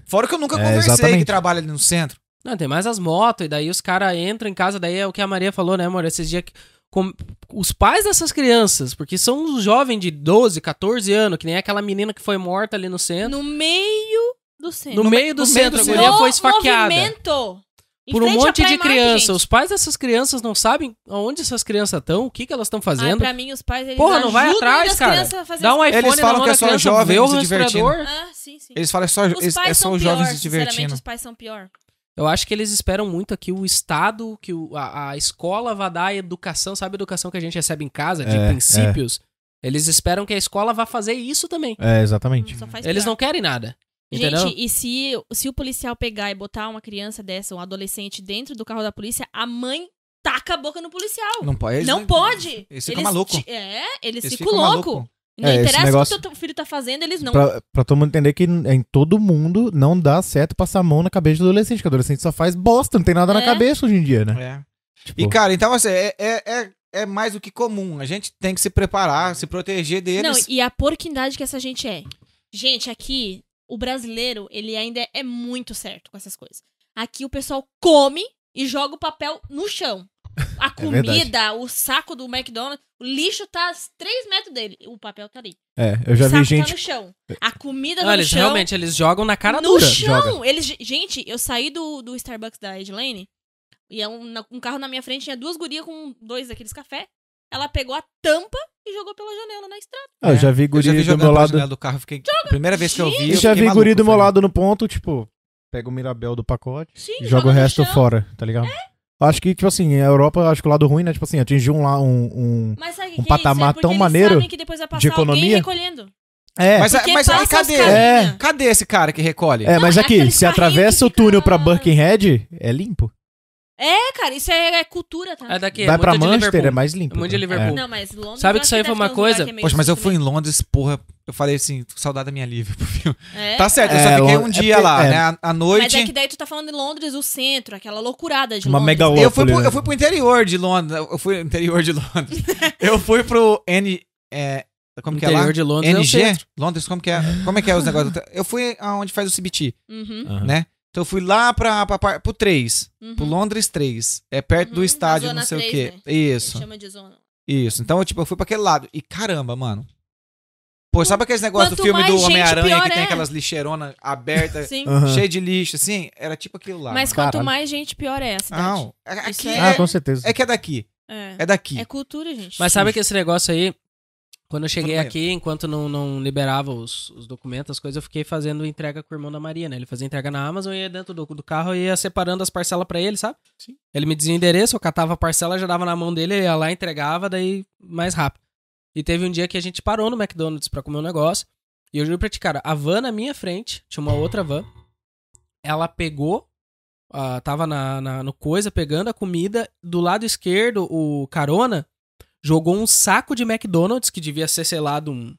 S2: Fora que eu nunca
S4: É,
S2: conversei que
S4: exatamente.
S2: trabalha ali no centro.
S1: Não, tem mais as motos, e daí os caras entram em casa, daí é o que a Maria falou, né, amor? Esses dias que. com- os pais dessas crianças, porque são uns jovens de 12, 14 anos, que nem aquela menina que foi morta ali no centro.
S3: No meio do
S1: No,
S3: centro.
S1: meio do
S2: no meio
S1: centro,
S2: do
S1: a
S2: centro.
S1: guria
S3: No
S1: foi esfaqueada.
S3: movimento. Em
S1: Por um
S3: frente à
S1: monte de
S3: Primark,
S1: criança.
S3: gente.
S1: Os pais dessas crianças não sabem aonde essas crianças estão, o que, que elas estão
S3: Ai,
S1: fazendo.
S3: Ah, pra mim, os pais, eles
S1: Porra, não vai
S3: ajudam
S1: atrás,
S3: as
S1: cara.
S3: crianças a fazer
S1: Dá um
S3: as-
S1: iPhone
S2: Eles
S1: na
S2: falam
S1: mão
S2: que é
S1: da
S2: só
S1: criança,
S2: jovens
S1: vê o
S2: se divertindo.
S1: rastreador.
S3: Ah, sim, sim.
S2: Eles falam só,
S3: Os
S2: eles,
S3: pais
S2: é só
S3: são
S2: os jovens
S3: pior,
S2: se divertindo.
S3: Sinceramente, os pais são pior.
S1: Eu acho que eles esperam muito aqui o Estado, que o- a, a escola vá dar a educação, sabe a educação que a gente recebe em casa, de
S4: É,
S1: princípios? Eles esperam que a escola vá fazer isso também.
S4: É, exatamente.
S3: Só faz
S1: Eles
S3: pior.
S1: não querem nada. Entendeu?
S3: Gente, e se, se o policial pegar e botar uma criança dessa, um adolescente, dentro do carro da polícia, a mãe taca a boca no policial.
S2: Não pode. eles-
S3: não pode.
S2: eles ficam maluco.
S3: ti- É, eles,
S2: eles
S3: ficam
S2: ficam
S3: louco.
S2: maluco.
S3: Não
S4: É, esse
S3: interessa
S4: negócio-
S3: o que o teu filho tá fazendo, eles não.
S4: Pra, pra todo mundo entender que em todo mundo não dá certo passar a mão na cabeça do adolescente, que o adolescente só faz bosta, não tem nada
S3: É.
S4: na cabeça hoje em dia, né?
S2: É.
S4: Tipo,
S2: E, cara, então, assim, é, é, é, é mais do que comum. A gente tem que se preparar, se proteger deles.
S3: Não, e a porquindade que essa gente é. Gente, aqui, o brasileiro, ele ainda é- é muito certo com essas coisas. Aqui o pessoal come e joga o papel no chão. A comida,
S4: É verdade.
S3: o saco do McDonald's, o lixo tá a 3 metros dele. O papel tá ali.
S4: é, eu já
S3: o saco
S4: vi
S3: tá
S4: gente. É.
S3: no chão. A comida
S1: Não,
S3: tá no
S1: eles
S3: chão.
S1: realmente eles jogam na cara
S3: no
S1: dura.
S3: chão! Eles, gente, eu saí do, do Starbucks da Edlane e é um, na- um carro na minha frente tinha duas gurias com dois daqueles café. Ela pegou a tampa e jogou pela janela na estrada.
S4: Ah, eu já vi
S2: É. Eu já
S4: guri
S2: vi
S4: do
S2: jogando
S4: meu
S2: pela
S4: lado.
S2: janela do carro, fiquei. Primeira vez que eu vi.
S4: Eu
S2: Eu fiquei
S4: já vi guri
S2: maluco,
S4: do meu
S2: falei,
S4: lado no ponto, tipo, pega o Mirabel do pacote
S3: Sim,
S4: e joga
S3: no
S4: o resto
S3: chão.
S4: fora, tá ligado? Acho que, tipo assim, a Europa, acho que o lado ruim, né? Tipo assim, atingiu um lá um. um...
S3: Mas sabe o que
S4: Um
S3: que é isso?
S4: patamar
S3: é porque
S4: tão
S3: eles
S4: maneiro
S3: sabem que depois vai passar
S4: de
S3: alguém
S4: economia.
S3: recolhendo.
S4: É,
S2: Mas,
S3: Porque
S2: mas aí
S3: passa as
S2: cadê?
S3: carinhas.
S2: Cadê esse cara que recolhe?
S4: é, mas
S3: Não,
S4: aqui,
S3: aqueles
S4: se
S3: carrinhos que
S4: atravessa o
S3: ficam
S4: túnel pra
S3: lá.
S4: Birkenhead, é limpo.
S3: É, cara, isso é, é cultura, tá?
S1: É daqui,
S4: Vai
S1: muito
S4: pra
S1: de
S4: Manchester,
S1: Liverpool.
S4: é mais limpo.
S1: É muito de
S4: né?
S1: Liverpool.
S3: Não, mas Londres.
S1: Sabe
S3: eu
S1: que
S3: acho
S1: isso aí
S3: deve
S1: foi uma
S3: ter uns lugar
S1: coisa?
S3: que é meio
S2: Poxa, mas eu
S3: isso
S2: fui em Londres, porra. Eu falei assim, saudade da minha Liverpool. viu?
S3: também. É.
S2: Tá certo, eu
S4: É,
S2: só fiquei
S4: Lon-
S2: um
S4: é
S2: dia
S4: porque-
S2: lá,
S4: é.
S2: né? À- À
S3: Mas
S2: noite.
S3: é que daí tu tá falando de Londres, o centro, aquela loucurada de
S4: Uma
S3: Londres. Hum,
S4: mega
S2: Eu fui, pro,
S4: Londres.
S2: eu fui pro interior de Londres. Eu fui pro interior de Londres. eu fui pro N. é, como que é lá?
S1: interior de Londres é o
S2: NG?
S1: centro.
S2: Londres, como que é? Como é que é os negócios? Eu fui aonde faz o CBT,
S3: Uhum,
S4: Aham.
S2: né? Então eu fui lá pra, pra, pra- pro 3.
S3: uhum.
S2: Pro Londres 3. É perto
S3: Uhum,
S2: do estádio,
S3: na
S2: não sei
S3: zona né?
S2: o
S3: 3,
S2: quê. Isso.
S3: Chama de zona.
S2: Isso. Então, eu, tipo, eu fui pra aquele lado. E caramba, mano. Pô, sabe aqueles negócios do
S3: Quanto
S2: filme
S3: mais
S2: do
S3: gente,
S2: Homem-Aranha
S3: pior
S2: que tem
S3: é.
S2: aquelas lixeironas
S1: É.
S2: abertas,
S3: Sim.
S4: Aham.
S2: cheio de lixo, assim? Era tipo aquilo lá.
S3: Mas
S4: Ah, Caralho.
S3: quanto mais gente, pior é a cidade.
S2: Não. É-
S3: Isso
S2: Aqui
S3: é-
S2: é,
S4: Ah, com certeza.
S2: é que é daqui.
S3: É.
S2: É daqui.
S3: É cultura, gente.
S1: Mas sabe que esse negócio aí, quando eu cheguei
S2: Quanto
S1: aqui, enquanto não, não liberava os, os documentos, as coisas, eu fiquei fazendo entrega com o irmão da Maria, né? Ele fazia entrega na Amazon e ia dentro do, do carro e ia separando as parcelas pra ele, sabe?
S2: Sim.
S1: Ele me dizia o endereço, eu catava a parcela, já dava na mão dele, ele ia lá, entregava, daí mais rápido. E teve um dia que a gente parou no McDonald's pra comer um negócio. E eu juro pra ti, cara, a van na minha frente, tinha uma outra van, ela pegou ah, tava na, na- no coisa pegando a comida. Do lado esquerdo, o carona jogou um saco de McDonald's que devia ser, sei lá, de um,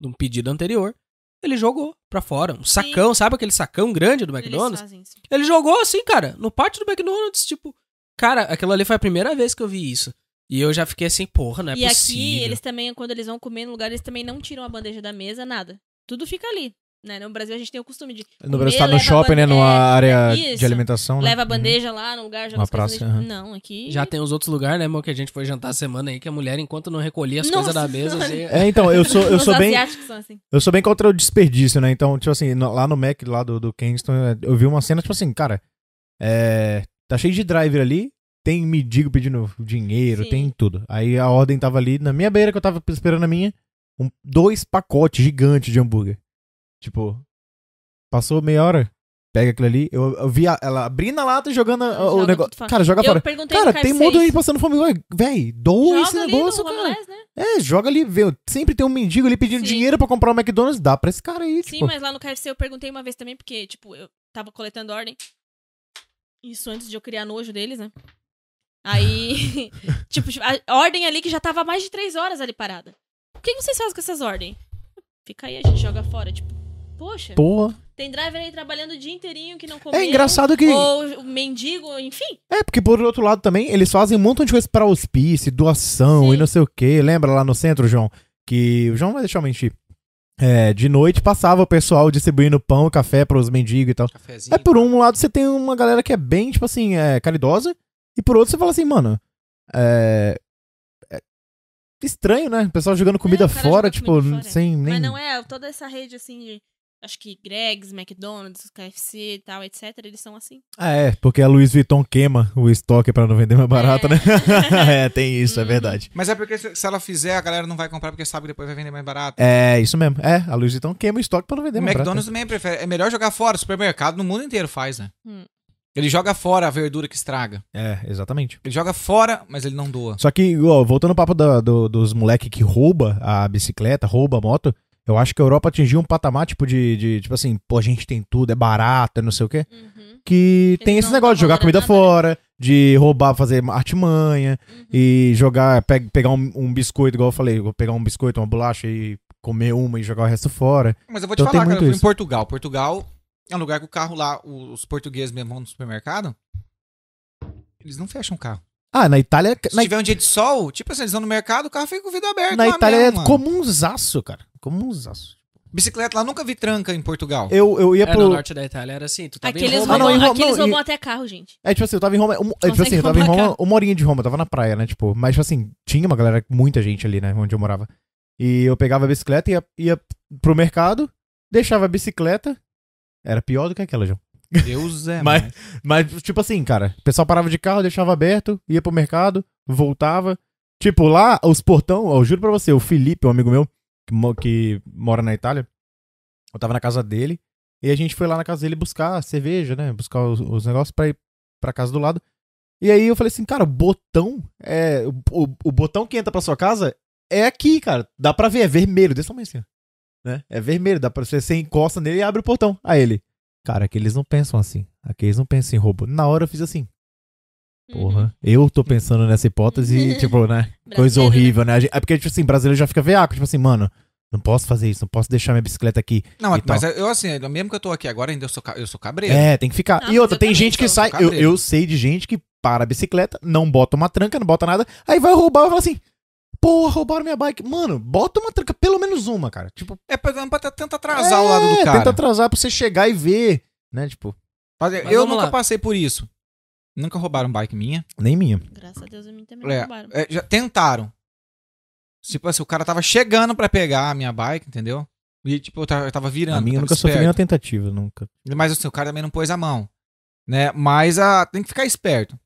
S1: de um pedido anterior. Ele jogou pra fora. Um sacão, sabe aquele sacão grande do
S3: Eles
S1: McDonald's?
S3: fazem isso.
S1: Ele jogou assim, cara, no pátio do McDonald's. Tipo, cara, aquilo ali foi a primeira vez que eu vi isso. E eu já fiquei assim, porra, não é
S3: e
S1: possível.
S3: aqui, eles também, quando eles vão comer no lugar, eles também não tiram a bandeja da mesa, nada. Tudo fica ali. Né? No Brasil, a gente tem o costume de.
S4: No
S3: comer,
S4: Brasil, tá no
S3: leva a
S4: shopping, né?
S3: bande-
S4: Numa área
S3: isso.
S4: de alimentação, né?
S3: Leva a bandeja lá no lugar, joga
S4: Uma
S3: as coisas
S4: praça,
S3: ali.
S4: aham. tá.
S3: Não, aqui.
S1: Já tem os outros lugares, né, amor, que a gente foi jantar essa semana aí, que a mulher, enquanto não recolhia as
S3: Nossa
S1: coisas da mesa, assim,
S3: Senhora.
S1: você-
S4: É, então, eu sou, eu
S3: Os
S4: sou bem.
S3: asiáticos são assim.
S4: Eu sou bem contra o desperdício, né? Então, tipo assim, no- lá no Mac, lá do, do Kingston, eh, eu vi uma cena, tipo assim, cara, é, tá cheio de driver ali, tem mendigo pedindo dinheiro,
S3: Sim.
S4: tem tudo. Aí a ordem tava ali, na minha beira que eu tava esperando a minha, um- dois pacotes gigantes de hambúrguer. Tipo, passou meia hora, pega aquilo ali, eu, eu vi a- ela abrindo a lata e jogando a- o
S3: Joga
S4: negócio.
S3: tudo fora.
S4: Cara, joga
S3: Eu
S4: fora.
S3: perguntei
S4: Cara,
S3: no
S4: tem
S3: KFC
S4: mundo aí
S3: isso.
S4: passando fome. Ué, Véi, doa esse
S3: Joga ali
S4: negócio,
S3: no
S4: cara.
S3: Romelés, né?
S4: É, joga ali, vê. Sempre tem um mendigo ali pedindo
S3: Sim.
S4: dinheiro pra comprar um McDonald's, dá pra esse cara aí,
S3: Sim,
S4: tipo.
S3: mas lá no KFC eu perguntei uma vez também, porque, tipo, eu tava coletando ordem. Isso antes de eu criar nojo deles, né? Aí, tipo, a ordem ali que já tava há mais de três horas ali parada. O que que vocês fazem com essas ordens? Fica aí, a gente joga fora. Tipo, poxa,
S4: Porra.
S3: tem driver aí trabalhando o dia inteirinho que não comeu.
S4: É engraçado que.
S3: Ou o mendigo, enfim.
S4: É, porque por outro lado também, eles fazem um montão de coisa pra hospício, doação
S3: Sim.
S4: e não sei o quê. Lembra lá no centro, João? Que. O João não vai deixar eu mentir. É, de noite passava o pessoal distribuindo pão e café pros mendigos e tal.
S2: Cafezinho.
S4: É, por um lado você tem uma galera que é bem, tipo assim, é, caridosa, e por outro você fala assim, mano, é... é estranho, né? O pessoal jogando comida
S3: É, o cara
S4: fora,
S3: joga
S4: tipo,
S3: comida fora.
S4: sem nem...
S3: Mas não é, toda essa rede assim de. Acho que Greg's, McDonald's, KFC e tal, etc., eles são assim.
S4: Ah, é, porque a Louis Vuitton queima o estoque pra não vender mais barato,
S3: É.
S4: né? é, tem isso, é verdade.
S2: Mas é porque se se ela fizer, a galera não vai comprar porque sabe que depois vai vender mais barato.
S4: É, isso mesmo. É, a Louis Vuitton queima o estoque pra não
S2: O
S4: vender mais
S2: McDonald's também prefere. É melhor jogar fora. Supermercado no mundo inteiro faz, né?
S3: Hum.
S2: Ele joga fora a verdura que estraga.
S4: barato. É, exatamente.
S2: Ele joga fora, mas ele não doa.
S4: Só que, ó, voltando ao papo da- do- dos moleque que rouba a bicicleta, rouba a moto, eu acho que a Europa atingiu um patamar, tipo, de, de tipo assim, pô, a gente tem tudo, é barato, é não sei o quê.
S3: Uhum,
S4: Que
S3: Eles
S4: tem esse
S3: não
S4: negócio de jogar comida
S3: valorizam nada, né?
S4: fora, de roubar, fazer artimanha
S3: uhum.
S4: e jogar, pe- pegar um, um biscoito, igual eu falei, vou pegar um biscoito, uma bolacha e comer uma e jogar o resto fora.
S2: Mas eu vou te
S4: Então tem
S2: falar, cara, eu
S4: muito
S2: fui em
S4: isso.
S2: Portugal. Portugal é um lugar que o carro lá, os portugueses mesmo vão no supermercado, eles não fecham o carro.
S4: Ah, na Itália.
S2: Se
S4: Na,
S2: tiver um dia de sol, tipo assim, eles vão no mercado, o carro fica com o vidro aberto.
S4: na
S2: lá
S4: Itália
S2: mesmo,
S4: é
S2: mano.
S4: comunzaço, cara. Comunzaço.
S2: Bicicleta lá, nunca vi tranca em Portugal.
S4: Eu, eu ia
S1: É, no
S4: pro.
S1: norte da Itália era assim, tu tava em
S3: Aqueles
S1: Roma,
S4: Ah, não,
S3: roubam,
S4: em Roma-
S3: aqueles
S4: não,
S3: roubam
S4: e-
S3: até carro, gente.
S4: É, tipo assim, eu tava em Roma. um-
S3: Então
S4: é, tipo assim, eu tava em Roma uma horinha de Roma, eu tava na praia, né? Tipo, mas tipo assim, tinha uma galera, muita gente ali, né? Onde eu morava. E eu pegava a bicicleta, ia, ia pro mercado, deixava a bicicleta. Era pior do que aquela, João.
S2: Deus é,
S4: Mas-
S2: mano.
S4: Mas, tipo assim, cara, o pessoal parava de carro, deixava aberto, ia pro mercado, voltava. Tipo, lá, os portão, eu juro pra você, o Felipe, um amigo meu, que, mo- que mora na Itália, eu tava na casa dele, e a gente foi lá na casa dele buscar cerveja, né? Buscar os, os negócios pra ir pra casa do lado. E aí eu falei assim, cara, o botão é. O, o- o botão que entra pra sua casa é aqui, cara. Dá pra ver, é vermelho, desse tamanho assim, ó. né? É vermelho, dá pra você, você encosta nele e abre o portão. Aí ele. Cara, aqui eles não pensam assim. Aqui eles não pensam em roubo. Na hora eu fiz assim. Porra, eu tô pensando nessa hipótese e, tipo, né?
S3: Uhum. Brasileiro,
S4: Coisa
S3: né?
S4: horrível, né? A gente- É porque, tipo assim, brasileiro já fica veaco, tipo assim, mano, não posso fazer isso, não posso deixar minha bicicleta aqui.
S2: Não, mas-
S4: E tal.
S2: mas eu assim, mesmo que eu tô aqui agora, ainda eu sou, ca- eu sou cabreiro.
S4: É, tem que ficar.
S3: Ah, mas
S4: e outra,
S3: eu
S4: tem
S3: também
S4: gente que
S3: sou.
S4: sai. Eu,
S2: Cabreiro.
S4: eu sei de gente que para a bicicleta, não bota uma tranca, não bota nada, aí vai roubar e fala assim: porra, roubaram minha bike. Mano, bota uma tranca, pelo menos uma, cara. Tipo,
S2: É pra, não pra tentar atrasar o lado
S4: é,
S2: do cara.
S4: Tenta atrasar pra você chegar e ver, né? Tipo,
S2: Mas
S1: Mas
S2: eu
S1: vamos
S2: nunca
S1: lá.
S2: passei por isso. Nunca roubaram bike minha.
S4: nem minha.
S3: Graças a Deus, a mim também
S2: É,
S3: roubaram.
S2: é, já tentaram. Tipo assim, o cara tava chegando pra pegar a minha bike, entendeu? E tipo, eu tava, eu tava virando.
S4: a minha
S2: eu tava
S4: nunca sofreu
S2: esperto.
S4: nenhuma tentativa, nunca.
S2: Mas assim, o cara também não pôs a mão. Né? Mas a, tem que ficar esperto.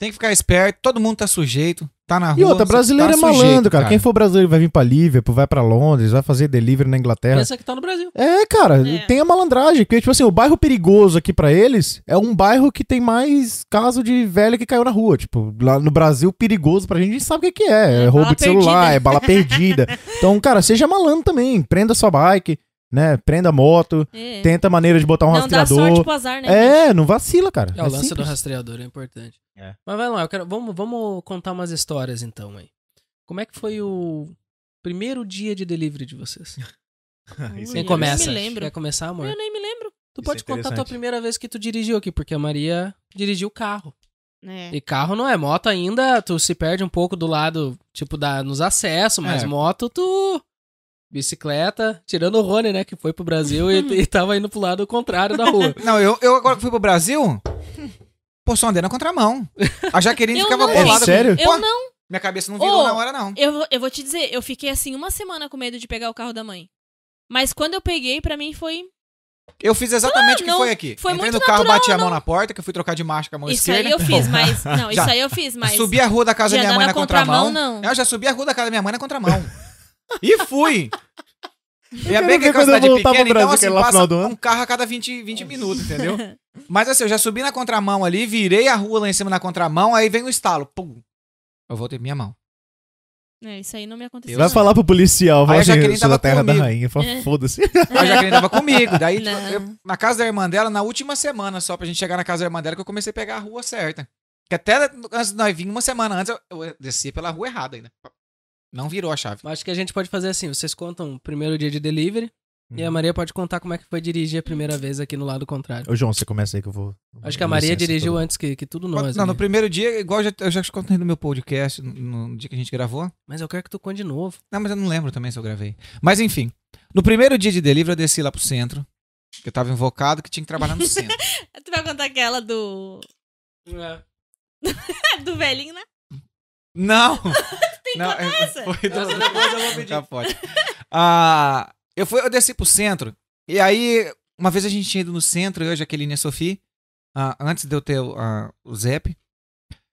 S2: Tem que ficar esperto, todo mundo tá sujeito, tá na rua.
S4: E outra,
S2: você
S4: brasileiro
S2: tá
S4: é malandro,
S2: sujeito,
S4: cara. Quem for brasileiro vai vir pra Liverpool, vai pra Londres, vai fazer delivery na Inglaterra.
S1: Pensa que tá no Brasil.
S4: É, cara,
S3: É.
S4: tem a malandragem. Porque, tipo assim, o bairro perigoso aqui pra eles é um bairro que tem mais caso de velho que caiu na rua. Tipo, lá no Brasil, perigoso pra gente, a gente sabe o que, que é. É,
S3: É
S4: roubo
S3: bala
S4: de celular,
S3: perdida.
S4: é bala perdida. então, cara, seja malandro também. Prenda sua bike, né? Prenda a moto.
S3: É.
S4: Tenta maneira de botar um
S3: não dá sorte
S4: rastreador.
S3: pro azar, né? gente?
S4: É, não vacila, cara.
S1: É, o lance do
S4: simples.
S1: rastreador é importante.
S4: É.
S1: Mas vai lá, eu quero, vamos, vamos contar umas histórias então aí. Como é que foi o primeiro dia de delivery de vocês?
S3: isso
S1: Quem
S3: Hum, Eu
S1: começa?
S3: nem me lembro.
S2: é
S1: Quer começar, amor?
S3: Eu nem me lembro.
S1: Tu
S4: Isso
S1: pode
S4: é
S1: contar a tua
S4: interessante.
S1: primeira vez que tu dirigiu aqui, porque a Maria dirigiu carro.
S3: É.
S1: E carro não é moto ainda, tu se perde um pouco do lado, tipo, da, nos acessos, mas
S2: É.
S1: moto tu. Bicicleta, tirando o Rony, né, que foi pro Brasil e, e tava indo pro lado contrário da rua.
S2: Não, eu, eu agora que fui pro Brasil. Pô, só andei na contramão. A Jaqueline
S3: Eu
S2: ficava
S3: não-
S2: bolada.
S4: É sério?
S2: Pô,
S3: Eu não.
S2: Minha cabeça não virou
S3: Ô,
S2: na hora, não.
S3: Eu, vou- eu vou te dizer, eu fiquei assim uma semana com medo de pegar o carro da mãe. Mas quando eu peguei, pra mim foi.
S2: Eu fiz exatamente o que
S3: Ah, não,
S2: foi aqui.
S3: foi
S2: Entrei
S3: muito
S2: no carro,
S3: natural,
S2: bati a mão
S3: não.
S2: na porta, que eu fui trocar de marcha com a mão
S3: isso
S2: esquerda.
S3: aí eu fiz, mas.
S2: Já-
S3: Não, isso aí eu fiz, mas.
S2: Subi a rua da casa
S3: de
S2: da minha
S3: andar
S2: mãe na contramão.
S3: não.
S2: Eu já subi a rua da casa da minha mãe na contramão. e fui. E é
S4: quero
S2: bem que é
S4: ver
S2: uma
S4: quando eu
S2: cidade
S4: voltar pro
S2: pequena, então
S4: Brasil,
S2: assim,
S4: que é lá no
S2: passa
S4: final do ano.
S2: um carro a cada 20, 20 minutos, entendeu? Mas assim, eu já subi na contramão ali, virei a rua lá em cima na contramão, aí vem o estalo. Pum. Eu voltei pra minha mão.
S3: É, isso aí não me aconteceu.
S4: Vai
S3: não.
S4: falar pro policial,
S2: Aí
S4: vai
S2: a
S4: assim,
S2: Jaqueline
S4: sou
S2: tava
S4: da terra da
S2: comigo.
S4: rainha. Fala,
S3: É.
S4: foda-se.
S2: A Jaqueline tava comigo. Daí, tipo,
S3: Não.
S2: eu- na casa da irmã dela, na última semana só, pra gente chegar na casa da irmã dela, que eu comecei a pegar a rua certa. Que até antes de nós vir, uma semana antes, eu, eu desci pela rua errada ainda. Não virou a chave.
S1: Acho que a gente pode fazer assim: vocês contam o primeiro dia de delivery e a Maria pode contar como é que foi dirigir a primeira vez aqui no lado contrário.
S4: Ô, João, você começa aí que eu vou.
S1: Acho que a
S4: Dá
S1: Maria
S4: licença,
S1: dirigiu
S4: tô-
S1: antes que, que tudo
S2: Não,
S1: nós.
S2: no
S1: né?
S2: primeiro dia, igual eu já, eu já te contei no meu podcast, no, no dia que a gente gravou.
S1: Mas eu quero que tu conte de novo.
S2: Não, mas eu não lembro também se eu gravei. Mas enfim, no primeiro dia de delivery eu desci lá pro centro, que eu tava invocado, que tinha que trabalhar no centro.
S3: Tu vai contar aquela do. do velhinho, né?
S2: não!
S3: que
S2: não,
S3: contar
S2: é-
S3: essa?
S2: Foi do...
S1: Essa Então, depois eu vou pedir.
S2: Já pode. Ah, eu, fui, eu desci pro centro, e aí, uma vez a gente tinha ido no centro, eu, a Jaqueline e a Sophie, ah, antes de eu ter o- ah, o Zep.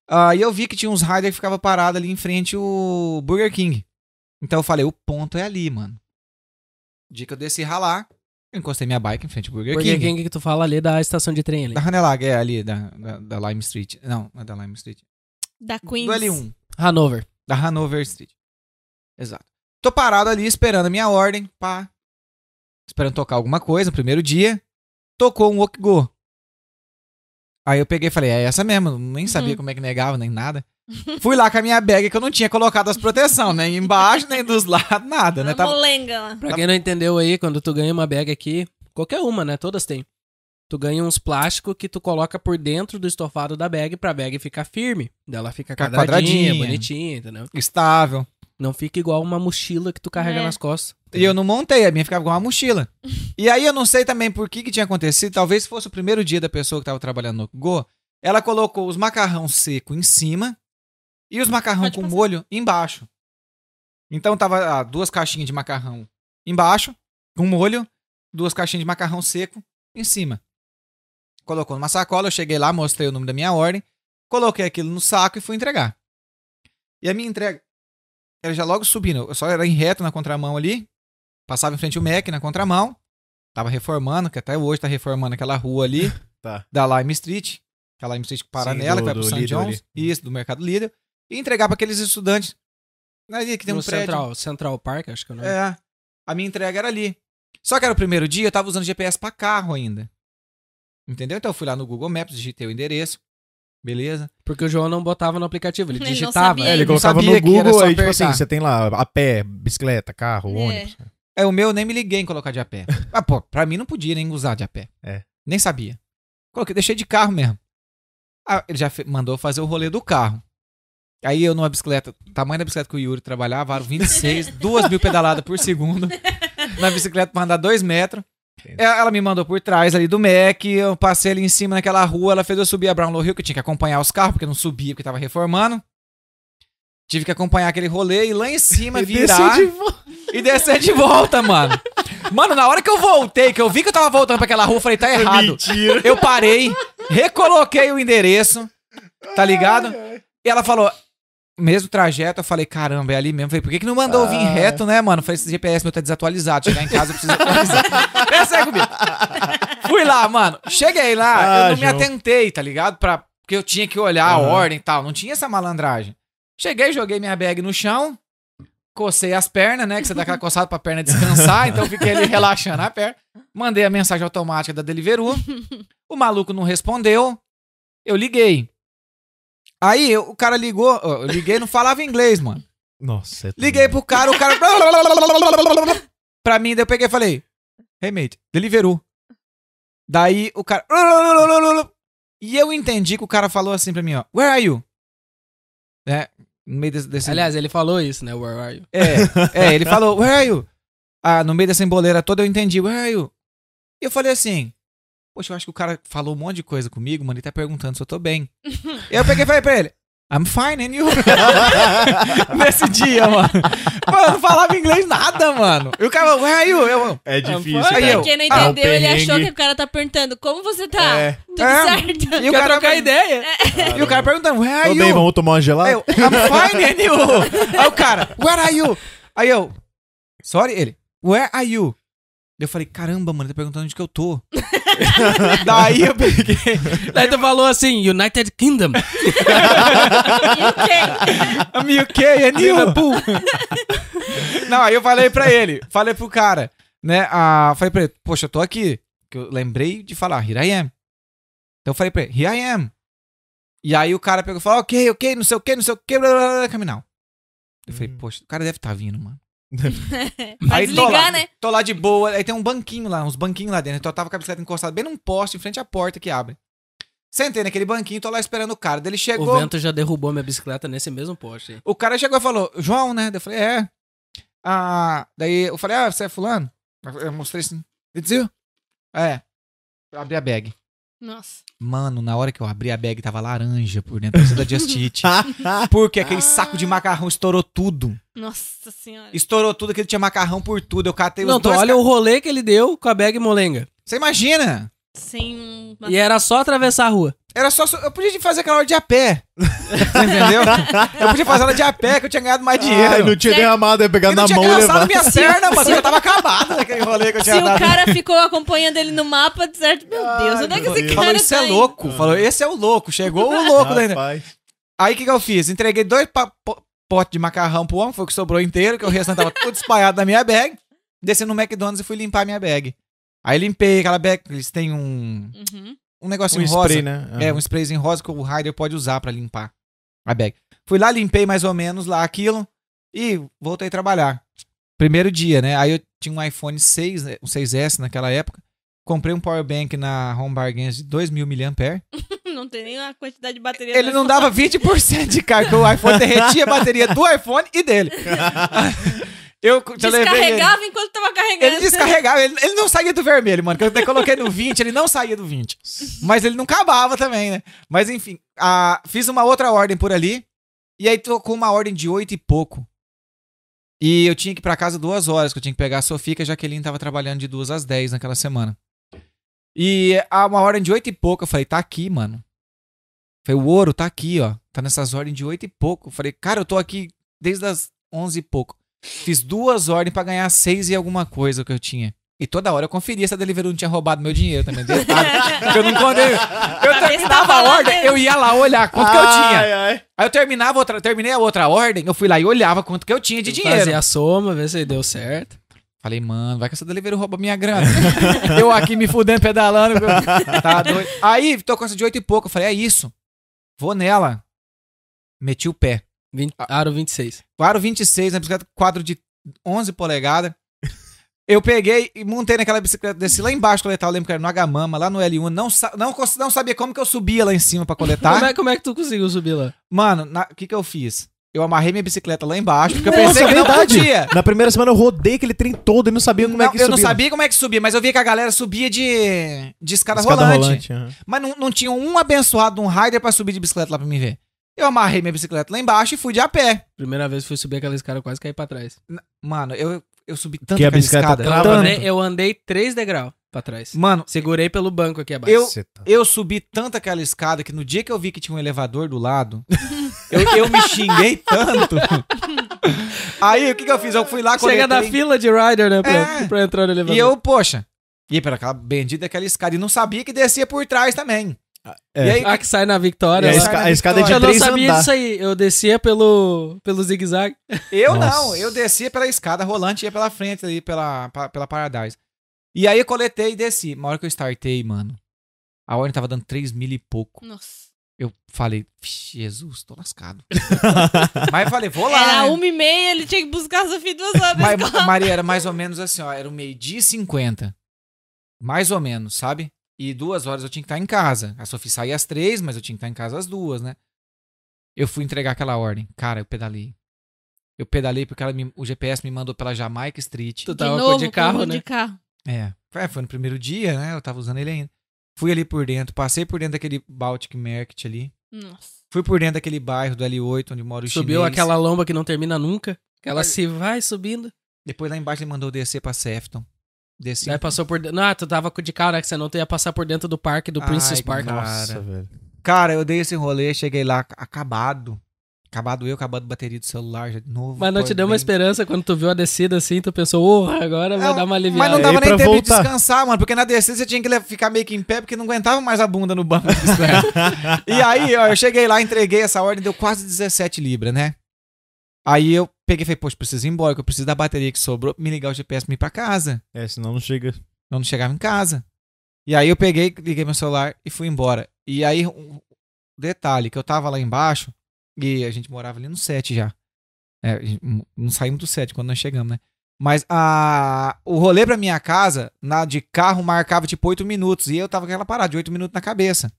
S2: Ah, e eu vi que tinha uns riders que ficavam parados ali em frente o Burger King. Então eu falei, o ponto é ali, mano. Dia que eu desci ralar, eu encostei minha bike em frente ao Burger,
S1: Burger
S2: King.
S1: King que tu fala ali é da estação de trem ali.
S2: Da Hanelag, é ali, da, da, da Lime Street. Não, não é da Lime Street.
S3: Da Queens.
S2: Do L1,
S1: Hanover.
S2: da Hanover Street. Exato. Tô parado ali esperando a minha ordem, pá. Esperando tocar alguma coisa, no primeiro dia. Tocou um Okgo. Aí eu peguei e falei, é essa mesmo. Nem sabia
S3: Uhum.
S2: como é que negava, nem nada. Fui lá com a minha bag que eu não tinha colocado as proteção, nem embaixo, nem dos lados, nada, né?
S3: A
S2: Tava-
S3: molenga lá.
S1: Pra quem não entendeu aí, quando tu ganha uma bag aqui, qualquer uma, né? Todas tem. Tu ganha uns plásticos que tu coloca por dentro do estofado da bag pra bag ficar firme. Daí Ela fica
S2: Fica
S1: quadradinha,
S2: quadradinha.
S1: bonitinha, entendeu?
S2: Estável.
S1: Não fica igual uma mochila que tu carrega
S3: É.
S1: nas costas.
S2: E eu não montei, a minha ficava com uma mochila. E aí eu não sei também por que, que tinha acontecido, talvez fosse o primeiro dia da pessoa que tava trabalhando no Go. Ela colocou os macarrão seco em cima e os macarrão
S3: Pode
S2: com
S3: passar.
S2: molho embaixo. Então tava ah, duas caixinhas de macarrão embaixo, com molho, duas caixinhas de macarrão seco em cima. Colocou numa sacola, eu cheguei lá, mostrei o nome da minha ordem, coloquei aquilo no saco e fui entregar. E a minha entrega Era já logo subindo. Eu só era em reto na contramão ali. Passava em frente ao Mac na contramão. Tava reformando, que até hoje tá reformando aquela rua ali.
S4: Tá.
S2: Da Lime Street. Aquela Lime Street que para
S4: Sim,
S2: nela,
S4: do-
S2: que vai pro
S4: do
S2: St.
S4: Lidl
S2: John's.
S4: ali.
S2: Isso, do Mercado Líder. E entregar pra aqueles estudantes. Ali que tem um
S1: no
S2: prédio.
S1: Central, Central Park, acho que
S4: né?
S1: é o nome.
S2: É. A minha entrega era ali. Só que era o primeiro dia, eu tava usando GPS pra carro ainda. Entendeu? Então eu fui lá no Google Maps, digitei o endereço. Beleza?
S1: Porque o João não botava no aplicativo, ele
S3: Ele não
S1: digitava.
S3: sabia.
S4: É, ele
S2: Não
S4: colocava
S2: sabia
S4: no
S2: que era
S4: Google
S2: só
S4: aí, tipo
S2: apertar.
S4: assim, você tem lá a pé, bicicleta, carro,
S3: É.
S4: ônibus.
S2: É, o meu eu nem me liguei em colocar de a pé. ah, pô, pra mim não podia nem usar de a pé.
S4: É.
S2: Nem sabia. Coloquei, deixei de carro mesmo. Ah, ele já fe- mandou fazer o rolê do carro. Aí eu numa bicicleta, tamanho da bicicleta que o Yuri trabalhava, aro 26, duas mil pedaladas por segundo. Na bicicleta pra andar dois metros.
S4: Entendi.
S2: É, Ela me mandou por trás ali do MEC, eu passei ali em cima naquela rua, ela fez eu subir a Brownlow Hill, que eu tinha que acompanhar os carros, porque eu não subia, porque tava reformando. Tive que acompanhar aquele rolê e lá em cima
S4: E
S2: virar.
S4: desceu de volta.
S2: E descer de volta, mano. Mano, na hora que eu voltei, que eu vi que eu tava voltando pra aquela rua, eu falei, tá errado.
S4: Mentira.
S2: Eu parei, recoloquei o endereço, tá ligado? E ela falou, mesmo trajeto, eu falei, caramba, é ali mesmo. Eu falei, por que, que não mandou eu vir
S4: Ah.
S2: reto, né, mano? Eu falei, esse GPS meu tá desatualizado, chegar em casa eu preciso atualizar. Pensa aí comigo. Fui lá, mano. Cheguei lá,
S4: Ah,
S2: eu não me
S4: João.
S2: atentei, tá ligado? Pra... Porque eu tinha que olhar a
S4: Aham.
S2: ordem e tal, não tinha essa malandragem. Cheguei, joguei minha bag no chão, cocei as pernas, né? Que você dá aquela coçada pra perna descansar, então eu fiquei ali relaxando a perna. Mandei a mensagem automática da Deliveroo. O maluco não respondeu. Eu liguei. Aí eu- o cara ligou, ó, eu liguei, não falava inglês, mano.
S4: Nossa. é tudo.
S2: Liguei pro cara, o cara. pra mim, daí eu peguei e falei: Hey, mate, Deliveroo. Daí o cara. E eu entendi que o cara falou assim pra mim, ó. Where are you? Né? No meio desse. desse-
S1: Aliás, ele falou isso, né? Where are you?
S2: é, é, ele falou, where are you? Ah, no meio dessa emboleira toda eu entendi, where are you? E eu falei assim, poxa, eu acho que o cara falou um monte de coisa comigo, mano, ele tá perguntando se eu tô bem. eu peguei e falei pra ele, I'm fine, and you? Nesse dia, mano. Mano, eu não falava inglês nada, mano. E o cara, where are you? Eu,
S4: É difícil.
S2: Aí
S4: cara.
S2: eu-
S3: Quem não
S2: Ah, o
S3: entendeu, ele achou
S4: perrengue.
S3: que o cara tá perguntando como você tá.
S4: É.
S3: Tudo
S2: É.
S3: certo.
S2: E o cara,
S1: ideia?
S2: e o cara perguntando, where are
S4: Ô,
S2: you?
S4: bem, vamos tomar um gelado?
S2: Aí eu, I'm fine, and you? Aí o cara, where are you? Aí eu, sorry, ele, where are you? Eu falei, caramba, mano, ele tá perguntando onde que eu tô. Daí eu peguei.
S1: Daí tu falou assim, United Kingdom.
S2: I'm UK, é Liverpool. Não, aí eu falei pra ele, falei pro cara, né? Ah, falei pra ele, poxa, eu tô aqui. Que eu lembrei de falar, here I am. Então eu falei pra ele, here I am. E aí o cara pegou e falou, ok, ok, não sei o que, não sei o que, blá, blá, blá, blá, caminhão. Eu falei,
S4: Hum.
S2: poxa, o cara deve tá vindo, mano.
S3: Vai
S2: Aí tô lá,
S3: desligar, né?
S2: Tô lá de boa, aí tem um banquinho lá, uns banquinhos lá dentro. Então eu tava com a bicicleta encostada bem num poste, em frente à porta que abre. Sentei naquele banquinho, tô lá esperando o cara. Daí ele chegou.
S1: O vento já derrubou minha bicicleta nesse mesmo poste. aí.
S2: O cara chegou e falou, João, né? Daí Eu falei, é. Ah, daí eu falei, ah, você é fulano? Eu mostrei assim. Ele disse, "Eu." é. Eu abri a bag.
S3: Nossa.
S2: Mano, na hora que eu abri a bag, tava laranja por dentro da Just Eat.
S4: Ah,
S2: Porque aquele saco de macarrão estourou tudo.
S3: Nossa senhora.
S2: Estourou tudo, que ele tinha macarrão por tudo. Eu catei
S1: Não,
S2: os
S1: tu
S2: dois.
S1: olha
S2: ca-
S1: o rolê que ele deu com a bag molenga.
S2: Você imagina?
S3: Sem um uma...
S1: E era só atravessar a rua.
S2: Era só. Eu podia fazer aquela hora de a pé. Você entendeu? Eu podia fazer ela de a pé, que eu tinha ganhado mais dinheiro.
S4: Ai, não tinha
S3: Certo.
S4: derramado, ia pegar
S2: Eu não
S4: na
S2: tinha um
S4: mão e levar.
S2: cansado minha perna, mano. Eu tava acabado daquele rolê que eu
S3: Se
S2: tinha
S3: o
S2: dado.
S3: cara ficou acompanhando ele no mapa, de certo. Meu Deus, onde é que
S4: meu
S3: esse
S4: Deus.
S3: cara
S2: Falou, isso
S3: tá
S2: é
S3: indo?"
S2: louco.
S4: Ah.
S2: Falou, esse é o louco. Chegou o louco da internet.
S4: Rapaz.
S2: Aí o que, que eu fiz? Entreguei dois pa- po- potes de macarrão pro homem, foi o que sobrou inteiro, que o restante tava tudo espalhado na minha bag. Desci no McDonald's e fui limpar a minha bag. Aí limpei aquela bag, eles têm um,
S3: Uhum.
S2: um negocinho
S4: Um
S2: rosa.
S4: spray, né?
S2: É, um sprayzinho rosa que o Raider pode usar pra limpar a bag. Fui lá, limpei mais ou menos lá aquilo e voltei a trabalhar. Primeiro dia, né? Aí eu tinha um iPhone 6, né, um 6S naquela época. Comprei um power bank na Home Bargains de 2.000 mAh.
S3: Não tem nem a quantidade de bateria.
S2: Ele não dava 20% de carga, porque o iPhone derretia a bateria do iPhone e dele. Eu já levei ele.
S3: Descarregava enquanto tava carregando.
S2: Ele descarregava, ele, ele não saía do vermelho, mano. Quando eu até coloquei no 20, ele não saía do 20. Mas ele não acabava também, né? Mas enfim, a- fiz uma outra ordem por ali. E aí tô com uma ordem de oito e pouco. E eu tinha que ir pra casa duas horas, que eu tinha que pegar a Sofia, que a Jaqueline tava trabalhando de duas às dez naquela semana. E a uma ordem de oito e pouco, eu falei, tá aqui, mano. Falei, o ouro tá aqui, ó. Tá nessas ordens de oito e pouco. Eu falei, cara, eu tô aqui desde as 11 e pouco. Fiz duas ordens pra ganhar seis e alguma coisa que eu tinha. E toda hora eu conferia se a Deliveroo não tinha roubado meu dinheiro também. deitado. eu não contei. Eu terminava a ordem, eu ia lá olhar quanto que eu tinha. Aí eu terminava outra, terminei a outra ordem, eu fui lá e olhava quanto que eu tinha de dinheiro.
S1: Fazer a soma, ver se deu certo.
S2: Falei, mano, vai que essa Deliveroo rouba minha grana. eu aqui me fudendo, pedalando. Tá doido. Aí, tô com essa de oito e pouco. Eu falei, é isso. Vou nela. Meti o pé.
S1: 20,
S2: Ah.
S1: aro 26.
S2: Aro 26, na bicicleta, quadro de 11 polegadas. Eu peguei e montei naquela bicicleta, desci lá embaixo coletar, eu lembro que era no Agamama, lá no L1, não, sa- não, cons- não sabia como que eu subia lá em cima pra
S1: Como,
S2: coletar.
S1: é, como é que tu conseguiu subir lá?
S2: Mano, na- o que que eu fiz? Eu amarrei minha bicicleta lá embaixo, porque eu
S4: Nossa,
S2: pensei que não
S4: verdade.
S2: podia.
S4: Na primeira semana eu rodei aquele trem todo e não sabia como é
S2: Não,
S4: que
S2: eu não
S4: subia.
S2: sabia como é que subia, mas eu via que a galera subia de, de escada, rolante.
S4: aham.
S2: Mas não, não tinha um abençoado, um rider pra subir de bicicleta lá pra me ver. Eu amarrei minha bicicleta lá embaixo e fui de a pé.
S1: Primeira vez que fui subir aquela escada, eu quase caí pra trás.
S2: Mano, eu, eu subi tanto
S4: Que a
S2: aquela
S4: bicicleta
S2: escada.
S1: Eu
S4: Trava,
S1: andei,
S4: né?
S1: eu andei três degraus pra trás.
S2: Mano,
S1: Segurei pelo banco aqui abaixo.
S2: Eu-
S4: Cê tá-
S2: Eu subi tanto aquela escada que no dia que eu vi que tinha um elevador do lado, eu, eu me xinguei tanto. Aí o que, que eu fiz? Eu fui lá,
S1: Chega da
S2: coletei,
S1: fila de rider, né? Pra,
S2: É.
S1: pra entrar no elevador.
S2: E eu, poxa, ia pelaquela bendita aquela escada. E não sabia que descia por trás também.
S4: É.
S2: E aí,
S1: Ah, que sai na
S4: E
S1: Vitória.
S4: a,
S1: lá.
S2: esse
S4: esca- a escada é de
S1: Eu não
S4: três
S1: sabia
S4: andar.
S1: disso aí. Eu descia pelo, pelo zigue-zague.
S2: eu
S4: Nossa.
S2: não, eu descia pela escada rolante, ia pela frente ali, pela, pa- pela Paradise. E aí eu coletei e desci. Uma hora que eu startei, mano, a ordem tava dando 3 mil e pouco.
S3: Nossa.
S2: Eu falei, "Vixe, Jesus, tô lascado. Mas eu falei, vou lá.
S3: Era
S2: né?
S3: uma e meia, ele tinha que buscar Sofia duas horas da
S2: Mas,
S3: escola.
S2: Maria, era mais ou menos assim, ó. Era o meio-dia e 50. Mais ou menos, sabe? E duas horas eu tinha que estar em casa. A Sofia saía às três, mas eu tinha que estar em casa às duas, né? Eu fui entregar aquela ordem. Cara, eu pedalei. Eu pedalei porque ela me- o GPS me mandou pela Jamaica Street.
S1: Tu
S3: De
S1: tava
S3: novo,
S1: de
S3: com
S1: carro,
S3: o
S1: né?
S3: de carro.
S2: É. Foi, foi no primeiro dia, né? Eu tava usando ele ainda. Fui ali por dentro, passei por dentro daquele Baltic Market ali.
S3: Nossa.
S2: Fui por dentro daquele bairro do L8, onde mora o
S1: Subiu
S2: chinês.
S1: aquela lomba que não termina nunca. Que ela se vai subindo.
S2: Depois lá embaixo ele mandou eu descer pra Sefton. Desci.
S1: Daí passou por dentro. Não, ah, tu tava de carro, né? Que senão tu ia passar por dentro do parque, do
S2: Ai,
S1: Princess Park.
S2: cara.
S4: Nossa, velho.
S2: Cara, eu dei esse rolê, cheguei lá ac- acabado. Acabado eu, acabado bateria do celular já de novo.
S1: Mas não te deu uma
S2: bem-
S1: esperança quando tu viu a descida assim, tu pensou, porra, agora eu vou
S4: É,
S2: Não,
S1: dar uma aliviada.
S2: Mas não
S4: E
S2: dava
S4: pra
S2: nem tempo de
S4: voltar?
S2: descansar, mano, porque na descida você tinha que le- ficar meio que em pé, porque não aguentava mais a bunda no banco. da bicicleta. e aí, ó, eu cheguei lá, entreguei essa ordem, deu quase 17 libras, né? Aí eu peguei e falei, poxa, preciso ir embora, que eu preciso da bateria que sobrou, pra me ligar o GPS pra ir pra casa.
S4: É, senão não chega.
S2: Eu não chegava em casa. E aí eu peguei, liguei meu celular e fui embora. E aí, um detalhe, que eu tava lá embaixo e a gente morava ali no 7 já. É, a gente não- não saímos do 7 quando nós chegamos, né? Mas a, o rolê pra minha casa, na de carro, marcava tipo 8 minutos. E eu tava com aquela parada de 8 minutos na cabeça,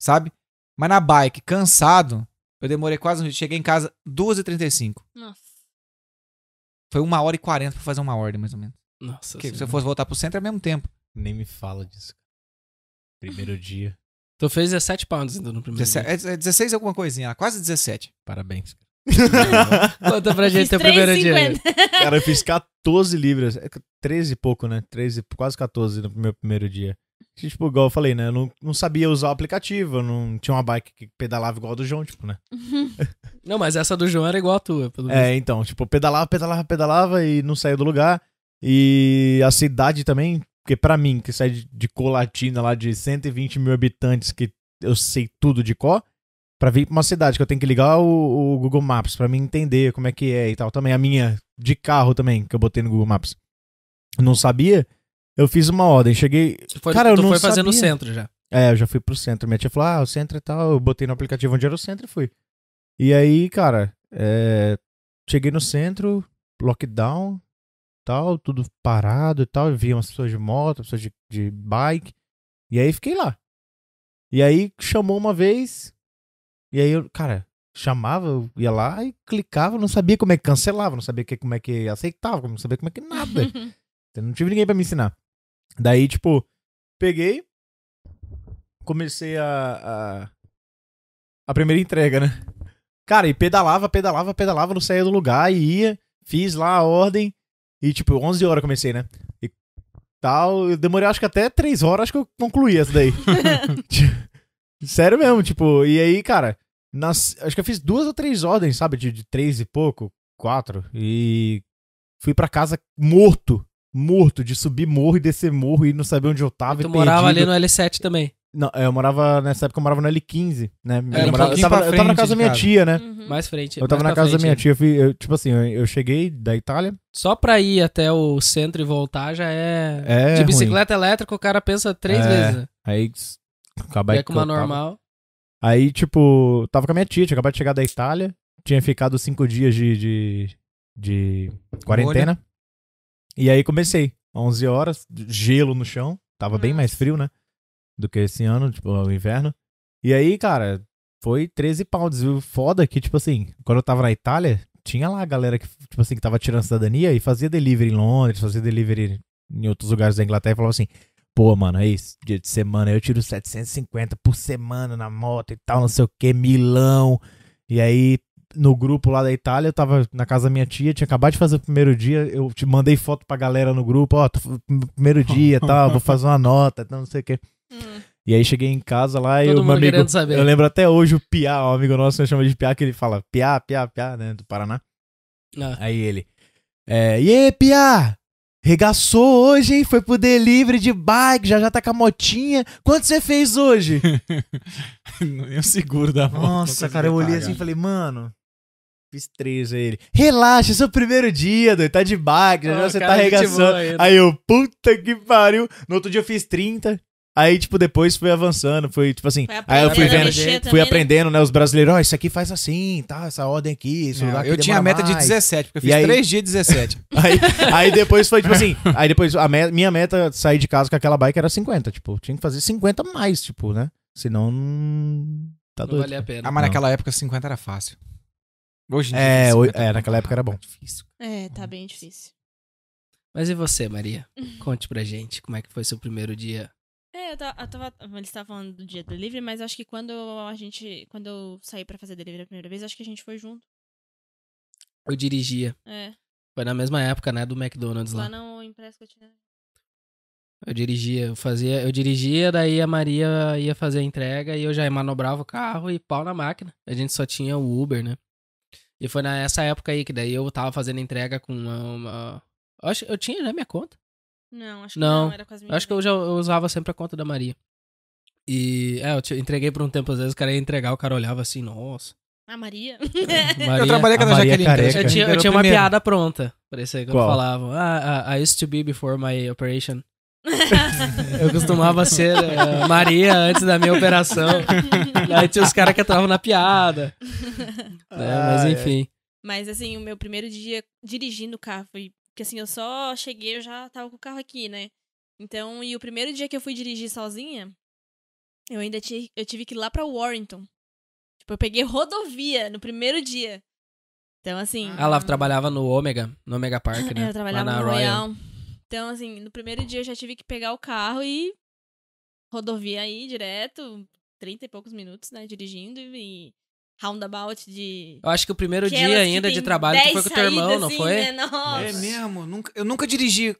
S2: sabe? Mas na bike, cansado, eu demorei quase um dia. Cheguei em casa 2h35.
S3: Nossa.
S2: Foi 1 hora e 40 pra fazer uma ordem, mais ou menos.
S1: Nossa,
S2: Porque se eu
S1: senhora.
S2: fosse voltar pro centro, é mesmo tempo.
S4: Nem me fala disso. Primeiro dia.
S1: tu fez 17 pounds ainda no primeiro dia.
S2: 17, é 16 alguma coisinha, lá, quase 17.
S4: Parabéns.
S1: Conta pra gente
S3: Fiz
S1: teu primeiro dia.
S3: 3,50.
S4: Cara, eu fiz 14 libras. É 13 e pouco, né? 13, quase 14 no meu primeiro dia. E, tipo, igual eu falei, né? Eu não, não sabia usar o aplicativo. Eu não tinha uma bike que pedalava igual a do João, tipo, né?
S1: Não, mas essa do João era igual a tua, pelo menos.
S4: É, então, tipo, eu pedalava, pedalava, pedalava e não saía do lugar. E a cidade também, porque pra mim, que sai de, de Colatina lá de 120 mil habitantes, que eu sei tudo de cor, pra vir pra uma cidade que eu tenho que ligar o, o Google Maps pra mim entender como é que é e tal. Também a minha de carro também, que eu botei no Google Maps. Eu Não sabia? Eu fiz uma ordem, cheguei.
S1: Tu foi,
S4: Cara, eu
S1: tu
S4: não
S1: foi fazer no
S4: sabia.
S1: centro já.
S4: É, eu já fui pro centro. Minha tia falou, ah, o centro e tal. Eu botei no aplicativo onde era o centro e fui. E aí, cara, é, cheguei no centro, lockdown, tal, tudo parado e tal. Eu vi umas pessoas de moto, pessoas de, de bike. E aí fiquei lá. E aí chamou uma vez. E aí eu, cara, chamava, eu ia lá e clicava, não sabia como é que cancelava, não sabia que, como é que aceitava, não sabia como é que nada. Eu não tive ninguém pra me ensinar. Daí, tipo, peguei, comecei a, a. a primeira entrega, né? Cara, e pedalava, pedalava, pedalava, não saía do lugar e ia, fiz lá a ordem e, tipo, 11 horas eu comecei, né? E tal, eu demorei acho que até 3 horas acho que eu concluí essa daí. Sério mesmo, tipo, e aí, cara, nas, acho que eu fiz duas ou três ordens, sabe, de, de três e pouco, 2004 e fui pra casa morto, morto, de subir morro e descer morro e não saber onde eu tava
S1: Tu
S4: e
S1: morava
S4: perdido.
S1: ali no L7 também.
S4: Não, é, eu morava, nessa época eu morava no L15, né? Eu,
S1: Era um
S4: morava- eu
S2: pouquinho pra
S4: tava, eu tava na
S2: frente
S4: casa da
S2: de
S4: minha
S2: casa.
S4: tia, né?
S3: Uhum.
S1: Mais frente.
S4: Eu tava
S1: mais
S4: na
S1: pra
S4: casa da
S1: frente,
S4: minha
S1: né?
S4: tia, eu fui, eu, tipo assim, eu, eu cheguei da Itália.
S1: Só pra ir até o centro e voltar já é.
S4: É,
S1: de
S4: ruim.
S1: bicicleta elétrica o cara pensa três
S4: É,
S1: vezes. né?
S4: Aí, s- com a
S1: Vai
S4: bike
S1: com
S4: que
S1: uma
S4: eu tava.
S1: normal.
S4: Aí, tipo, tava com a minha tia, tinha acabado de chegar da Itália. Tinha ficado cinco dias de, de, de quarentena. E aí comecei. 11 horas, gelo no chão. Tava bem mais frio, né? Do que esse ano, tipo, o inverno. E aí, cara, foi 13 pounds. viu? Foda que, tipo assim, quando eu tava na Itália, tinha lá a galera que, tipo assim, que tava tirando cidadania e fazia delivery em Londres, fazia delivery em outros lugares da Inglaterra e falava assim, pô, mano, é isso, dia de semana eu tiro 750 por semana na moto e tal, não sei o que, milão. E aí, no grupo lá da Itália, eu tava na casa da minha tia, tinha acabado de fazer o primeiro dia, eu te mandei foto pra galera no grupo, ó, tô f- primeiro dia e tal, vou fazer uma nota, tal, não sei o que.
S3: Hum.
S4: E aí cheguei em casa lá e
S1: Todo
S4: o meu
S1: mundo
S4: amigo.
S1: querendo saber.
S4: Eu lembro até hoje o Piá, um amigo nosso que chama de Piá, que ele fala Piá, Piá, Piá, né? Do Paraná.
S1: Ah,
S4: Aí ele. É, e aí, Piá? Regaçou hoje, hein? Foi pro delivery de bike, já já tá com a motinha. Quanto você fez hoje?
S2: Nem o seguro da moto.
S4: Nossa,
S2: não
S4: cara, eu
S2: consegui
S4: olhei
S2: pagar.
S4: assim e falei, mano. Fiz três aí ele. Relaxa, é seu primeiro dia, doido. Tá de bike, já
S1: Pô,
S4: já você
S1: cara,
S4: tá
S1: gente
S4: arregaçando.
S1: boa ainda.
S4: Aí eu, puta que pariu. No outro dia eu fiz 30. Aí, tipo, depois foi avançando. Foi, tipo assim.
S3: Foi
S4: aí eu fui
S3: aprendendo a
S4: vendo.
S3: mexer
S4: Fui
S3: também, né?
S4: aprendendo, né? Os brasileiros, ó, isso aqui faz assim, tá? Essa ordem aqui, esse
S2: Não,
S4: lugar aqui
S2: É, eu tinha a
S4: demora
S2: meta de
S4: mais.
S2: 17, porque eu
S4: E
S2: fiz
S4: aí-
S2: 3 dias 17.
S4: Aí, aí depois foi, tipo assim, aí depois a me- minha meta de sair de casa com aquela bike era 50, tipo, tinha que fazer 50 mais, tipo, né? Senão não... Tá
S1: não
S4: doido.
S1: valia a pena.
S2: ah, mas
S4: Não.
S2: naquela época 50 era fácil. Hoje em dia.
S4: É,
S2: 50
S4: oi- é,
S2: não
S4: naquela época era bom.
S2: Difícil.
S3: É, tá bem difícil.
S1: Mas e você, Maria? Conte pra gente como é que foi seu primeiro dia.
S3: É, eu tava, eu tava- Eles estavam falando do dia do delivery, mas acho que quando a gente. Quando eu saí pra fazer delivery a primeira vez, acho que a gente foi junto.
S1: Eu dirigia.
S3: É.
S1: Foi na mesma época, né, do McDonald's lá.
S3: Lá no impresso que eu tinha.
S1: Eu dirigia, eu fazia, eu dirigia, daí a Maria ia fazer a entrega e eu já manobrava o carro e pau na máquina. A gente só tinha o Uber, né? E foi nessa época aí que daí eu tava fazendo entrega com uma. uma- eu Acho, eu tinha já minha conta.
S3: Não, acho que
S1: Não,
S3: não, era quase
S1: Eu acho que eu já eu usava sempre a conta da Maria. E é, eu te- entreguei por um tempo, às vezes o cara ia entregar, o cara olhava assim, nossa.
S3: A Maria?
S1: Maria,
S2: eu trabalhei com a é
S4: a Maria
S2: Jaqueline.
S4: careca.
S2: que
S1: Eu tinha, eu
S2: era o
S1: tinha uma
S2: primeiro.
S1: piada pronta. Parecia que eu
S4: Qual?
S1: falava. Ah, I- I used to be before my operation. Eu costumava ser eh, Maria antes da minha operação. Aí tinha os caras que entravam na piada. né? Mas
S4: Ah, é.
S1: enfim.
S3: Mas assim, o meu primeiro dia dirigindo o carro foi. Porque assim, eu só cheguei, eu já tava com o carro aqui, né? Então, e o primeiro dia que eu fui dirigir sozinha, eu ainda tive, eu tive que ir lá pra Warrington. Tipo, eu peguei rodovia no primeiro dia. Então, assim.
S1: Ela Ah, trabalhava no Omega, no Omega Park, né?
S3: É, eu trabalhava
S1: Lá na
S3: no
S1: Royal.
S3: Royal. Então, assim, no primeiro dia eu já tive que pegar o carro e rodovia aí direto, 30 e poucos minutos, né, dirigindo e roundabout de...
S1: Eu acho que o primeiro
S3: Aquelas
S1: dia
S3: que
S1: ainda de
S3: tem
S1: trabalho tu
S3: 10
S1: foi com o teu irmão,
S3: saídas,
S1: não
S3: assim,
S1: foi?
S3: né? Nossa.
S2: É mesmo? Nunca- eu nunca dirigi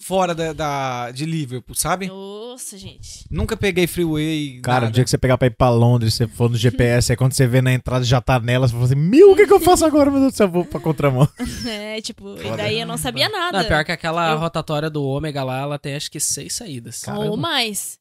S2: fora da, da- de Liverpool, sabe?
S3: Nossa, gente.
S2: Nunca peguei freeway.
S4: Cara,
S2: nada.
S4: o dia que você pegar pra ir pra Londres, você for no GPS, é quando você vê na entrada já tá nela, você fala assim, meu, o que, que eu faço agora, meu Deus do céu, eu vou pra contramão.
S3: É, tipo, e daí eu não sabia nada.
S1: Não, Ah, é pior que aquela
S3: Eu-
S1: rotatória do Ômega lá, ela tem acho que seis saídas.
S3: Ou mais.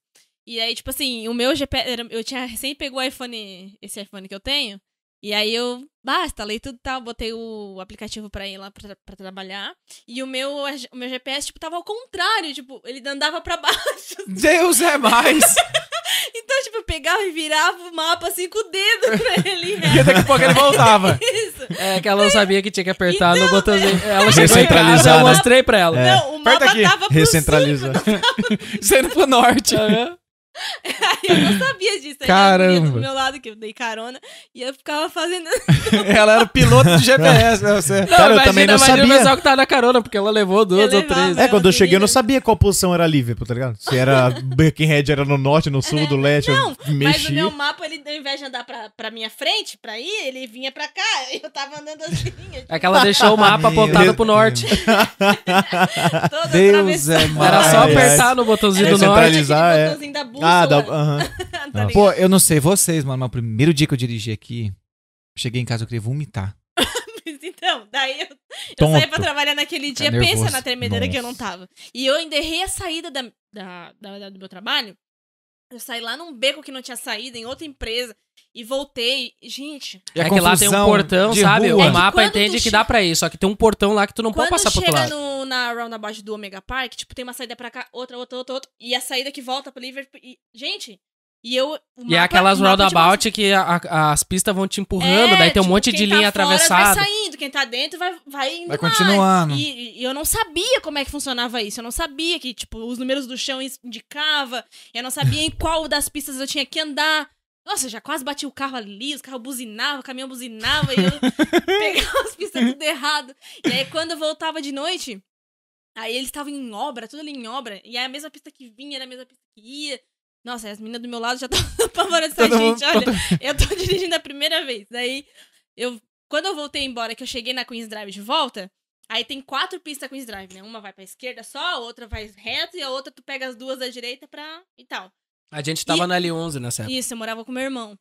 S3: E aí, tipo assim, o meu GPS. era- Eu tinha recém pegou o iPhone, esse iPhone que eu tenho. E aí eu, ah, instalei tudo e tal, botei o aplicativo pra ir lá pra, tra- pra trabalhar. E o meu, o meu GPS, tipo, tava ao contrário, tipo, ele andava pra baixo.
S2: Deus é mais!
S3: Então, tipo, eu pegava e virava o mapa assim com o dedo pra ele. ir
S2: e
S3: reto.
S2: daqui a pouco ele voltava.
S3: Isso.
S1: É que ela não sabia que tinha que apertar no botãozinho. Ela chegou em casa,
S4: Recentralizar,
S1: eu
S4: né?
S1: mostrei pra ela.
S2: É.
S3: Não, o
S2: aperta
S3: mapa
S2: aqui,
S3: tava pro
S4: Recentraliza.
S2: Saindo pro norte.
S1: Aham.
S3: Eu não sabia disso. Aí
S2: Caramba.
S3: Caramba. do meu lado, que eu dei carona. E eu ficava fazendo.
S2: Ela era o piloto de GPS. né, você-
S1: Não,
S4: Cara, eu
S1: imagina,
S4: também não
S1: imagina
S4: sabia.
S1: o pessoal que tá na carona, porque ela levou duas
S3: Eu
S1: ou três.
S3: levava.
S4: É, quando eu
S3: Nossa,
S4: cheguei eu não
S3: menina.
S4: sabia qual posição era livre, tá ligado? Se era Buckingham era no norte, no sul, do leste,
S3: Não,
S4: eu
S3: Mas o
S4: mexi.
S3: meu mapa, ele, ao invés de andar pra, pra minha frente, pra ir, ele vinha pra cá. Eu tava andando assim, eu
S1: É que ela deixou o mapa
S2: Meu
S1: apontado pro
S2: Deus.
S1: norte.
S4: Ah,
S3: tinha toda
S2: Deus é mais.
S1: Era só
S4: Ai, ai.
S1: apertar no botãozinho do
S4: Recentraliza.
S1: norte.
S4: centralizar, é.
S3: um Da bússola,
S4: Ah, dá, aham.
S3: tá
S4: Não.
S3: ligado?
S2: Pô, eu não sei vocês, mano, mas o primeiro dia que eu dirigi aqui, cheguei em casa, eu queria vomitar.
S3: Mas Então, daí eu, eu
S4: Tonto.
S3: saí pra trabalhar naquele dia, pensa
S2: nervoso.
S3: na tremedeira que eu não
S4: Nossa.
S3: tava. E eu ainda errei a saída da, da- da- da- do meu trabalho. Eu saí lá num beco que não tinha saída, em outra empresa, e voltei. Gente,
S2: E a
S1: é que lá tem um
S2: confusão
S1: portão,
S2: de
S1: sabe?
S2: rua.
S1: O mapa
S3: quando tu
S1: entende que
S3: chega-
S1: dá pra ir, só que tem um portão lá que tu não pode
S3: quando
S1: passar pro outro
S3: chega
S1: lado.
S3: no, na roundabout do Omega Park, tipo, tem uma saída pra cá, outra, outra, outra, outra, e a saída que volta pro Liverpool. E, gente, e eu. o
S1: E é
S3: mapa-
S1: aquelas
S3: o mapa de uma-
S1: roundabout que a- a- as pistas vão te empurrando,
S3: É,
S1: daí tem um
S3: tipo,
S1: monte de
S3: quem tá
S1: linha
S3: fora
S1: atravessada.
S3: Vai saindo, quem tá dentro vai, vai indo
S2: Vai
S3: mais.
S2: continuando.
S3: E, e eu não sabia como é que funcionava isso. Eu não sabia que, tipo, os números do chão is- indicava. Eu não sabia em qual das pistas eu tinha que andar. Nossa, eu já quase bati o carro ali, os carros buzinavam, o caminhão buzinava e eu pegava as pistas tudo errado. E aí, quando eu voltava de noite, aí eles estavam em obra, tudo ali em obra. E aí a mesma pista que vinha era a mesma pista que ia. Nossa, as meninas do meu lado já estavam apavoradas. Gente,
S2: Todo mundo-
S3: olha, eu tô dirigindo a primeira vez. Daí, eu, quando eu voltei embora, que eu cheguei na Queens Drive de volta, aí tem quatro pistas Queens Drive, né? Uma vai pra esquerda só, a outra vai reto e a outra tu pega as duas da direita pra. e tal.
S1: A gente tava na L11 nessa época.
S3: Isso, eu morava com meu irmão.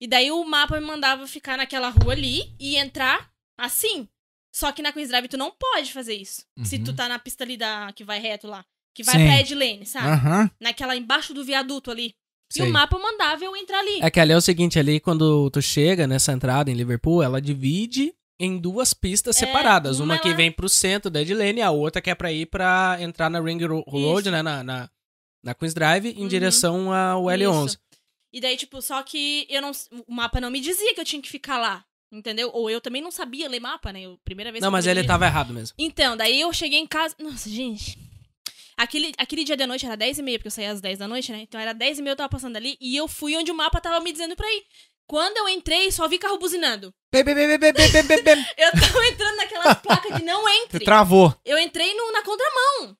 S3: E daí o mapa me mandava ficar naquela rua ali e entrar assim. Só que na Queens Drive tu não pode fazer isso. Se
S2: Uhum.
S3: tu tá na pista ali da, que vai reto lá. Que vai
S2: Sim.
S3: pra Ed Lane, sabe?
S1: Ah.
S2: Aham.
S3: Naquela embaixo do viaduto ali. E
S2: Sei.
S3: o mapa mandava eu entrar ali.
S1: É que ali é o seguinte, ali quando tu chega nessa entrada em Liverpool, ela divide em duas pistas
S3: É,
S1: separadas. Uma
S3: uma
S1: que
S3: lá-
S1: vem pro centro da Lane e a outra que é pra ir pra entrar na Ring Ro- Road,
S3: Isso.
S1: né? Na, na, na Queens Drive, em
S3: Uhum.
S1: direção ao L11.
S3: Isso. E daí, tipo, só que eu não. O mapa não me dizia que eu tinha que ficar lá. Entendeu? Ou eu também não sabia ler mapa, né? Eu, primeira vez
S1: Não,
S3: que
S1: mas
S3: eu
S1: ele
S3: dirigi.
S1: tava errado mesmo.
S3: Então, daí eu cheguei em casa. Nossa, gente. Aquele, aquele dia de noite era 10 e meia, porque eu saía às 10 da noite, né? Então era 10 e meia, eu tava passando ali e eu fui onde o mapa tava me dizendo pra ir. Quando eu entrei, só vi carro buzinando.
S2: Bem, bem, bem, bem, bem, bem, bem, bem.
S3: Eu tava entrando naquela placa de não
S2: Você
S3: entre.
S2: travou.
S3: Eu entrei no- na contramão.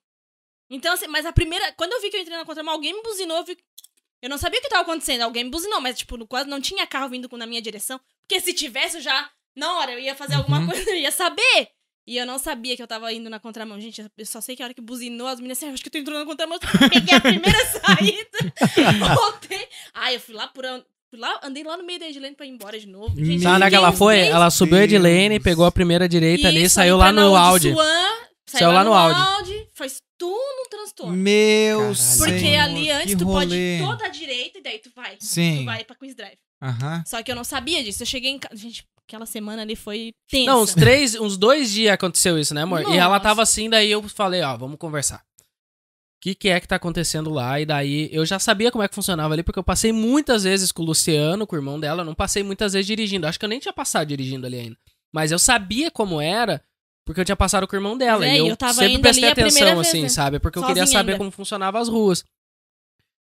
S3: Então, assim, mas a primeira. Quando eu vi que eu entrei na contramão, alguém me buzinou. Eu, vi- eu não sabia o que tava acontecendo. Alguém me buzinou, mas, tipo, no quase não tinha carro vindo com- na minha direção. Porque se tivesse, eu já. Na hora, eu ia fazer alguma
S2: Uhum.
S3: coisa, eu ia saber. E eu não sabia que eu tava indo na contramão. Gente, eu só sei que a hora que buzinou, as meninas assim, "Ah, acho que eu tô entrando na contramão. Eu peguei a primeira saída. voltei. Ai, eu fui lá por. an- Fui lá, andei lá no meio da Edilene pra ir embora de novo. Gente,
S1: Sabe onde é que
S3: fiquei
S1: ela
S3: uns
S1: foi?
S3: dez
S1: Ela subiu a Edilene,
S2: Deus.
S1: pegou a primeira direita ali e
S3: isso,
S1: saiu
S3: aí
S1: lá
S3: tá na
S1: no
S3: Old
S1: Audi.
S3: Swan, saiu lá, no Audi. Faz tudo um transtorno.
S2: Meu
S1: Caralho.
S2: senhor,
S3: Porque ali antes
S2: que
S3: tu pode ir
S2: rolê.
S3: toda a direita e daí tu vai. Tu
S2: Sim.
S3: vai pra Queens Drive.
S2: Aham.
S3: Só que eu não sabia disso. Eu cheguei em casa. Gente, aquela semana ali foi tensa.
S1: Não, uns três, uns dois dias aconteceu isso, né, amor? E ela
S3: Nossa.
S1: tava assim, daí eu falei, ó, vamos conversar. O que, que é que tá acontecendo lá? E daí eu já sabia como é que funcionava ali, porque eu passei muitas vezes com o Luciano, com o irmão dela, eu não passei muitas vezes dirigindo. Acho que eu nem tinha passado dirigindo ali ainda. Mas eu sabia como era, porque eu tinha passado com o irmão dela.
S3: Mas é,
S1: e eu,
S3: eu tava
S1: sempre
S3: indo
S1: prestei
S3: ali a primeira
S1: atenção,
S3: vez,
S1: assim,
S3: né?
S1: sabe? Porque eu queria
S3: Sozinha
S1: saber
S3: ainda.
S1: como funcionavam as ruas.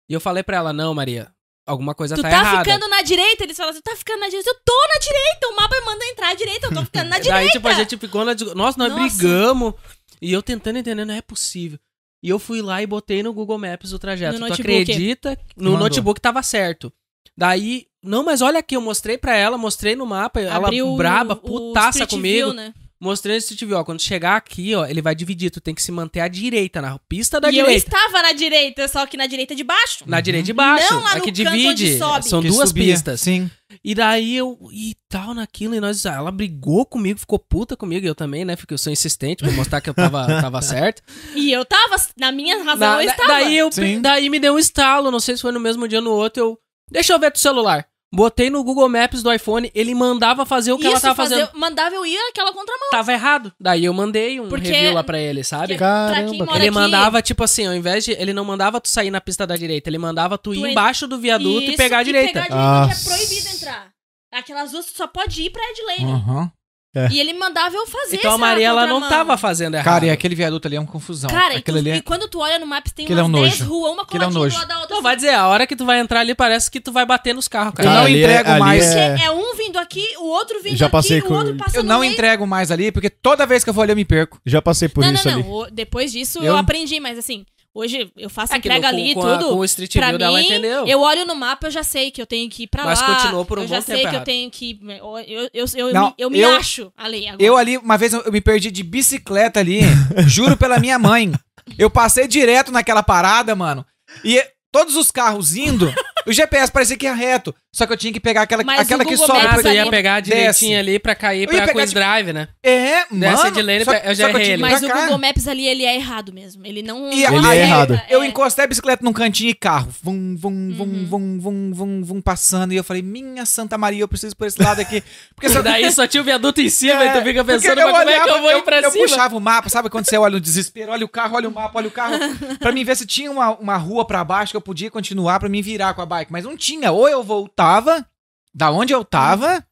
S1: E eu falei pra ela, não, Maria, alguma coisa
S3: Tu
S1: tá,
S3: tá,
S1: errada.
S3: ficando na direita? Eles falam assim, tu tá ficando na direita. Eu tô na direita. O mapa manda entrar à direita. Eu tô ficando na direita.
S1: Daí, tipo, a gente ficou na. discu- Nossa, nós
S3: É Nossa.
S1: brigamos. E eu tentando entender, não é possível. E eu fui lá e botei no Google Maps o trajeto.
S3: No
S1: tu
S3: notebook.
S1: acredita? No
S2: Mandou.
S1: notebook tava certo. Daí, não, mas olha aqui, eu mostrei pra ela, mostrei no mapa,
S3: Abriu
S1: ela braba,
S3: o- o
S1: putaça
S3: Street
S1: comigo. Tá
S3: View, né?
S1: Mostrei no Street View, ó, quando chegar aqui, ó, ele vai dividir, tu tem que se manter à direita, na pista da
S3: e eu
S1: direita.
S3: estava na direita, só que na direita de baixo.
S1: Na direita de baixo,
S3: Não lá
S1: a
S3: no
S1: que
S3: canto onde
S1: divide.
S3: sobe.
S1: São
S2: Que
S1: duas
S2: subia.
S1: pistas.
S2: Sim.
S1: E daí eu. E tal, naquilo, e nós. ah, Ela brigou comigo, ficou puta comigo, e eu também, né? Porque eu sou insistente pra mostrar que eu tava, tava certo.
S3: E eu tava, na minha razão,
S1: Da-
S3: eu
S1: da-
S3: estava.
S1: daí, eu,
S2: Sim.
S1: daí me deu um estalo, não sei se foi no mesmo dia ou no outro, eu. Deixa eu ver teu celular. Botei no Google Maps do iPhone, ele mandava fazer o que ela
S3: Isso,
S1: tava
S3: fazer-
S1: fazendo.
S3: Mandava eu ir naquela contramão.
S1: Tava errado. Daí eu mandei um
S3: Porque-
S1: review lá pra ele, sabe?
S3: Porque- é Pra quem
S4: Caramba,
S3: mora
S1: Ele
S3: aqui-
S1: mandava, tipo assim, ao invés de. Ele não mandava tu sair na pista da direita, ele mandava tu,
S3: Tu
S1: ir
S3: en-
S1: embaixo do viaduto e
S3: Isso,
S1: pegar a direita.
S3: Pegar a direita que é
S4: Ah.
S3: proibido entrar. Aquelas duas tu só pode ir pra Edlane.
S2: Aham.
S4: É.
S3: E ele mandava eu fazer
S1: Então a
S3: essa
S1: Maria, ela não
S3: contramão.
S1: tava fazendo errado.
S2: Cara, e aquele viaduto ali é uma confusão.
S3: Cara, e, tu-
S2: aquele ali é
S3: e quando tu olha no Maps, tem
S2: Aquilo é
S3: umas
S2: um
S3: 10
S2: nojo.
S3: ruas, uma
S2: Aquilo é um
S3: coladinha do
S2: nojo.
S3: lado da outra.
S1: Não, Então vai dizer, a hora que tu vai entrar ali parece que tu vai bater nos carros, cara.
S2: Eu não
S4: ali é-
S2: entrego
S4: ali
S2: mais.
S4: é-
S3: É um vindo aqui, o outro vindo
S4: Já passei
S3: aqui,
S4: com-
S3: o outro passando
S2: Eu não
S3: no meio.
S2: entrego mais ali, porque toda vez que eu vou ali eu me perco.
S4: Já passei por
S3: não,
S4: isso
S3: não,
S4: ali.
S3: não. O- Depois disso eu...
S2: Eu-
S3: aprendi, mas assim, hoje eu faço
S1: É que
S3: entrega
S1: no- com-
S3: ali e
S1: com a-
S3: tudo.
S1: com o Street
S3: pra
S1: View dela,
S3: mim,
S1: entendeu?
S3: eu olho no mapa, eu já sei que eu tenho que ir pra
S1: Mas
S3: lá.
S1: continuou por um
S3: Eu já
S1: bom
S3: sei
S1: tempo
S3: que eu
S1: errado.
S3: tenho que... Eu, eu, eu, eu,
S2: Não,
S3: me- eu me
S2: eu-
S3: acho ali agora.
S2: Eu ali, uma vez eu eu me perdi de bicicleta ali, juro pela minha mãe. Eu passei direto naquela parada, mano. E todos os carros indo, O GPS parecia que ia reto, só que eu tinha que pegar aquela,
S3: Mas o
S2: aquela que
S3: Google
S2: sobe.
S3: Maps
S1: Ah,
S2: pra-
S1: você
S3: ali-
S1: ia pegar direitinho ali pra cair
S2: Eu ia
S1: pra
S2: pegar
S1: Quiz
S2: de-
S1: Drive, né?
S2: É, mano.
S1: Desce de lane,
S2: só-
S1: eu já
S2: só que eu
S1: errei
S2: tinha
S1: ele.
S2: que ir
S3: Mas o
S2: pra cá.
S3: Google Maps ali, ele é errado mesmo. Ele não.
S2: E
S4: Ele
S2: aí,
S4: é errado.
S2: Eu
S3: É. Uhum.
S2: encostei a bicicleta num cantinho e carro. Vum, vum, vum, vum, vum, vum, vum, passando. E eu falei, minha Santa Maria, eu preciso ir por esse lado aqui. Porque se eu-
S1: Daí só tinha o viaduto em cima e tu fica
S2: porque
S1: pensando, mas como é que eu vou ir pra
S2: eu
S1: cima?
S2: puxava o mapa, sabe quando você olha no desespero, olha o carro, olha o mapa, olha o carro, pra mim ver se tinha uma, uma rua pra baixo que eu podia continuar pra me virar com a bike, mas não tinha, ou eu voltava da onde eu tava,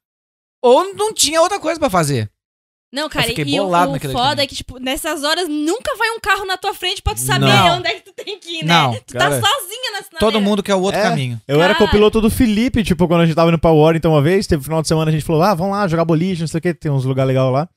S2: ou não tinha outra coisa pra fazer.
S3: Não, cara,
S2: Eu fiquei
S3: e o,
S2: bolado
S3: o
S2: naquele
S3: foda
S2: também.
S3: é que, tipo, nessas horas nunca vai um carro na tua frente pra tu saber
S2: Não.
S3: onde é que tu tem que ir, né?
S2: Não,
S3: tu
S4: cara.
S3: tá sozinha na sinaleira.
S2: Todo mundo quer o outro
S4: É.
S2: caminho.
S4: Eu era
S3: Cara.
S4: copiloto do Felipe, tipo, quando a gente tava no Power Hour, então uma vez, teve final de semana, a gente falou, ah, vamos lá jogar boliche, não sei o que, tem uns lugar legal lá.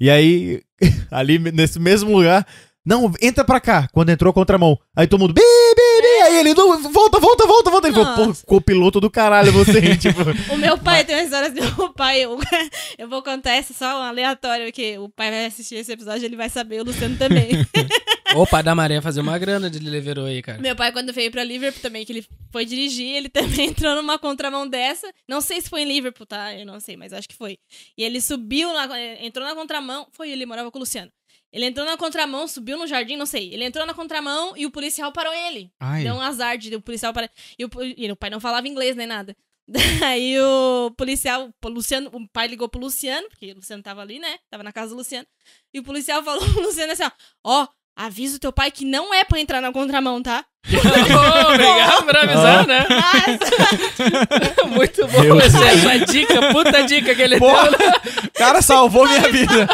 S4: E aí, ali nesse mesmo lugar, não, entra pra cá. Quando entrou, contramão. Aí todo mundo, bi, bi, bi, aí ele, não, volta, volta, volta, volta. Ele falou, pô,
S3: Nossa.
S4: copiloto do caralho você, hein?" tipo.
S3: O meu pai tem umas histórias do meu pai. Eu, eu vou contar essa só um aleatório, que o pai vai assistir esse episódio ele vai saber, o Luciano também.
S1: Opa, da Maria fazer uma grana de Deliveroo aí, cara.
S3: Meu pai, quando veio pra Liverpool também, que ele foi dirigir, ele também entrou numa contramão dessa. Não sei se foi em Liverpool, tá? Eu não sei, mas acho que foi. E ele subiu, lá, entrou na contramão. Foi, ele morava com o Luciano. Ele entrou na contramão, subiu no jardim, não sei. Ele entrou na contramão e o policial parou ele.
S2: Ai,
S3: Deu um azar de o policial para. E o, po- e o pai não falava inglês nem nada. Daí o policial, o Luciano, o pai ligou pro Luciano, porque o Luciano tava ali, né? Tava na casa do Luciano. E o policial falou pro Luciano assim, ó, ó, avisa o teu pai que não é pra entrar na contramão, tá?
S1: Ô, obrigado por avisar, né? Muito bom
S4: Meu
S1: essa, essa dica, puta dica que ele
S2: Porra,
S1: deu. né?
S2: o cara salvou minha vida.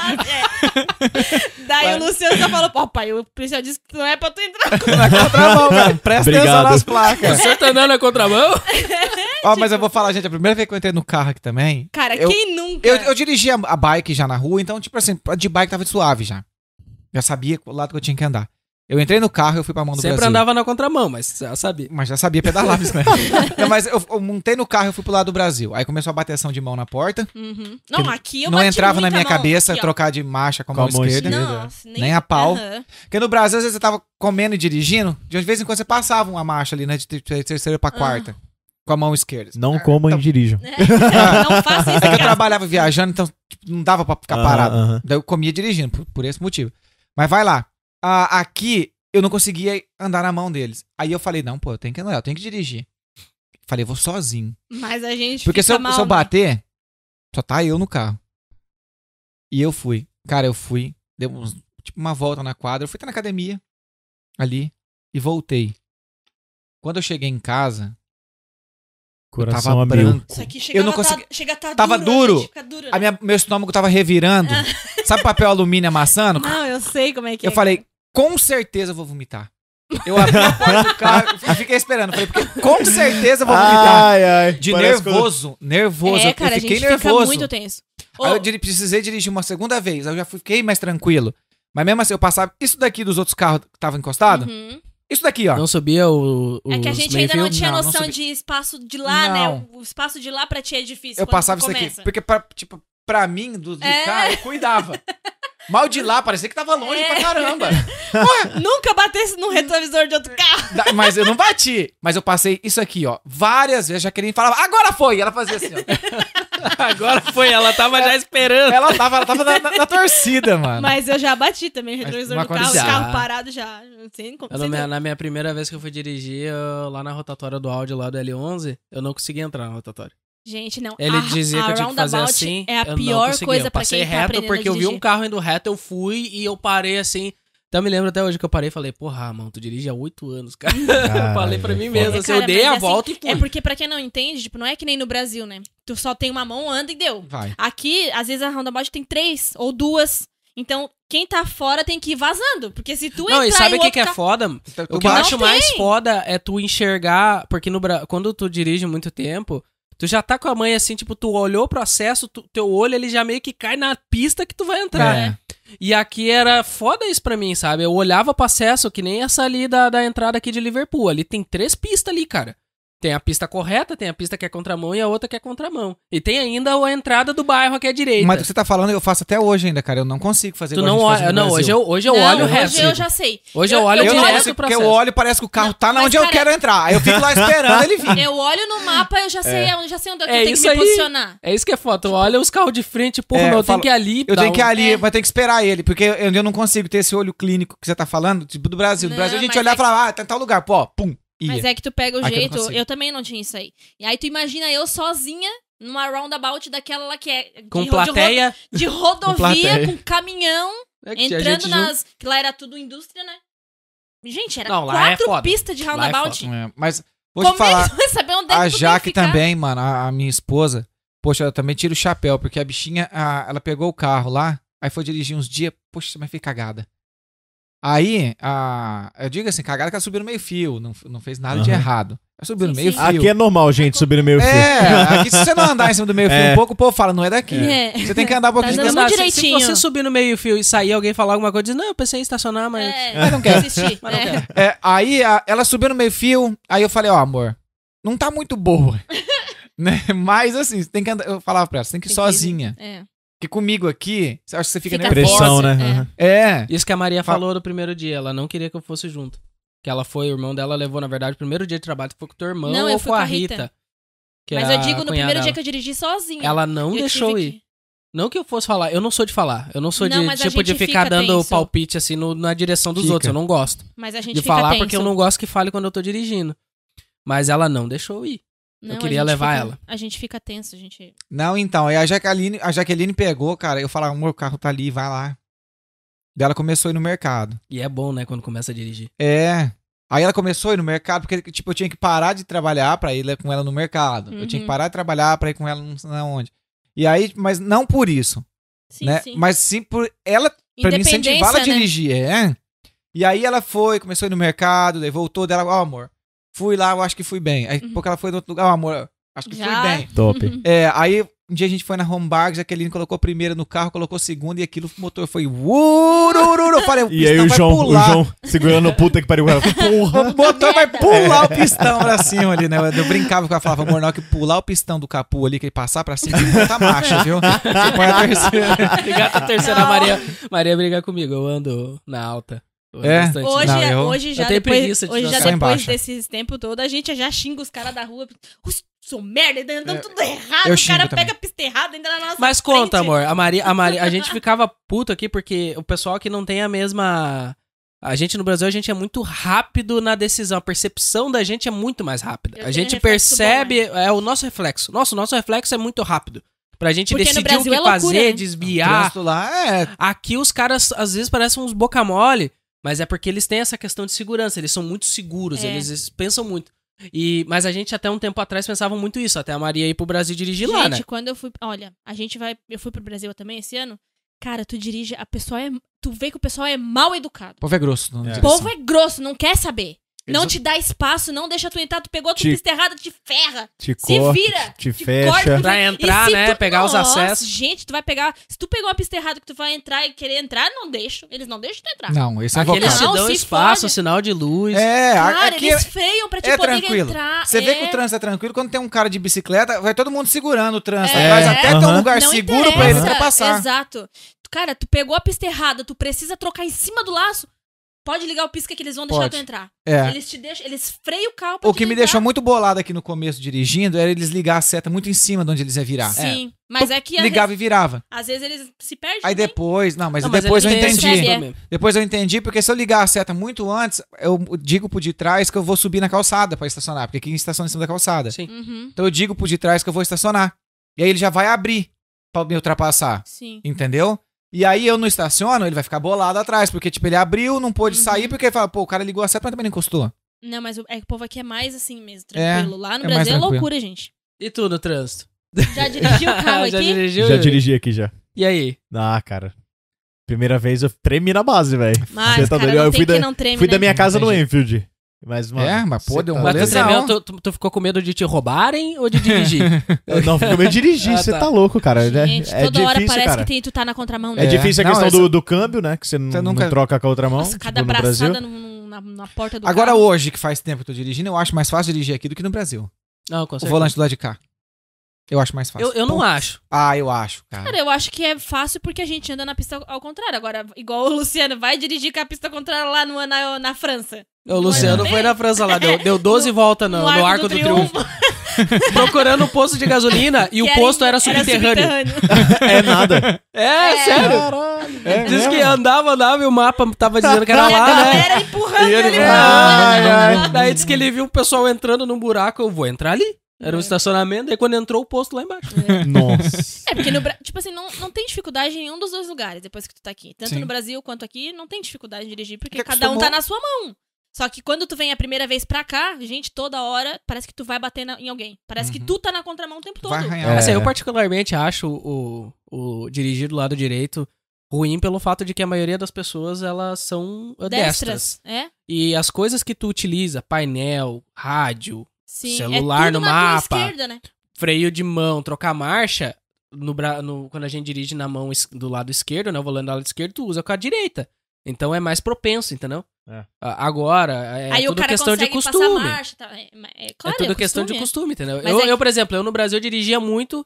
S3: Daí o Luciano só falou, pô, pai, o policial disse que não é pra tu entrar.
S2: Na contramão, cara. Presta atenção
S4: Obrigado.
S2: nas
S1: O
S2: placas.
S1: senhor tá andando na contramão?
S2: Ó, mas eu vou falar, gente, é a primeira vez que eu entrei no carro aqui também,
S3: Cara,
S2: Eu-
S3: quem nunca?
S2: Eu, eu dirigia a bike já na rua, então, tipo assim, de bike tava suave já. Já sabia o lado que eu tinha que andar. Eu entrei no carro e eu fui pra mão do
S1: Sempre
S2: Brasil.
S1: andava na contramão, mas eu sabia.
S2: Mas já sabia pedalar, né? Não, mas eu, eu montei no carro e fui pro lado do Brasil. Aí começou a bater ação de mão na porta.
S3: Uhum. Não, aqui eu
S2: não
S3: bati
S2: entrava na
S3: muita
S2: minha
S3: mão.
S2: cabeça
S3: Aqui, ó.
S2: trocar de marcha com a mão, esquerda.
S3: Nossa, nem,
S2: Nem a pau.
S3: Aham.
S2: Porque no Brasil, às vezes, você tava comendo e dirigindo, de vez em quando você passava uma marcha ali, né? De ter- ter- terceira pra quarta. Com a mão esquerda.
S4: Não
S3: Tá
S4: comam e dirijam.
S3: não faça isso,
S2: É que eu
S3: cara.
S2: trabalhava viajando, então tipo, não dava pra ficar
S4: Aham,
S2: parado.
S4: aham.
S2: Daí eu comia dirigindo, por, por esse motivo. Mas vai lá. Ah, aqui eu não conseguia andar na mão deles. Aí eu falei, não, pô, eu tenho que andar, eu tenho que dirigir. Falei, eu vou sozinho.
S3: Mas a gente
S2: Porque se
S3: fica
S2: eu,
S3: mal,
S2: se eu
S3: né?
S2: bater, só tá eu no carro. E eu fui. Cara, eu fui. Dei uns- tipo uma volta na quadra. Eu fui até na academia. Ali. E voltei. Quando eu cheguei em casa,
S4: Coração
S2: eu tava
S4: a mil.
S2: branco.
S3: Isso aqui
S2: Eu não
S3: chegava
S2: consegui-
S3: tá- chega tá
S2: Tava duro.
S3: gente, fica duro,
S2: A
S3: né?
S2: minha, meu estômago tava revirando. Sabe papel alumínio amassando?
S3: Não, eu sei como é que
S2: Eu
S3: é.
S2: falei, com certeza eu vou vomitar. Eu abri a porta do carro e fiquei esperando. Falei, porque com certeza eu vou vomitar.
S4: Ai, ai.
S2: de
S4: Ah, Parece quando-
S2: nervoso, nervoso.
S3: É, cara,
S2: eu fiquei
S3: a gente
S2: nervoso.
S3: fica muito tenso. Ô,
S2: Aí eu diri- precisei dirigir uma segunda vez. Aí eu já fiquei mais tranquilo. Mas mesmo assim, eu passava. Isso daqui dos outros carros que estavam encostados?
S3: uhum.
S2: Isso daqui, ó.
S1: Não subia o.
S3: É que a
S1: os
S3: gente ainda não
S2: meio-fio?
S3: tinha
S2: Não, não
S3: noção
S2: subi.
S3: de espaço de lá, né?
S2: Não.
S3: O espaço de lá pra ti é difícil.
S2: eu
S3: quando tu
S2: passava isso
S3: começa.
S2: daqui. Porque, pra, tipo, pra mim, do, do
S3: É.
S2: carro, eu cuidava. Mal de lá, parecia que tava longe
S3: É.
S2: pra caramba.
S3: Nunca batesse num retrovisor de outro carro.
S2: Da- Mas eu não bati. Mas eu passei isso aqui, ó. Várias vezes. Já queria falar, agora foi. E ela fazia assim, ó.
S1: Agora foi, ela tava já esperando.
S2: Ela tava, ela tava na, na- na torcida, mano.
S3: Mas eu já bati também o
S2: Ah, Mas
S3: retrovisor
S2: uma
S3: do carro,
S2: coisa-
S3: o carro
S1: Já.
S3: parado já. não sei como-
S1: Eu, na,
S3: sem-
S1: minha, na minha primeira vez que eu fui dirigir, eu- lá na rotatória do Audi, lá do L11, eu não consegui entrar na rotatória.
S3: Gente, não.
S1: Ele
S3: a,
S1: dizia
S3: Ah, a
S1: que eu tinha que fazer
S3: roundabout
S1: assim.
S3: É a
S1: eu não
S3: pior
S1: consegui.
S3: coisa
S1: eu
S3: pra
S1: passei
S3: quem tá
S1: reto
S3: aprendendo a
S1: porque eu vi um
S3: dirigir.
S1: carro indo reto, eu fui e eu parei assim. Então eu me lembro até hoje que eu parei e falei, porra, mano, tu dirige há oito anos, cara. eu falei pra
S4: Ah,
S1: mim mesmo,
S3: É,
S1: assim, eu
S3: cara,
S1: dei
S3: mas
S1: a
S3: assim,
S1: volta e fui.
S3: É porque pra quem não entende, tipo, não é que nem no Brasil, né? Tu só tem uma mão, anda e deu.
S2: Vai.
S3: Aqui, às vezes, a roundabout tem três ou duas. Então, quem tá fora tem que ir vazando. Porque se tu
S1: Não,
S3: entrar
S1: e sabe o
S3: o
S1: que,
S3: outro tá
S1: que é
S3: ca-
S1: foda? O
S2: Então, Eu
S1: que eu
S2: bato-
S1: acho
S3: Não
S1: mais
S3: tem.
S1: foda é tu enxergar, porque no, Bra- quando tu dirige muito tempo, tu já tá com a mãe assim, tipo, tu olhou pro acesso, tu- teu olho ele já meio que cai na pista que tu vai entrar.
S2: É.
S1: E aqui era foda isso pra mim, sabe? Eu olhava pro acesso, que nem essa ali da, da entrada aqui de Liverpool. Ali tem três pistas ali, cara. Tem a pista correta, tem a pista que é contramão e a outra que é contramão. E tem ainda a entrada do bairro que é direita.
S2: Mas o que você tá falando, eu faço até hoje ainda, cara. Eu não consigo fazer
S1: tu
S2: igual a
S1: não
S2: gente faz
S1: olha.
S2: no
S1: Não,
S2: Brasil.
S1: hoje eu, hoje eu
S3: Não,
S1: olho o
S3: hoje
S1: resto.
S3: eu já sei.
S1: Hoje eu olho
S2: Eu não
S1: direto
S2: consigo,
S1: o
S2: porque eu
S1: processo.
S2: olho, parece que o carro
S3: Não,
S2: tá na
S3: mas
S2: onde eu
S3: pare-
S2: quero entrar. Aí eu fico lá esperando ele vir.
S3: Eu olho no mapa, eu já sei, aonde- já sei onde eu
S1: É
S3: tenho que
S1: isso
S3: me
S1: aí.
S3: posicionar.
S1: É isso que é foto. Olha os carros de frente, porra,
S2: É,
S1: meu, eu tenho
S2: falo-
S1: que ir ali.
S2: Eu
S1: dar
S2: tenho que ir
S1: um-
S2: ali,
S3: É.
S2: mas tem que esperar ele, porque eu, eu não consigo ter esse olho clínico que você tá falando, tipo, do Brasil. Do
S3: Não,
S2: Brasil a gente
S3: mas
S2: olhar
S3: é
S2: e falar, ah, tá em tal lugar, pô, pum, ia.
S3: Mas é que tu pega o
S2: Aqui eu não
S3: jeito. Eu,
S2: consigo.
S3: também não tinha isso aí. E aí tu imagina eu sozinha numa roundabout daquela lá que é de,
S1: Com
S3: ro- de, ro-
S1: plateia.
S3: de rodovia,
S2: plateia.
S3: com, caminhão,
S1: É que a
S3: entrando tá
S1: gente não-
S3: nas. Que lá era tudo indústria, né? Gente, era
S1: Não, lá é
S3: quatro
S1: foda.
S3: pistas de
S1: Lá é
S3: roundabout.
S2: É, mas vou
S3: Como
S2: te
S3: é
S2: falar,
S3: que tu vai saber onde é que
S2: a
S3: tu tem que
S2: Jaque
S3: ficar?
S2: também, mano, a, a minha esposa, poxa, eu também tiro o chapéu, porque a bichinha, a- ela pegou o carro lá, aí foi dirigir uns dias, poxa, mas fez cagada. Aí, a, eu digo assim, cagada que ela subiu no meio fio, não, não fez nada de
S4: Aham.
S2: errado. Ela subiu no
S3: Sim,
S2: meio
S3: sim.
S2: fio.
S4: Aqui é normal, gente, subir no meio fio.
S2: É, aqui se você não andar em cima do meio fio
S4: É.
S2: um pouco, o povo fala, não é daqui.
S3: É.
S2: Você tem que andar um pouquinho. de
S3: Mas eu
S2: distância.
S3: muito
S1: se-
S3: direitinho.
S1: Se, você subir no meio fio e sair alguém falar alguma coisa, diz, não, eu pensei em estacionar, mas.
S3: É,
S2: Mas não quer.
S3: desistir,
S1: Mas não
S3: né?
S1: quero.
S2: É, aí a- ela subiu no meio fio, aí eu falei, ó, amor, não tá muito boa. né? Mas assim, você tem que andar. Eu falava pra ela, você tem que ir
S3: Tem que ir.
S2: sozinha.
S3: É.
S2: Porque comigo aqui, você acha que você fica,
S3: Fica
S2: nervosa.
S4: Pressão, né?
S3: É.
S4: Aham.
S2: É.
S1: Isso que a Maria
S2: Fala.
S1: falou do primeiro dia, ela não queria que eu fosse junto. Que ela foi, o irmão dela levou, na verdade, o primeiro dia de trabalho foi com o teu irmão
S3: Não, eu
S1: ou
S3: fui
S1: com a Rita. que é
S3: Mas eu
S1: a
S3: digo, no
S1: cunhada
S3: primeiro dia
S1: dela.
S3: que eu dirigi sozinha.
S1: Ela não
S3: eu
S1: deixou
S3: tive
S1: ir.
S3: que-
S1: Não que eu fosse falar, eu não sou de falar. Eu não sou
S3: Não,
S1: de
S3: mas a
S1: tipo de
S3: gente
S1: ficar
S3: fica
S1: dando
S3: tenso.
S1: palpite assim no- na direção dos
S2: Fica.
S1: outros. Eu não gosto.
S3: Mas a gente
S1: De
S3: fica
S1: falar
S3: tenso.
S1: porque eu não gosto que fale quando eu tô dirigindo. Mas ela não deixou eu ir.
S3: Não, a
S1: queria
S3: gente
S1: levar
S3: fica-
S1: ela.
S3: A gente fica tenso, a gente.
S2: Não, então, aí a Jaqueline, a Jaqueline pegou, cara, eu falava, amor, o carro tá ali, vai lá. Daí ela começou a ir no mercado.
S1: E é bom, né, quando começa a dirigir.
S2: É. Aí ela começou a ir no mercado, porque, tipo, eu tinha que parar de trabalhar pra ir com ela no mercado. Eu tinha
S3: Uhum.
S2: que parar de trabalhar pra ir com ela não sei na onde. E aí, mas não por isso,
S3: Sim,
S2: né?
S3: sim.
S2: Mas sim por ela, pra me incentivar ela a
S3: Independência, né?
S2: dirigir, é. E aí ela foi, começou a ir no mercado, daí voltou dela, ó, amor, fui lá, eu acho que fui bem. Aí,
S3: Uhum.
S2: pouco ela foi no outro lugar, ó, amor, acho que
S3: Já.
S2: fui bem.
S4: Top.
S3: Uhum.
S2: É, aí um dia a gente foi na Home Bar, Jaqueline colocou a primeira no carro, colocou a segunda e aquilo, o motor foi... urururu. Eu falei, o
S4: E aí
S2: pistão
S4: o
S2: vai
S4: João, o
S2: pular.
S4: João segurando o puta que pariu. Ela falou, porra.
S2: O motor
S3: É.
S2: vai pular o pistão pra cima ali, né? Eu brincava com ela, falava, amor, na hora que pular o pistão do capu ali, que ele passar pra cima, ele conta a marcha, viu? Tipo, é Você põe a terceira.
S1: Obrigado a terceira
S3: Não.
S1: Maria. Maria briga comigo. Eu ando na alta. Eu ando
S2: É?
S1: bastante. né?
S3: Hoje,
S2: Não, eu-
S3: hoje já
S1: eu tenho
S3: depois,
S1: preguiça de
S3: hoje já
S1: dançar.
S2: Só
S3: depois
S2: embaixo.
S3: desses tempo todo, a gente já xinga os caras da rua. Os sou merda, ainda andando tudo errado.
S2: É, eu
S3: o cara
S2: xingo também.
S3: pega a pista errada ainda na nossa
S1: Mas conta,
S3: frente.
S1: amor. A Maria, a Maria, a gente ficava puto aqui porque o pessoal que não tem a mesma a gente no Brasil, a gente é muito rápido na decisão. A percepção da gente é muito mais rápida.
S3: Eu
S1: a
S3: tenho
S1: gente
S3: reflexo bom, né?
S1: percebe, é o nosso reflexo. Nosso, nosso reflexo é muito rápido. Pra gente
S3: Porque
S1: decidir
S3: no
S1: o
S3: Brasil
S1: que
S3: é loucura,
S1: fazer,
S3: né?
S2: O
S1: desviar.
S2: trânsito lá é.
S1: Aqui os caras às vezes parecem uns boca mole, mas é porque eles têm essa questão de segurança, eles são muito seguros,
S3: É.
S1: eles pensam muito. E, mas a gente até um tempo atrás pensava muito isso, até a Maria ir pro Brasil dirigir lá,
S3: gente,
S1: né?
S3: quando eu fui, olha, a gente vai, eu fui pro Brasil também esse ano. Cara, tu dirige, a pessoa é, tu vê que o pessoal é mal educado.
S2: O povo é grosso. Não
S4: É.
S3: O povo é grosso, não quer saber. não te dá espaço, não deixa tu entrar, tu pegou tua
S4: Te-
S3: pista errada, te ferra.
S4: Te
S3: Se
S4: corta,
S3: vira,
S4: te
S3: te
S4: fecha.
S3: corta,
S1: Pra
S3: E
S1: entrar,
S3: se
S1: né, pegar os
S3: Nossa,
S1: acessos.
S3: Gente, tu vai pegar. Se tu pegou uma pista errada que tu vai entrar e querer entrar, não deixa. Eles não deixam tu entrar.
S2: Não, esse é
S1: Aqui eles
S2: invocado.
S1: te
S3: Não,
S1: dão
S3: se
S1: espaço,
S3: fode.
S1: sinal de luz.
S2: É, a-
S3: Cara,
S2: aqui
S3: eles freiam pra te
S2: é
S3: poder
S2: tranquilo.
S3: entrar.
S2: Você vê que
S3: é.
S2: o trânsito é tranquilo. Quando tem um cara de bicicleta, vai todo mundo segurando o trânsito.
S3: É.
S2: Mas até ter um
S4: Aham.
S2: lugar
S3: Não
S2: seguro
S3: interessa.
S2: pra ele ultrapassar.
S3: Exato. Cara, tu pegou a pista errada, tu precisa trocar em cima do laço. Pode ligar o pisca que eles vão deixar
S2: Pode.
S3: tu entrar.
S2: É.
S3: Eles te deixam, eles freiam o carro pra
S2: O
S3: te
S2: que me
S3: entrar.
S2: deixou muito bolado aqui no começo dirigindo era eles ligar a seta muito em cima de onde eles iam virar.
S3: Sim, mas é que às
S2: Ligava e virava.
S3: vezes- às vezes eles se perdem.
S2: Aí
S3: né?
S2: depois, não, mas
S1: Não, mas
S2: depois
S1: ele
S2: eu
S1: tem
S2: entendi.
S3: percebe, é.
S1: mesmo.
S2: Depois eu entendi, porque se eu ligar a seta muito antes, eu digo pro de trás que eu vou subir na calçada pra estacionar, porque aqui estaciona em cima da calçada.
S1: Sim.
S3: Uhum,
S2: Então eu digo pro de trás que eu vou estacionar. E aí ele já vai abrir pra me ultrapassar,
S3: sim.
S2: entendeu? E aí eu não estaciono, ele vai ficar bolado atrás, porque tipo, ele abriu, não pôde
S3: Uhum.
S2: sair, porque ele fala, pô, o cara ligou a seta, mas também não encostou.
S3: Não, mas o, é que o povo aqui é mais assim mesmo, tranquilo. Lá no
S2: é mais
S3: Brasil é
S2: tranquilo.
S3: loucura, gente.
S1: E tu no trânsito?
S3: Já dirigiu o carro
S1: Já
S3: aqui?
S1: dirigiu?
S4: Já dirigi aqui já.
S1: E aí?
S4: Ah, cara. Primeira vez eu tremi na base, velho.
S3: Mas,
S4: tá
S3: cara,
S4: doido?
S3: não
S4: Eu
S3: tem
S4: fui da-
S3: quem não treme,
S4: Fui
S3: né?
S4: da minha casa
S2: Não
S4: no
S2: tem
S4: Enfield. Mas, mano.
S2: É, mas, pô,
S4: cê
S2: deu um
S4: tá
S1: Mas tu,
S2: Lesão.
S4: doido.
S1: tremeu, tu, tu- tu ficou com medo de te roubarem ou de dirigir?
S4: Eu Não, fica meio dirigir,
S1: Ah,
S4: você
S1: tá.
S4: tá. louco, cara. né?
S3: Gente,
S4: é
S3: toda
S4: difícil,
S3: hora parece
S4: cara.
S3: que tem, tu tá na contramão,
S4: É
S3: né?
S2: É.
S4: difícil a
S2: Não,
S4: questão
S2: essa-
S4: do, do câmbio, né? Que você, não-
S2: nunca-
S4: não troca com a outra mão.
S3: Nossa,
S4: tipo,
S3: cada
S4: no Brasil.
S3: abraçada num, num na, na porta do
S2: Agora
S3: carro.
S2: hoje, que faz tempo que eu tô dirigindo, eu acho mais fácil dirigir aqui do que no Brasil.
S1: Não, com
S2: O
S1: certeza.
S2: volante do lado de cá. Eu acho mais fácil.
S1: Eu, eu não acho.
S2: Ah, eu acho, cara.
S3: Cara, eu acho que é fácil porque a gente anda na pista ao- ao contrário. Agora, igual o Luciano, vai dirigir com a pista contrária lá no, na, na França.
S1: O Luciano foi na França lá, deu, deu 12 voltas no, no Arco, do, Triunfo. Procurando um posto de gasolina e o
S3: que
S1: posto era
S3: era
S1: subterrâneo.
S3: subterrâneo.
S4: É nada.
S1: É, sério.
S4: Caralho. É
S1: Diz
S4: mesmo?
S1: que andava, andava e o mapa tava dizendo que era
S3: E a
S1: lá, né?
S3: galera empurrando
S2: E ele-
S3: ele pra lá.
S4: Ai, ai.
S1: Daí disse que ele viu o pessoal entrando num buraco, eu vou entrar ali. Era um estacionamento, daí quando entrou o posto lá embaixo.
S4: Nossa.
S3: É, porque no Brasil, tipo assim, não, não tem dificuldade em nenhum dos dois lugares depois que tu tá aqui. Tanto
S2: Sim.
S3: no Brasil quanto aqui, não tem dificuldade em dirigir, porque
S2: Porque
S3: cada um
S2: acostumou.
S3: tá na sua mão. Só que quando tu vem a primeira vez pra cá, gente, toda hora parece que tu vai bater na- em alguém. Parece que tu tá na contramão o tempo todo.
S2: Vai arranhar.
S4: É.
S1: Assim, eu particularmente acho o, o dirigir do lado direito ruim pelo fato de que a maioria das pessoas elas são eh, destras.
S3: Destras. É?
S1: E as coisas que tu utiliza, painel, rádio,
S3: Sim.
S1: Celular
S3: é tudo
S1: no
S3: na tua
S1: mapa.
S3: esquerda, né?
S1: freio de mão, trocar marcha, no, bra- no- quando a gente dirige na mão es- do lado esquerdo, né? O volante do lado esquerdo, tu usa com a direita. Então é mais propenso, entendeu?
S4: É.
S1: A- Agora, é
S3: Aí o
S1: tudo
S3: cara
S1: questão de
S3: consegue
S1: costume.
S3: passar marcha. Tá? É, mas- é claro,
S1: é tudo
S3: é
S1: questão de
S3: costume, é.
S1: costume, entendeu?
S3: Mas
S1: Eu,
S3: é
S1: eu,
S3: que-
S1: por exemplo, eu no Brasil dirigia muito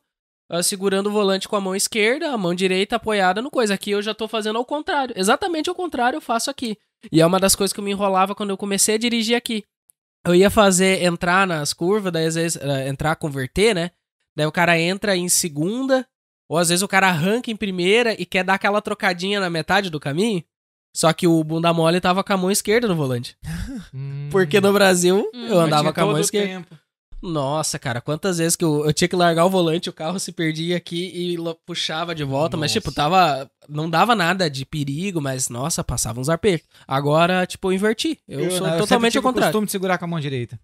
S1: ah, segurando o volante com a mão esquerda, a mão direita apoiada no coisa. Aqui eu já tô fazendo ao contrário. Exatamente ao contrário eu faço aqui. E é uma das coisas que eu me enrolava quando eu comecei a dirigir aqui. Eu ia fazer entrar nas curvas, daí às vezes ah, entrar, converter, né? Daí o cara entra em segunda, ou às vezes o cara arranca em primeira e quer dar aquela trocadinha na metade do caminho. Só que o bunda mole tava com a mão esquerda no volante.
S2: Hum.
S1: Porque no Brasil
S3: Hum.
S1: eu andava com a mão esquerda.
S2: tempo.
S1: Nossa, cara, quantas vezes que eu, eu tinha que largar o volante, o carro se perdia aqui e lo- puxava de volta, mas
S2: Nossa.
S1: tipo, tava. Não dava nada de perigo, mas nossa, passava uns arpejos. Agora, tipo, eu inverti. Eu, sou
S2: sempre
S1: totalmente
S2: tive
S1: ao contrário.
S2: costume de segurar com a mão direita.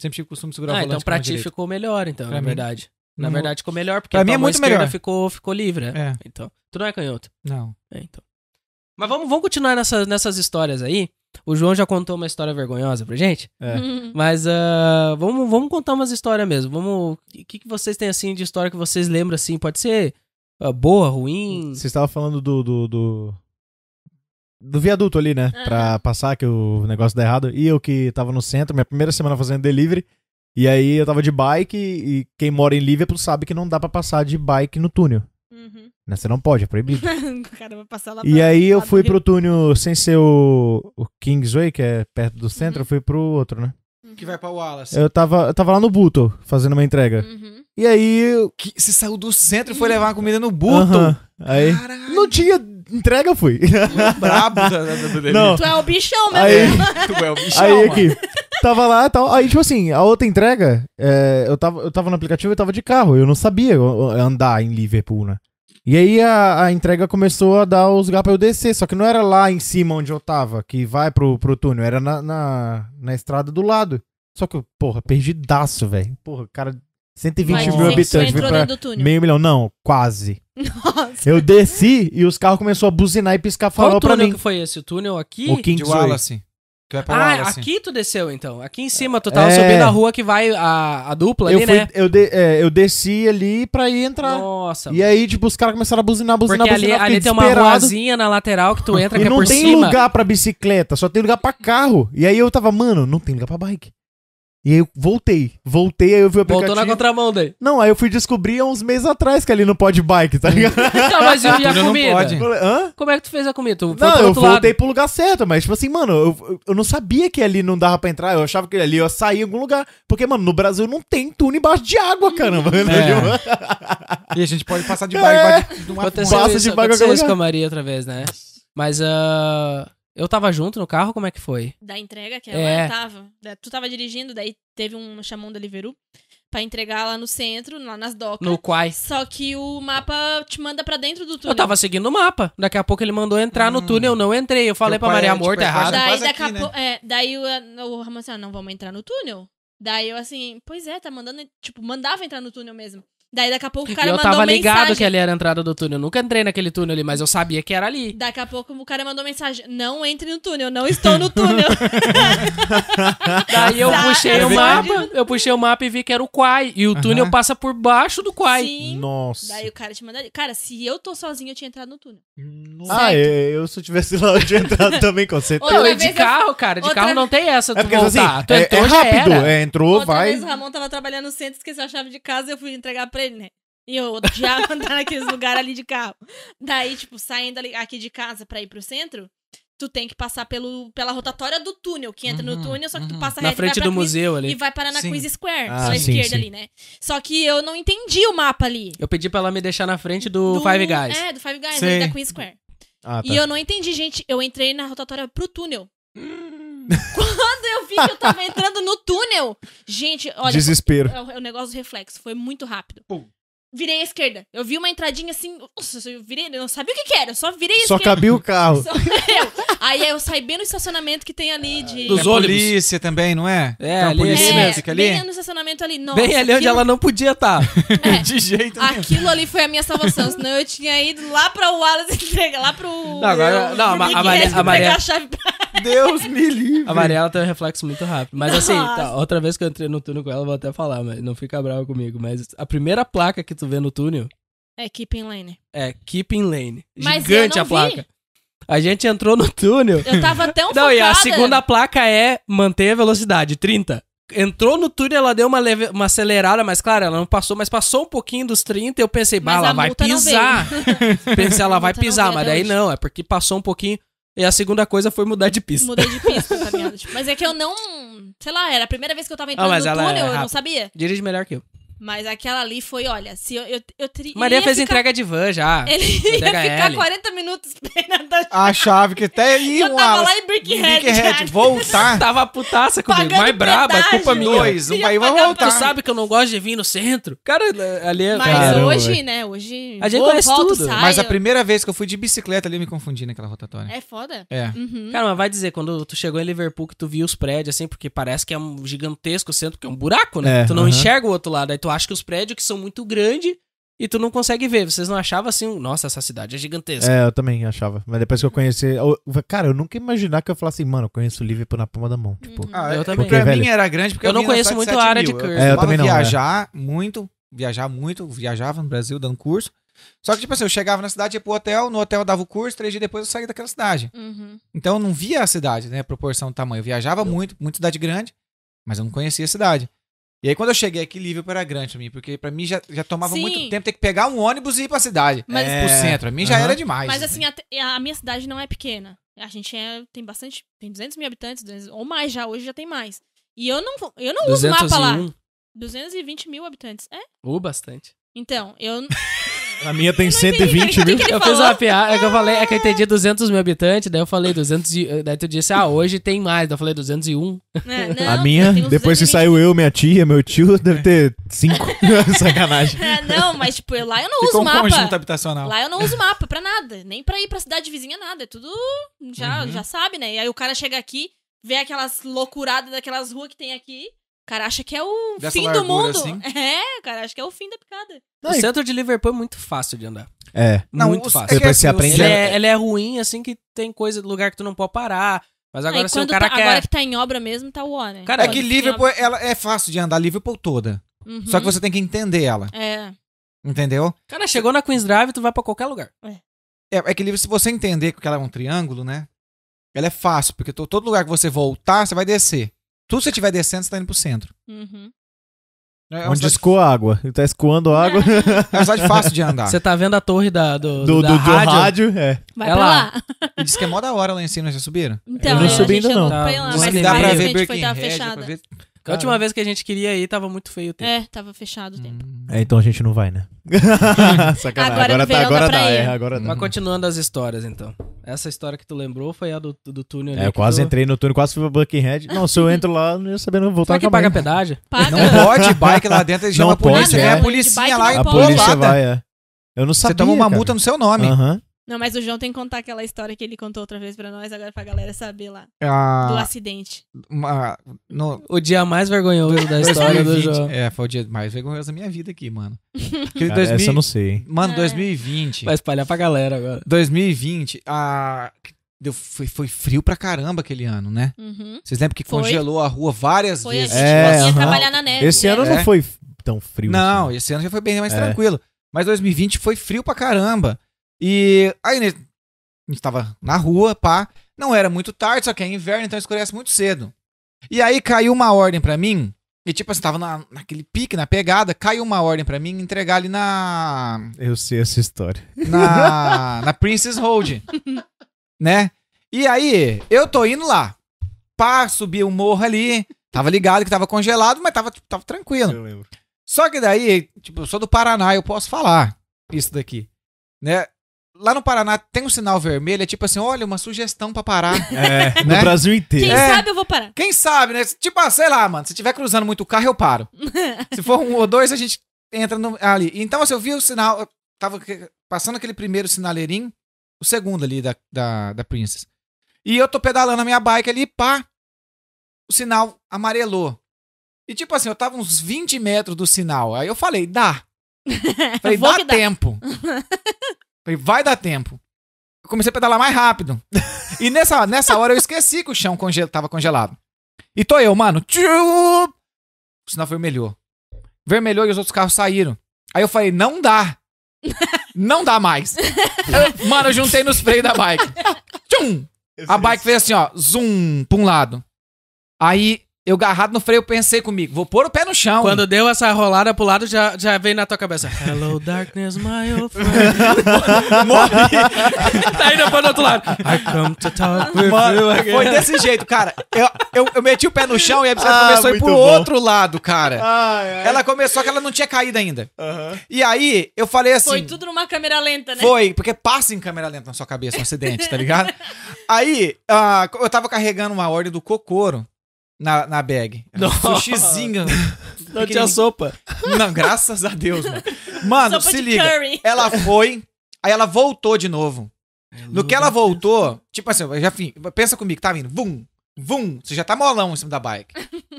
S2: Sempre tive o costume de segurar o
S1: Ah,
S2: volante
S1: então
S2: com a
S1: pra
S2: mão
S1: ti
S2: direita.
S1: ficou melhor, então,
S2: Pra
S1: na
S2: mim-
S1: verdade. Na
S2: Não-
S1: verdade ficou melhor, porque
S2: Pra
S1: a
S2: mim
S1: tua
S2: é
S1: mão
S2: muito
S1: esquerda
S2: melhor.
S1: Ficou, ficou livre, né?
S2: É,
S1: Então, tu não é canhoto.
S2: não.
S1: É, então. Mas vamos, vamos continuar nessa- nessas histórias aí. O João já contou uma história vergonhosa pra gente.
S4: É.
S3: Hum.
S1: Mas ah, vamos, vamos contar umas histórias mesmo. Vamos. O que, que vocês têm assim de história que vocês lembram assim? Pode ser ah, boa, ruim.
S4: Você estava falando do. do, do... do viaduto ali, né? Pra passar, que o negócio dá errado. E eu que tava no centro, minha primeira semana fazendo delivery. E aí eu tava de bike. E quem mora em Liverpool sabe que não dá pra passar de bike no túnel.
S3: Uhum.
S4: Né? Você não pode, é proibido.
S3: o cara vai passar lá
S4: E
S3: pra-
S4: aí eu
S3: lá
S4: fui
S3: do Rio.
S4: pro túnel sem ser o, o Kingsway, que é perto do centro,
S3: Uhum.
S4: eu fui pro outro, né?
S2: Que vai pra Wallace.
S4: Eu tava, eu tava lá no Buto, fazendo uma entrega.
S3: Uhum.
S4: E aí... eu-
S2: Que, você saiu do centro e foi levar uma comida no Buto.
S4: Aham. Aí...
S2: Caralho.
S4: Não tinha entrega, eu fui.
S2: Brabo da, da, da, da
S4: Não.
S3: Tu é o bichão mesmo.
S4: Aí-
S2: Tu é o bichão,
S4: Aí
S2: mano.
S4: aqui, tava lá e tal. Aí, tipo assim, a outra entrega, é, eu, tava, eu tava no aplicativo e tava de carro. Eu não sabia o- o- andar em Liverpool, né? E aí a, a entrega começou a dar os lugares pra eu descer, só que não era lá em cima onde eu tava, que vai pro, pro túnel, era na, na, na estrada do lado. Só que, eu, porra, perdidaço, velho. Porra, cara, 120
S3: Vai
S4: mil
S3: dizer que tu
S4: habitantes, vim
S3: entrou
S4: pra
S3: dentro do túnel.
S4: meio milhão. Não, quase.
S3: Nossa.
S4: Eu desci e os carros começaram a buzinar e piscar
S1: Qual
S4: farol pra
S1: túnel
S4: mim.
S1: que foi esse? O túnel aqui?
S4: O
S2: De
S4: Kingsway.
S2: Wallace. Tu vai pra
S1: Ah,
S2: Wallace.
S1: aqui tu desceu então. Aqui em cima, tu tava
S4: assim. É.
S1: subindo a rua que vai a, a dupla
S4: Eu,
S1: ali,
S4: fui,
S1: né?
S4: eu, de- é, eu desci ali pra ir entrar.
S1: Nossa.
S4: E aí, tipo, os caras começaram a buzinar,
S1: porque
S4: buzinar,
S1: ali,
S4: buzinar.
S1: ali
S4: fiquei
S1: tem uma
S4: desesperado.
S1: ruazinha na lateral que tu entra
S4: E
S1: que é
S4: não
S1: por
S4: tem
S1: cima.
S4: lugar pra bicicleta, só tem lugar pra carro. E aí eu tava, mano, não tem lugar pra bike. E aí eu voltei. Voltei, aí eu vi o
S1: Voltou
S4: aplicativo.
S1: na contramão daí.
S4: Não, aí eu fui descobrir há uns meses atrás que ali não pode bike, tá ligado?
S1: Tá, mas e a
S2: Túnel não
S1: comida?
S2: pode.
S4: Falei, Hã?
S1: Como é que tu fez a comida? Tu foi
S4: Não,
S1: pro
S4: eu
S1: outro lado.
S4: voltei pro lugar certo, mas tipo assim, mano, eu, eu- eu não sabia que ali não dava pra entrar, eu achava que ali eu ia sair em algum lugar. Porque, mano, no Brasil não tem túnel embaixo de água, caramba.
S1: Uhum.
S4: né?
S2: É. E a gente pode passar de bairro de uma
S1: Aconteceu
S4: Passa
S1: isso,
S4: de bagulho
S1: aconteceu
S4: com
S1: isso
S4: a
S1: com a Maria outra vez, né? Mas ah, eu tava junto no carro, como é que foi?
S3: Da entrega que
S1: É.
S3: ela tava. Da- Tu tava dirigindo, daí teve um chamão da Liveru pra entregar lá no centro, lá nas docas.
S1: No Quai.
S3: Só que o mapa te manda pra dentro do túnel.
S1: Eu tava seguindo o mapa. Daqui a pouco ele mandou entrar no
S2: Hum.
S1: túnel, eu não entrei. Eu falei
S2: Teu
S1: pra
S2: pai
S1: Maria
S2: é,
S1: Amor,
S2: tipo,
S1: tá
S2: é quase-
S1: errado.
S3: Daí,
S2: quase
S3: daqui a
S2: aqui, né?
S3: pouco. É, daí o, o Ramon assim, ah, não vamos entrar no túnel? Daí eu assim, pois é, tá mandando. Tipo, mandava entrar no túnel mesmo. Daí daqui a pouco o
S1: E
S3: cara
S1: eu
S3: mandou
S1: tava ligado
S3: mensagem.
S1: que ali era a entrada do túnel. Eu nunca entrei naquele túnel ali, mas eu sabia que era ali.
S3: Daqui a pouco o cara mandou mensagem: Não entre no túnel, não estou no túnel.
S1: Daí eu
S3: Tá,
S1: puxei
S3: é
S1: o
S3: verdade.
S1: mapa, eu puxei o mapa e vi que era o Quai. E o túnel
S2: Aham.
S1: passa por baixo do Quai.
S3: Sim.
S4: Nossa.
S3: Daí o cara te mandaria. Cara, se eu tô sozinho, eu tinha entrado no túnel.
S4: Ah,
S3: Certo.
S4: é, eu se eu tivesse lá, eu tinha entrado também, com certeza.
S1: Não,
S3: Outra
S1: e de
S3: vez eu-
S1: carro, cara, de
S3: outra
S1: carro não
S3: vez-
S1: tem essa. Tu
S4: É porque assim,
S1: voltar. tu
S4: é, é
S1: entrou, já
S4: rápido.
S1: era.
S4: É, entrou,
S3: Outra
S4: vai.
S3: vez o Ramon tava trabalhando no centro, esqueceu a chave de casa eu fui entregar pra ele, né? E eu odiava andar naqueles lugares ali de carro. Daí, tipo, saindo ali, aqui de casa pra ir pro centro, tu tem que passar pelo, pela rotatória do túnel, que entra
S2: Uhum,
S3: no túnel, só que tu
S2: uhum.
S3: passa
S1: Na
S3: reto e vai
S1: frente
S3: pra
S1: do
S3: Queens-
S1: museu
S3: E
S1: ali.
S3: vai parar na
S2: Sim.
S3: Queen Square,
S4: Ah,
S3: sua
S4: sim,
S3: esquerda
S4: sim.
S3: ali, né? Só que eu não entendi o mapa ali.
S1: Eu pedi pra ela me deixar na frente do, Five Guys.
S3: É, do Five Guys,
S2: Sei.
S3: ali da Queen Square.
S4: Ah, tá.
S3: E eu não entendi, gente. Eu entrei na rotatória pro túnel. Quando eu vi que eu tava entrando no túnel, gente, olha,
S4: Desespero.
S3: é o, é o negócio do reflexo, foi muito rápido.
S2: Pum.
S3: Virei à esquerda. Eu vi uma entradinha assim, nossa, eu virei, eu não sabia o que que era, eu só virei à
S4: Só
S3: esquerda.
S4: cabia o carro.
S3: Só eu. Aí eu saí bem no estacionamento que tem ali de
S1: Ah, Dos
S2: é
S1: ônibus.
S2: polícia também, não é?
S1: É,
S2: Tem uma
S1: ali,
S2: polícia
S1: é,
S2: médica ali?
S3: Bem no estacionamento ali, nossa.
S1: Bem ali onde
S3: aquilo-
S1: ela não podia tá. estar.
S3: é.
S2: De jeito nenhum.
S3: Aquilo ali foi a minha salvação, senão eu tinha ido lá pra Wallace entregar, lá pro.
S1: Não, agora- não, a Ma- a Maria- a Maria-
S3: entregar chave pra-
S2: Deus me livre.
S1: A Mariela tem um reflexo muito rápido. Mas assim,
S3: Nossa.
S1: tá, outra vez que eu entrei no túnel com ela, eu vou até falar, mas não fica brava comigo. Mas a primeira placa que tu vê no túnel
S3: É, Keeping Lane.
S1: é Keeping Lane.
S3: Mas eu
S1: Gigante
S3: não
S1: a placa.
S3: vi.
S1: A gente entrou no túnel.
S3: Eu tava tão
S1: Não,
S3: focada.
S1: e a segunda placa é manter a velocidade, 30. Entrou no túnel, ela deu uma, leve- uma acelerada, mas claro, ela não passou, mas passou um pouquinho dos 30 eu pensei, bah,
S3: Mas
S1: ela
S3: a
S1: vai
S3: multa não
S1: pisar. Pensei, ela
S3: A
S1: vai
S3: multa não
S1: pisar,
S3: veio
S1: mas
S3: até
S1: daí
S3: hoje.
S1: não, é porque passou um pouquinho. E a segunda coisa foi mudar de pista.
S3: Mudei de pista, tá ligado? Tipo, mas é que eu não. Sei lá, era a primeira vez que eu tava entrando
S1: Ah, mas
S3: no
S1: ela é
S3: túnel, eu
S1: rápida.
S3: não sabia.
S1: Dirige melhor que eu.
S3: Mas aquela ali foi, olha, se eu, eu, eu teria.
S1: Maria fez
S3: ficar,
S1: entrega de van já.
S3: Ele ia
S1: Entrega
S3: ficar
S1: L.
S3: 40 minutos esperando a chave.
S2: A chave que até ia
S3: Eu
S2: um
S3: tava
S2: ala.
S3: lá em Brickhead.
S2: Brickhead, voltar.
S1: Tava putaça comigo,
S3: Pagando
S1: mais braba, é culpa minha.
S2: Dois, um
S3: Ia
S2: vai, vai
S3: pagar
S2: voltar.
S1: Tu sabe que eu não gosto de vir no centro? Cara, ali é.
S3: Mas
S4: Caramba,
S3: hoje,
S4: velho.
S3: né? Hoje.
S1: A gente
S3: vou,
S1: conhece
S3: volto,
S1: tudo.
S3: saio.
S2: Mas a primeira vez que eu fui de bicicleta ali, eu me confundi naquela rotatória.
S3: É foda.
S2: É.
S3: Uhum.
S1: Cara, mas vai dizer, quando tu chegou em Liverpool que tu viu os prédios, assim, porque parece que é um gigantesco centro, porque é um buraco, né?
S4: É,
S1: tu não
S4: aham.
S1: enxerga o outro lado. Aí tu acha que os prédios que são muito grandes e tu não consegue ver. Vocês não achavam assim, nossa, essa cidade é gigantesca.
S4: É, eu também achava. Mas depois que eu conheci. eu- cara, eu nunca ia imaginar que eu falasse assim, mano, eu conheço o Liverpool na palma da mão. Tipo,
S1: Ah, eu
S2: é,
S1: também.
S2: Pra
S4: Porque,
S2: mim
S4: velho,
S2: era grande porque
S1: eu não
S2: vinha na
S1: conheço
S2: cidade
S1: muito
S2: de
S1: a
S2: 7
S1: área de
S2: mil.
S1: curva.
S4: É, eu também não, é.
S2: viajar muito, viajar muito, viajava no Brasil dando curso. Só que, tipo assim, eu chegava na cidade, ia pro hotel, no hotel eu dava o curso, três dias depois eu saía daquela cidade.
S3: Uhum.
S2: Então eu não via a cidade, né? A proporção do tamanho. Eu viajava muito, muito cidade grande, mas eu não conhecia a cidade. E aí quando eu cheguei aqui, Lívia era grande pra mim, porque pra mim já, já tomava
S3: Sim.
S2: muito tempo ter que pegar um ônibus e ir pra cidade. É.
S3: Mas-
S2: pro centro. Pra mim já
S4: Aham.
S2: era demais.
S3: Mas assim, até- a, minha cidade não é pequena. A gente é, tem bastante, tem 200 mil habitantes, 200 ou mais já, hoje já tem mais. E eu não, vou- eu não uso mapa lá.
S1: 201.
S3: 220 mil habitantes, é?
S1: Ou Uh, bastante.
S3: Então, eu...
S4: a minha tem
S3: cara,
S4: 120
S3: que
S4: mil.
S3: que ele
S1: Eu
S3: falou?
S1: fiz uma piada, é que eu falei, é que eu entendi 200 mil habitantes, daí eu falei 200 e, daí tu disse, ah, hoje tem mais, daí eu falei 201.
S3: É, não,
S4: A minha,
S3: tem uns
S4: depois que
S3: 220.
S4: saiu eu, minha tia, meu tio, deve ter 5. Sacanagem.
S3: É, não, mas tipo, eu- lá eu não
S2: Ficou
S3: uso
S2: um conjunto
S3: mapa.
S2: habitacional.
S3: Lá eu não uso mapa pra nada. Nem pra ir pra cidade vizinha, nada. É tudo... Já,
S2: Uhum.
S3: já sabe, né? E aí o cara chega aqui, vê aquelas loucuradas daquelas ruas que tem aqui... O cara acha que é o
S2: Dessa
S3: fim do
S2: largura,
S3: mundo.
S2: assim?
S3: É, o cara acha que é o fim da picada.
S1: O centro de Liverpool é muito fácil de andar.
S4: É.
S2: Não,
S1: muito
S2: os-
S1: fácil.
S2: é que
S4: Depois você
S2: assim, o
S4: aprende
S1: Ele
S2: centro-
S1: é, ele é ruim, assim, que tem coisa, lugar que tu não pode parar. Mas agora
S3: Aí
S1: se o
S3: quando
S1: cara
S3: tá-
S1: quer...
S3: Agora que tá em obra mesmo, tá o ó, né?
S1: Cara,
S2: É
S3: Agora
S2: que
S3: tá em
S2: Liverpool, ela é fácil de andar Liverpool toda.
S3: obra. Uhum.
S2: Só que você tem que entender ela,
S3: É.
S2: entendeu?
S1: Cara, chegou na Queens Drive, tu vai pra qualquer lugar.
S2: É, é que Liverpool, se você entender que ela é um triângulo, né? Ela é fácil, porque to- todo lugar que você voltar, você vai descer. Tudo que você estiver descendo, você tá indo pro centro.
S3: Uhum.
S2: É uma
S4: Onde
S2: cidade-
S4: escoa a água. Ele tá escoando a água
S2: é uma cidade fácil de andar.
S1: Você tá vendo a torre da, do,
S4: Ah. do, do,
S1: da
S4: do
S1: rádio?
S4: rádio. É.
S3: Vai
S1: É
S3: pra
S1: lá.
S3: lá.
S2: E diz que é mó da hora lá em cima, já subiram?
S3: Então,
S4: Eu não
S3: é,
S4: subi
S3: a
S4: ainda,
S3: gente
S4: não.
S3: andou pra ir
S1: Tá,
S3: lá,
S1: mas
S2: Diz
S3: mas
S2: que
S1: tem
S2: dá
S1: várias
S2: pra
S3: depois
S1: vezes
S2: ver
S3: a gente foi,
S2: Birkin
S3: tava
S2: Head, dá pra
S3: fechada.
S2: ver...
S1: A última vez que a gente queria ir, tava muito feio o tempo.
S3: É, tava fechado o tempo.
S2: Hum.
S4: É, então a gente não vai, né? Sacanagem.
S3: Agora no
S4: Agora, tá,
S3: verão
S4: agora
S3: dá pra
S4: dá.
S3: ir.
S4: É, agora dá.
S1: Mas continuando as histórias, então. Essa história que tu lembrou foi a do, do túnel ali.
S4: É, eu
S1: que
S4: quase
S1: tu...
S4: entrei no túnel, quase fui pra Buckingham. Não, se eu entro lá, eu não ia saber não voltar
S1: Será que
S4: nunca
S1: paga
S4: mais.
S1: pedágio?
S3: Paga.
S2: Hum. Não pode bike lá dentro, eles
S4: Não
S2: chamam a polícia.
S4: pode,
S2: vem
S4: é.
S2: a
S3: De
S2: policinha
S3: bike
S2: lá
S3: não
S2: e
S4: A
S3: pode.
S4: polícia
S2: bolada.
S4: vai, é. Eu não sabia,
S2: Você toma uma
S4: cara.
S2: multa no seu nome.
S4: Aham.
S3: Não, mas o João tem que contar aquela história que ele contou outra vez pra nós, agora pra galera saber lá. Do
S2: Ah,
S3: acidente.
S2: uma- no-
S1: O dia mais vergonhoso da história do
S2: 2020
S1: João.
S2: É, foi o dia mais vergonhoso da minha vida aqui, mano. Aquele
S4: Cara,
S2: 2000
S4: Essa eu não sei, hein?
S2: Mano,
S3: É.
S2: 2020.
S1: Vai espalhar pra galera agora.
S2: 2020, ah, deu- foi, foi frio pra caramba aquele ano, né?
S3: Uhum.
S2: Vocês lembram que
S3: Foi.
S2: congelou a rua várias
S3: Foi a
S2: vezes?
S3: gente
S4: É,
S3: que ia
S4: aham.
S3: trabalhar na neve.
S4: Esse
S3: né?
S4: ano
S2: É.
S4: não foi f- tão frio.
S2: Não,
S4: assim.
S2: esse ano já foi bem mais
S4: É.
S2: tranquilo. Mas 2020 foi frio pra caramba. E aí, né, a gente tava na rua, pá. Não era muito tarde, só que é inverno, então escurece muito cedo. E aí caiu uma ordem pra mim. E tipo, assim, tava na, naquele pique, na pegada. Caiu uma ordem pra mim entregar ali na.
S4: assim. Eu sei essa história.
S2: na, na Princess Road, né? E aí, eu tô indo lá. Pá, subi o morro ali. Tava ligado que tava congelado, mas tava, tipo, tava tranquilo.
S4: lembro.
S2: Só que daí, tipo, eu sou do Paraná, eu posso falar isso daqui, né? Lá no Paraná tem um sinal vermelho, é tipo assim, olha, uma sugestão pra parar.
S4: É, no
S2: Né?
S4: Brasil inteiro.
S3: Quem
S2: É.
S3: sabe eu vou parar.
S2: Quem sabe, né? Tipo, ah, sei lá, mano, se tiver cruzando muito carro, eu paro. Se for um ou dois, a gente entra no- ali. Então, assim, eu vi o sinal. eu tava que- passando aquele primeiro sinaleirinho, o segundo ali da, da, da Princess. E eu tô pedalando a minha bike ali, pá. O sinal amarelou. E tipo assim, eu tava uns 20 metros do sinal. Aí eu falei, dá. Falei,
S3: Vou
S2: dá
S3: que dá.
S2: tempo. Falei, vai dar tempo. Eu comecei a pedalar mais rápido. E nessa, nessa hora eu esqueci que o chão conge tava congelado. E tô eu, mano. Tchiu! O sinal vermelhou. Vermelhou e os outros carros saíram. Aí eu falei, não dá. Não dá mais. Eu- mano, eu juntei nos freios da bike. Tchum! A bike fez assim, ó. Zum pra um lado. Aí, eu agarrado no freio, pensei comigo, vou pôr o pé no chão.
S1: Quando deu essa rolada pro lado, já, já veio na tua cabeça. Hello, darkness, my old friend. Morri. tá indo pro outro lado. I come to talk with you
S2: Mano,
S1: again.
S2: foi né? desse jeito, cara. Eu, eu, eu meti o pé no chão e a bicicleta
S4: Ah,
S2: começou a ir
S4: muito
S2: pro
S4: bom. Ah, é.
S2: outro lado, cara.
S4: Ai, ai.
S2: Ela começou que ela não tinha caído ainda. E aí, eu falei assim.
S3: Foi tudo numa câmera lenta, né?
S2: Foi, porque passa em câmera lenta na sua cabeça um acidente, tá ligado? Aí, ah, eu tava carregando uma ordem do Cocoro na, na bag. Era um
S1: Nossa.
S2: Sushizinho.
S1: Não tinha sopa.
S2: Não, graças a Deus, mano. Mano,
S3: Sopa
S2: se
S3: de
S2: liga.
S3: curry.
S2: Ela foi, aí ela voltou de novo.
S1: É
S2: No que ela voltou, tipo assim, eu já fim, pensa comigo, tá vindo, vum, vum, você já tá molão em cima da bike.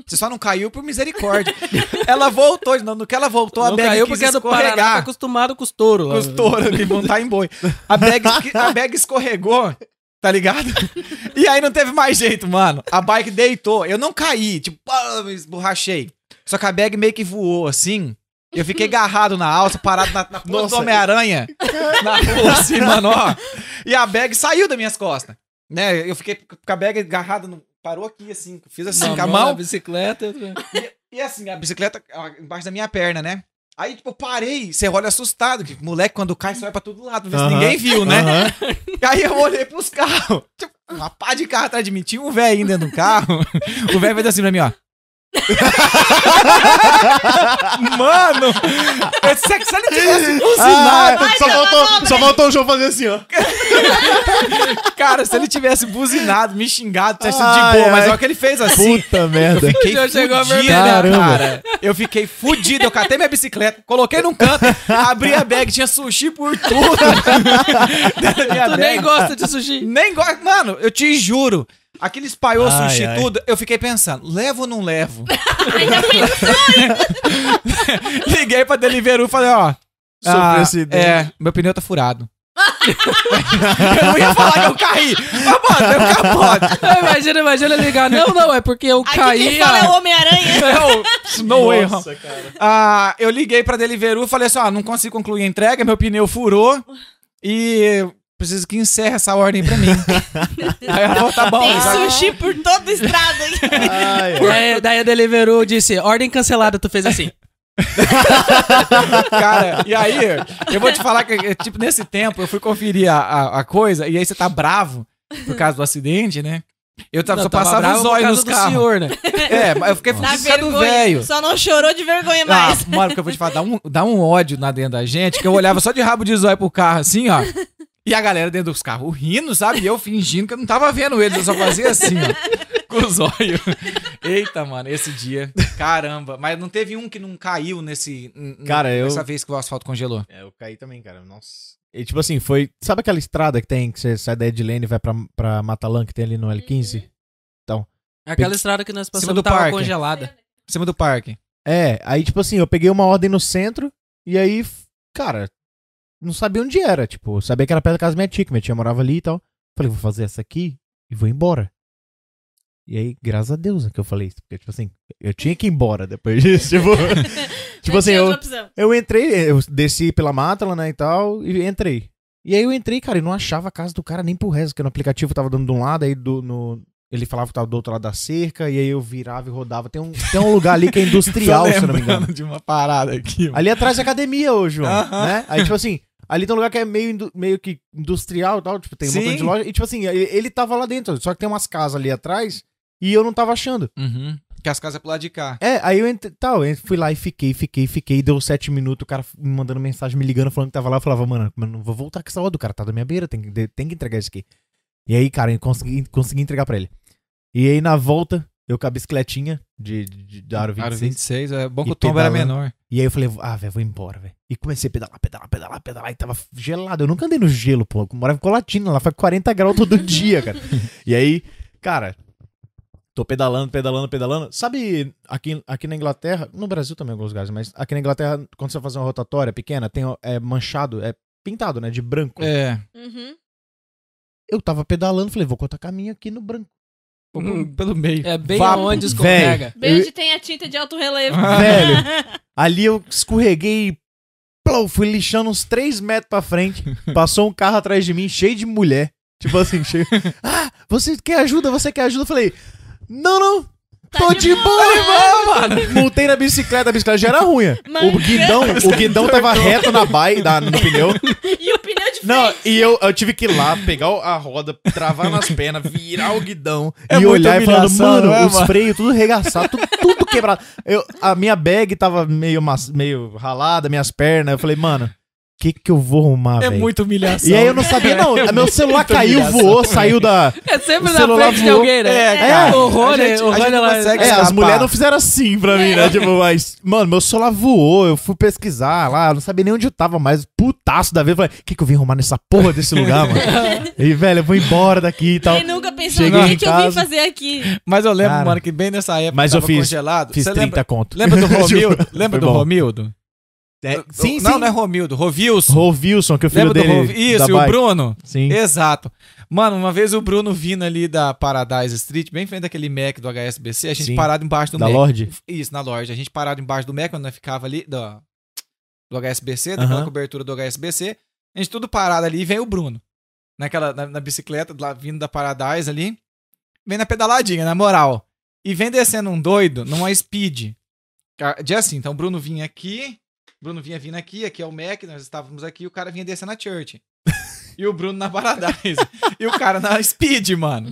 S2: Você só não caiu por misericórdia. ela voltou de novo, no que ela voltou, a
S1: Não
S2: bag
S1: caiu
S2: quis
S1: porque é do Paraná, tá
S2: escorregar.
S1: acostumado com os touros. lá. né?
S2: Com os touros ali, montar tá em boi. A bag, esque- a bag escorregou, tá ligado? E aí não teve mais jeito, mano. A bike deitou, eu não caí, tipo, pá, me esborrachei. Só que a bag meio que voou, assim... Eu fiquei agarrado na alça, parado na, na ponta do
S4: Nossa.
S2: Homem-Aranha. na rua, assim, mano, ó. E a bag saiu das minhas costas. Né? Eu fiquei com a bag agarrada, no- parou aqui, assim. Fiz assim
S1: Uma
S2: com a
S1: mão é na
S2: mão.
S1: bicicleta.
S2: E assim, a bicicleta ó, embaixo da minha perna, né? Aí, tipo, eu parei. Você olha assustado. Que moleque, quando cai, você vai pra todo lado. Vê se
S4: Aham.
S2: ninguém viu, né?
S4: Aham.
S2: Aí eu olhei pros carros. Tipo, uma pá de carro atrás de mim. Tinha um velho ainda no carro. O velho fez assim pra mim, ó. Mano! Eu disse que se ele tivesse buzinado,
S4: Ah, só, faltou, só faltou o João fazer assim, ó.
S2: cara, se ele tivesse buzinado, me xingado, tivesse sido
S4: Ai,
S2: de boa, mas
S4: ai.
S2: olha o que ele fez assim.
S4: Puta merda.
S2: Fiquei
S1: Já chegou a
S2: fudido,
S4: vermelhar.
S2: cara. Eu fiquei fudido. Eu catei minha bicicleta, coloquei num canto, abri a bag, tinha sushi por tudo. Dentro da minha
S1: Tu nem
S2: bag.
S1: gosta de sushi.
S2: Nem gosto. Mano, eu te juro. Aquele espalhou
S4: Ai,
S2: sushi
S4: ai.
S2: tudo, eu fiquei pensando, levo ou não levo? Liguei pra Deliveroo e falei, ó.
S4: Sofri
S2: ah,
S4: acidente.
S2: é, meu pneu tá furado. eu não ia falar que eu caí. Mas, mano, eu capote.
S1: Ah, Imagina, imagina ele ligar. Não, não, é porque eu
S3: Aqui
S1: caí.
S3: quem fala é
S1: ó.
S3: o Homem-Aranha.
S2: Eu, no way,
S4: Nossa, cara.
S2: Ah, eu liguei pra Deliveroo e falei assim, ó, não consigo concluir a entrega, meu pneu furou e preciso que encerre essa ordem pra mim. Aí ela falou, tá bom.
S3: Tem
S2: já-
S3: sushi por toda a estrada. hein?
S4: Ai, ai.
S1: Daí, daí a Deliveroo disse, ordem cancelada, tu fez assim.
S2: Cara, e aí, eu vou te falar que, eh, tipo, nesse tempo eu fui conferir a, a, a coisa e aí você tá bravo por causa do acidente, né? Eu tava,
S1: Não,
S2: só
S1: tava
S2: passava
S1: bravo
S2: os
S1: por
S2: olhos
S1: causa
S2: nos
S1: do
S2: carros.
S1: senhor, né?
S2: É, mas eu fiquei
S3: Dá
S2: fudido do
S3: vergonha.
S2: velho.
S3: Só não chorou de vergonha
S2: Ah,
S3: mais.
S2: mano, porque eu vou te falar, dá um, dá um ódio na dentro da gente, que eu olhava só de rabo de zóio pro carro, assim, ó. E a galera dentro dos carros rindo, sabe? E eu fingindo que eu não tava vendo eles, eu só fazia assim, ó. Com os olhos. Eita, mano, esse dia. Caramba. Mas não teve um que não caiu nesse. n- n-
S4: Cara, eu-
S2: Nessa vez que o asfalto congelou.
S4: É, eu caí também, cara. Nossa. E, tipo assim, foi. Sabe aquela estrada que tem, que você sai da Edlane e vai pra, pra Matalã, que tem ali no L15?
S1: É Aquela estrada que nós
S2: Cima
S1: passamos
S2: do
S1: tava
S2: parque.
S1: congelada.
S2: Em cima do parque.
S4: É, aí, tipo assim, eu peguei uma ordem no centro, e aí, f- cara, não sabia onde era. Tipo, sabia que era perto da casa da minha tia, que minha tia morava ali e tal. Falei, vou fazer essa aqui e vou embora. E aí, graças a Deus é que eu falei isso, porque, tipo assim, eu tinha que ir embora depois disso.
S3: Não
S4: Tipo, tipo assim,
S3: tinha
S4: eu,
S3: outra opção.
S4: Eu entrei, eu desci pela mata lá, né, e tal, e entrei. E aí eu entrei, cara, e não achava a casa do cara nem pro resto, porque no aplicativo tava dando de um lado, aí do, no- ele falava que tava do outro lado da cerca, e aí eu virava e rodava. Tem um, tem um lugar ali que é industrial,
S2: Tô
S4: se eu não me engano.
S2: lembrando de uma parada aqui. mano.
S4: Ali atrás da academia, ô, João,
S2: Aham.
S4: né? Aí, tipo assim, ali tem um lugar que é meio, indu- meio que industrial e tal, tipo, tem um
S2: Sim.
S4: montão de loja, e tipo assim, ele, ele tava lá dentro, só que tem umas casas ali atrás, e eu não tava achando.
S2: Uhum. Que as casas é pro lado de cá.
S4: É, aí eu entrei, tal, eu fui lá e fiquei, fiquei, fiquei, deu sete minutos, o cara me mandando mensagem, me ligando, falando que tava lá, eu falava, mano, mas não vou voltar com essa hora do cara, tá da minha beira, tem que, de- tem que entregar isso aqui. E aí, cara, eu consegui, consegui entregar pra ele. E aí, na volta, eu com a bicicletinha de, de, de, da Aro 26,
S2: Aro 26, é bom que
S4: E
S2: o tombo era
S4: pedalando.
S2: menor.
S4: e aí eu falei, ah, velho, vou embora, velho. E comecei a pedalar, pedalar, pedalar, pedalar, e tava gelado, eu nunca andei no gelo, pô, eu morava em Colatina, lá faz 40 graus todo dia, cara. E aí, cara, tô pedalando, pedalando, pedalando. Sabe, aqui, aqui na Inglaterra, no Brasil também em alguns lugares, mas aqui na Inglaterra, quando você vai fazer uma rotatória pequena, tem ó, é manchado, é pintado, né, de branco.
S2: É.
S3: Uhum.
S4: Eu tava pedalando, falei, vou cortar caminho aqui no branco.
S1: Hum.
S2: Pelo meio.
S1: É bem
S4: Vá-
S1: onde escorrega.
S3: Bem
S4: Eu-
S3: onde tem a tinta de alto relevo.
S4: Velho. Ali eu escorreguei e plou, fui lixando uns 3 metros pra frente. Passou um carro atrás de mim, cheio de mulher. Tipo assim, cheio. Ah, você quer ajuda? Você quer ajuda? Eu falei, não, não.
S3: Tá
S4: Tô
S3: de
S4: de boa, irmão, mano. Montei na bicicleta, a bicicleta já era ruim. O
S3: Mano.
S4: guidão, o guidão tava reto na bai, na- no pneu.
S3: e o pneu de
S4: Não,
S3: frente.
S4: e eu, eu tive que ir lá, pegar o- a roda, travar nas pernas, virar o guidão
S2: É
S4: e
S2: muita
S4: olhar e assim, falando,
S2: humilhação,
S4: é, mano,
S2: né,
S4: os
S2: mano?"
S4: freios tudo regaçado, tudo, tudo quebrado. Eu, a minha bag tava meio, mas- meio ralada, minhas pernas. Eu falei, mano, o que que eu vou arrumar,
S2: É
S4: velho?
S2: muita humilhação.
S4: E aí eu não sabia, não.
S2: É
S4: meu celular
S2: muita
S4: caiu,
S2: humilhação.
S4: voou, saiu da...
S1: É sempre
S4: O
S1: na
S4: celular
S1: frente de
S4: voou.
S1: alguém, né?
S2: É,
S4: cara.
S1: O Rony,
S2: A gente-
S1: o
S2: a gente
S1: Rony
S2: não
S1: lá.
S2: consegue-
S4: É, as
S2: escapar.
S4: mulheres não fizeram assim pra mim, né? Tipo, mas, mano, meu celular voou, eu fui pesquisar lá, eu não sabia nem onde eu tava, mas putaço da vez, falei, o que que eu vim arrumar nessa porra desse lugar, mano? e, velho, eu vou embora daqui e tal.
S3: Quem nunca pensou, o
S4: Cheguei em
S3: que, que eu vim
S4: casa.
S3: fazer aqui?
S2: Mas eu lembro,
S4: Cara.
S2: mano, que bem nessa época
S4: Mas eu
S2: tava
S4: fiz-
S2: congelado.
S4: Fiz
S2: Você
S4: 30
S2: lembra,
S4: conto.
S2: lembra do Romildo?
S4: Juro.
S2: lembra
S4: Foi
S2: do
S4: bom.
S2: Romildo?
S4: É, sim,
S2: Não,
S4: sim.
S2: não é Romildo, Rovilson.
S4: Rovilson, que é o filho
S2: lembra
S4: dele.
S2: do Rovilson? Isso,
S4: da
S2: e o
S4: bike.
S2: Bruno.
S4: Sim.
S2: Exato. Mano, uma vez o Bruno vindo ali da Paradise Street, bem em frente daquele Mac do HSBC, a gente
S4: Sim.
S2: parado embaixo do
S4: da
S2: Mac.
S4: Lorde.
S2: Isso, na loja. A gente parado embaixo do Mac, quando nós ficava ali do, do HSBC, daquela
S4: Aham.
S2: né, cobertura do HSBC. A gente tudo parado ali e vem o Bruno. Naquela, na, na bicicleta, lá, vindo da Paradise ali. Vem na pedaladinha, na moral. E vem descendo um doido numa speed. Ca- De assim, então o Bruno vinha aqui, Bruno vinha vindo aqui, aqui é o Mac, nós estávamos aqui, o cara vinha descendo a church. E o Bruno na Paradise. e o cara na speed, mano.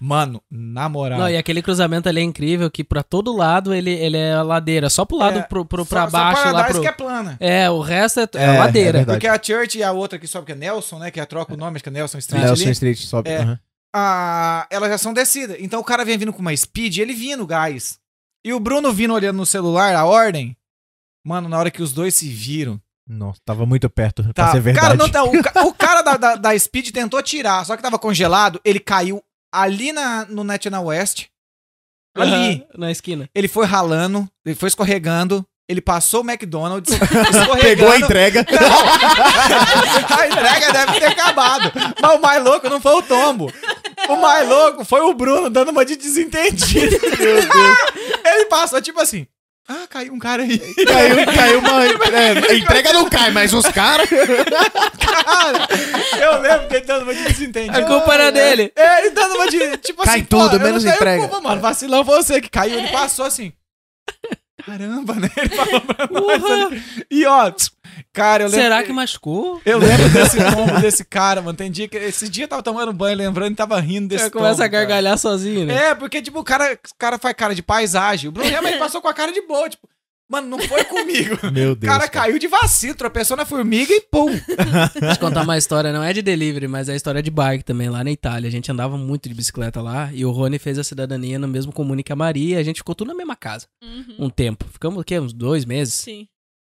S2: Mano, na moral.
S1: Ah. Não, e aquele cruzamento ali é incrível que pra todo lado ele, ele é a ladeira. Só pro lado,
S2: É,
S1: pro, pro,
S2: Só-
S1: pra
S2: só
S1: baixo, lá
S2: Paradise
S1: pro...
S2: que é plana.
S1: É, o resto é, é
S4: É,
S1: ladeira.
S4: é verdade.
S2: Porque a Church e a outra que sobe, que é Nelson, né? Que é troca o nome, acho que é Nelson Street
S4: Nelson
S2: ali.
S4: Street, sobe.
S2: É.
S4: aham.
S2: Ah, elas já são descidas. Então o cara vem vindo com uma speed e ele vinha no gás. E o Bruno vindo olhando no celular, a ordem. Mano, na hora que os dois se viram.
S4: Nossa, tava muito perto pra
S2: Tá,
S4: ser verdade.
S2: cara, não, tá, o, ca- o cara da, da, da Speed tentou tirar, só que tava congelado. Ele caiu ali na, no National West. Ali.
S1: Aham, Na esquina.
S2: Ele foi ralando, ele foi escorregando. Ele passou o McDonald's, escorregando.
S4: Pegou a entrega.
S2: A entrega deve ter acabado. Mas o mais louco não foi o tombo. O mais louco foi o Bruno dando uma de desentendido. Ele passou tipo assim. Ah, caiu um cara aí.
S4: caiu, caiu uma. é, a entrega não cai, mas os caras.
S2: Cara, eu lembro que ele dando uma de desentendido.
S1: A culpa era dele.
S2: É, ele dando uma de. Tipo
S4: Cai
S2: assim.
S4: tudo,
S2: "Pô, eu
S4: menos
S2: não tenho
S4: entrega."
S2: Culpa, mano. Vacilão foi você que caiu. Ele passou assim. Caramba, né? Ele falou pra nós ali. E ó, cara, eu lembro.
S1: Será que é machucou?
S2: Eu lembro desse tombo desse cara, mano. Tem dia que. Esse dia eu tava tomando banho, lembrando e tava rindo desse
S1: Você começa
S2: tombo,
S1: a
S2: cara.
S1: gargalhar sozinho, né?
S2: É, porque, tipo, o cara, o cara faz cara de paisagem. O Bruno realmente passou com a cara de boa, tipo, mano, não foi comigo.
S4: Meu
S2: O
S4: Deus.
S2: cara caiu de vacilo, tropeçou na formiga e pum.
S1: Deixa eu contar uma história, não é de delivery, mas é história de bike também, lá na Itália. A gente andava muito de bicicleta lá e o Rony fez a cidadania no mesmo comune que a Maria. A gente ficou tudo na mesma casa
S3: Uhum.
S1: um tempo. Ficamos o quê? Uns dois meses?
S3: Sim.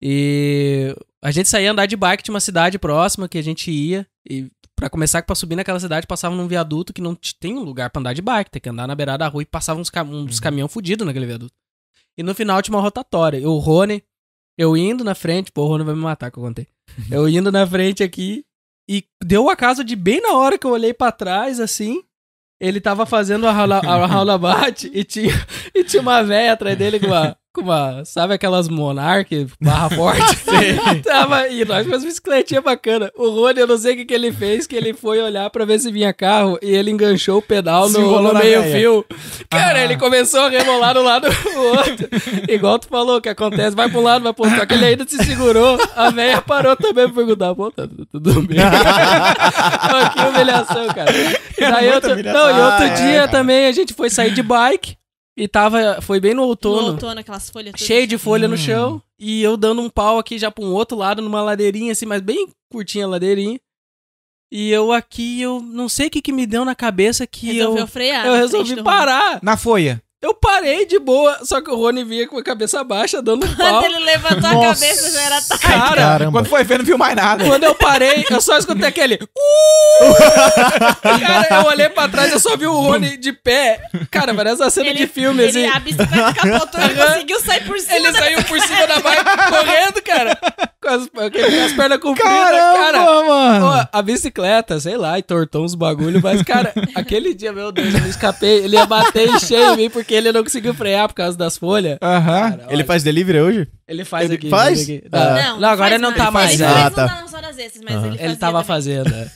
S1: E a gente saía andar de bike de uma cidade próxima que a gente ia. E pra começar, que pra subir naquela cidade, passava num viaduto que não t- tem um lugar pra andar de bike. Tem que andar na beirada da rua e passava uns, cam uns caminhão fudido naquele viaduto. E no final tinha uma rotatória. E o Rony, eu indo na frente. Pô, o Rony vai me matar que eu contei. Eu indo na frente aqui. E deu o acaso de bem na hora que eu olhei pra trás, assim. Ele tava fazendo a rola- a roundabout e tinha, e tinha uma véia atrás dele com uma. Com uma sabe aquelas monarque barra forte? Tava, e nós fizemos bicicletinha bacana. O Rony, eu não sei o que, que ele fez, que ele foi olhar pra ver se vinha carro e ele enganchou o pedal
S4: Se
S1: no,
S4: enrolou
S1: no
S4: na
S1: meio-fio. Cara,
S2: Ah.
S1: ele começou a rebolar de um lado pro outro. Igual tu falou, que acontece, vai pra um lado, vai pro outro. Só que ele ainda se segurou, a véia parou também pra perguntar, pô, tá tu- tudo bem? Pô, que humilhação, cara. E daí
S4: muita
S1: outro,
S4: humilhação.
S1: não, e outro
S4: Ah, é,
S1: dia
S4: cara.
S1: também a gente foi sair de bike e tava, foi bem no
S3: No
S1: outono.
S3: outono, aquelas folhas todas.
S1: Cheio de folha no
S2: Hum.
S1: chão. E eu dando um pau aqui já pra um outro lado, numa ladeirinha assim, mas bem curtinha a ladeirinha. E eu aqui, eu não sei o que que me deu na cabeça que
S3: Resolveu
S1: eu...
S3: frear.
S1: Eu
S3: na frente
S1: resolvi
S3: do
S1: parar.
S2: Na folha.
S1: Eu parei de boa, só que o Rony vinha com a cabeça baixa, dando um
S3: Rony. Quando
S1: pau.
S3: ele levantou a
S4: Nossa.
S3: cabeça, já era tarde.
S1: Cara,
S4: Caramba.
S2: Quando foi ver, não viu mais nada.
S1: quando eu parei, eu só escutei aquele... Uh! Cara, eu olhei pra trás, eu só vi o Rony de pé. Cara, parece uma cena de filme, assim.
S3: Ele a bicicleta capotou e conseguiu sair por cima.
S1: Ele
S3: da-
S1: saiu por cima da bike correndo, cara. Com as, com as pernas compridas, cara.
S2: mano!
S1: Pô, a bicicleta, sei lá, entortou uns bagulho, mas, cara, aquele dia, meu Deus, eu me escapei. Ele ia bater em cheio em mim porque ele não conseguiu frear por causa das folhas.
S2: Aham.
S1: Cara,
S4: Ele
S1: olha,
S4: faz delivery hoje?
S1: ele faz
S4: ele
S1: aqui.
S4: faz?
S1: faz aqui.
S4: Ah.
S1: Não, não, agora
S3: faz
S1: não tá mais.
S3: Ele
S1: é.
S4: faz.
S3: fez
S4: Ah, tá.
S3: não tá nas horas extras, mas
S4: Aham.
S3: ele
S1: Ele
S3: fazia
S1: tava
S3: também.
S1: fazendo. é.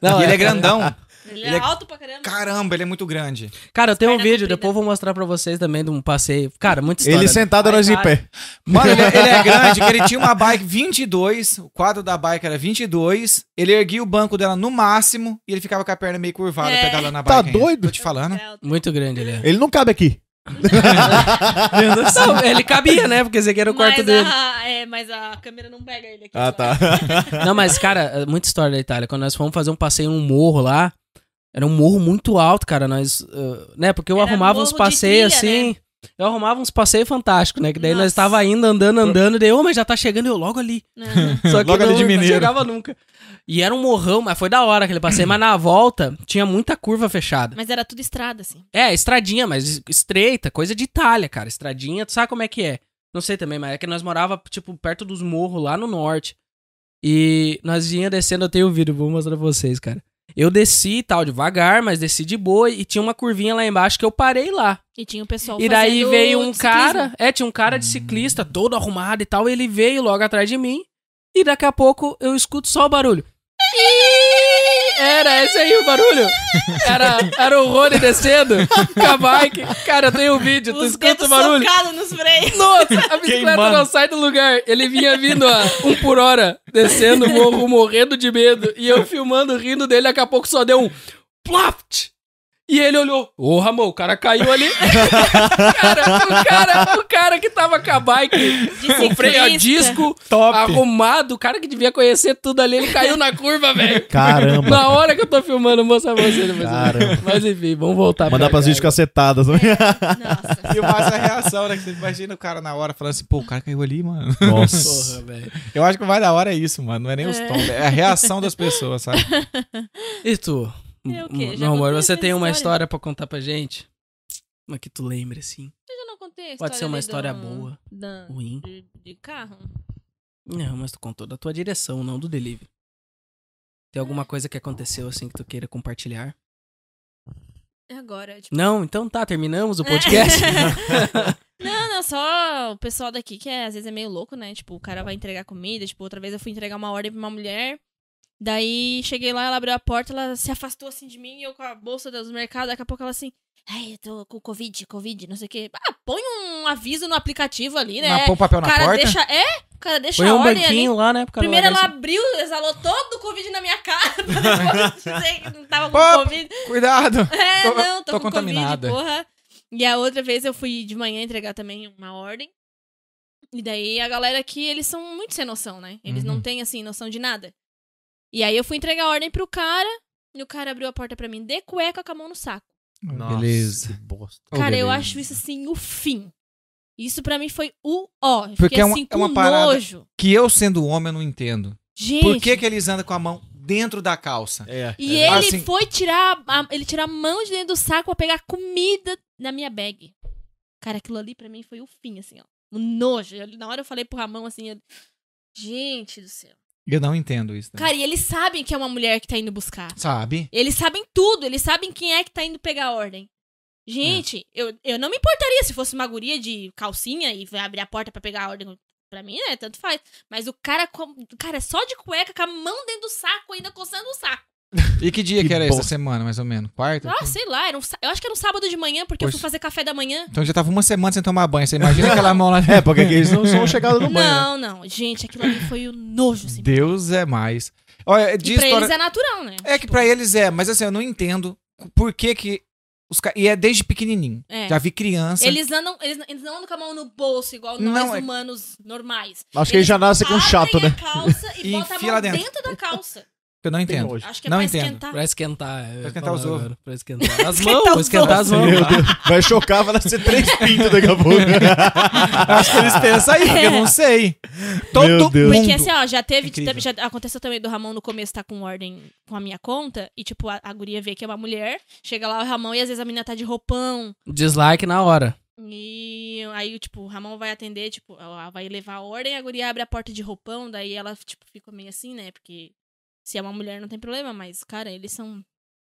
S1: Não,
S2: E ele
S1: cara,
S2: é grandão.
S3: Ele,
S2: Ele é-
S3: é alto pra caramba.
S2: Caramba, ele é muito grande.
S1: Cara, eu tenho um
S3: Perna
S1: vídeo,
S3: comprida.
S1: depois eu vou mostrar pra vocês também de um passeio. Cara, muita história.
S4: ele
S1: né?
S4: sentado,
S1: Aí,
S4: nós em
S1: cara,
S4: pé.
S2: Mano, ele, ele é grande, que ele tinha uma bike 22, o quadro da bike era 22, ele erguia o banco dela no máximo e ele ficava com a perna meio curvada,
S3: É.
S2: pedalando na
S4: Tá
S2: bike. ainda.
S4: doido?
S2: Tô te falando.
S3: É alto.
S1: né? Muito grande ele é.
S4: Ele não cabe aqui.
S1: Não, ele cabia, né? Porque esse aqui era o quarto
S3: mas
S1: dele.
S3: A, é, mas a câmera não pega ele
S1: Ah,
S2: Ah,
S3: aqui. só.
S1: tá.
S2: tá.
S3: ah.
S1: Não, mas, cara, é muita história da Itália. Quando nós fomos fazer um passeio num morro lá, era um morro muito alto, cara. Nós, ah, né? Porque eu
S3: Era
S1: arrumava
S3: morro
S1: uns
S3: de
S1: passeios
S3: trilha, né?
S1: assim. Eu arrumava uns passeios fantásticos, né? Que daí nós
S3: Nossa.
S1: estava indo, andando, andando. Daí, ô, mas já tá chegando eu logo ali.
S3: Aham.
S1: Só que
S4: Logo ali
S1: não,
S4: de
S1: não
S4: Mineiro.
S1: chegava nunca. E era um morrão, mas foi da hora aquele passeio. mas na volta, tinha muita curva fechada.
S3: Mas era tudo estrada, assim.
S1: É, estradinha, mas estreita, coisa de Itália, cara. Estradinha, tu sabe como é que é. Não sei também, mas é que nós morava, tipo, perto dos morros lá no norte. E nós vinha descendo, eu tenho o vídeo, vou mostrar pra vocês, cara. Eu desci e tal, devagar, mas desci de boa e tinha uma curvinha lá embaixo que eu parei lá.
S3: E tinha o pessoal
S1: E daí
S3: fazendo
S1: veio um
S3: ciclismo.
S1: cara, é, tinha um cara de ciclista todo arrumado e tal, ele veio logo atrás de mim e daqui a pouco eu escuto só o barulho. Era esse aí o barulho. Era, era o Rony descendo com a bike. Cara, tem um vídeo, tu
S3: Os
S1: escuta
S3: dedos
S1: o barulho.
S3: socados nos freios.
S1: Nossa, a bicicleta
S4: Queimando.
S1: não sai do lugar. Ele vinha vindo a um por hora, descendo o morro, morrendo de medo. E eu filmando, rindo dele, daqui a pouco só deu um plaft. E ele olhou, ô Ramon, o cara caiu ali. cara, o cara, o cara que tava com a bike,
S3: De
S1: com freio a
S3: ciclista.
S1: disco,
S4: Top.
S1: arrumado, o cara que devia conhecer tudo ali, ele caiu na curva, velho.
S4: Caramba.
S1: Na hora que eu tô filmando, mostrar pra você depois.
S4: Caramba.
S1: Mas enfim, vamos voltar
S4: Mandar
S1: pra
S4: pras
S1: cá.
S4: vídeos cacetadas.
S3: Nossa.
S2: E mais Ah, a reação, né? Que você imagina o cara na hora falando assim, pô, o cara caiu ali, mano.
S4: Nossa.
S1: Porra, velho.
S2: Eu acho que o mais da hora é isso, mano. Não é nem os
S3: É.
S2: tons, é a reação das pessoas, sabe?
S1: E tu?
S3: Eu É o quê? Já
S1: Meu amor,
S3: contei
S1: você
S3: essa
S1: tem uma
S3: história?
S1: história pra contar pra gente? Uma que tu lembre, assim.
S3: Eu já não contei a história
S1: Pode ser uma
S3: ali
S1: história
S3: do-
S1: boa,
S3: da-
S1: ruim.
S3: de, de carro.
S1: Não, mas tu contou da tua direção, não do delivery. Tem alguma coisa que aconteceu, assim, que tu queira compartilhar?
S3: É Agora, tipo...
S1: Não, então tá, terminamos
S3: É.
S1: o podcast.
S3: Não, não, só o pessoal daqui que é, às vezes é meio louco, né? Tipo, o cara vai entregar comida. Tipo, outra vez eu fui entregar uma ordem pra uma mulher. Daí cheguei lá, ela abriu a porta, ela se afastou assim de mim, eu com a bolsa dos mercados. Daqui a pouco ela assim, ai, eu tô com Covid, Covid, não sei o quê. Ah, põe um aviso no aplicativo ali, né?
S2: Na, põe o papel
S3: o
S2: na
S3: cara
S2: porta.
S3: deixa. É? O cara deixa
S1: Foi
S3: a
S1: um
S3: ordem ali.
S1: banquinho lá, né? Pro cara
S3: Primeiro ela
S1: largar
S3: abriu, exalou todo o Covid na minha cara. pra depois dizer que não tava com
S2: Opa!
S3: Covid.
S2: Cuidado!
S3: É,
S2: Tô-
S3: não, tô,
S2: tô
S3: com
S2: contaminada.
S3: Covid, porra. E a outra vez eu fui de manhã entregar também uma ordem. E daí a galera aqui, eles são muito sem noção, né? Eles
S2: Uhum.
S3: não têm, assim, noção de nada. E aí eu fui entregar a ordem pro cara, e o cara abriu a porta pra mim de cueca com a mão no saco.
S2: Beleza.
S4: Bosta.
S2: Oh,
S3: cara, eu
S2: beleza.
S3: acho isso, assim, o fim. Isso pra mim foi o ó. Eu
S2: Porque
S3: fiquei
S2: é uma-
S3: assim
S2: é
S3: com
S2: uma parada-
S3: nojo.
S2: Que eu, sendo homem, eu não entendo.
S3: Gente.
S2: Por que, que eles andam com a mão dentro da calça?
S4: É.
S3: E
S2: É.
S3: ele
S2: Assim-
S3: foi tirar a, ele tirar a mão de dentro do saco pra pegar comida na minha bag. Cara, aquilo ali pra mim foi o fim, assim, ó. Um nojo. Eu- na hora eu falei pro Ramon assim, eu- gente do céu.
S2: Eu não entendo isso. também.
S3: Cara, e eles sabem que é uma mulher que tá indo buscar.
S2: Sabe?
S3: Eles sabem tudo, eles sabem quem é que tá indo pegar a ordem. Gente, eu, eu não me importaria se fosse uma guria de calcinha e vai abrir a porta pra pegar a ordem. Pra mim, né? Tanto faz. Mas o cara, com- cara, só de cueca, com a mão dentro do saco, ainda coçando o saco.
S2: E que dia que,
S4: Que
S2: era
S4: bosta.
S2: essa semana, mais ou menos? Quarta?
S3: Ah, sei lá, era um sá- eu acho que era um sábado de manhã, porque eu
S2: Pois.
S3: fui fazer café da manhã.
S2: Então já tava uma semana sem tomar banho. Você imagina aquela mão lá.
S4: É, porque eles não são chegados no banho. né?
S3: Não, não, gente, aquilo ali foi o nojo, assim.
S2: Deus é mais. Olha, de
S3: E pra
S2: história...
S3: eles é natural, né?
S2: É que pra eles é, mas assim, eu não entendo por que que os ca... E é desde pequenininho.
S3: É.
S2: Já vi criança.
S3: Eles, andam, eles, eles não andam com a mão no bolso, igual nós
S2: Não, é-
S3: humanos normais.
S4: Acho que ele já nasce com um chato,
S3: Abrem
S4: né?
S3: a calça e,
S2: E
S3: bota a
S2: enfia
S3: mão
S2: lá
S3: dentro.
S2: dentro.
S3: da calça.
S2: Eu não entendo.
S4: nojo.
S3: Acho que é
S2: Não
S3: pra
S2: entendo.
S3: esquentar.
S1: Pra esquentar. eu ia
S2: esquentar
S1: falar
S2: os ovos.
S1: agora, Pra esquentar as
S3: Esquentar
S1: mãos. pra
S3: os
S1: esquentar as mãos.
S4: Meu Deus, vai chocar, vai nascer três pintos daqui a pouco.
S2: Acho que eles pensam aí, porque eu não sei. Todo
S4: Meu Deus.
S2: mundo.
S3: É. Porque assim, ó, já
S2: É
S3: teve.
S2: Incrível.
S3: Já aconteceu também do Ramon no começo tá com ordem com a minha conta. E, tipo, a, a guria vê que é uma mulher. Chega lá o Ramon e às vezes a menina tá de roupão.
S1: Dislike na hora.
S3: E aí, tipo, o Ramon vai atender, tipo, ela vai levar a ordem, a guria abre a porta de roupão, daí ela, tipo, fica meio assim, né? Porque se é uma mulher não tem problema, mas, cara, eles são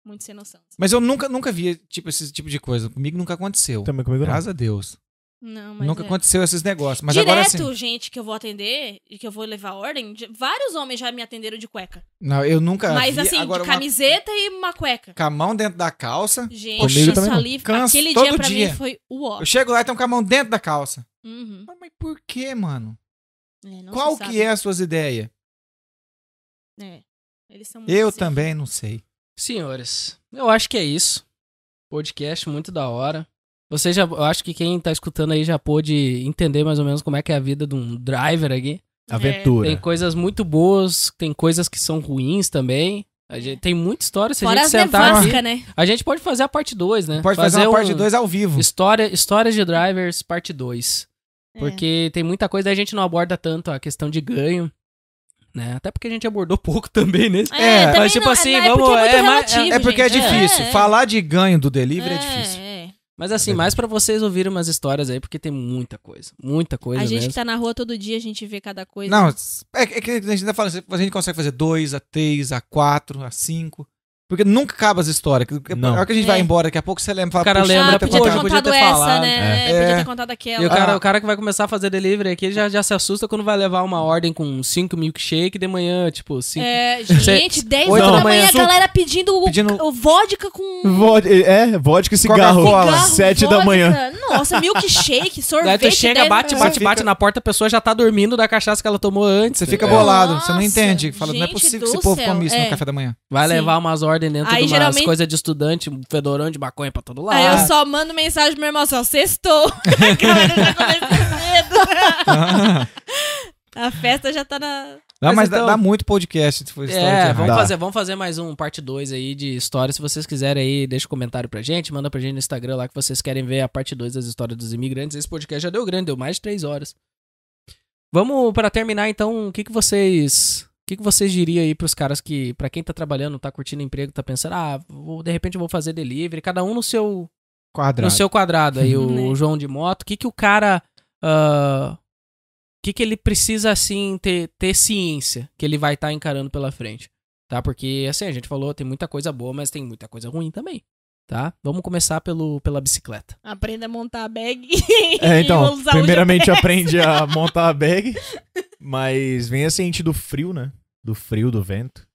S3: muito sem noção. assim.
S2: Mas eu nunca, nunca vi tipo, esse tipo de coisa. Comigo nunca aconteceu.
S4: Também comigo não.
S2: Graças a Deus.
S3: Não, mas
S2: nunca
S3: é.
S2: aconteceu esses negócios. Mas
S3: Direto,
S2: agora sim.
S3: gente, que eu vou atender e que eu vou levar a ordem, já- vários homens já me atenderam de cueca.
S2: Não, eu nunca.
S3: mas
S2: vi.
S3: assim,
S2: agora
S3: de
S2: uma-
S3: camiseta e uma cueca.
S2: Com a mão dentro da calça.
S3: Gente,
S4: Comigo
S3: isso
S4: também não.
S3: ali,
S2: Cansa
S3: aquele
S2: todo
S3: dia pra
S2: dia.
S3: mim foi o ó.
S2: Eu chego lá e estão com a mão dentro da calça.
S3: Uhum.
S2: Mas, mas por que, mano?
S3: É, não
S2: Qual
S3: se
S2: que
S3: sabe.
S2: é as suas ideias?
S3: É, Eles são muito
S2: Eu
S3: assim.
S2: também não sei.
S1: Senhores, eu acho que é isso. Podcast muito da hora. Você já, eu acho que quem tá escutando aí já pôde entender mais ou menos como é que é a vida de um driver aqui.
S4: Aventura.
S1: Tem coisas muito boas, tem coisas que são ruins também. A gente, tem muita história. Se
S3: É. Fora
S1: a gente
S3: as
S1: sentar aqui,
S3: nevascas, né?
S1: a gente pode fazer a parte 2, né?
S2: Pode fazer, uma
S1: um-
S2: parte 2 ao vivo.
S1: História, histórias de drivers, parte 2.
S3: É.
S1: Porque tem muita coisa, a gente não aborda tanto a questão de ganho, né? Até porque a gente abordou pouco também nesse.
S2: É,
S3: também
S1: mas, tipo
S3: não-
S1: assim,
S3: não é porque
S1: vamos-
S3: É, muito
S1: é mais-
S3: relativo,
S2: É porque é
S3: gente.
S2: difícil.
S3: é.
S2: Falar de ganho do delivery é, difícil.
S3: é.
S1: Mas assim,
S2: É
S1: mais pra vocês ouvirem umas histórias aí, porque tem muita coisa. Muita coisa
S3: A gente
S1: mesmo.
S3: que tá na rua todo dia, a gente vê cada coisa.
S2: Não, é, é que a gente tá falando, a gente consegue fazer 2, a 3, a 4, a 5. Porque nunca acaba as histórias. que- que-
S4: Não.
S2: A hora que a gente
S3: É.
S2: vai embora, daqui a pouco você lembra. fala,
S1: O cara
S2: "Puxa,
S1: lembra,
S3: ah,
S2: eu
S1: até
S2: tenho
S3: podia
S2: que
S1: contar.
S3: ter
S2: contar".
S1: podia
S3: contado
S1: ter
S3: essa,
S1: falado.
S3: né?
S1: É.
S3: É, Podia
S2: É.
S3: ter contado aquela.
S1: E o cara,
S2: Ah.
S1: o cara que vai começar a fazer delivery aqui já, já se assusta quando vai levar uma ordem com 5 milkshake de manhã, tipo, 5.
S3: É,
S1: Cê-
S3: gente, 10
S1: oito
S3: horas
S1: da
S3: da manhã,
S1: manhã,
S3: a galera pedindo, o-
S2: Pedindo-
S3: o vodka com
S4: Vod- é, vodka e cigarro.
S2: Coca-Cola.
S3: cigarro,
S4: Sete da
S3: vodka.
S4: manhã.
S3: Nossa, milkshake, sorvete.
S1: Daí tu chega,
S3: dez-
S1: bate,
S3: É.
S1: bate,
S2: Você
S1: bate na porta, a pessoa já tá dormindo da cachaça que ela tomou antes.
S2: Você fica
S1: É.
S2: bolado, você não
S3: Nossa,
S2: entende. Fala, não é
S3: gente
S2: possível que
S3: do
S2: esse povo
S3: céu,
S2: come isso no
S3: é.
S2: café da manhã.
S1: Vai
S3: Sim.
S1: levar umas ordens dentro
S3: Aí,
S1: de umas
S3: geralmente-
S1: coisas de estudante, um fedorão de maconha pra todo lado.
S3: Aí eu só mando mensagem pro meu irmão, só sextou. A galera já começa cedo. A festa já tá na...
S2: Não,
S1: Mas
S2: mas,
S1: então-
S2: dá, dá muito podcast. Se for história de
S1: É,
S2: errado.
S1: vamos
S4: Dá.
S1: fazer, vamos fazer mais um parte 2 aí de histórias. Se vocês quiserem aí, deixa um comentário pra gente, manda pra gente no Instagram lá que vocês querem ver a parte 2 das histórias dos imigrantes. Esse podcast já deu grande, deu mais de 3 horas. Vamos pra terminar então, o que que vocês, o que que vocês diriam aí pros caras que, pra quem tá trabalhando, tá curtindo emprego, tá pensando, ah, vou- de repente eu vou fazer delivery, cada um no seu
S2: Quadrado.
S1: no seu quadrado aí, o,
S3: Né.
S1: João de moto, o que que o cara. ah, o que que ele precisa, assim, ter, ter ciência que ele vai estar encarando pela frente, tá? Porque, assim, a gente falou, tem muita coisa boa, mas tem muita coisa ruim também, tá? Vamos começar pelo, pela bicicleta.
S3: Aprenda a montar a bag.
S4: É,
S3: e
S4: então,
S3: usar o
S4: primeiramente aprende a montar a bag, mas venha ciente do frio, né? Do frio, do vento.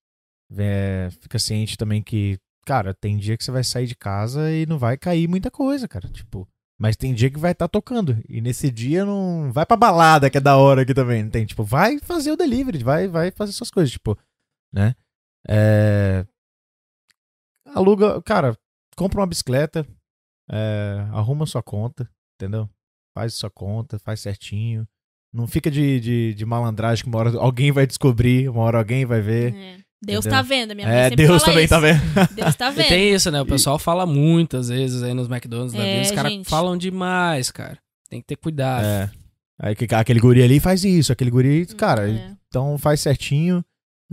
S4: É, fica ciente também que, cara, tem dia que você vai sair de casa e não vai cair muita coisa, cara. Tipo, mas tem dia que vai estar tocando. E nesse dia não vai pra balada, que é da hora aqui também. Não tem, tipo, vai fazer o delivery, vai, vai fazer suas coisas, tipo, né? É, aluga, cara, compra uma bicicleta, é, arruma sua conta, entendeu? Faz sua conta, faz certinho. Não fica de, de, de malandragem que uma hora alguém vai descobrir, uma hora alguém vai ver.
S3: É. Deus
S4: Entendeu?
S3: tá vendo, minha mãe
S4: É,
S3: sempre
S4: Deus
S3: fala
S4: também
S3: isso.
S4: tá vendo.
S3: Deus tá
S1: E
S3: vendo.
S1: tem isso, né? O pessoal fala muitas vezes aí nos McDonald's da
S3: É,
S1: vida, os caras
S3: gente.
S1: falam demais, cara. Tem que ter cuidado.
S4: É. Aí que- aquele guri ali faz isso, aquele guri, cara,
S3: É.
S4: então faz certinho.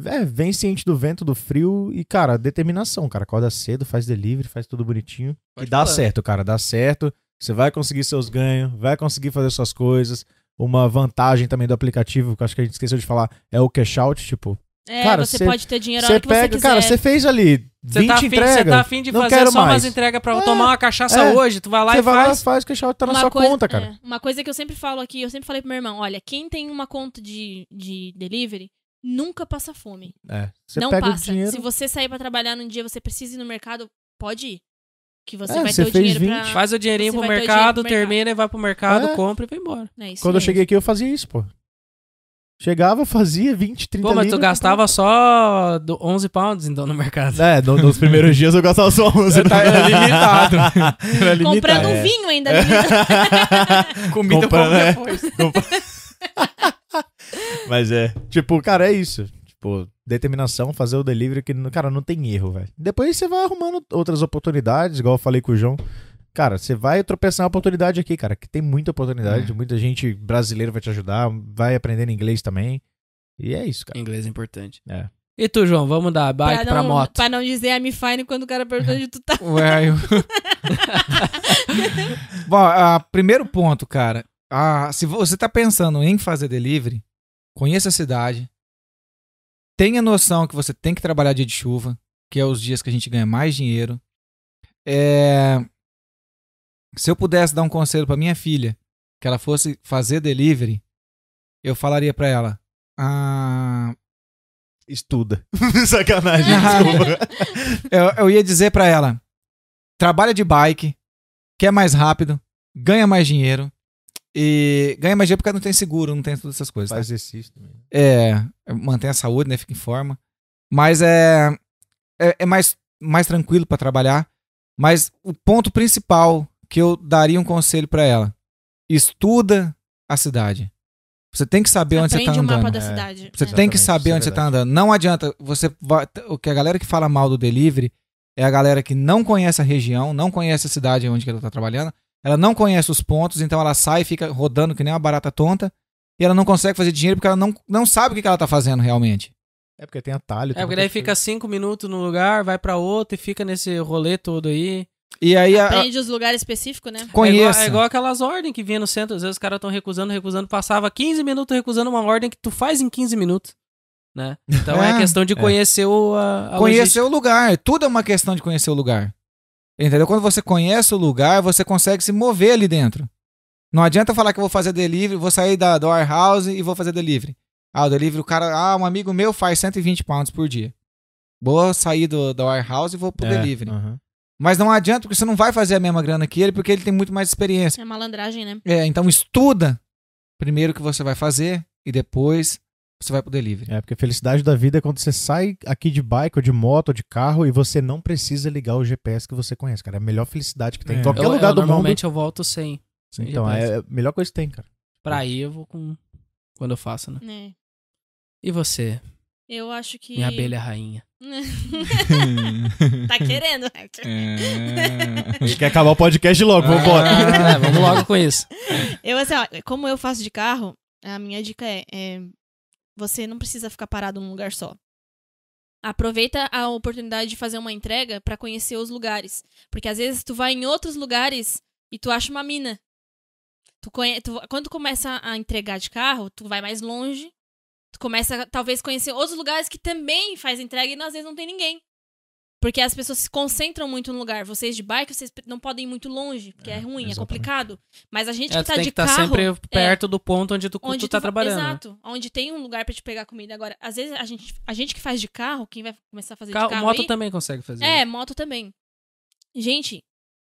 S4: É, vem ciente do vento, do frio e, cara, determinação, cara. Acorda cedo, faz delivery, faz tudo bonitinho.
S1: Pode
S4: e dá
S1: falar.
S4: certo, cara, dá certo. Você vai conseguir seus ganhos, vai conseguir fazer suas coisas. Uma vantagem também do aplicativo, que eu acho que a gente esqueceu de falar, é o cash out, tipo.
S3: É,
S4: Cara,
S3: você
S4: cê-
S3: pode ter dinheiro a
S4: Você
S3: hora que você
S4: pega,
S3: quiser.
S4: cara, você fez ali 20
S1: Você tá, afim, você
S4: entregas.
S1: tá afim de
S4: não
S1: fazer
S4: quero
S1: só
S4: mais.
S1: umas entregas pra
S4: É.
S1: tomar uma cachaça
S4: É.
S1: hoje. Tu vai lá
S4: Você
S1: e
S4: vai lá,
S1: faz.
S4: faz o cash out, tá na
S3: Uma
S4: sua
S3: coisa-
S4: conta, cara.
S3: é, uma coisa que eu sempre falo aqui, eu sempre falei pro meu irmão, olha, quem tem uma conta de, de delivery, nunca passa fome.
S4: É. Você
S3: não
S4: pega
S3: passa.
S4: o dinheiro.
S3: Se você sair pra trabalhar num dia, você precisa ir no mercado, pode ir. Que você
S4: É,
S3: vai
S4: você
S3: ter o
S4: fez
S3: dinheiro pra...
S4: 20.
S1: Faz o dinheirinho
S3: Você
S1: pro
S3: vai ter o
S1: mercado,
S3: dinheiro pro mercado.
S1: termina e vai pro mercado,
S4: É.
S1: compra e vai embora.
S3: É isso
S4: Quando eu
S3: mesmo.
S4: cheguei aqui, eu fazia isso, pô. Chegava, fazia 20, 30
S1: Pô, mas tu
S4: libras.
S1: gastava só do 11 pounds então no mercado.
S4: É, no- nos primeiros dias eu gastava só 11.
S2: Tá-
S4: né?
S2: é limitado.
S4: Era limitado.
S3: Comprando
S4: É.
S3: um vinho ainda. menina.
S1: Comida eu como
S4: Comprando, é.
S1: depois.
S4: Mas é. Tipo, cara, é isso. Tipo, determinação, fazer o delivery que, cara, não tem erro, velho. Depois você vai arrumando outras oportunidades, igual eu falei com o João. Cara, você vai tropeçar na oportunidade aqui, cara, que tem muita oportunidade, muita gente brasileira vai te ajudar, vai aprendendo inglês também. E é isso, cara.
S1: Inglês é importante.
S4: É.
S1: E tu, João, vamos dar bike pra,
S3: não,
S1: moto.
S3: pra não dizer I'm fine quando o cara pergunta onde tu tá.
S2: Ué, eu... Bom, ah, primeiro ponto, cara. Ah, se você tá pensando em fazer delivery, conheça a cidade. Tenha noção que você tem que trabalhar dia de chuva, que é os dias que a gente ganha mais dinheiro. É, Se eu pudesse dar um conselho pra minha filha, que ela fosse fazer delivery, eu falaria pra ela: ah,
S4: Estuda. Sacanagem, desculpa.
S2: eu, eu ia dizer pra ela: trabalha de bike, quer mais rápido, ganha mais dinheiro. E ganha mais dinheiro porque não tem seguro, não tem todas essas coisas. tá?
S4: Faz exercício também.
S2: É, mantém a saúde, né? Fica em forma. Mas é, é, é mais, mais tranquilo pra trabalhar. Mas o ponto principal que eu daria um conselho pra ela: estuda a cidade. Você tem que saber onde você tá
S3: Aprende o
S2: andando.
S3: mapa da
S4: É.
S3: cidade.
S2: Você
S3: É.
S2: tem que
S4: Exatamente,
S2: saber
S4: isso é
S2: onde você tá
S4: verdade.
S2: andando. Não adianta. Você vai, o que a galera que fala mal do delivery é a galera que não conhece a região, não conhece a cidade onde que ela tá trabalhando. Ela não conhece os pontos, então ela sai e fica rodando que nem uma barata tonta. E ela não consegue fazer dinheiro porque ela não, não sabe o que que ela tá fazendo realmente.
S4: É porque tem atalho.
S1: É,
S4: tem
S1: porque
S4: muita
S1: daí
S4: coisa.
S1: fica cinco minutos num lugar, vai pra outro e fica nesse rolê todo aí.
S2: E aí a, a,
S3: Aprende os lugares específicos, né?
S1: É igual,
S2: conheça.
S1: é igual aquelas ordens que vinha no centro. Às vezes os caras estão recusando, recusando. Passava 15 minutos recusando uma ordem que tu faz em 15 minutos. Né? Então é,
S2: É,
S1: questão de conhecer o. A, a
S2: Conhecer o lugar. Tudo é uma questão de conhecer o lugar. Entendeu? Quando você conhece o lugar, você consegue se mover ali dentro. Não adianta falar que eu vou fazer delivery, vou sair da, do warehouse e vou fazer delivery. Ah, o delivery, o cara, ah, um amigo meu faz 120 pounds por dia. Vou sair do, do warehouse e vou pro
S4: É,
S2: delivery.
S4: aham.
S2: Mas não adianta, porque você não vai fazer a mesma grana que ele, porque ele tem muito mais experiência.
S3: É malandragem, né?
S2: É, então estuda primeiro o que você vai fazer e depois você vai pro delivery.
S4: É, porque a felicidade da vida é quando você sai aqui de bike, ou de moto, ou de carro, e você não precisa ligar o GPS que você conhece, cara. É a melhor felicidade que tem.
S2: É.
S4: Em qualquer
S1: eu,
S4: lugar
S1: eu,
S4: do mundo.
S1: Normalmente eu volto sem. sem
S4: Então,
S1: GPS.
S4: é a melhor coisa que tem, cara.
S1: Pra aí eu vou com. Quando eu faço, né?
S3: É.
S1: E você,
S3: Eu acho que.
S1: minha abelha rainha?
S3: Tá querendo. né?
S4: Quer acabar o podcast logo,
S2: vambora. Ah.
S1: É, vamos logo com isso.
S3: Eu, assim, ó, como eu faço de carro, a minha dica é, é, você não precisa ficar parado num lugar só. Aproveita a oportunidade de fazer uma entrega pra conhecer os lugares, porque às vezes tu vai em outros lugares e tu acha uma mina. Tu conhe... tu- quando tu começa a entregar de carro, tu vai mais longe. Tu começa talvez conhecer outros lugares que também faz entrega e às vezes não tem ninguém. Porque as pessoas se concentram muito no lugar. Vocês de bike, vocês não podem ir muito longe, porque é, ruim, é
S4: exatamente.
S3: complicado. Mas a gente
S1: É,
S3: que
S1: tu
S3: tá
S1: tem
S3: de
S1: que estar
S3: carro,
S1: sempre perto do ponto onde tu,
S3: onde
S1: tu tá
S3: fa-
S1: trabalhando. né?
S3: Exato, onde tem um lugar pra te pegar comida agora. Às vezes a gente, a gente que faz de carro, quem vai começar a fazer
S1: Carro-
S3: de carro
S1: moto
S3: aí,
S1: também consegue fazer.
S3: É, moto também. Gente,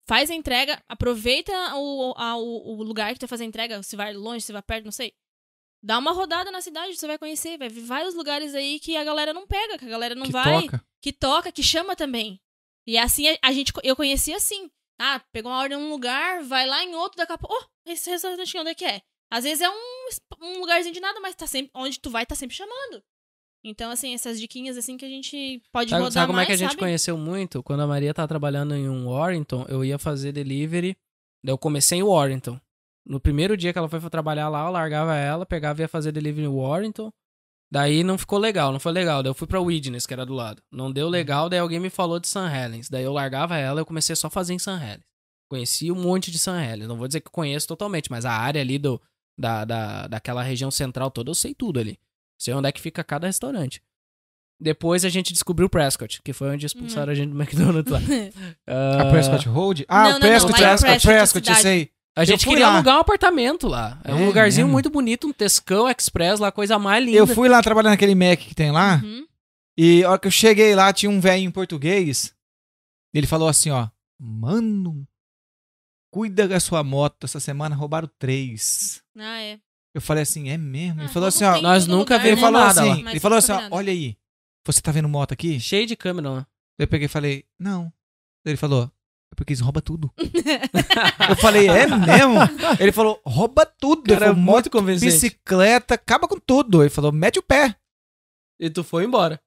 S3: faz a entrega, aproveita o, a- o- o lugar que tu vai fazer a entrega, se vai longe, se vai perto, não sei. Dá uma rodada na cidade, você vai conhecer, vai ver vários lugares aí que a galera não pega, que a galera não
S2: que
S3: vai
S2: toca.
S3: que toca, que chama também. E assim a, a gente eu conheci assim. Ah, pegou uma ordem num lugar, vai lá em outro, daqui a pouco. Oh, esse restaurante onde é que é? Às vezes é um, esp- um lugarzinho de nada, mas tá sempre. Onde tu vai, tá sempre chamando. Então, assim, essas diquinhas assim que a gente pode
S1: Sabe,
S3: rodar
S1: sabe como
S3: mais,
S1: é que a gente
S3: sabe?
S1: conheceu muito? Quando a Maria tava trabalhando em um Warrington, eu ia fazer delivery. Daí eu comecei em Warrington. No primeiro dia que ela foi trabalhar lá, eu largava ela, pegava e ia fazer delivery em Warrington. Daí não ficou legal, não foi legal. Daí eu fui pra Widnes, que era do lado. Não deu legal, daí alguém me falou de San Helens. Daí eu largava ela e eu comecei só a fazer em San Helens. Conheci um monte de San Helens. Não vou dizer que eu conheço totalmente, mas a área ali do, da, da, daquela região central toda, eu sei tudo ali. Sei onde é que fica cada restaurante. Depois a gente descobriu o Prescott, que foi onde expulsaram
S3: Hum.
S1: a gente do McDonald's lá. Ah,
S2: A Prescott Road? Ah,
S3: Não, não,
S2: o
S3: não,
S2: Prescott,
S3: lá é o
S2: Prescott,
S3: Prescott,
S2: Prescott, eu
S3: cidade.
S2: sei.
S1: A gente
S2: Eu fui
S1: queria
S2: lá.
S1: alugar um apartamento lá. É um
S2: É
S1: lugarzinho
S2: mesmo?
S1: muito bonito, um Tescão Express lá, coisa mais linda.
S2: Eu fui lá trabalhar naquele Mac que tem lá.
S3: Uhum.
S2: E a hora que eu cheguei lá, tinha um velho em português. Ele falou assim, ó. Mano, cuida da sua moto. Essa semana roubaram três.
S3: Ah, é.
S2: Eu falei assim, é mesmo?
S3: Ah,
S2: Ele falou
S3: roubo
S2: assim, ó.
S3: tem em
S1: nós
S3: todo
S1: nunca
S3: lugar,
S2: Ele
S1: vimos
S3: né?
S2: falou
S1: nada lá.
S2: assim,
S3: Mas
S2: ele falou assim,
S3: nunca
S2: ó,
S3: vi nada.
S2: olha aí. Você tá vendo moto aqui?
S1: Cheio de câmera lá.
S2: Daí Eu peguei e falei, não. Daí Ele falou, é porque eles roubam tudo. eu falei, é mesmo? Ele falou, rouba tudo. ele
S4: é
S2: falou, moto,
S1: convincente.
S2: bicicleta, acaba com tudo. Ele falou, mete o pé.
S1: E tu foi embora.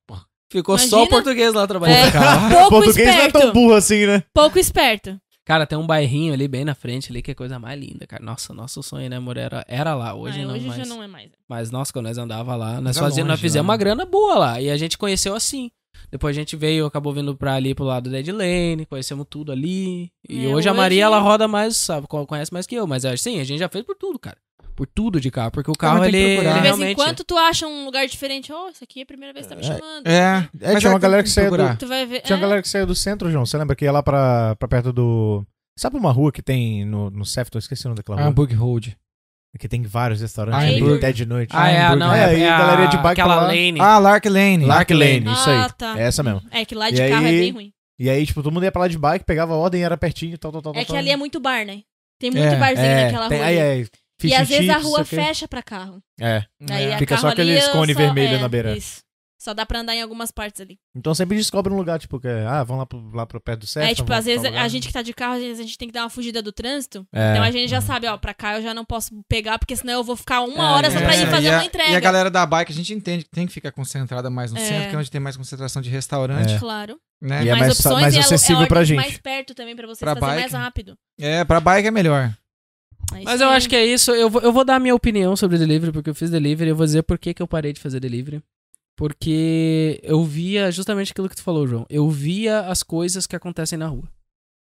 S1: Ficou
S3: Imagina.
S1: só o português lá trabalhando.
S3: É,
S2: Cara,
S3: pouco
S4: português
S3: esperto.
S4: não é tão burro assim, né?
S3: Pouco esperto.
S1: Cara, tem um bairrinho ali bem na frente ali que é coisa mais linda, cara. Nossa, nosso sonho, né, amor? Era, era lá, hoje
S3: Ah,
S1: não
S3: hoje
S1: mais.
S3: já não é mais.
S1: Mas, nossa, quando nós andava lá, nós,
S2: Era
S1: fazia, nós
S2: longe,
S1: fizemos
S2: né?
S1: uma grana boa lá. E a gente conheceu assim. Depois a gente veio, acabou vindo pra ali pro lado da Dead Lane, conhecemos tudo ali. E
S3: É,
S1: hoje a
S3: hoje-
S1: Maria, ela roda mais, sabe, co- conhece mais que eu. Mas assim, a gente já fez por tudo, cara. Por tudo de carro. Porque o carro,
S2: tem
S1: ele,
S2: que
S1: ele
S2: procurar.
S3: De vez em
S1: É, realmente...
S3: quando tu acha um lugar diferente. Oh, isso aqui é a primeira vez que tá me chamando.
S2: É,
S4: É,
S2: Mas
S4: tinha
S2: é
S4: uma
S2: que tem
S4: galera que
S2: que
S4: saiu do,
S2: procurar.
S3: Tu vai ver.
S4: Tinha
S3: é.
S4: uma galera que saiu do centro, João. Você lembra que ia lá pra, pra perto do. Sabe uma rua que tem no, no Sefton? Eu Esqueci o nome daquela rua.
S2: Hamburg Road.
S4: Que tem vários restaurantes
S2: Ah,
S4: ali
S3: Hamburg.
S4: até de noite.
S1: Ah, é, não, é,
S4: É, e
S1: é a,
S4: galeria de bike
S1: aquela
S4: pra lá.
S1: lane.
S2: Ah, Lark Lane.
S4: Lark Lane,
S3: Ah,
S4: isso aí.
S3: tá.
S4: É essa mesmo.
S3: É que lá
S4: E
S3: de carro
S4: aí-
S3: é bem ruim.
S4: E aí, tipo, todo mundo ia pra lá de bike, pegava a ordem, era pertinho, tal, tal, tal.
S3: É
S4: tal,
S3: que ali é muito bar, né? Tem muito
S2: É,
S3: barzinho
S4: é,
S3: naquela
S4: tem-
S3: rua.
S4: aí,
S3: ali.
S4: é, fish
S3: e
S4: and
S3: às vezes a
S4: chips,
S3: rua
S4: não sei o quê.
S3: fecha pra carro.
S4: É.
S3: Daí a
S4: Fica
S3: carro
S4: só
S3: ali
S4: aqueles
S3: eu
S4: cone
S3: só-
S4: vermelho
S3: é,
S4: na beira.
S3: Isso. Só dá pra andar em algumas partes ali.
S4: Então sempre descobre um lugar, tipo, que é, ah, vamos lá pro, lá pro perto do Sefton.
S3: é, tipo,
S4: vamos
S3: às vezes
S4: pra tal
S3: a
S4: lugar.
S3: gente que tá de carro, às vezes a gente tem que dar uma fugida do trânsito.
S4: É.
S3: Então a gente já sabe, ó, pra cá eu já não posso pegar, porque senão eu vou ficar uma
S1: É,
S3: hora só pra
S1: é.
S3: ir
S2: e
S3: fazer
S2: a,
S3: uma entrega.
S2: E a galera da bike, a gente entende que tem que ficar concentrada mais no
S3: É.
S2: centro, que é onde tem mais concentração de restaurante,
S3: Claro.
S2: né?
S4: É. E é mais- mais
S3: e é-
S4: acessível
S3: é
S4: pra
S3: ordem
S4: gente.
S3: mais perto também pra vocês
S2: Pra
S3: fazer mais
S2: bike.
S3: rápido.
S2: É, pra bike é melhor.
S1: Mas eu acho que é isso. Eu vou, eu vou dar a minha opinião sobre delivery, porque eu fiz delivery. Eu vou dizer por que, que eu parei de fazer delivery. Porque eu via justamente aquilo que tu falou, João. Eu via as coisas que acontecem na rua.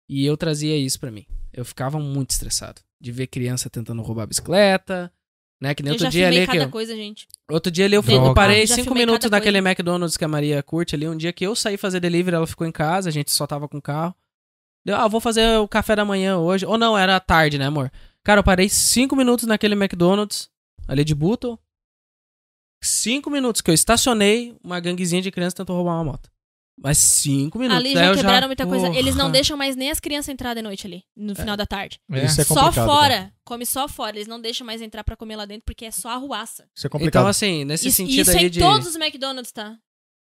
S1: E eu trazia isso pra mim. Eu ficava muito estressado de ver criança tentando roubar a bicicleta, né? Que nem
S3: Eu
S1: outro
S3: já
S1: dia
S3: filmei
S1: ali que
S3: cada
S1: eu,
S3: coisa, gente.
S1: Outro dia ali eu, fui,
S2: Droga.
S1: eu parei
S3: Já
S1: cinco
S3: filmei
S1: minutos
S3: cada
S1: naquele McDonald's que a Maria curte ali. Um dia que eu saí fazer delivery, ela ficou em casa, a gente só tava com o carro. Deu, ah, vou fazer o café da manhã hoje. Ou não, era tarde, né, amor? Cara, eu parei cinco minutos naquele McDonald's, ali de Buto. Cinco minutos que eu estacionei, uma ganguezinha de criança tentou roubar uma moto. Mas cinco minutos.
S3: Ali
S1: Daí
S3: já
S1: eu
S3: quebraram muita coisa. Eles não
S1: Porra.
S3: deixam mais nem as crianças entrar de noite ali, no final da tarde.
S2: É.
S4: Isso é
S3: só
S4: complicado.
S3: fora.
S4: cara.
S3: Come só fora. Eles não deixam mais entrar pra comer lá dentro porque é só arruaça.
S4: Isso é
S1: Então,
S4: complicado.
S1: assim, nesse
S3: isso
S1: sentido
S3: isso
S1: aí
S3: é em
S1: de.
S3: todos os McDonald's, tá?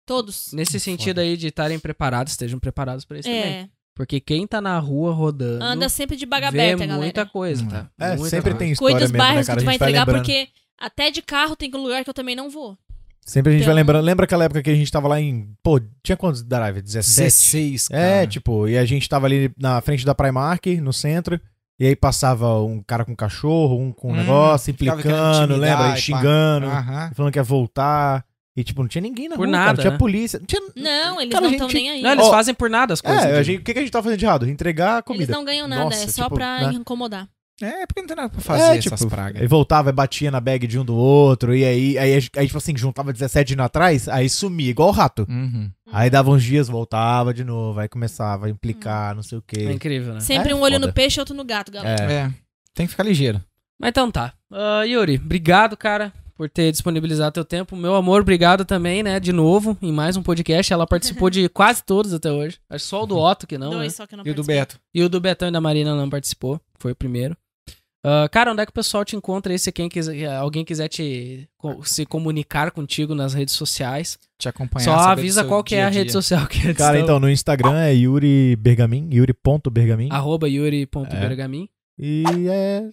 S3: Todos.
S1: Nesse sentido aí de estarem preparados, estejam preparados pra isso também.
S3: É.
S1: Porque quem tá na rua rodando.
S3: Anda sempre de baga
S1: vê
S3: aberta, galera.
S1: muita coisa, tá?
S4: é,
S1: Muita
S4: sempre
S1: coisa.
S4: tem história
S3: Cuida dos
S4: mesmo, né,
S3: bairros
S4: cara?
S3: que tu
S4: A
S3: vai
S4: gente
S3: entregar,
S4: lembrando.
S3: porque até de carro tem um lugar que eu também não vou.
S4: Sempre a gente
S3: Então-
S4: vai lembrando. Lembra aquela época que a gente tava lá em. Pô, tinha quantos Drive? 17?
S2: 16, cara.
S4: É, tipo, e a gente tava ali na frente da Primark, no centro. E aí passava um cara com cachorro, um com um
S2: Hum,
S4: negócio,
S2: ficava querendo
S4: implicando,
S2: intimidar
S4: lembra?
S2: e pá. Ah.
S4: E xingando,
S2: Aham.
S4: falando que ia voltar. E, tipo, não tinha ninguém na
S1: Por
S4: rua,
S1: nada,
S4: cara, não tinha
S1: né?
S4: polícia. Não tinha...
S3: Não, eles
S4: Cara,
S3: não
S4: gente,
S3: estão nem aí.
S1: Não, eles
S4: Ó,
S1: fazem por nada as coisas.
S4: É,
S1: entendeu?
S4: a gente- o que que a gente tava fazendo de errado? Entregar
S3: Eles
S4: comida.
S3: não ganham nada, é
S4: Nossa,
S3: só
S4: tipo,
S3: pra
S4: né?
S3: incomodar.
S2: É, porque não tem nada pra fazer
S4: É, tipo,
S2: essas pragas.
S4: Aí voltava, e batia na bag de um do outro, e aí, aí, aí tipo assim, juntava 17 dias atrás, aí sumia, igual o rato.
S2: Uhum.
S4: Aí dava uns dias, voltava de novo, aí começava a implicar, não sei o
S1: É
S4: quê.
S1: incrível, né?
S3: Sempre
S4: É
S3: um olho no
S4: foda.
S3: peixe e outro no gato, galera.
S4: É.
S2: É. Tem que ficar ligeiro.
S1: Mas então tá. Ah, Yuri, obrigado, cara, por ter disponibilizado teu tempo. Meu amor, obrigado também, né? De novo, em mais um podcast. Ela participou de quase todos até hoje. Acho só o do Otto que não, né?
S3: Dois só que eu não
S2: E o do
S3: participei.
S2: Beto?
S1: E o do Betão e da Marina não participou. Foi o primeiro. Ah, cara, onde é que o pessoal te encontra aí se quem quiser, alguém quiser te, co- se comunicar contigo nas redes sociais?
S2: Te acompanhar.
S1: Só
S2: saber do
S1: avisa
S2: seu
S1: qual que é a
S2: dia
S1: rede
S2: dia.
S1: social que eles
S4: Cara,
S1: estão.
S4: então, no Instagram é Yuri Bergamin, yuri.bergamin.
S1: Arroba
S4: é.
S1: yuri.bergamin.
S4: E é.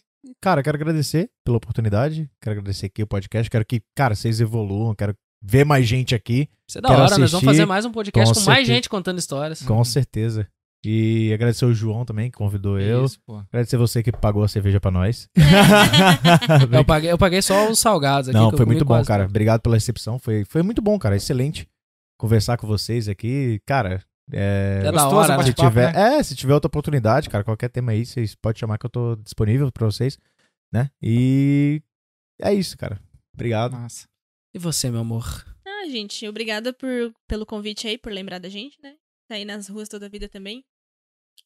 S4: Cara, quero agradecer pela oportunidade. Quero agradecer aqui o podcast. Quero que, cara, vocês evoluam. Quero ver mais gente aqui.
S1: Isso é da
S4: Quero
S1: hora, nós vamos
S4: assistir.
S1: fazer mais um podcast
S4: Com
S1: com mais
S4: certeza.
S1: Uhum. gente contando histórias.
S4: Com certeza. E agradecer o João também, que convidou eu.
S2: Isso, pô.
S4: Agradecer você que pagou a cerveja pra nós.
S1: É. Eu paguei, eu paguei só os salgados aqui.
S4: Não,
S1: que eu
S4: foi
S1: comi
S4: muito bom,
S1: quase
S4: cara.
S1: tudo.
S4: Obrigado pela recepção. Foi, foi muito bom, cara. Excelente conversar com vocês aqui. Cara, é,
S1: É da
S2: gostoso
S1: hora, né?
S2: bate-
S4: se
S2: bate-papo,
S4: tiver, É, se tiver outra oportunidade, cara, qualquer tema aí, vocês podem chamar que eu tô disponível pra vocês, né? E é isso, cara. Obrigado.
S2: Massa.
S1: E você, meu amor?
S3: Ah, gente, obrigada por, pelo convite aí, por lembrar da gente, né? Tá aí nas ruas toda a vida também.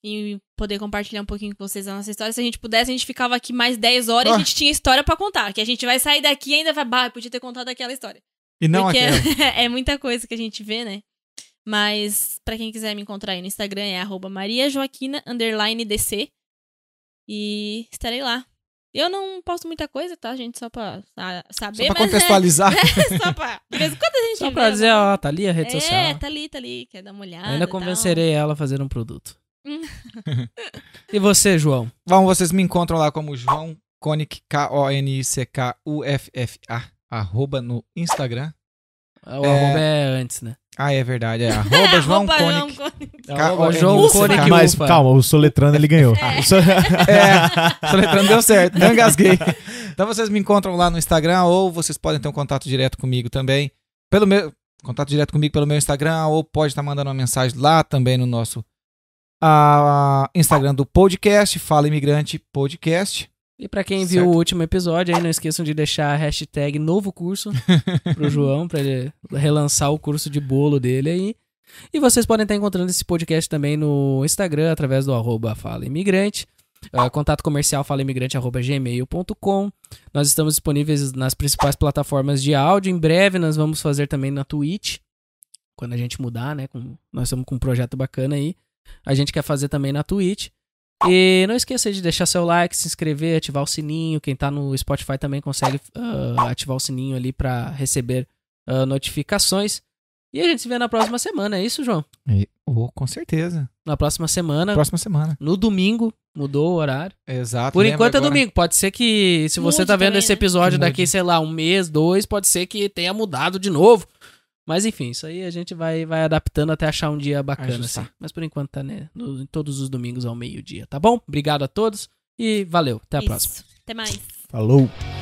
S3: E poder compartilhar um pouquinho com vocês a nossa história. Se a gente pudesse, a gente ficava aqui mais 10 horas e
S2: Ah.
S3: a gente tinha história pra contar. Que a gente vai sair daqui e ainda vai. Bah, eu podia ter contado aquela história.
S2: E não
S3: Porque
S2: aquele.
S3: é, muita coisa que a gente vê, né? Mas, pra quem quiser me encontrar aí no Instagram, é arroba mariajoaquina__dc. E estarei lá. Eu não posto muita coisa, tá, gente? Só pra ah, saber,
S2: Só pra
S3: mas...
S2: contextualizar.
S3: É, só pra... De vez em quando a gente
S1: Só
S3: vê
S1: pra dizer,
S3: alguma
S1: ó, tá ali a rede
S3: é,
S1: social.
S3: tá ali, tá ali, quer dar uma olhada.
S1: Ainda
S3: e tal.
S1: convencerei ela a fazer um produto.
S3: Hum.
S1: e você, João?
S2: Bom, vocês me encontram lá como João Konik, K-O-N-I-C-K-U-F-F-A, arroba no Instagram.
S1: O arroba é antes, né?
S2: Ah, é verdade, é arroba João
S3: Opa, não,
S2: Konik.
S3: Koenig.
S1: Arroba
S2: K-O-N-I-C-K.
S1: João
S2: Ufa,
S1: Koenig
S4: Mas
S1: Ah, Ufa.
S4: calma, o Soletrano ele ganhou. Isso-
S2: É, soletrando deu certo, não engasguei. Então vocês me encontram lá no Instagram ou vocês podem ter um contato direto comigo também. Pelo meu contato direto comigo pelo meu Instagram ou pode estar mandando uma mensagem lá também no nosso ah, Instagram do podcast, Fala Imigrante Podcast.
S1: E pra quem viu
S2: Certo.
S1: o último episódio, aí não esqueçam de deixar a hashtag novo curso pro João, pra ele relançar o curso de bolo dele aí. E vocês podem estar encontrando esse podcast também no Instagram, através do arroba Fala Imigrante. Ah, contato comercial falaimigrante.gmail.com Nós estamos disponíveis nas principais plataformas de áudio. Em breve nós vamos fazer também na Twitch. Quando a gente mudar, né? com- nós estamos com um projeto bacana aí. A gente quer fazer também na Twitch. E não esqueça de deixar seu like, se inscrever, ativar o sininho. Quem tá no Spotify também consegue ah, ativar o sininho ali pra receber ah, notificações. E a gente se vê na próxima semana, é isso, João?
S2: E- oh, com certeza.
S1: Na próxima semana,
S2: Próxima semana.
S1: no domingo, mudou o horário.
S2: Exato.
S1: Por
S2: lembra
S1: enquanto é
S2: agora?
S1: domingo. Pode ser que, se você
S3: Mude
S1: tá vendo
S3: também,
S1: esse
S3: né?
S1: episódio
S2: Que
S1: daqui,
S2: mude.
S1: sei lá, um mês, dois, pode ser que tenha mudado de novo. Mas enfim, isso aí a gente vai, vai adaptando até achar um dia bacana,
S2: Ajustar.
S1: assim. Mas por enquanto tá, né? no- todos os domingos ao meio-dia, tá bom? Obrigado a todos e valeu. Até a
S3: Isso.
S1: próxima.
S3: Até mais.
S4: Falou.